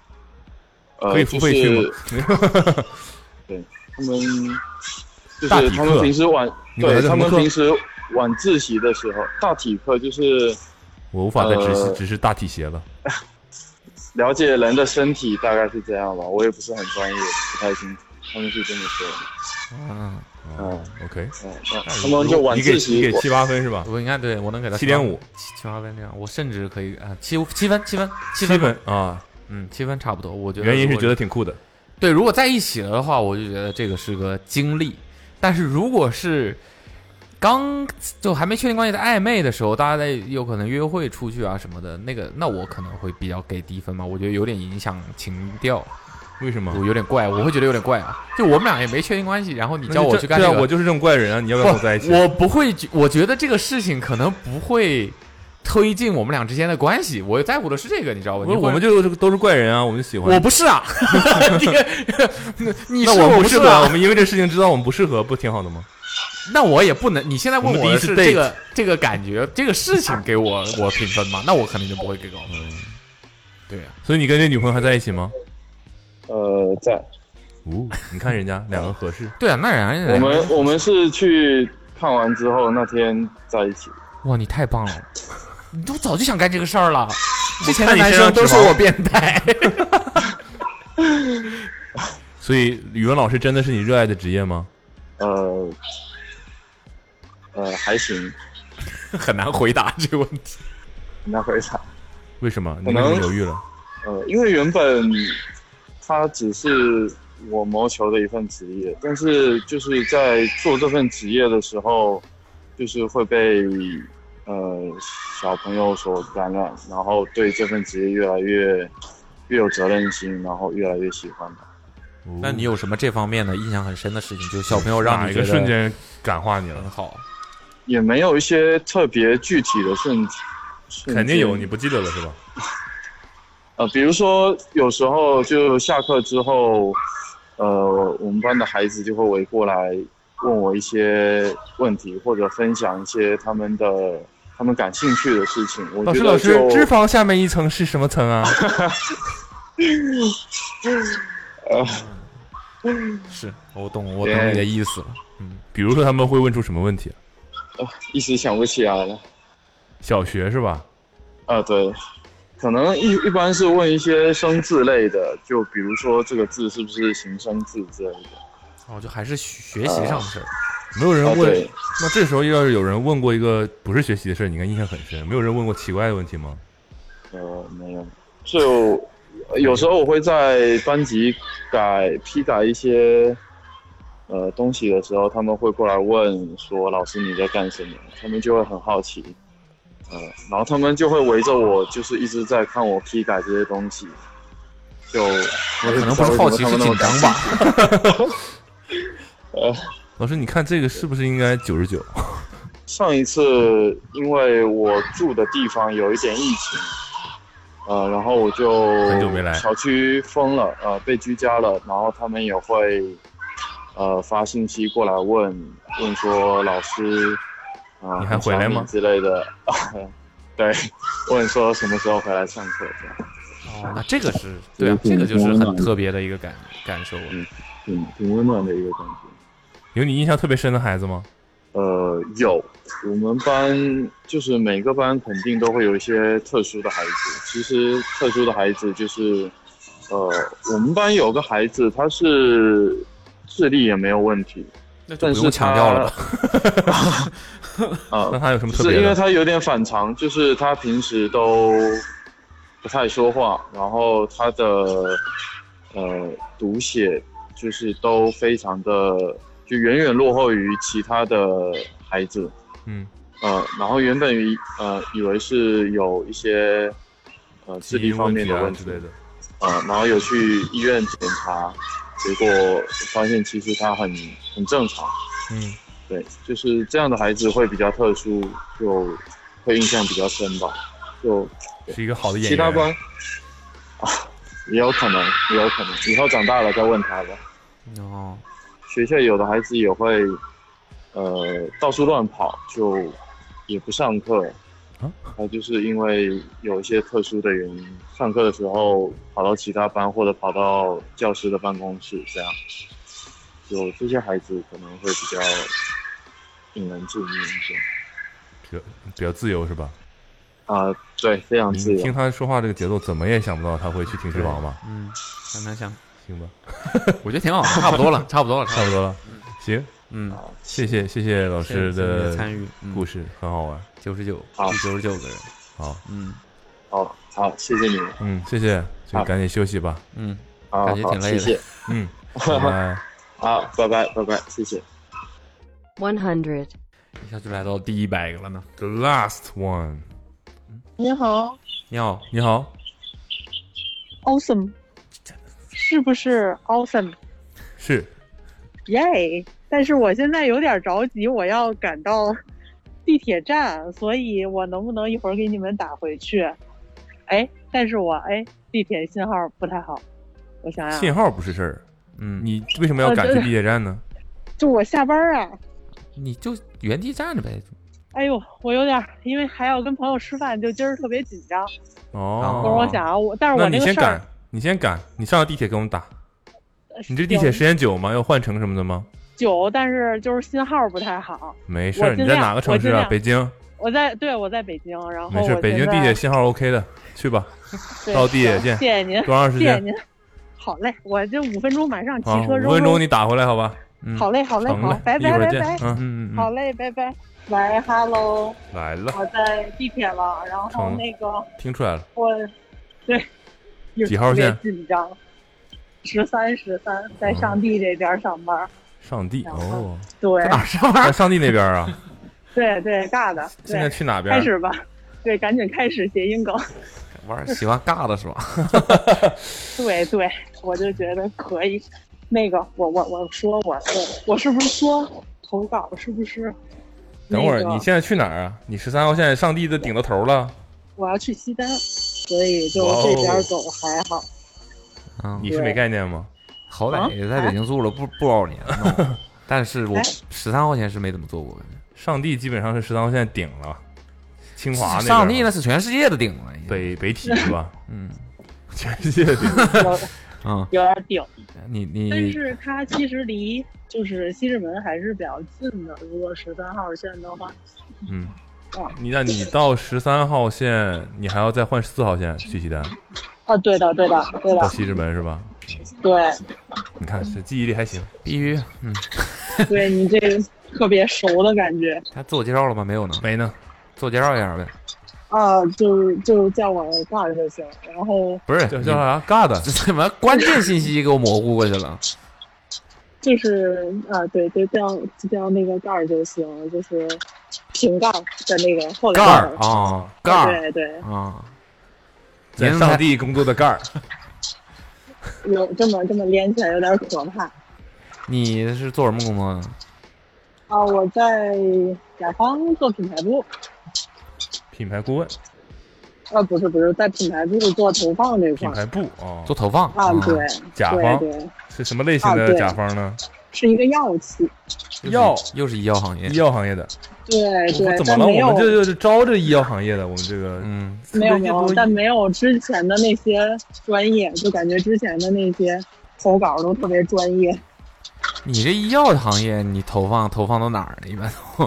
Speaker 6: 呃，
Speaker 2: 可以付费去吗？
Speaker 6: 就是、对他们，就
Speaker 2: 大体课
Speaker 6: 是他们平时晚，
Speaker 2: 你管它叫
Speaker 6: 对他
Speaker 2: 什么
Speaker 6: 们
Speaker 2: 课
Speaker 6: 平时晚自习的时候，大体课就是
Speaker 2: 我无法再直视
Speaker 6: 呃
Speaker 2: 直视大体协了。
Speaker 6: 了解人的身体，大概是这样吧。我也不是很专业，不太清楚。他们是这么说的，
Speaker 3: 嗯，
Speaker 2: 哦，OK，
Speaker 6: 嗯，那他们就晚
Speaker 2: 你给
Speaker 6: 自
Speaker 2: 你
Speaker 6: 习
Speaker 2: 给，七八分是吧？
Speaker 3: 我应该对我能给到
Speaker 2: 7.5
Speaker 3: 七七八分这样，我甚至可以啊七七分七分七
Speaker 2: 七
Speaker 3: 分吧
Speaker 2: 分啊，
Speaker 3: 嗯七分差不多。我觉得
Speaker 2: 原因
Speaker 3: 如
Speaker 2: 是
Speaker 3: 果
Speaker 2: 觉得挺酷的。
Speaker 3: 对，如果在一起了的话，我就觉得这个是个经历。但是如果是刚就还没确定关系的暧昧的时候，大家在有可能约会出去啊什么的，那个那我可能会比较给低分嘛，我觉得有点影响情调，
Speaker 2: 为什么？
Speaker 3: 我有点怪，我会觉得有点怪啊。就我们俩也没确定关系，然后你
Speaker 2: 那
Speaker 3: 叫我
Speaker 2: 这
Speaker 3: 去干
Speaker 2: 对
Speaker 3: 这
Speaker 2: 啊，
Speaker 3: 个，
Speaker 2: 我就是这种怪人啊！你要不要跟我在一起？
Speaker 3: 不，我不会觉，我觉得这个事情可能不会推进我们俩之间的关系。我在乎的是这个，你知道吧？
Speaker 2: 不是，
Speaker 3: 你会
Speaker 2: 我们就是都是怪人啊，我们就喜欢。
Speaker 3: 我不是啊， 你你
Speaker 2: 那
Speaker 3: 是
Speaker 2: 我们
Speaker 3: 不
Speaker 2: 不适
Speaker 3: 是
Speaker 2: 合，我
Speaker 3: 啊，
Speaker 2: 们因为这事情知道我们不适合，不挺好的吗？
Speaker 3: 那我也不能。你现在问
Speaker 2: 我们
Speaker 3: 我
Speaker 2: 第
Speaker 3: 的
Speaker 2: 一次
Speaker 3: 是
Speaker 2: date
Speaker 3: 这个这个感觉，这个事情给 我我评分嘛？那我肯定就不会给高分。
Speaker 2: 嗯
Speaker 3: 对啊呀、
Speaker 2: 所以你跟这女朋友还在一起吗？哎
Speaker 6: 呃，在。
Speaker 2: 哦，你看人家两个合适，
Speaker 3: 对啊，那然
Speaker 6: 我们我们是去看完之后那天在一起。
Speaker 3: 哇，你太棒了，你都早就想干这个事儿 了。之前的
Speaker 2: 看你
Speaker 3: 男
Speaker 2: 身
Speaker 3: 生
Speaker 2: 上
Speaker 3: 都
Speaker 2: 脂
Speaker 3: 说
Speaker 2: 肪
Speaker 3: 我变态，
Speaker 2: 所以语文老师真的是你热爱的职业吗？
Speaker 6: 呃，呃，还行，
Speaker 3: 很难回答这个问题。
Speaker 6: 那回答。
Speaker 2: 为什么？你
Speaker 6: 可
Speaker 2: 为
Speaker 6: 能
Speaker 2: 什么犹豫了？
Speaker 6: 呃，因为原本它只是我谋求的一份职业，但是就是在做这份职业的时候，就是会被呃小朋友所感染，然后对这份职业越来越越有责任心，然后越来越喜欢它。
Speaker 2: 哦
Speaker 3: 那你有什么这方面的印象很深的事情？就是小朋友让
Speaker 2: 哪
Speaker 3: 你
Speaker 2: 一
Speaker 3: 觉
Speaker 2: 个
Speaker 3: 得
Speaker 2: 瞬间感化你
Speaker 3: 很
Speaker 2: 了？
Speaker 3: 好，
Speaker 6: 也没有一些特别具体的瞬，瞬
Speaker 2: 肯定有，
Speaker 6: 间
Speaker 2: 你不记得了是吧？
Speaker 6: 呃，比如说有时候就下课之后，呃，我们班的孩子就会围过来问我一些问题，或者分享一些他们的他们感兴趣的事情。我
Speaker 3: 老
Speaker 6: 觉
Speaker 3: 师，
Speaker 6: 得
Speaker 3: 老师
Speaker 6: 就，
Speaker 3: 脂肪下面一层是什么层啊？
Speaker 6: 呃，
Speaker 3: 是我懂，我懂你的意思了。嗯，
Speaker 2: 比如说他们会问出什么问题？啊
Speaker 6: 呃一时想不起来了。
Speaker 2: 小学是吧？
Speaker 6: 啊，对，可能一一般是问一些生字类的，就比如说这个字是不是形声字之类的。
Speaker 3: 哦，就还是学学习上的事儿。
Speaker 2: 没有人
Speaker 6: 啊
Speaker 2: 问
Speaker 6: 对。
Speaker 2: 那这时候要是有人问过一个不是学习的事儿，你应该印象很深。没有人问过奇怪的问题吗？
Speaker 6: 呃，没有，就呃有时候我会在班级改批改一些呃东西的时候，他们会过来问说：“老师你在干什么？”呃他们就会很好奇，呃，然后他们就会围着我，就是一直在看我批改这些东西。就我也
Speaker 3: 可能
Speaker 6: 知
Speaker 3: 不
Speaker 6: 道
Speaker 3: 是好奇，
Speaker 6: 为什么他
Speaker 3: 是
Speaker 6: 们那
Speaker 3: 紧
Speaker 6: 么感
Speaker 3: 张吧
Speaker 6: 兴趣？
Speaker 2: 老师，你看这个是不是应该九十九？
Speaker 6: 上一次因为我住的地方有一点疫情，呃，然后我就
Speaker 2: 很久没来
Speaker 6: 小区封了，呃，被居家了，然后他们也会呃发信息过来问问说老师啊、
Speaker 2: 你还回来吗
Speaker 6: 很想你之类的， 对，问说什么时候回来上课这样。
Speaker 3: 哦，那这个是对啊，这个就是很特别的一个感感受。
Speaker 6: 挺挺温暖的一个感觉。
Speaker 2: 有你印象特别深的孩子吗？
Speaker 6: 呃，有，我们班就是每个班肯定都会有一些特殊的孩子。其实特殊的孩子就是，呃，我们班有个孩子，他是智力也没有问题，
Speaker 3: 那就
Speaker 6: 但
Speaker 3: 不
Speaker 6: 是
Speaker 3: 用强调了吧？
Speaker 6: 他啊，
Speaker 2: 那他有什么特
Speaker 6: 是
Speaker 2: 别
Speaker 6: 因为
Speaker 2: 的？
Speaker 6: 他有点反常，就是他平时都不太说话，然后他的呃读写就是都非常的就远远落后于其他的孩子。
Speaker 2: 嗯，
Speaker 6: 呃，然后原本以呃以为是有一些呃智
Speaker 2: 基
Speaker 6: 力
Speaker 2: 因
Speaker 6: 方
Speaker 2: 问
Speaker 6: 面
Speaker 2: 题
Speaker 6: 的
Speaker 2: 啊
Speaker 6: 问
Speaker 2: 之
Speaker 6: 题，
Speaker 2: 类的。
Speaker 6: 呃，然后有去医院检查，结果发现其实他很很正常，
Speaker 3: 嗯，
Speaker 6: 对，就是这样的孩子会比较特殊，就会印象比较深吧，就是
Speaker 2: 一个好的演员。
Speaker 6: 其他班啊也有可能，也有可能，以后长大了再问他吧。
Speaker 3: 哦，
Speaker 6: 学校有的孩子也会，呃，到处乱跑，就也不上课，
Speaker 2: 啊
Speaker 6: 他就是因为有一些特殊的原因，上课的时候跑到其他班或者跑到教师的办公室这样，就这些孩子可能会比较引人注目一些。
Speaker 2: 比较比较自由是吧？
Speaker 6: 啊、对，非常自
Speaker 2: 你
Speaker 6: 由
Speaker 2: 听。他说话这个节奏，怎么也想不到他会去停尸房吧？
Speaker 3: 嗯，想想想，
Speaker 2: 行吧，
Speaker 6: 嗯
Speaker 3: 我觉得挺好的，差不多了，差不多了，
Speaker 2: 差不多了。行，
Speaker 3: 嗯，
Speaker 6: 啊
Speaker 2: 谢谢谢谢老师
Speaker 3: 谢谢你的
Speaker 2: 的
Speaker 3: 参与嗯
Speaker 2: 故事很好玩。
Speaker 3: 九十九，
Speaker 6: 好
Speaker 3: 第九十九个人，
Speaker 2: 好，
Speaker 3: 嗯
Speaker 6: 好好，谢谢你们。
Speaker 2: 嗯，谢谢，就
Speaker 6: 好
Speaker 2: 赶紧休息 吧。
Speaker 3: 嗯，
Speaker 6: 啊，
Speaker 3: 感觉
Speaker 6: 好，
Speaker 3: 挺累
Speaker 6: 谢
Speaker 3: 的
Speaker 6: 谢。
Speaker 2: 嗯，拜拜。
Speaker 6: 好，拜拜，拜拜，谢谢。
Speaker 1: 100.
Speaker 3: 一下就来到第一百个了呢。
Speaker 2: The last one，
Speaker 8: 你好
Speaker 3: 你好，
Speaker 2: 你好，
Speaker 8: ，Awesome，是不是 Awesome？
Speaker 2: 是
Speaker 8: 耶、但是我现在有点着急，我要赶到地铁站，所以我能不能一会儿给你们打回去？哎，但是我哎，地铁信号不太好，我想想，
Speaker 2: 信号不是事儿。
Speaker 3: 嗯，
Speaker 2: 你为什么要
Speaker 8: 哦
Speaker 2: 赶去
Speaker 8: 对
Speaker 2: 地铁站呢？
Speaker 8: 就我下班儿啊，
Speaker 3: 你就原地站着呗。
Speaker 8: 哎呦，我有点儿，因为还要跟朋友吃饭，就今儿特别紧张。
Speaker 2: 哦，
Speaker 8: 等会儿我想啊，我但是
Speaker 2: 那
Speaker 8: 我
Speaker 2: 你
Speaker 8: 这个
Speaker 2: 先
Speaker 8: 事儿
Speaker 2: 赶，，你先赶，你上地铁给我们打。你这地
Speaker 8: 行
Speaker 2: 铁时间久吗？要换乘什么的吗？
Speaker 8: 久，但是就是信号不太好。
Speaker 2: 没事儿，
Speaker 8: 我尽
Speaker 2: 你在哪
Speaker 8: 量
Speaker 2: 个城市
Speaker 8: 我尽
Speaker 2: 啊？
Speaker 8: 量
Speaker 2: 北京，
Speaker 8: 我在对我在北京，然后
Speaker 2: 没事儿，
Speaker 8: 我
Speaker 2: 北京
Speaker 8: 现在
Speaker 2: 地铁信号 OK 的，去吧，
Speaker 8: 对
Speaker 2: 到地铁
Speaker 8: 行
Speaker 2: 见
Speaker 8: 谢谢您，
Speaker 2: 多长时
Speaker 8: 谢谢
Speaker 2: 间？
Speaker 8: 您。好嘞，我这五分钟马上骑
Speaker 2: 啊，
Speaker 8: 车。
Speaker 2: 五分钟你打回来好吧？
Speaker 3: 嗯，
Speaker 8: 好嘞，好嘞，
Speaker 2: 成
Speaker 8: 好
Speaker 2: 嘞，，
Speaker 8: 拜
Speaker 2: 一
Speaker 8: 拜
Speaker 2: 会儿
Speaker 8: 拜
Speaker 2: 见
Speaker 8: 拜，，
Speaker 2: 嗯，
Speaker 3: 嗯嗯
Speaker 8: 好
Speaker 3: 嗯，
Speaker 8: 嘞，拜拜。喂哈喽，
Speaker 2: 来了，
Speaker 8: 我在地铁了，然后
Speaker 2: 成了
Speaker 8: 那个
Speaker 2: 听出来了，
Speaker 8: 我，对，有
Speaker 2: 几号线哦
Speaker 8: 特别紧张，十三十三，在上地这边上班。
Speaker 2: 上地
Speaker 8: 嗯
Speaker 2: 哦，
Speaker 8: 对
Speaker 3: 哪儿上班
Speaker 2: 在？上地那边啊？
Speaker 8: 对对，尬的。
Speaker 2: 现在
Speaker 8: 对，
Speaker 2: 去哪边啊
Speaker 8: 开？始吧。对，赶紧开始谐音梗。
Speaker 3: 玩儿喜欢尬的是吧？
Speaker 8: 对对，我就觉得可以。那个，我我我说我我我是不是说投稿是不是、那
Speaker 2: 等
Speaker 8: 个？
Speaker 2: 会儿你现在去哪儿啊？你十三号线上地都顶到头了，
Speaker 8: 我要去西单，所以就
Speaker 2: 哇哦
Speaker 8: 这边走还 好。
Speaker 2: 你是没概念吗？
Speaker 3: 好
Speaker 8: 啊
Speaker 3: 歹也在北京住了不不少年 了，但是
Speaker 8: 哎
Speaker 3: 我十三号线是没怎么坐过，感觉
Speaker 2: 上地基本上是十三号线顶了，清华那边啊
Speaker 3: 上帝那是全世界的顶了，
Speaker 2: 北北体是吧？
Speaker 3: 嗯，
Speaker 2: 全世界的顶。
Speaker 3: 嗯，
Speaker 8: 有点顶。
Speaker 3: 你
Speaker 8: 但
Speaker 3: 你
Speaker 8: 是它其实离就是西直门还是比较近的，如果十三号线的话，
Speaker 2: 嗯，
Speaker 8: 啊
Speaker 2: 你那你到十三号线，你还要再换十四号线去西 单，
Speaker 8: 啊，对的，对的，对
Speaker 2: 到
Speaker 8: 的，
Speaker 2: 西直门是吧？
Speaker 8: 对，
Speaker 2: 你看这记忆力还行，
Speaker 3: 必须。嗯，
Speaker 8: 对你这个特别熟的感觉
Speaker 3: 他自我介绍了吗？没有呢，
Speaker 2: 没 呢，
Speaker 3: 自我介绍一下呗。
Speaker 8: 啊，就就叫我大就行。然后
Speaker 3: 不是
Speaker 2: 叫
Speaker 3: 你
Speaker 2: 叫啥啊尬的？
Speaker 3: 这怎么关键信息给我模糊过去 了？
Speaker 8: 就是啊，对，就叫就叫那个盖儿就行，就是瓶盖儿的那个后来
Speaker 3: 盖儿啊，盖儿
Speaker 8: 对对，
Speaker 3: 啊，
Speaker 2: 在
Speaker 3: 您
Speaker 2: 上
Speaker 3: 来
Speaker 2: 帝工作的盖儿，
Speaker 8: 有这么这么连起来有点可怕
Speaker 3: 你是做什么工作的？
Speaker 8: 啊！我在甲方做品牌部，
Speaker 2: 品牌顾问，
Speaker 8: 啊，不是不是，在品牌部做投放这块
Speaker 2: 品
Speaker 8: 儿
Speaker 2: 牌部哦，
Speaker 3: 做投放
Speaker 8: 啊，对，
Speaker 2: 甲
Speaker 8: 对
Speaker 2: 方
Speaker 8: 对，
Speaker 2: 是什么类型
Speaker 8: 啊
Speaker 2: 的
Speaker 8: 对
Speaker 2: 甲方呢？
Speaker 8: 是一个药企，
Speaker 2: 药
Speaker 3: 又是医药行业
Speaker 2: 医。药行业的，
Speaker 8: 嗯对
Speaker 2: 我
Speaker 8: 对，
Speaker 2: 怎么
Speaker 8: 但
Speaker 2: 了？
Speaker 8: 没有
Speaker 2: 我们这就是招着医药行业的，我们这个
Speaker 3: 嗯，
Speaker 8: 没有
Speaker 2: 特
Speaker 8: 没
Speaker 2: 别
Speaker 8: 有，
Speaker 2: 多
Speaker 8: 但没有之前的那些专业，就感觉之前的那些投稿都特别专业。
Speaker 3: 你这医药行业，你投放投放到哪儿呢？一般都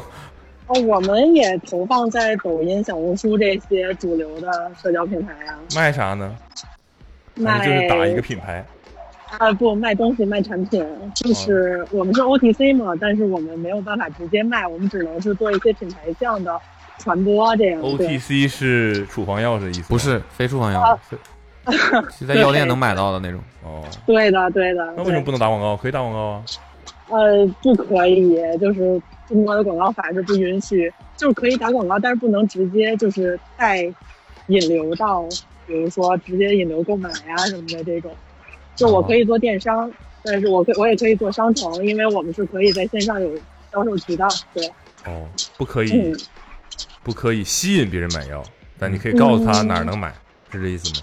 Speaker 8: 哦，我们也投放在抖音、小红书这些主流的社交平台啊，
Speaker 2: 卖啥呢？反
Speaker 8: 卖
Speaker 2: 正就是打一个品牌，
Speaker 8: 啊不卖东西卖产品，
Speaker 2: 哦
Speaker 8: 就是我们是 OTC 嘛，但是我们没有办法直接卖，我们只能是做一些品牌项的传播这样。对
Speaker 2: OTC 是处方药是意思吗？
Speaker 3: 不是非处方
Speaker 8: 啊
Speaker 3: 药，是在药店能买到的那种。
Speaker 2: 哦，
Speaker 8: 对的对的。
Speaker 2: 那为什么不能打广告？可以打广告啊。
Speaker 8: 呃，不可以，就是中国的广告法是不允许，就是可以打广告，但是不能直接就是带引流到，比如说直接引流购买啊什么的这种。就我可以做电商，但是我可我也可以做商城，因为我们是可以在线上有销售渠道。对，
Speaker 2: 哦，不可以
Speaker 8: 嗯，
Speaker 2: 不可以吸引别人买药，但你可以告诉他哪儿能买，是这意思吗？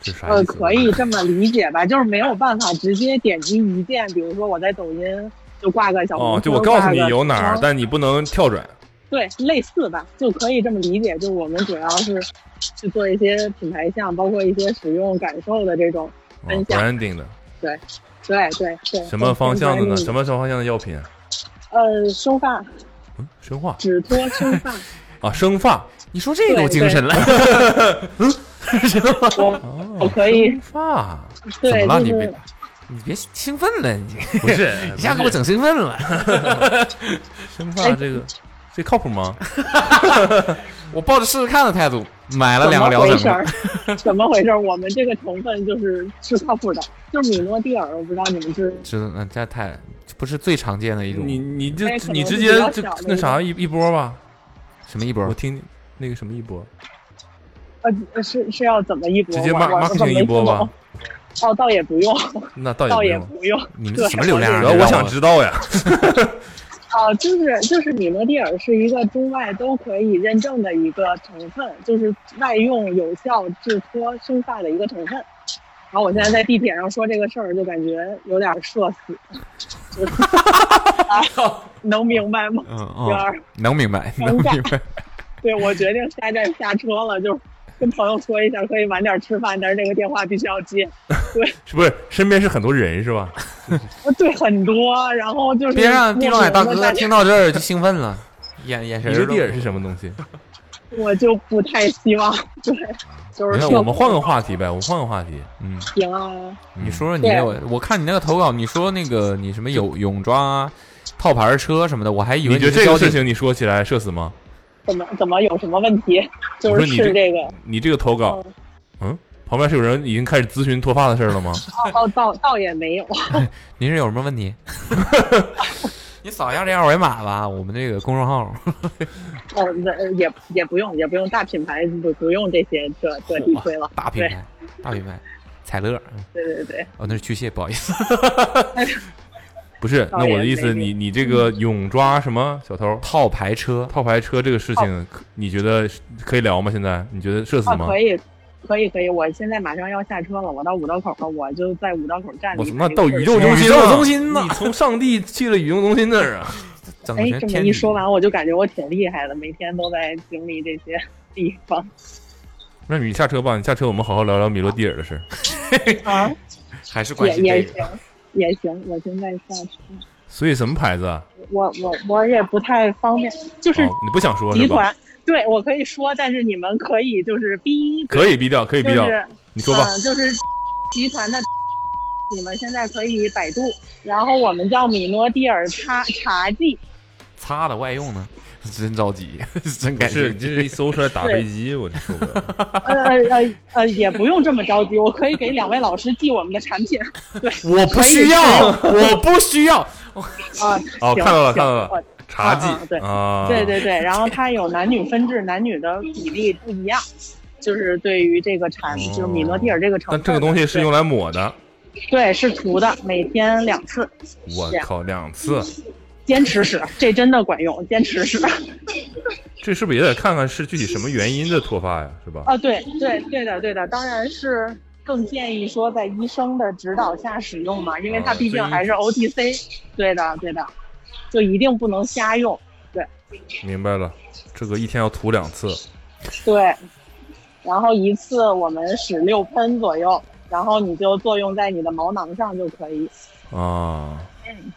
Speaker 2: 这是啥
Speaker 8: 呃
Speaker 2: 意，思？
Speaker 8: 可以。这么理解吧，就是没有办法直接点击一键，比如说我在抖音就挂个小红
Speaker 2: 哦，
Speaker 8: 书
Speaker 2: 就我告诉你
Speaker 8: 挂个
Speaker 2: 有哪
Speaker 8: 什么
Speaker 2: 儿，但你不能跳转。
Speaker 8: 对，类似吧，就可以这么理解。就我们主要是去做一些品牌项，包括一些使用感受的这种
Speaker 2: 哦
Speaker 8: 分享。
Speaker 2: ，branding 的
Speaker 8: 对，对，对，对。
Speaker 2: 什么方向的呢？什
Speaker 8: 么？
Speaker 2: 么方向的药品？啊
Speaker 8: 呃，收发、
Speaker 2: 嗯，生化
Speaker 8: 只脱生发。
Speaker 2: 啊，生发
Speaker 3: 你说这个我精神了，
Speaker 8: 我我可以，
Speaker 3: 发怎
Speaker 8: 对，
Speaker 3: 么了？你
Speaker 8: 就是
Speaker 3: 别你别兴奋了，你，
Speaker 2: 不是
Speaker 3: 一下给我整兴奋了。
Speaker 2: 生发这个，这靠谱吗？
Speaker 3: 我抱着试试看的态度买了
Speaker 8: 怎
Speaker 3: 两
Speaker 8: 么
Speaker 3: 个疗
Speaker 8: 回事
Speaker 3: 程
Speaker 8: 儿，？怎么回事儿？我们这个成分就是是靠谱的，就是米诺地尔，我不知道你们知
Speaker 3: 真的，嗯这太不是最常见的一种。
Speaker 2: 你你就
Speaker 8: 哎可能
Speaker 2: 你
Speaker 8: 是
Speaker 2: 直
Speaker 8: 比
Speaker 2: 接
Speaker 8: 较
Speaker 2: 就
Speaker 8: 小的
Speaker 2: 那
Speaker 8: 一
Speaker 2: 啥
Speaker 8: 种
Speaker 2: 一一波吧，
Speaker 3: 什么一
Speaker 2: 我
Speaker 3: 波？
Speaker 2: 听那个什么一波，
Speaker 8: 呃是是要怎么一波？
Speaker 2: 直接
Speaker 8: 我
Speaker 2: mark
Speaker 8: 我
Speaker 2: marketing 一波吧。
Speaker 8: 哦，倒也不用，
Speaker 2: 那倒也
Speaker 8: 倒
Speaker 2: 没
Speaker 8: 也
Speaker 2: 有。
Speaker 8: 不用。
Speaker 3: 你们这什么流量啊？
Speaker 2: 主要
Speaker 3: 这
Speaker 2: 我
Speaker 3: 让
Speaker 2: 想知道呀，
Speaker 8: 哦，就是就是米诺地尔是一个中外都可以认证的一个成分，就是外用有效治脱生发的一个成分。然后我现在在地铁上说这个事儿，就感觉有点社死，就是 啊能明白吗？
Speaker 3: 嗯
Speaker 2: 哦
Speaker 8: 有点
Speaker 3: 嗯，
Speaker 8: 儿
Speaker 3: 能明白，能明白。
Speaker 8: 对我决定下站下车了，就跟朋友说一下，可以晚点吃饭，但是这个电话必须要接。
Speaker 2: 是不是？身边是很多人是 吧？
Speaker 8: 呃 对，很多，然后就是
Speaker 3: 别让地中海大
Speaker 8: 莫名
Speaker 3: 哥
Speaker 8: 地
Speaker 3: 听到这儿就兴奋了，眼眼神
Speaker 2: 你
Speaker 3: 儿
Speaker 2: 这
Speaker 3: 都
Speaker 2: 地儿是什么东西？
Speaker 8: 我就不太希望， 对，就是
Speaker 2: 那
Speaker 8: 社
Speaker 2: 我们
Speaker 8: 死
Speaker 2: 换个话题呗，我们换个话题。
Speaker 3: 嗯，
Speaker 8: 行啊。
Speaker 3: 你说说你那个，我看你那个投稿，你说那个你什么泳泳装啊、套牌车什么的，我还以为
Speaker 2: 你觉得
Speaker 3: 是
Speaker 2: 这
Speaker 3: 交
Speaker 2: 个
Speaker 3: 警
Speaker 2: 事情你说起来社死吗？
Speaker 8: 怎么怎么有什么问题？就是
Speaker 2: 你说你
Speaker 8: 是这个
Speaker 2: 你这个投
Speaker 8: 哦
Speaker 2: 稿，嗯，旁边是有人已经开始咨询脱发的事儿了吗？
Speaker 8: 哦哦，倒倒也没有。
Speaker 3: 您是有什么 问题？你扫一下这二维码吧，我们这个公众号。。
Speaker 8: 哦，那呃也也不用，也不用大品牌不不用这些这这地推了
Speaker 3: 大品牌，大品牌，彩乐。
Speaker 8: 对对对，
Speaker 3: 哦，那是巨蟹，不好意思。
Speaker 2: 不是，
Speaker 3: 导
Speaker 2: 那
Speaker 3: 演
Speaker 2: 我的意思，
Speaker 3: 那
Speaker 2: 你你
Speaker 8: 嗯
Speaker 2: 这个勇抓什么小
Speaker 8: 哦
Speaker 2: 偷
Speaker 3: 套 牌车，
Speaker 2: 套牌车这个事情，可你觉得是可以聊吗？现在你觉得社死
Speaker 8: 啊，
Speaker 2: 吗？
Speaker 8: 哦可以，可以，可以。我现在马上要下车了，我到五道口了，我就在五道口站着。
Speaker 2: 我他妈到宇宙中心，
Speaker 3: 宇宙中
Speaker 2: 心啊呢？你从 上帝去了宇宙中心那儿 啊？整
Speaker 8: 哎，
Speaker 2: 全
Speaker 8: 这么
Speaker 2: 天
Speaker 8: 一
Speaker 2: 理
Speaker 8: 说完，我就感觉我挺厉害的，每天都在经历这些地方。
Speaker 2: 那你下车吧，你下车，我们好好聊聊米洛地尔的事儿。
Speaker 8: 啊，
Speaker 3: 还是
Speaker 8: 也也行，也行。我现在下车，
Speaker 2: 所以什么牌子啊？
Speaker 8: 我我我也不太方便，就是
Speaker 2: 哦你不想说
Speaker 8: 集
Speaker 2: 是吧
Speaker 8: 团。？对，我可以说，但是你们可以就是逼，
Speaker 2: 可以逼掉，可以逼掉
Speaker 8: 就是。
Speaker 2: 你说吧
Speaker 8: 嗯，就是 集团的，你们现在可以百度，然后我们叫米诺地尔茶茶记，
Speaker 3: 擦的外用呢， 真着急， 真
Speaker 2: 不
Speaker 3: 感
Speaker 2: 是，
Speaker 3: 谢。
Speaker 2: 你这是一搜出来打飞机，我这受不了。
Speaker 8: 呃呃呃呃，也不用这么着急，我可以给两位老师寄我们的产品。 对，
Speaker 3: 我不需要，我不需 要。
Speaker 8: 啊，
Speaker 2: 哦，
Speaker 8: 行
Speaker 2: 看到了，
Speaker 8: 行
Speaker 2: 看到了
Speaker 8: 我，
Speaker 2: 茶
Speaker 8: 啊啊
Speaker 2: 几
Speaker 8: 对
Speaker 2: 啊，
Speaker 8: 对对对，然后它有男女分制，男女的比例不一样，就是对于这个产，就是米诺地尔这个成
Speaker 2: 但哦
Speaker 8: 分，
Speaker 2: 这个东西是用来抹的，
Speaker 8: 对是涂的，每天两次，
Speaker 2: 我
Speaker 8: 这样
Speaker 2: 靠，两
Speaker 8: 嗯
Speaker 2: 次，
Speaker 8: 坚持使，这真的管用，坚持使。
Speaker 2: 这是不是也得看看是具体什么原因的脱发呀？是吧？
Speaker 8: 啊，对对对的对的，当然是更建议说在医生的指导下使用嘛，因为它
Speaker 2: 啊
Speaker 8: 毕竟
Speaker 2: 对
Speaker 8: 还是 OTC，对的对的，就一定不能瞎用，对
Speaker 2: 明白了，这个一天要涂两次，
Speaker 8: 对。然后一次我们使六喷左右，然后你就作用在你的毛囊上就可以。
Speaker 2: 啊，
Speaker 8: 嗯，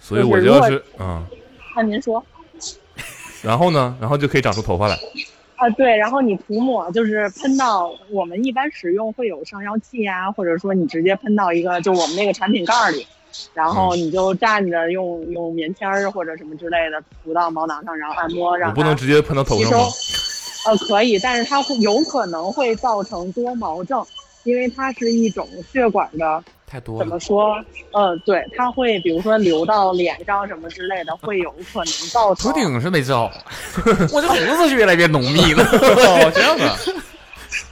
Speaker 2: 所以
Speaker 8: 就是
Speaker 2: 我
Speaker 8: 如
Speaker 2: 就要
Speaker 8: 果
Speaker 2: 是啊，
Speaker 8: 那您说
Speaker 2: 然后呢，然后就可以长出头发来。
Speaker 8: 啊？对，然后你涂抹就是喷到，我们一般使用会有上药剂啊，或者说你直接喷到一个就我们那个产品盖儿里，然
Speaker 3: 嗯
Speaker 8: 后你就站着用用棉签儿或者什么之类的涂到毛囊上，然后按摩，让
Speaker 2: 我不能
Speaker 8: 它
Speaker 2: 直接喷到头上吗？
Speaker 8: 呃可以，但是它会有可能会造成多毛症，因为它是一种血管的。
Speaker 3: 太多
Speaker 8: 怎么
Speaker 3: 了，
Speaker 8: 说？呃，对，它会比如说流到脸上什么之类的，会有可能造
Speaker 3: 头。
Speaker 8: 成
Speaker 3: 顶是没治好， 我这胡子是越来越浓密 了。哦，这样 啊，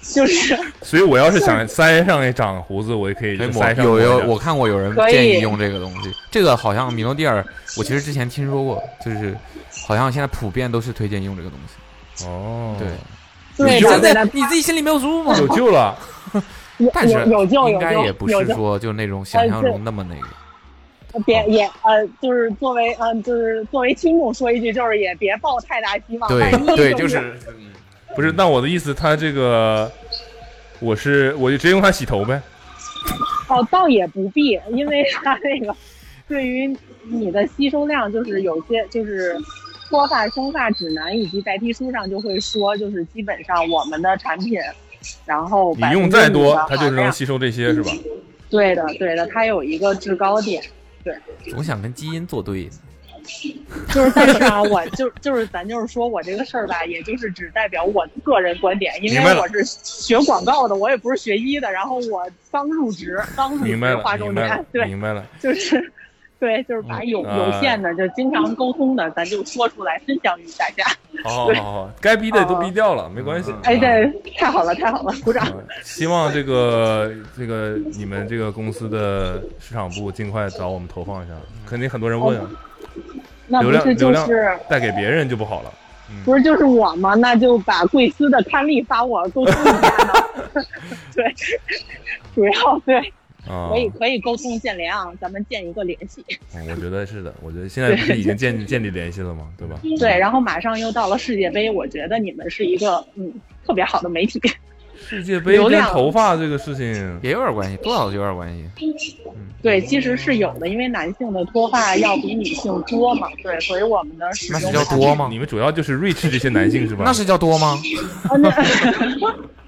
Speaker 8: 就是
Speaker 2: 所以我要是想腮上也长胡子，我也可以
Speaker 3: 可以抹
Speaker 2: 腮上
Speaker 3: 有有
Speaker 2: 抹，一下
Speaker 3: 哎我看过有人
Speaker 8: 可以
Speaker 3: 建议用这个东西。这个好像米诺地尔，我其实之前听说过，就是好像现在普遍都是推荐用这个东西。
Speaker 2: 哦，
Speaker 3: 对，
Speaker 8: 对的，对的，
Speaker 3: 你自己心里没有数吗
Speaker 2: 有救了。
Speaker 8: 有
Speaker 3: 但是
Speaker 8: 有有救
Speaker 3: 应
Speaker 8: 有
Speaker 3: 该
Speaker 8: 救
Speaker 3: 也不
Speaker 8: 有
Speaker 3: 是
Speaker 8: 救
Speaker 3: 说就那种想象中那么那个。
Speaker 8: 别也呃，就是作为嗯、就是作为听众说一句，就是也别抱太大希望。万一
Speaker 3: 对对，
Speaker 8: 就
Speaker 3: 就是
Speaker 2: 不是，那我的意思，他这个，我是我就直接用它洗头呗。
Speaker 8: 哦，倒也不必，因为它那个对于你的吸收量，就是有些就是脱发生发指南以及白皮书上就会说，就是基本上我们的产品，然后
Speaker 2: 你用再多，它
Speaker 8: 它
Speaker 2: 就是能吸收这些， 是吧？
Speaker 8: 对的对的，它有一个制高点。
Speaker 3: 总想跟基因作对。
Speaker 8: 就是，但是啊，我就就是咱就是说我这个事儿吧，也就是只代表我个人观点，因
Speaker 2: 明白
Speaker 8: 为
Speaker 2: 了
Speaker 8: 我是学广告的，我也不是学医的，然后我刚入职，刚入
Speaker 2: 明白
Speaker 8: 职
Speaker 2: 了
Speaker 8: 划，重
Speaker 2: 明白
Speaker 8: 点
Speaker 2: 了，，
Speaker 8: 对，
Speaker 2: 明白了。
Speaker 8: 就是。对，就是把有
Speaker 2: 嗯
Speaker 8: 有限的，就经常沟通的，咱就说出来，分享于大家。
Speaker 2: 哦，好好该逼的都逼掉了，没关系。
Speaker 8: 哦哎，对，太好了，太好了，鼓掌。
Speaker 2: 啊嗯希望这个这个你们这个公司的市场部尽快找我们投放一下，肯定很多人问啊，
Speaker 8: 哦那
Speaker 2: 流
Speaker 8: 不
Speaker 2: 量
Speaker 8: 是
Speaker 2: 流
Speaker 8: 就
Speaker 2: 量
Speaker 8: 是
Speaker 2: 带给别人就不好了。
Speaker 8: 不是就是我吗？那就把贵司的刊例发我沟通一下呢。 对，主要对，
Speaker 2: 啊，
Speaker 8: 可以可以沟通建联啊，咱们建一个联系。
Speaker 2: 嗯我觉得是的，我觉得现在不是已经 建建立联系了吗？对吧？
Speaker 8: 对，然后马上又到了世界杯，我觉得你们是一个嗯特别好的媒体。
Speaker 2: 世界杯
Speaker 8: 流
Speaker 2: 跟
Speaker 8: 量
Speaker 2: 头发这个事情，
Speaker 3: 也有点关系，多少有点关系。
Speaker 8: 对，其实是有的，因为男性的脱发要比女性多嘛，对，所以我们的使
Speaker 3: 那是
Speaker 8: 用
Speaker 3: 叫
Speaker 8: 量
Speaker 3: 多吗
Speaker 2: 你？们主要就是 reach 这些男性是吧？
Speaker 3: 那是叫多吗？
Speaker 8: 啊，那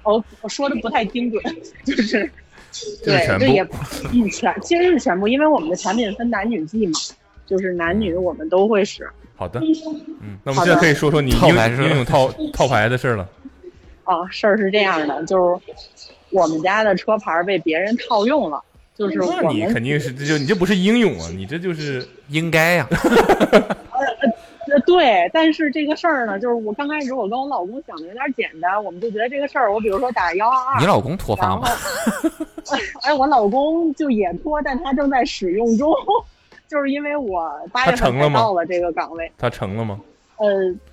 Speaker 8: 我我说的不太精准，就是。
Speaker 2: 就是
Speaker 8: 对
Speaker 2: 全，
Speaker 8: 这
Speaker 2: 部
Speaker 8: 也嗯全，其实是全部，因为我们的产品分男女剂嘛，就是男女我们都会使。
Speaker 2: 好的，
Speaker 3: 嗯，
Speaker 2: 那我们现在可以说说你
Speaker 3: 套
Speaker 2: 英
Speaker 3: 牌是吧
Speaker 2: 英勇套套牌的事儿了。
Speaker 8: 啊，事儿是这样的，就是我们家的车牌被别人套用了，就是我
Speaker 2: 那
Speaker 8: 们
Speaker 2: 你肯定是这就你这不是英勇啊，你这就是
Speaker 3: 应该呀、
Speaker 8: 呃，对，但是这个事儿呢，就是我刚开始我跟我老公想的有点简单，我们就觉得这个事儿，我比如说打幺二
Speaker 3: 你
Speaker 8: 二，
Speaker 3: 老公脱
Speaker 8: 然
Speaker 3: 发
Speaker 8: 后
Speaker 3: 吗？，
Speaker 8: 哎，我老公就也脱，但他正在使用中，就是因为我八
Speaker 2: 他
Speaker 8: 月份
Speaker 2: 成了
Speaker 8: 才
Speaker 2: 吗
Speaker 8: 到了这个岗位，
Speaker 2: 他成了吗？
Speaker 8: 呃，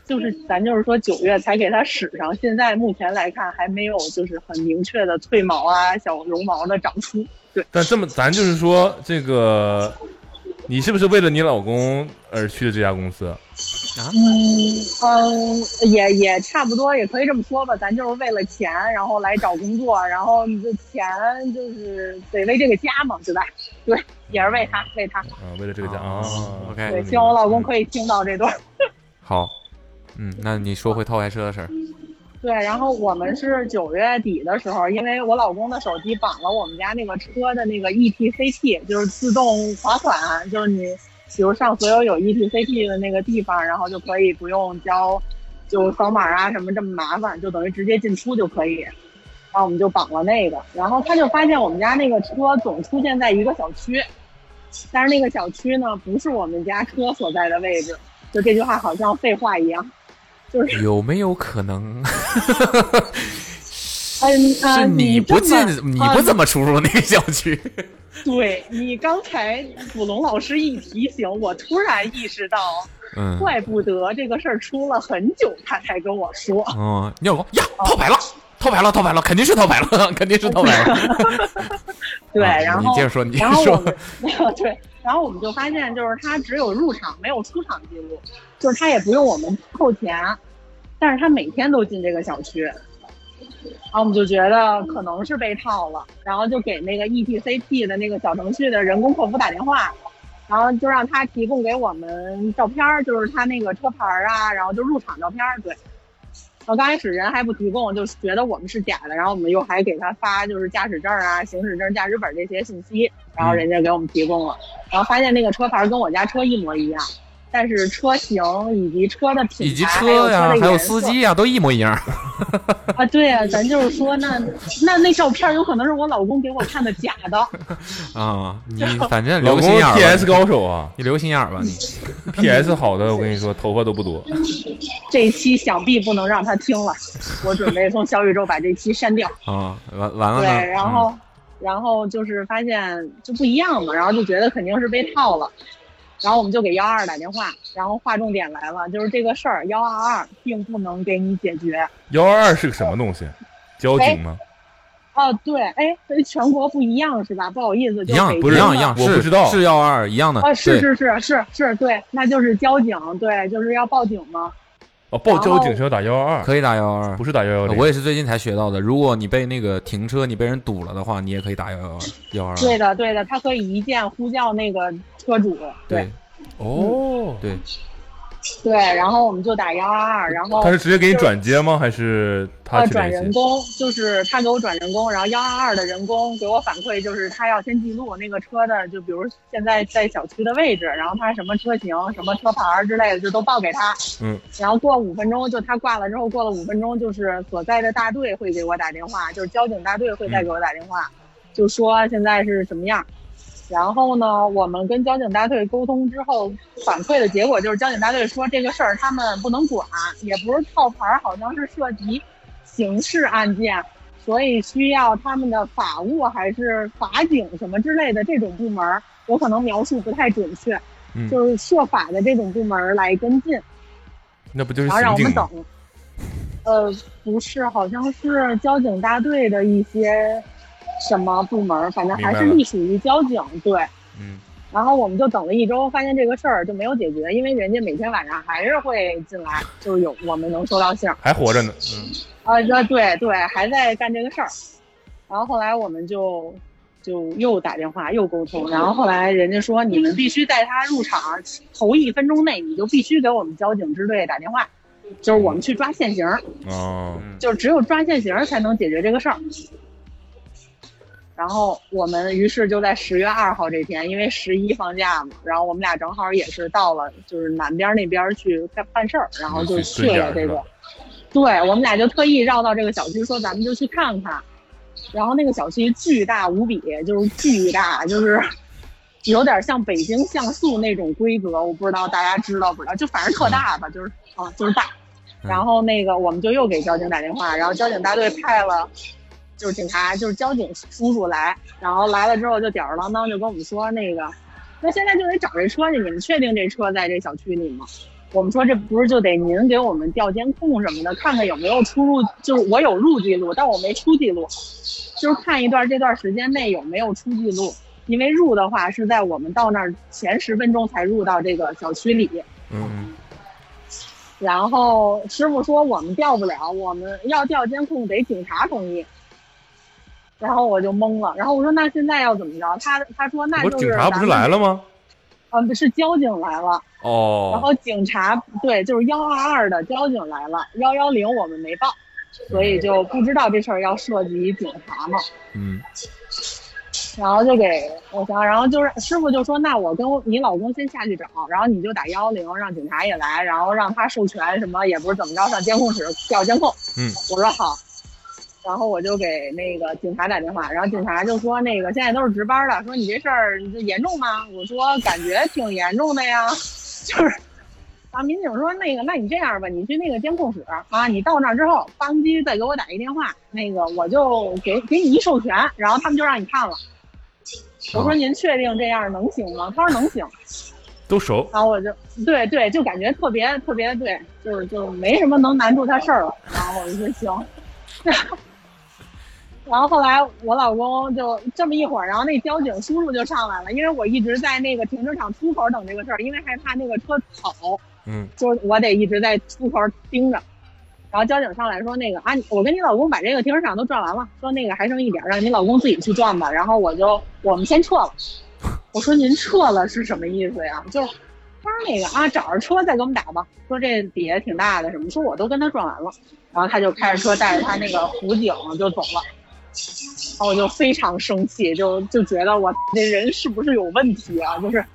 Speaker 8: 就是咱就是说九月才给它使上，现在目前来看还没有就是很明确的褪毛啊、小绒毛的长出。对，
Speaker 2: 但这么，咱就是说，这个你是不是为了你老公而去的这家公司？啊
Speaker 8: 嗯嗯，也也差不多，也可以这么说吧。咱就是为了钱，然后来找工作，然后这钱就是得为这个家嘛，对吧？对，也是为他，为他。
Speaker 2: 啊，为了这个家啊
Speaker 3: 哦，OK，
Speaker 8: 对，希望我老公可以听到这段。
Speaker 3: 好，嗯，那你说回套牌车的事
Speaker 8: 嗯
Speaker 3: 儿，
Speaker 8: 对，然后我们是九月底的时候，因为我老公的手机绑了我们家那个车的那个 E ETCP，就是自动罚款，就是你比如上所有有 E ETCP 的那个地方，然后就可以不用交就扫码啊什么这么麻烦，就等于直接进出就可以。然后我们就绑了那个，然后他就发现我们家那个车总出现在一个小区，但是那个小区呢不是我们家车所在的位置，就这句话好像废话一样，就是
Speaker 3: 有没有可能
Speaker 8: 嗯啊，
Speaker 3: 是你不进
Speaker 8: 这，
Speaker 3: 你不
Speaker 8: 么呃
Speaker 3: 怎么出入那个小区？
Speaker 8: 啊 对你刚才卜龙老师一提醒，我突然意识到，
Speaker 3: 嗯
Speaker 8: 怪不得这个事儿出了很久，他才跟我说。
Speaker 3: 哦，你老公呀，套牌了，套牌了，套牌了，肯定是套牌了， 肯定是套牌了。
Speaker 8: 对，
Speaker 3: 啊
Speaker 8: 然
Speaker 3: 你
Speaker 8: 后
Speaker 3: 接着说，你接
Speaker 8: 然
Speaker 3: 着
Speaker 8: 后我
Speaker 3: 说
Speaker 8: 们， 对，然后我们就发现，就是他只有入场没有出场记录，就是他也不用我们扣钱，但是他每天都进这个小区，然后我们就觉得可能是被套了，然后就给那个 E ETCP 的那个小程序的人工客服打电话，然后就让他提供给我们照片儿，就是他那个车牌儿啊，然后就入场照片儿，对。然后刚开始人还不提供，就觉得我们是假的，然后我们又还给他发就是驾驶证啊、行驶证、驾驶本这些信息，然后人家给我们提供了，然后发现那个车牌跟我家车一模一样，但是车型以及车的品牌
Speaker 3: 以及车呀
Speaker 8: 还有车的，
Speaker 3: 还有
Speaker 8: 颜色
Speaker 3: 司机呀，都一模一样。
Speaker 8: 啊，对啊，咱就是说，那那那照片有可能是我老公给我看的假的，
Speaker 3: 啊， 你
Speaker 8: 然后
Speaker 3: 反正
Speaker 2: 老
Speaker 3: 留个心
Speaker 2: 公
Speaker 3: 眼儿吧。
Speaker 2: PS 高手啊，
Speaker 3: 你留个心眼儿吧，你
Speaker 2: PS 好的，我跟你说，头发都不多。
Speaker 8: 这一期想必不能让他听 了，我准备从小宇宙把这期删掉。
Speaker 3: 啊，完完了
Speaker 8: 对，
Speaker 3: 呢。嗯
Speaker 8: 然后、然后就是发现就不一样嘛，然后就觉得肯定是被套了，然后我们就给幺二打电话，然后划重点来了，就是这个事儿幺二二并不能给你解决。
Speaker 2: 幺二二是个什么东西？交警吗？
Speaker 8: 哦，对，哎，全国不一样是吧？不好意思，
Speaker 3: 一
Speaker 8: 就
Speaker 3: 样
Speaker 8: 北
Speaker 3: 不是一
Speaker 8: 京
Speaker 3: 样
Speaker 8: 的
Speaker 3: 一样，
Speaker 2: 我
Speaker 3: 是
Speaker 2: 不知道
Speaker 3: 是幺二一样的
Speaker 8: 啊，是
Speaker 3: 对
Speaker 8: 是是是是，对，那就是交警，对，就是要报警嘛。
Speaker 2: 哦，报交
Speaker 8: 然
Speaker 2: 警
Speaker 8: 后
Speaker 2: 是要打幺二二，
Speaker 3: 可以打幺二二，
Speaker 2: 不是打幺幺零。
Speaker 3: 哦我也是最近才学到的。如果你被那个停车，你被人堵了的话，你也可以打幺幺二幺二啊
Speaker 8: 对
Speaker 3: 二。
Speaker 8: 的，对的，他可以一键呼叫那个车主。
Speaker 3: 对，
Speaker 2: 哦，
Speaker 3: 对，
Speaker 8: 对，然后我们就打幺二二，然后
Speaker 2: 他是直接给你转接吗？还是他
Speaker 8: 呃
Speaker 2: 去
Speaker 8: 转
Speaker 2: 联
Speaker 8: 人
Speaker 2: 系？
Speaker 8: 工，就是他给我转人工，然后幺二二的人工给我反馈，就是他要先记录那个车的，就比如现在在小区的位置，然后他什么车型、什么车牌儿之类的，就都报给他。
Speaker 2: 嗯，
Speaker 8: 然后过五分钟，就他挂了之后，过了五分钟，就是所在的大队会给我打电话，就是交警大队会
Speaker 2: 嗯
Speaker 8: 再给我打电话，就说现在是什么样。然后呢，我们跟交警大队沟通之后，反馈的结果就是交警大队说这个事儿他们不能管，也不是套牌儿，好像是涉及刑事案件，所以需要他们的法务还是法警什么之类的这种部门儿，我可能描述不太准确，
Speaker 2: 嗯
Speaker 8: 就是涉法的这种部门儿来跟进。
Speaker 2: 那不就是
Speaker 8: 然后让
Speaker 2: 刑
Speaker 8: 我们
Speaker 2: 警啊吗？
Speaker 8: 等。呃，不是，好像是交警大队的一些什么部门儿，反正还是
Speaker 2: 明白了
Speaker 8: 隶属于交警。对，
Speaker 2: 嗯，
Speaker 8: 然后我们就等了一周，发现这个事儿就没有解决，因为人家每天晚上还是会进来，就是有我们能收到信儿。
Speaker 2: 还活着呢。嗯，
Speaker 8: 啊，这对对，还在干这个事儿。然后后来我们就就又打电话又沟通，然后后来人家说你们必须在他入场头一分钟内，你就必须给我们交警支队打电话，就是我们去抓现行儿，
Speaker 3: 嗯
Speaker 2: 哦，
Speaker 8: 就是只有抓现行儿才能解决这个事儿。然后我们于是就在十月二号这天，因为十一放假嘛，然后我们俩正好也是到了就是南边那边去干办事儿，然后就去了这个。对，我们俩就特意绕到这个小区，说咱们就去看看。然后那个小区巨大无比，就是巨大，就是有点像北京像素那种规格，我不知道大家知道不知道，就反正特大吧，就是啊，就是大。然后那个我们就又给交警打电话，然后交警大队派了。就是警察，就是交警叔叔来，然后来了之后就吊儿郎当就跟我们说那个，那现在就得找这车去，你们确定这车在这小区里吗？我们说这不是就得您给我们调监控什么的，看看有没有出入，就是我有入记录，但我没出记录，就是看一段这段时间内有没有出记录，因为入的话是在我们到那儿前十分钟才入到这个小区里。
Speaker 3: 嗯，
Speaker 8: 然后师傅说我们调不了，我们要调监控得警察同意。然后我就懵了，然后我说那现在要怎么着？他他说那
Speaker 2: 不
Speaker 8: 就是是
Speaker 2: 警察不是
Speaker 8: 咱们
Speaker 2: 来了？吗？
Speaker 8: 啊，不是交警来了。然
Speaker 2: 哦，
Speaker 8: 后警察对，就是幺二二的交警来了，幺幺零我们没报，所以就不知道这事儿要涉及警察嘛。
Speaker 3: 嗯，
Speaker 8: 然后就给我想，然后就是师傅就说，那我跟你老公先下去找，然后你就打幺幺零，让警察也来，然后让他授权什么，也不是怎么着，上监控室调监控。
Speaker 3: 嗯
Speaker 8: 我说好，然后我就给那个警察打电话，然后警察就说那个现在都是值班的，说你这事儿你这严重吗？我说感觉挺严重的呀， 就是。啊，民警说那个，那你这样吧，你去那个监控室啊，你到那儿之后，发动机再给我打一电话，那个我就给给你一授权，然后他们就让你看了。我说您确定这样能行吗？他说能行。
Speaker 2: 都熟。
Speaker 8: 然后我就对对，就感觉特别特别对，就是就没什么能难住他事儿了。然后我就说行。 然后后来我老公就这么一会儿，然后那交警叔叔就上来了，因为我一直在那个停车场出口等这个事儿，因为害怕那个车跑，
Speaker 2: 嗯
Speaker 8: 就是我得一直在出口盯着。然后交警上来说那个啊，你我跟你老公把这个停车场都转完了，说那个还剩一点儿，让你老公自己去转吧。然后我就我们先撤了。我说您撤了是什么意思呀？就是他说那个啊，找着车再给我们打吧。说这底下挺大的什么，说我都跟他转完了。然后他就开着车带着他那个辅警就走了。然后我就非常生气，就就觉得我这人是不是有问题啊？就是然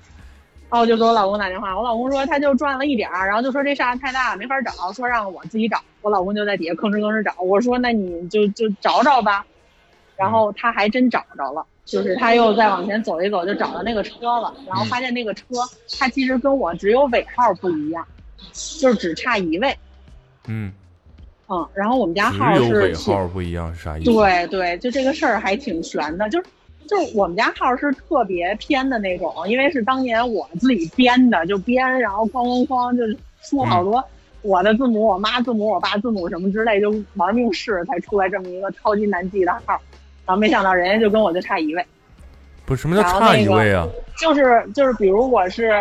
Speaker 8: 后我就给我老公打电话，我老公说他就赚了一点儿，然后就说这上太大没法找，说让我自己找。我老公就在底下吭哧吭哧找，我说那你就就找找吧。
Speaker 2: 嗯
Speaker 8: 然后他还真找着了，就是他又再往前走一走，就找到那个车了，
Speaker 2: 嗯
Speaker 8: 然后发现那个车它其实跟我只有尾号不一样，就是只差一位。
Speaker 2: 嗯，
Speaker 8: 嗯，然后我们家号
Speaker 2: 只有
Speaker 8: 是
Speaker 2: 尾号不一样是啥意思？
Speaker 8: 对对，就这个事儿还挺悬的，就是就是我们家号是特别偏的那种，因为是当年我自己编的，就编，然后哐哐哐就是出
Speaker 2: 嗯
Speaker 8: 好多我的字母、我妈字母、我爸字母什么之类，就玩命试才出来这么一个超级难记的号，然后没想到人家就跟我就差一位。
Speaker 2: 不是什么叫差一位啊？
Speaker 8: 就是就是，比如我是，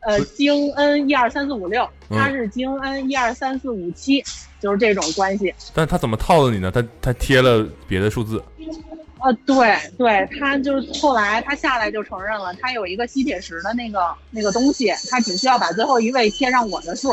Speaker 8: 呃，京 N 一二三四五六，
Speaker 2: 嗯
Speaker 8: 他是京 N 一二三四五七，就是这种关系。
Speaker 2: 但他怎么套的你呢？他他贴了别的数字，
Speaker 8: 呃，对对，他就是后来他下来就承认了，他有一个吸铁石的那个那个东西，他只需要把最后一位贴上我的数，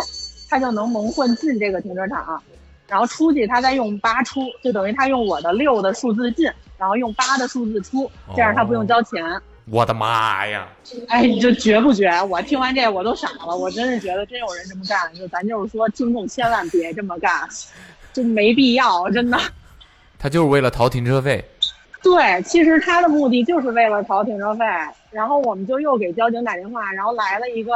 Speaker 8: 他就能蒙混进这个停车场，然后出去他再用八出，就等于他用我的六的数字进，然后用八的数字出，这样他不用交钱。
Speaker 3: 我的妈呀！
Speaker 8: 哎，你这绝不绝？我听完这我都傻了，我真是觉得真有人这么干。就咱就是说，听众千万别这么干，就没必要，真的。
Speaker 3: 他就是为了逃停车费。
Speaker 8: 对，其实他的目的就是为了逃停车费，然后我们就又给交警打电话，然后来了一个，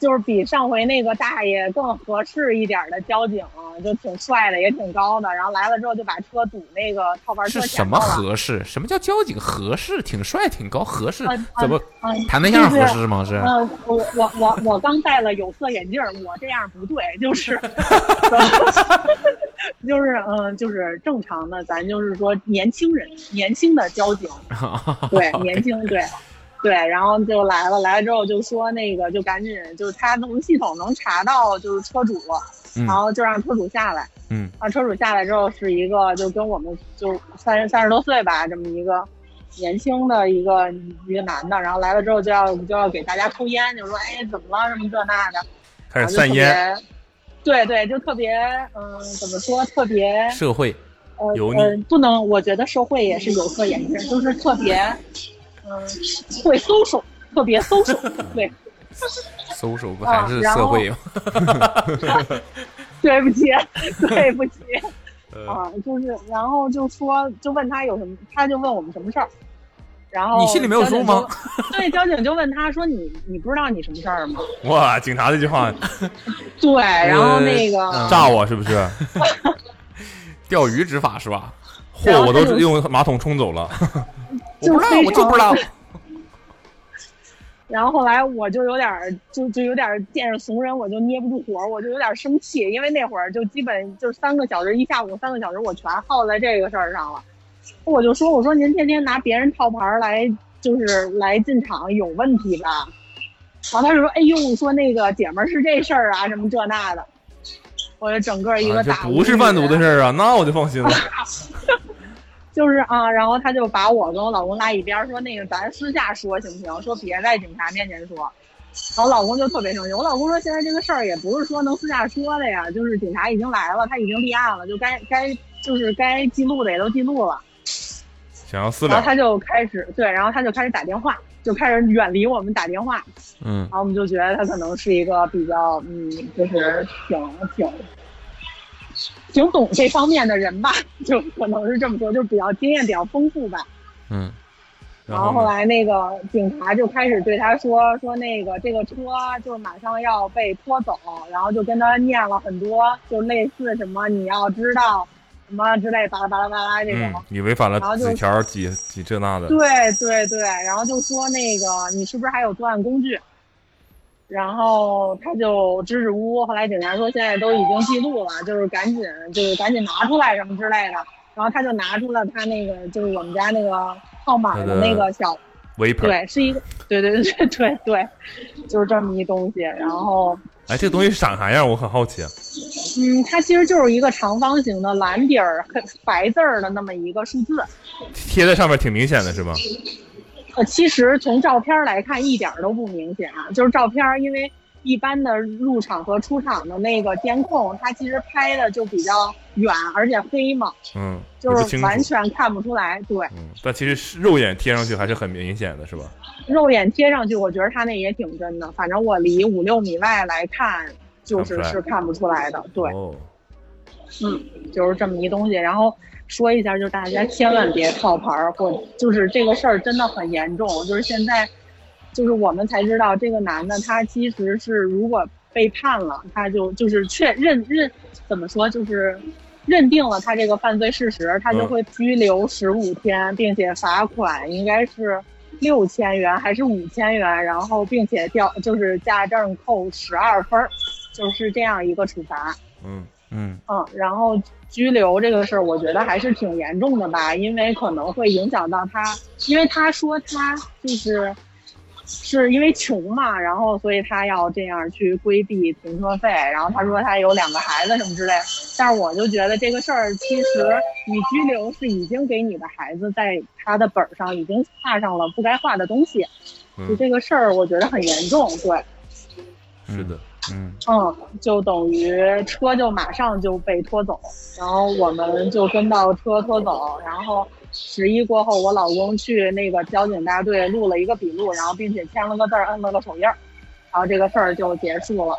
Speaker 8: 就是比上回那个大爷更合适一点的交警，就挺帅的，也挺高的，然后来了之后就把车堵那个套牌车
Speaker 3: 是
Speaker 8: 前
Speaker 3: 什
Speaker 8: 头
Speaker 3: 么
Speaker 8: 了
Speaker 3: 合适？什么叫交警合适？挺帅，挺高，合适
Speaker 8: 嗯
Speaker 3: 怎么
Speaker 8: 嗯
Speaker 3: 谈对象合适吗？
Speaker 8: 就是 嗯，我我我我刚戴了有色眼镜儿，我这样不对，就是 就是嗯，就是正常的，咱就是说年轻人，年轻的交警， 对，年轻，对，对，然后就来了，来了之后就说那个，就赶紧，就是他从系统能查到就是车主，
Speaker 12: 嗯
Speaker 8: 然后就让车主下来，
Speaker 3: 嗯
Speaker 8: 啊，车主下来之后是一个就跟我们就三十三十多岁吧，这么一个年轻的一个一个男的，然后来了之后就要就要给大家抽烟，就说哎怎么了什么这那的，
Speaker 2: 开始
Speaker 8: 啊然后就
Speaker 2: 散
Speaker 8: 特
Speaker 2: 烟，
Speaker 8: 别，对对，就特别嗯怎么说特别
Speaker 3: 社会
Speaker 8: 呃
Speaker 3: 油腻
Speaker 8: 呃不能，我觉得社会也是有色眼镜，就是特别嗯、会搜索，特别搜索，对。
Speaker 3: 搜手不
Speaker 8: 啊
Speaker 3: 还是
Speaker 8: 然
Speaker 3: 社
Speaker 8: 后
Speaker 2: 嗯
Speaker 3: 会吗？
Speaker 8: 对不起，对不起，
Speaker 3: 呃
Speaker 8: 啊，就是，然后就说，就问他有什么，他就问我们什么事儿，然后
Speaker 3: 你心里没有
Speaker 8: 交警
Speaker 3: 数吗
Speaker 8: 就？ 对，交警就问他说你你不知道你什么事儿吗？
Speaker 2: 哇！警察这句话
Speaker 8: 对，
Speaker 3: 呃
Speaker 8: 然后那个，
Speaker 3: 嗯
Speaker 2: 炸我是不是？
Speaker 3: 钓鱼执法是吧？
Speaker 2: 货我
Speaker 8: 然后他
Speaker 2: 都
Speaker 8: 就是
Speaker 2: 用马桶冲走了，
Speaker 8: 就
Speaker 3: 我不知道我就不知道
Speaker 8: 非常然后后来我就有点儿就就有点儿见着怂人我就捏不住火，我就有点儿生气，因为那会儿就基本就是三个小时一下午三个小时我全耗在这个事儿上了，我就说我说您天天拿别人套牌儿来就是来进场有问题吧？然后他就说哎呦说那个姐们儿是这事儿啊什么这那的，我就整个一
Speaker 2: 啊
Speaker 8: 个
Speaker 2: 这
Speaker 8: 大、
Speaker 2: 不是贩毒的事儿啊，那我就放心了。
Speaker 8: 就是啊，然后他就把我跟我老公拉一边儿，说那个咱私下说行不行？说别在警察面前说。然后老公就特别生气，我老公说现在这个事儿也不是说能私下说的呀，就是警察已经来了，他已经立案了，就该该就是该记录的也都记录了。
Speaker 2: 想要私
Speaker 8: 然后
Speaker 2: 了，
Speaker 8: 他就开始对，然后他就开始打电话，就开始远离我们打电话。
Speaker 3: 嗯
Speaker 8: 然，后我们就觉得他可能是一个比较嗯，就是挺挺挺懂这方面的人吧，就可能是这么说，就是比较经验比较丰富吧。
Speaker 3: 嗯，
Speaker 8: 然后后来那个警察就开始对他说说那个这个车啊就马上要被拖走，然后就跟他念了很多，就类似什么你要知道什么之类巴拉巴拉巴拉这种。
Speaker 2: 嗯，你违反了
Speaker 8: 然后就
Speaker 2: 几条几几这那的，
Speaker 8: 对对对，然后就说那个你是不是还有作案工具？然后他就支支吾吾，后来警察说现在都已经记录了，就是赶紧就是赶紧拿出来什么之类的。然后他就拿出了他那个就是我们家那个号码的那个小，
Speaker 2: 违法。
Speaker 8: 对，是一个， 对对对对对，就是这么一东西。然后
Speaker 2: 哎，这个东西是长啥样？我很好奇啊。
Speaker 8: 嗯，它其实就是一个长方形的蓝底儿黑白字儿的那么一个数字。
Speaker 2: 贴在上面挺明显的是吧？
Speaker 8: 呃，其实从照片儿来看一点儿都不明显啊，就是照片，儿，因为一般的入场和出场的那个监控，它其实拍的就比较远，而且黑嘛，
Speaker 2: 嗯，
Speaker 8: 就
Speaker 2: 不
Speaker 8: 是
Speaker 2: 清
Speaker 8: 完
Speaker 2: 楚。嗯
Speaker 8: 全看不出来。对，
Speaker 2: 但其实是肉眼贴上去还是很明显的，是吧？
Speaker 8: 肉眼贴上去，我觉得它那也挺真的，反正我离五六米外来看，就是是看不出来的。对，
Speaker 2: 哦，
Speaker 8: 嗯，就是这么一东西。然后说一下，就是大家千万别套牌儿，或就是这个事儿真的很严重。就是现在，就是我们才知道这个男的他其实是如果被判了，他就就是确认认怎么说就是。认定了他这个犯罪事实，他就
Speaker 12: 嗯
Speaker 8: 会拘留十五天，并且罚款应该是六千元还是五千元，然后并且调就是驾证扣十二分儿，就是这样一个处罚。
Speaker 2: 嗯嗯，
Speaker 8: 嗯，然后拘留这个事儿，我觉得还是挺严重的吧，因为可能会影响到他，因为他说他就是是因为穷嘛，然后所以他要这样去规避停车费，然后他说他有两个孩子什么之类，但是我就觉得这个事儿其实你拘留是已经给你的孩子在他的本儿上已经画上了不该画的东西，
Speaker 3: 嗯
Speaker 2: 嗯
Speaker 8: 就这个事儿我觉得很严重，对。
Speaker 2: 是的，
Speaker 3: 嗯，
Speaker 8: 嗯，就等于车就马上就被拖走，然后我们就跟到车拖走，然后十一过后，我老公去那个交警大队录了一个笔录，然后并且签了个字儿，摁了个手印儿，然后这个事儿就结束了，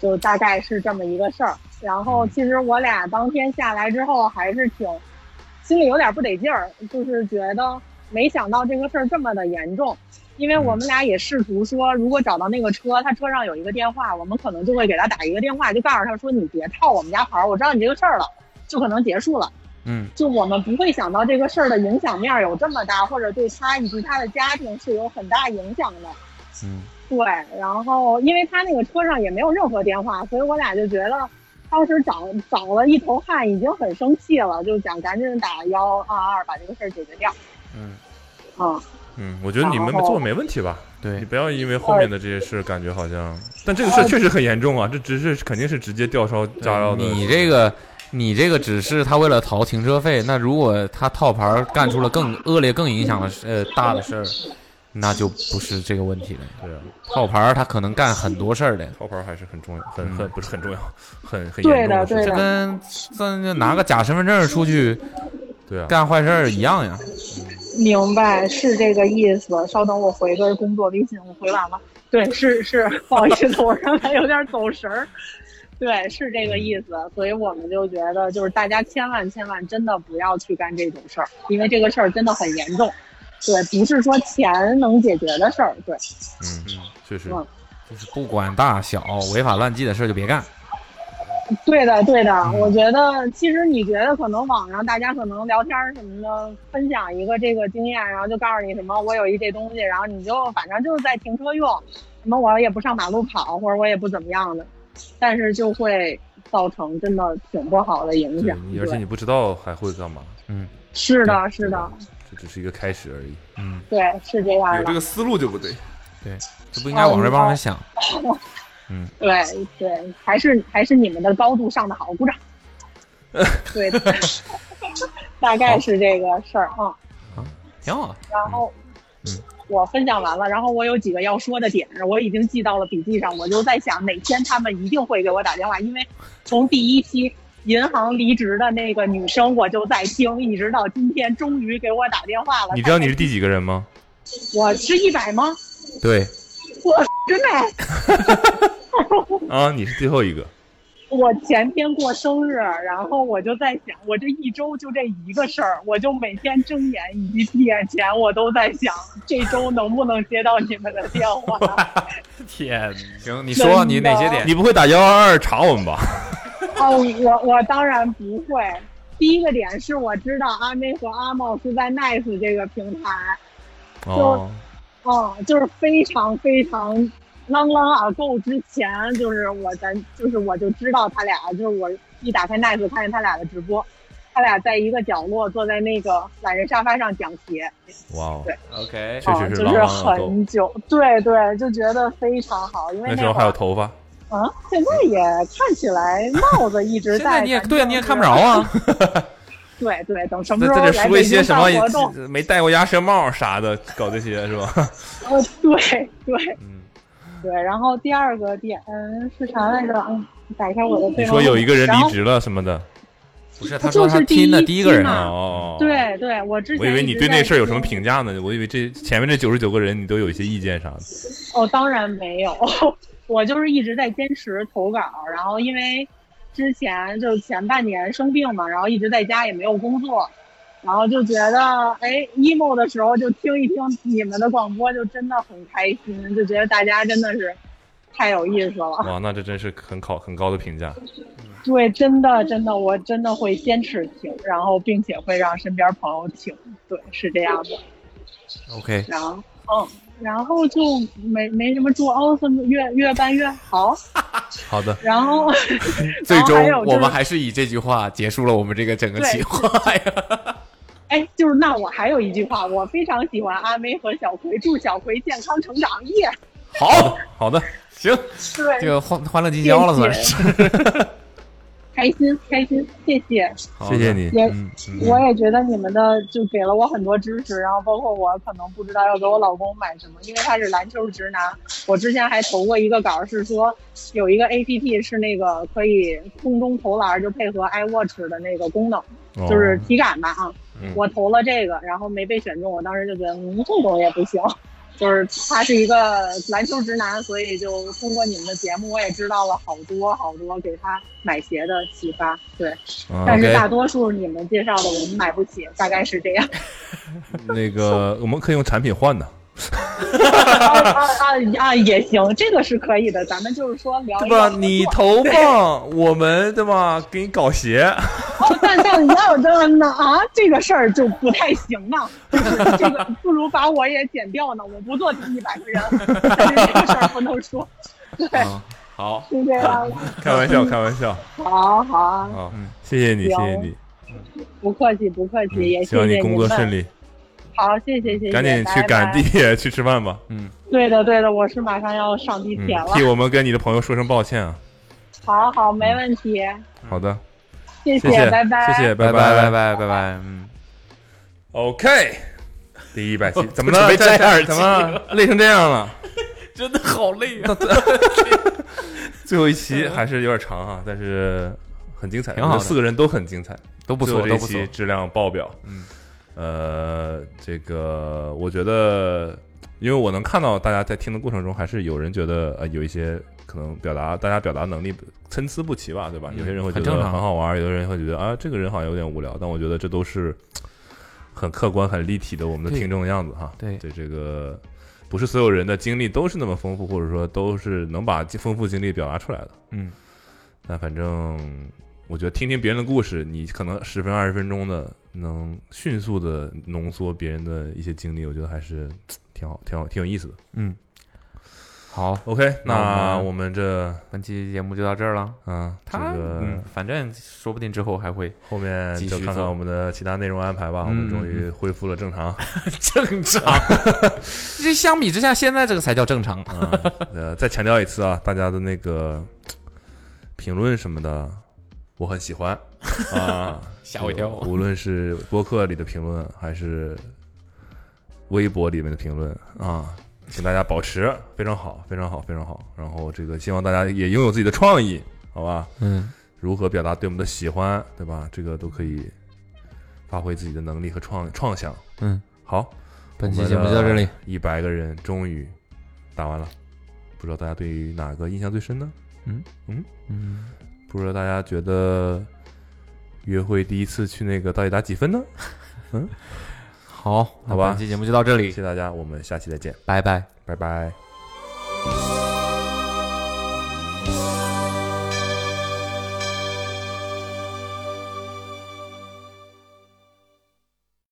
Speaker 8: 就大概是这么一个事儿。然后其实我俩当天下来之后还是挺心里有点不得劲儿，就是觉得没想到这个事儿这么的严重，因为我们俩也试图说，如果找到那个车，他车上有一个电话，我们可能就会给他打一个电话，就告诉他说你别套我们家牌儿，我知道你这个事儿了，就可能结束了。
Speaker 3: 嗯
Speaker 8: 就我们不会想到这个事儿的影响面儿有这么大，或者对他以及他的家庭是有很大影响的。
Speaker 3: 嗯，
Speaker 8: 对，然后因为他那个车上也没有任何电话，所以我俩就觉得当时找找了一头汗，已经很生气了，就想赶紧打幺二二把这个事儿解决掉。
Speaker 3: 嗯
Speaker 8: 嗯，
Speaker 2: 嗯，我觉得你们
Speaker 8: 然后
Speaker 2: 做没问题吧？
Speaker 3: 对，
Speaker 2: 你不要因为后面的这些事感觉好像，但这个事
Speaker 8: 呃
Speaker 3: 哦
Speaker 2: 儿确实很严重啊，这只是肯定是直接吊烧加料的。
Speaker 3: 你这个，你这个只是他为了逃停车费，那如果他套牌儿干出了更恶劣、更影响的事呃大的事儿，那就不是这个问题了。
Speaker 2: 对啊，
Speaker 3: 套牌儿他可能干很多事儿的，
Speaker 2: 套牌还是很重要，很
Speaker 3: 嗯
Speaker 2: 很不是很重要，很很
Speaker 8: 对
Speaker 2: 严重
Speaker 8: 的，
Speaker 2: 事
Speaker 8: 对
Speaker 2: 情。
Speaker 8: 的。
Speaker 3: 咱就拿个假身份证出去，
Speaker 2: 对啊，
Speaker 3: 干坏事儿一样呀。
Speaker 8: 明白，是这个意思。稍等，我回个工作微信，我回完了。对，是是，不好意思，我刚才有点走神儿。对，是这个意思。所以我们就觉得，就是大家千万千万真的不要去干这种事儿，因为这个事儿真的很严重。对，不是说钱能解决的事儿。对，
Speaker 2: 嗯，确实，
Speaker 8: 嗯
Speaker 3: 就是不管大小，违法乱纪的事儿就别干。
Speaker 8: 对的，对的，
Speaker 2: 嗯
Speaker 8: 我觉得其实你觉得可能网上大家可能聊天儿什么的，分享一个这个经验，然后就告诉你什么我有一这东西，然后你就反正就是在停车用，什么我也不上马路跑，或者我也不怎么样的，但是就会造成真的挺不好的影响。
Speaker 2: 而且
Speaker 8: 对
Speaker 2: 你不知道还会干嘛，
Speaker 3: 嗯，
Speaker 8: 是的，是的，
Speaker 2: 这只是一个开始而已，
Speaker 3: 嗯，
Speaker 8: 对，是这样
Speaker 2: 有
Speaker 8: 的
Speaker 2: 这。个思路就不对，
Speaker 3: 对，这不应该往这帮人想，嗯，
Speaker 8: 对对，还是还是你们的高度上的好，鼓 掌。对， 大概是这个事儿啊。
Speaker 3: 挺好。
Speaker 8: 然后
Speaker 3: 嗯，
Speaker 8: 我分享完了，然后我有几个要说的点，我已经记到了笔记上，我就在想哪天他们一定会给我打电话，因为从第一期银行离职的那个女生我就在听，一直到今天终于给我打电话了。
Speaker 2: 你知道你是第几个人吗？
Speaker 8: 我是一百吗？
Speaker 2: 对，
Speaker 8: 我真的。
Speaker 2: 啊，你是最后一个，
Speaker 8: 我前天过生日，然后我就在想，我这一周就这一个事儿，我就每天睁眼以及闭眼前，我都在想这周能不能接到你们的电话。
Speaker 3: 天，行，你
Speaker 8: 真
Speaker 3: 说你哪
Speaker 8: 的
Speaker 3: 些点？
Speaker 2: 你不会打幺二二查我们吧？
Speaker 8: 哦，我我当然不会。第一个点是我知道阿妹和阿茂是在 Nice 这个平台，
Speaker 2: 哦，
Speaker 8: 哦，就是非常非常 long long ago 之前，就是我咱就是我就知道他俩，就是我一打开 Nice 看见他俩的直播，他俩在一个角落坐在那个懒人沙发上讲鞋，
Speaker 2: 哇哦
Speaker 8: 对
Speaker 2: 确
Speaker 3: ，OK，
Speaker 2: 实
Speaker 8: 哦
Speaker 2: 是
Speaker 8: 就
Speaker 2: 狼
Speaker 8: 是
Speaker 2: 狼恶斗，
Speaker 8: 很久，对对，就觉得非常好，因为
Speaker 2: 那时
Speaker 8: 会
Speaker 2: 候
Speaker 8: 儿
Speaker 2: 还有头 发，
Speaker 8: 啊，现在也看起来帽子一直在。
Speaker 3: 现在你也
Speaker 8: 反
Speaker 3: 对啊，
Speaker 8: 正
Speaker 3: 你也
Speaker 8: 是
Speaker 3: 看不着。啊。
Speaker 8: 对对，等什么
Speaker 2: 在
Speaker 8: 时候
Speaker 2: 在这
Speaker 8: 来
Speaker 2: 说
Speaker 8: 北
Speaker 2: 一些
Speaker 8: 京
Speaker 2: 什
Speaker 8: 办
Speaker 2: 么
Speaker 8: 活动？
Speaker 2: 没戴过鸭舌帽啥的，搞这些是吧？ 嗯
Speaker 8: 呃，对对， 对。然后第二个点嗯是啥来着？嗯，打开我的备忘录。
Speaker 2: 你说有一个人
Speaker 8: 然后
Speaker 2: 离职了什么的，
Speaker 3: 不是，
Speaker 8: 他说就是他第听的一第一个期人
Speaker 3: 啊
Speaker 8: 嘛
Speaker 2: 哦，
Speaker 8: 啊对对，我之
Speaker 2: 我
Speaker 8: 前
Speaker 2: 以为
Speaker 8: 一
Speaker 2: 你
Speaker 8: 直
Speaker 2: 对那
Speaker 8: 在
Speaker 2: 事儿有什
Speaker 8: 听
Speaker 2: 么评价呢？我以为这前面这九十九个人你都有一些意见啥的。
Speaker 8: 哦，当然没有，我就是一直在坚持投稿，然后因为之前就是前半年生病嘛，然后一直在家也没有工作，然后就觉得哎，emo 的时候就听一听你们的广播，就真的很开心，就觉得大家真的是太有意思了。
Speaker 2: 哇，那这真是很考很高的评价。
Speaker 8: 对，真的真的，我真的会坚持听，然后并且会让身边朋友听，对，是这样的。
Speaker 3: OK，
Speaker 8: 然后，嗯，然后就没没什么，祝奥森越越办越好。
Speaker 3: 好的。，
Speaker 8: 然后
Speaker 3: 最
Speaker 8: 然后
Speaker 3: 终
Speaker 8: 还有
Speaker 3: 我
Speaker 8: 就
Speaker 3: 们
Speaker 8: 是，
Speaker 3: 还是以这句话结束了我们这个整个企划。
Speaker 8: 哎，就是那我还有一句话，我非常喜欢阿妹和小葵，祝小葵健康成长，耶！
Speaker 3: 好好的，行，
Speaker 8: 对，
Speaker 3: 这个欢欢乐今宵了算是。
Speaker 8: 开心开心，谢谢。
Speaker 3: 好
Speaker 2: 谢
Speaker 3: 的
Speaker 2: 谢你
Speaker 8: 也、
Speaker 3: 嗯
Speaker 8: 我也觉得你们的就给了我很多支持，然后包括我可能不知道要给我老公买什么，因为他是篮球直男。我之前还投过一个稿，是说有一个 A P P 是那个可以空中投篮，就配合 iWatch 的那个功能，
Speaker 12: 哦
Speaker 8: 就是体感吧啊。
Speaker 12: 嗯
Speaker 8: 我投了这个，然后没被选中，我当时就觉得嗯，这种也不行。就是他是一个篮球直男，所以就通过你们的节目，我也知道了好多好多给他买鞋的启发。对，
Speaker 2: 啊
Speaker 8: 但是
Speaker 2: OK
Speaker 8: 大多数你们介绍的我们买不起，大概是这 样。
Speaker 2: 那个我们可以用产品换的，
Speaker 8: 啊啊啊啊，也行，这个是可以的。咱们就是说聊
Speaker 2: 对
Speaker 8: 一聊
Speaker 2: 吧？
Speaker 8: 合作
Speaker 2: 你投放，我们对吧？给你搞鞋，
Speaker 8: 哦，但但要的呢啊，这个事儿就不太行呢。就是这个不如把我也剪掉呢，我不做第一百个人， 但是这个事儿不能说。对，
Speaker 3: 嗯好，
Speaker 8: 是这样 的。
Speaker 2: 开玩笑，开玩笑。
Speaker 8: 好好啊，
Speaker 2: 好，谢谢你，谢谢你，
Speaker 8: 不客气不客气，也
Speaker 2: 嗯希
Speaker 8: 谢谢
Speaker 2: 望你
Speaker 8: 们
Speaker 2: 工作顺。利，
Speaker 8: 好，谢谢谢谢，
Speaker 2: 赶紧去赶地
Speaker 8: 拜拜。
Speaker 2: 铁去吃饭吧。
Speaker 3: 嗯，
Speaker 8: 对的对的，我是马上要上地
Speaker 2: 嗯
Speaker 8: 铁了。
Speaker 2: 替我们跟你的朋友说声抱歉啊。
Speaker 8: 好好，没问题，
Speaker 2: 好的，
Speaker 8: 谢
Speaker 2: 嗯谢谢，
Speaker 8: 拜拜，
Speaker 2: 谢谢，
Speaker 3: 拜
Speaker 2: 拜
Speaker 3: 拜
Speaker 2: 拜
Speaker 3: 拜拜拜。嗯
Speaker 2: ，OK，第一百期怎么
Speaker 3: 准
Speaker 2: 了？
Speaker 3: 备摘
Speaker 2: 这
Speaker 3: 耳机
Speaker 2: 怎么了累成这样了？
Speaker 3: 真的好累啊！
Speaker 2: 最后一期还是有点长啊，但是很精彩，
Speaker 3: 挺好的
Speaker 2: 我们四个人都很精彩，
Speaker 3: 都不
Speaker 2: 最
Speaker 3: 错
Speaker 2: 后
Speaker 3: 都不
Speaker 2: 这一
Speaker 3: 错
Speaker 2: 期质量爆表。
Speaker 3: 嗯，
Speaker 2: 呃，这个我觉得，因为我能看到大家在听的过程中，还是有人觉得呃有一些可能表达大家表达能力参差不齐吧，对吧？
Speaker 3: 嗯
Speaker 2: 有些人会觉
Speaker 3: 很
Speaker 2: 得
Speaker 3: 正常
Speaker 2: 很好玩，有的人会觉得啊这个人好像有点无聊，但我觉得这都是很客观、很立体的我们的
Speaker 3: 对
Speaker 2: 听众的样子哈。
Speaker 3: 对
Speaker 2: 对这个。不是所有人的经历都是那么丰富，或者说都是能把丰富经历表达出来的。
Speaker 3: 嗯，
Speaker 2: 但反正我觉得听听别人的故事，你可能十分二十分钟的，能迅速的浓缩别人的一些经历，我觉得还是挺好，挺好，挺有意思的。
Speaker 3: 嗯，好
Speaker 2: ，OK，那
Speaker 3: 那
Speaker 2: 我们这
Speaker 3: 本期节目就到这儿了。
Speaker 2: 嗯，
Speaker 3: 他
Speaker 2: 这个
Speaker 3: 嗯，反正说不定之后还会
Speaker 2: 后面
Speaker 3: 继
Speaker 2: 就
Speaker 3: 续
Speaker 2: 看看
Speaker 3: 做嗯
Speaker 2: 我们的其他内容安排吧。我们终于恢复了正常，
Speaker 3: 正 常。啊这相比之下，现在这个才叫正常。
Speaker 2: 呃，再强调一次啊，大家的那个评论什么的，我很喜 欢啊，
Speaker 3: 吓我一跳
Speaker 2: 无论是播客里的评论，还是微博里面的评论啊，请大家保持非常好，非常好，非常好。然后这个希望大家也拥有自己的创意，好吧？
Speaker 3: 嗯，
Speaker 2: 如何表达对我们的喜欢，对吧？这个都可以发挥自己的能力和创创想。
Speaker 3: 嗯，
Speaker 2: 好，
Speaker 3: 本期节目就到这里，
Speaker 2: 一百个人终于打完了，不知道大家对于哪个印象最深呢？
Speaker 3: 嗯
Speaker 2: 嗯
Speaker 3: 嗯，
Speaker 2: 不知道大家觉得约会第一次去那个到底打几分呢？嗯，
Speaker 3: 好，
Speaker 2: 好吧，
Speaker 3: 本期节目就到这里，
Speaker 2: 谢谢大家，我们下期再见，
Speaker 3: 拜拜，
Speaker 2: 拜拜。